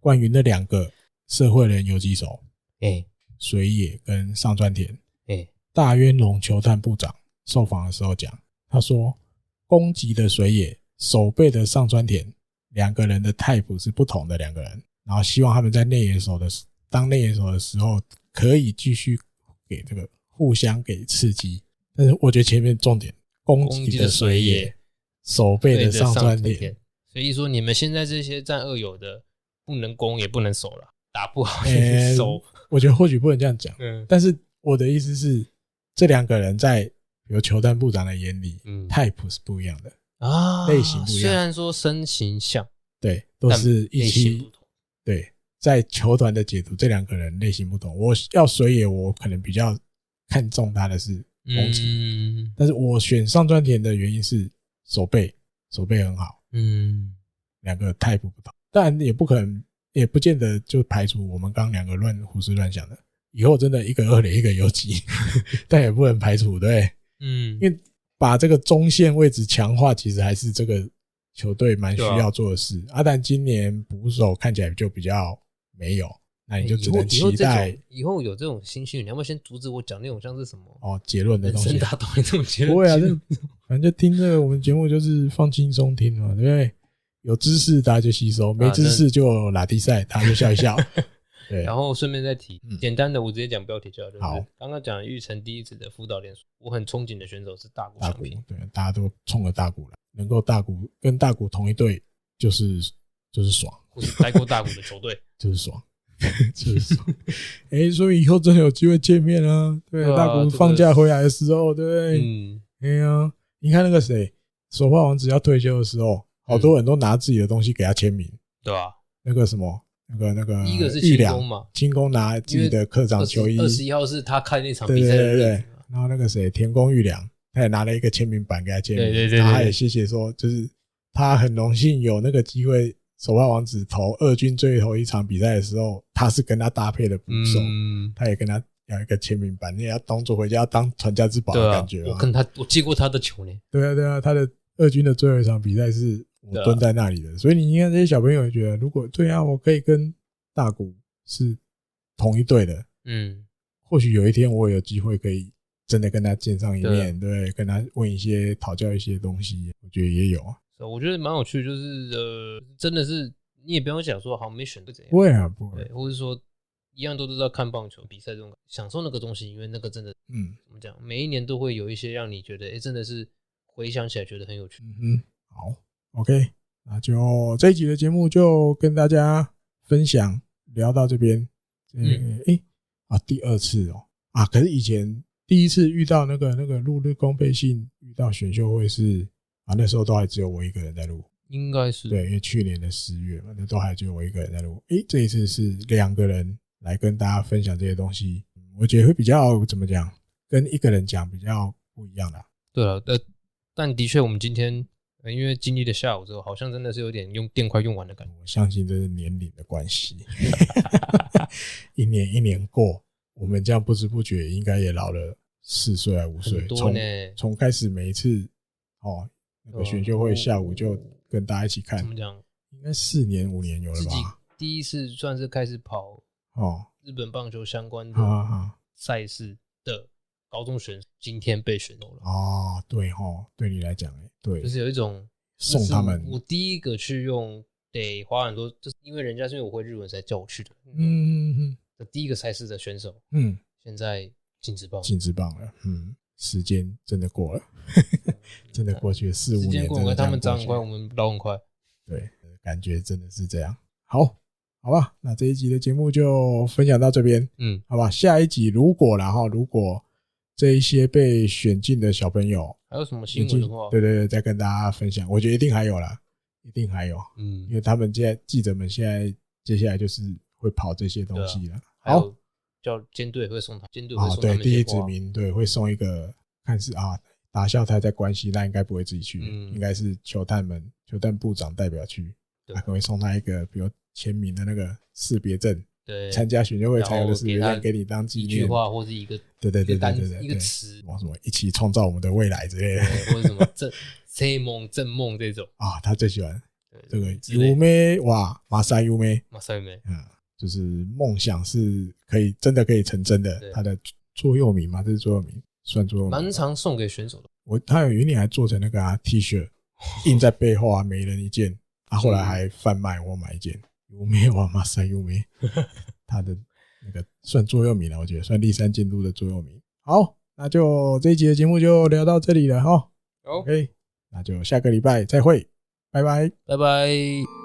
[SPEAKER 1] 冠云的两个社会人游击手
[SPEAKER 2] 哎
[SPEAKER 1] 水野跟上川田，
[SPEAKER 2] 哎
[SPEAKER 1] 大渊龙球探部长受访的时候讲，他说攻击的水野、守备的上川田两个人的 type 是不同的两个人，然后希望他们在内野手的时当内野手的时候，可以继续给这个互相给刺激。但是我觉得前面重点，攻击的水
[SPEAKER 2] 攻击的水
[SPEAKER 1] 野
[SPEAKER 2] 野、
[SPEAKER 1] 守备
[SPEAKER 2] 对
[SPEAKER 1] 的
[SPEAKER 2] 着
[SPEAKER 1] 上
[SPEAKER 2] 上
[SPEAKER 1] 川
[SPEAKER 2] 天
[SPEAKER 1] 田，
[SPEAKER 2] 所以说你们现在这些战二友的，不能攻也不能守了，打不好
[SPEAKER 1] 哎
[SPEAKER 2] 也守。
[SPEAKER 1] 我觉得或许不能这样讲，
[SPEAKER 2] 嗯
[SPEAKER 1] 但是我的意思是，这两个人在比如球探部长的眼里
[SPEAKER 2] 嗯
[SPEAKER 1] ，type 是不一样的。
[SPEAKER 2] 啊，
[SPEAKER 1] 类型不一样
[SPEAKER 2] 虽然说身形像，
[SPEAKER 1] 对，都
[SPEAKER 2] 但
[SPEAKER 1] 是一
[SPEAKER 2] 类型
[SPEAKER 1] 期
[SPEAKER 2] 不同。
[SPEAKER 1] 对，在球团的解读，这两个人类型不同。我要水野，我可能比较看重他的是攻击，
[SPEAKER 2] 嗯
[SPEAKER 1] 但是我选上川田的原因是手背，手背很好，
[SPEAKER 2] 嗯，
[SPEAKER 1] 两个 type 不同，但也不可能，也不见得就排除我们刚两个乱胡思乱想的。以后真的一个二垒一个游击， 但也不能排除，对，
[SPEAKER 2] 嗯，
[SPEAKER 1] 因为把这个中线位置强化，其实还是这个球队蛮需
[SPEAKER 2] 啊
[SPEAKER 1] 要做的事。阿但今年捕手看起来就比较没有，那哎你就只能
[SPEAKER 2] 以后
[SPEAKER 1] 期待
[SPEAKER 2] 以后有这种新训，你要不要先阻止我讲那种像是什么
[SPEAKER 1] 哦结论的
[SPEAKER 2] 人
[SPEAKER 1] 东
[SPEAKER 2] 生
[SPEAKER 1] 西。
[SPEAKER 2] 大道理这么觉得？
[SPEAKER 1] 不会啊，这反正就听这个我们节目就是放轻松听嘛，对不对？有知识大家就吸收，
[SPEAKER 2] 啊
[SPEAKER 1] 没知识就拉低赛，大家就笑一 笑。对，
[SPEAKER 2] 然后顺便再提
[SPEAKER 1] 嗯，
[SPEAKER 2] 简单的我直接讲标题就好。就是
[SPEAKER 1] 好
[SPEAKER 2] 刚刚讲玉成第一次的辅导联手，我很憧憬的选手是大谷
[SPEAKER 1] 大
[SPEAKER 2] 翔
[SPEAKER 1] 鼓
[SPEAKER 2] 平。
[SPEAKER 1] 对，大家都冲个大鼓来，能够大鼓跟大鼓同一队，就是就是爽。
[SPEAKER 2] 或是待过大谷的球 队，
[SPEAKER 1] 就是爽，就是爽。 哎、所以以后真的有机会见面啊！对，
[SPEAKER 2] 对啊
[SPEAKER 1] 大谷放假回来的时候，对不对？
[SPEAKER 2] 嗯，
[SPEAKER 1] 哎呀、你看那个谁，手帕王子要退休的时候，好多人都拿自己的东西给他签名。
[SPEAKER 2] 对啊吧？
[SPEAKER 1] 那个什么，那个那个，
[SPEAKER 2] 一个是
[SPEAKER 1] 玉
[SPEAKER 2] 清
[SPEAKER 1] 良
[SPEAKER 2] 宫，嘛，
[SPEAKER 1] 清宫拿自己的课长球衣，
[SPEAKER 2] 二十一号是他开那场
[SPEAKER 1] 对
[SPEAKER 2] 啊比
[SPEAKER 1] 对
[SPEAKER 2] 赛的
[SPEAKER 1] 对
[SPEAKER 2] 日
[SPEAKER 1] 对
[SPEAKER 2] 子。。
[SPEAKER 1] 然后那个谁，田宫玉良，他也拿了一个签名板给他签名，
[SPEAKER 2] 对对对对
[SPEAKER 1] 然后他也谢谢说，就是他很荣幸有那个机会，手帕王子投二军最后一场比赛的时候，他是跟他搭配的捕手，
[SPEAKER 2] 嗯，
[SPEAKER 1] 他也跟他要一个签名板，你也要当做回家当传家之宝
[SPEAKER 2] 对
[SPEAKER 1] 的
[SPEAKER 2] 啊
[SPEAKER 1] 感觉，
[SPEAKER 2] 我
[SPEAKER 1] 嘛。
[SPEAKER 2] 跟他我接过他的球呢，
[SPEAKER 1] 对啊，对啊，他的二军的最后一场比赛是我
[SPEAKER 2] 对啊
[SPEAKER 1] 蹲在那里的，所以你应该这些小朋友也觉得，如果对啊，我可以跟大谷是同一队的，
[SPEAKER 2] 嗯，
[SPEAKER 1] 或许有一天我有机会可以真的跟他见上一面，对，啊跟他问一些讨教一些东西，我觉得也有啊，
[SPEAKER 2] 所以我觉得蛮有趣的，就是呃，真的是你也不用讲说好像没选对怎样
[SPEAKER 1] 不，会啊，不会
[SPEAKER 2] 对，，或者说一样都知道看棒球比赛这种感享受那个东西，因为那个真的
[SPEAKER 1] 嗯
[SPEAKER 2] 怎么讲，每一年都会有一些让你觉得哎、诶真的是回想起来觉得很有趣。
[SPEAKER 1] 嗯哼，好，OK，那就这一集的节目就跟大家分享聊到这边，嗯，诶、啊，第二次哦，啊，可是以前第一次遇到那个那个录日公费信遇到选秀会是啊，那时候都还只有我一个人在录，
[SPEAKER 2] 应该是
[SPEAKER 1] 对，因为去年的十月嘛，那都还只有我一个人在录。诶，这一次是两个人，来跟大家分享这些东西，我觉得会比较怎么讲，跟一个人讲比较不一样啦。
[SPEAKER 2] 对了，但但的确，我们今天、呃因为经历了下午之后，好像真的是有点用电快用完的感觉。
[SPEAKER 1] 我相信这是年龄的关系， 一年一年过，我们这样不知不觉应该也老了四岁啊还五岁
[SPEAKER 2] 很，多
[SPEAKER 1] 从
[SPEAKER 2] 呢
[SPEAKER 1] 从开始每一次哦那个
[SPEAKER 2] 对啊
[SPEAKER 1] 选秀会下午就跟大家一起看
[SPEAKER 2] 哦怎，么讲？
[SPEAKER 1] 应该四年五年有了
[SPEAKER 2] 自己
[SPEAKER 1] 吧？
[SPEAKER 2] 第一次算是开始跑
[SPEAKER 1] 哦，
[SPEAKER 2] 日本棒球相关的
[SPEAKER 1] 好好好，
[SPEAKER 2] 赛事的高中选手，今天被选走了，
[SPEAKER 1] 哦，对哦，对你来讲，哎，对
[SPEAKER 2] 就，是有一种
[SPEAKER 1] 送他们
[SPEAKER 2] 就是我第一个去用得花很多，就是因为人家是因为我会日文才叫我去的。嗯，
[SPEAKER 1] 嗯嗯
[SPEAKER 2] 第一个赛事的选手
[SPEAKER 1] 嗯，
[SPEAKER 2] 现在禁止棒，
[SPEAKER 1] 禁止棒了，嗯，时间真的过了， 真的过去了四五
[SPEAKER 2] 时
[SPEAKER 1] 年，
[SPEAKER 2] 间过
[SPEAKER 1] 真的这
[SPEAKER 2] 很快，他
[SPEAKER 1] 样
[SPEAKER 2] 们
[SPEAKER 1] 过
[SPEAKER 2] 长
[SPEAKER 1] 去
[SPEAKER 2] 很快，
[SPEAKER 1] 了
[SPEAKER 2] 我们老很快。
[SPEAKER 1] 对，感觉真的是这样。好，好吧，那这一集的节目就分享到这边，
[SPEAKER 4] 嗯
[SPEAKER 1] 好吧？下一集如果然后如果这一些被选进的小朋友
[SPEAKER 2] 还有什么新闻的话，
[SPEAKER 1] 对对对，再跟大家分享，我觉得一定还有啦，一定还有，因
[SPEAKER 4] 嗯，
[SPEAKER 1] 为他们现在记者们现在接下来就是会跑这些
[SPEAKER 2] 啊
[SPEAKER 1] 东西了。
[SPEAKER 2] 还
[SPEAKER 1] 好
[SPEAKER 2] 有叫监队会送他，监队会
[SPEAKER 1] 啊，
[SPEAKER 2] 送他
[SPEAKER 1] 对，
[SPEAKER 2] 们
[SPEAKER 1] 第一
[SPEAKER 2] 些
[SPEAKER 1] 指
[SPEAKER 2] 花。
[SPEAKER 1] 名对会送一个，看是啊打校他在关西，那应该不会自己去，
[SPEAKER 4] 嗯
[SPEAKER 1] 应该是球探们球探部长代表去，
[SPEAKER 2] 对
[SPEAKER 1] 他可能会送他一个比如签名的那个识别证，
[SPEAKER 2] 对，
[SPEAKER 1] 参加选秀会才有的识别
[SPEAKER 2] 然后
[SPEAKER 1] 证，
[SPEAKER 2] 给
[SPEAKER 1] 给
[SPEAKER 2] 他
[SPEAKER 1] 你当纪
[SPEAKER 2] 一
[SPEAKER 1] 念
[SPEAKER 2] 句。话或是一个
[SPEAKER 1] 对对
[SPEAKER 2] 一
[SPEAKER 1] 对
[SPEAKER 2] 个
[SPEAKER 1] 对
[SPEAKER 2] 单
[SPEAKER 1] 对对，
[SPEAKER 2] 一个
[SPEAKER 1] 对
[SPEAKER 2] 词
[SPEAKER 1] 什，么什么一起创造我们的未来之类的
[SPEAKER 2] 对或者什么正 C 梦正梦这种。
[SPEAKER 1] 啊，他最喜欢
[SPEAKER 2] 对
[SPEAKER 1] 这个
[SPEAKER 2] 之类
[SPEAKER 1] 优
[SPEAKER 2] 的
[SPEAKER 1] 美哇，马赛优美。
[SPEAKER 2] 马赛梅，
[SPEAKER 1] 啊，就是梦想是可以真的可以成真的
[SPEAKER 2] 对。
[SPEAKER 1] 他的座右铭嘛，这是座右铭，算座右铭
[SPEAKER 2] 蛮
[SPEAKER 1] 吧。
[SPEAKER 2] 常送给选手的。
[SPEAKER 1] 我他有一年还做成那个啊 T 恤，印在背后啊，每人一件。啊，后来还贩卖，我买一件。有没有啊，马赛有没？ 他的那个算座右铭了，我觉得算第三监督的座右铭。好，那就这一集的节目就聊到这里了哈。
[SPEAKER 2] 好
[SPEAKER 1] OK，那就下个礼拜再会，拜拜。
[SPEAKER 2] 拜拜。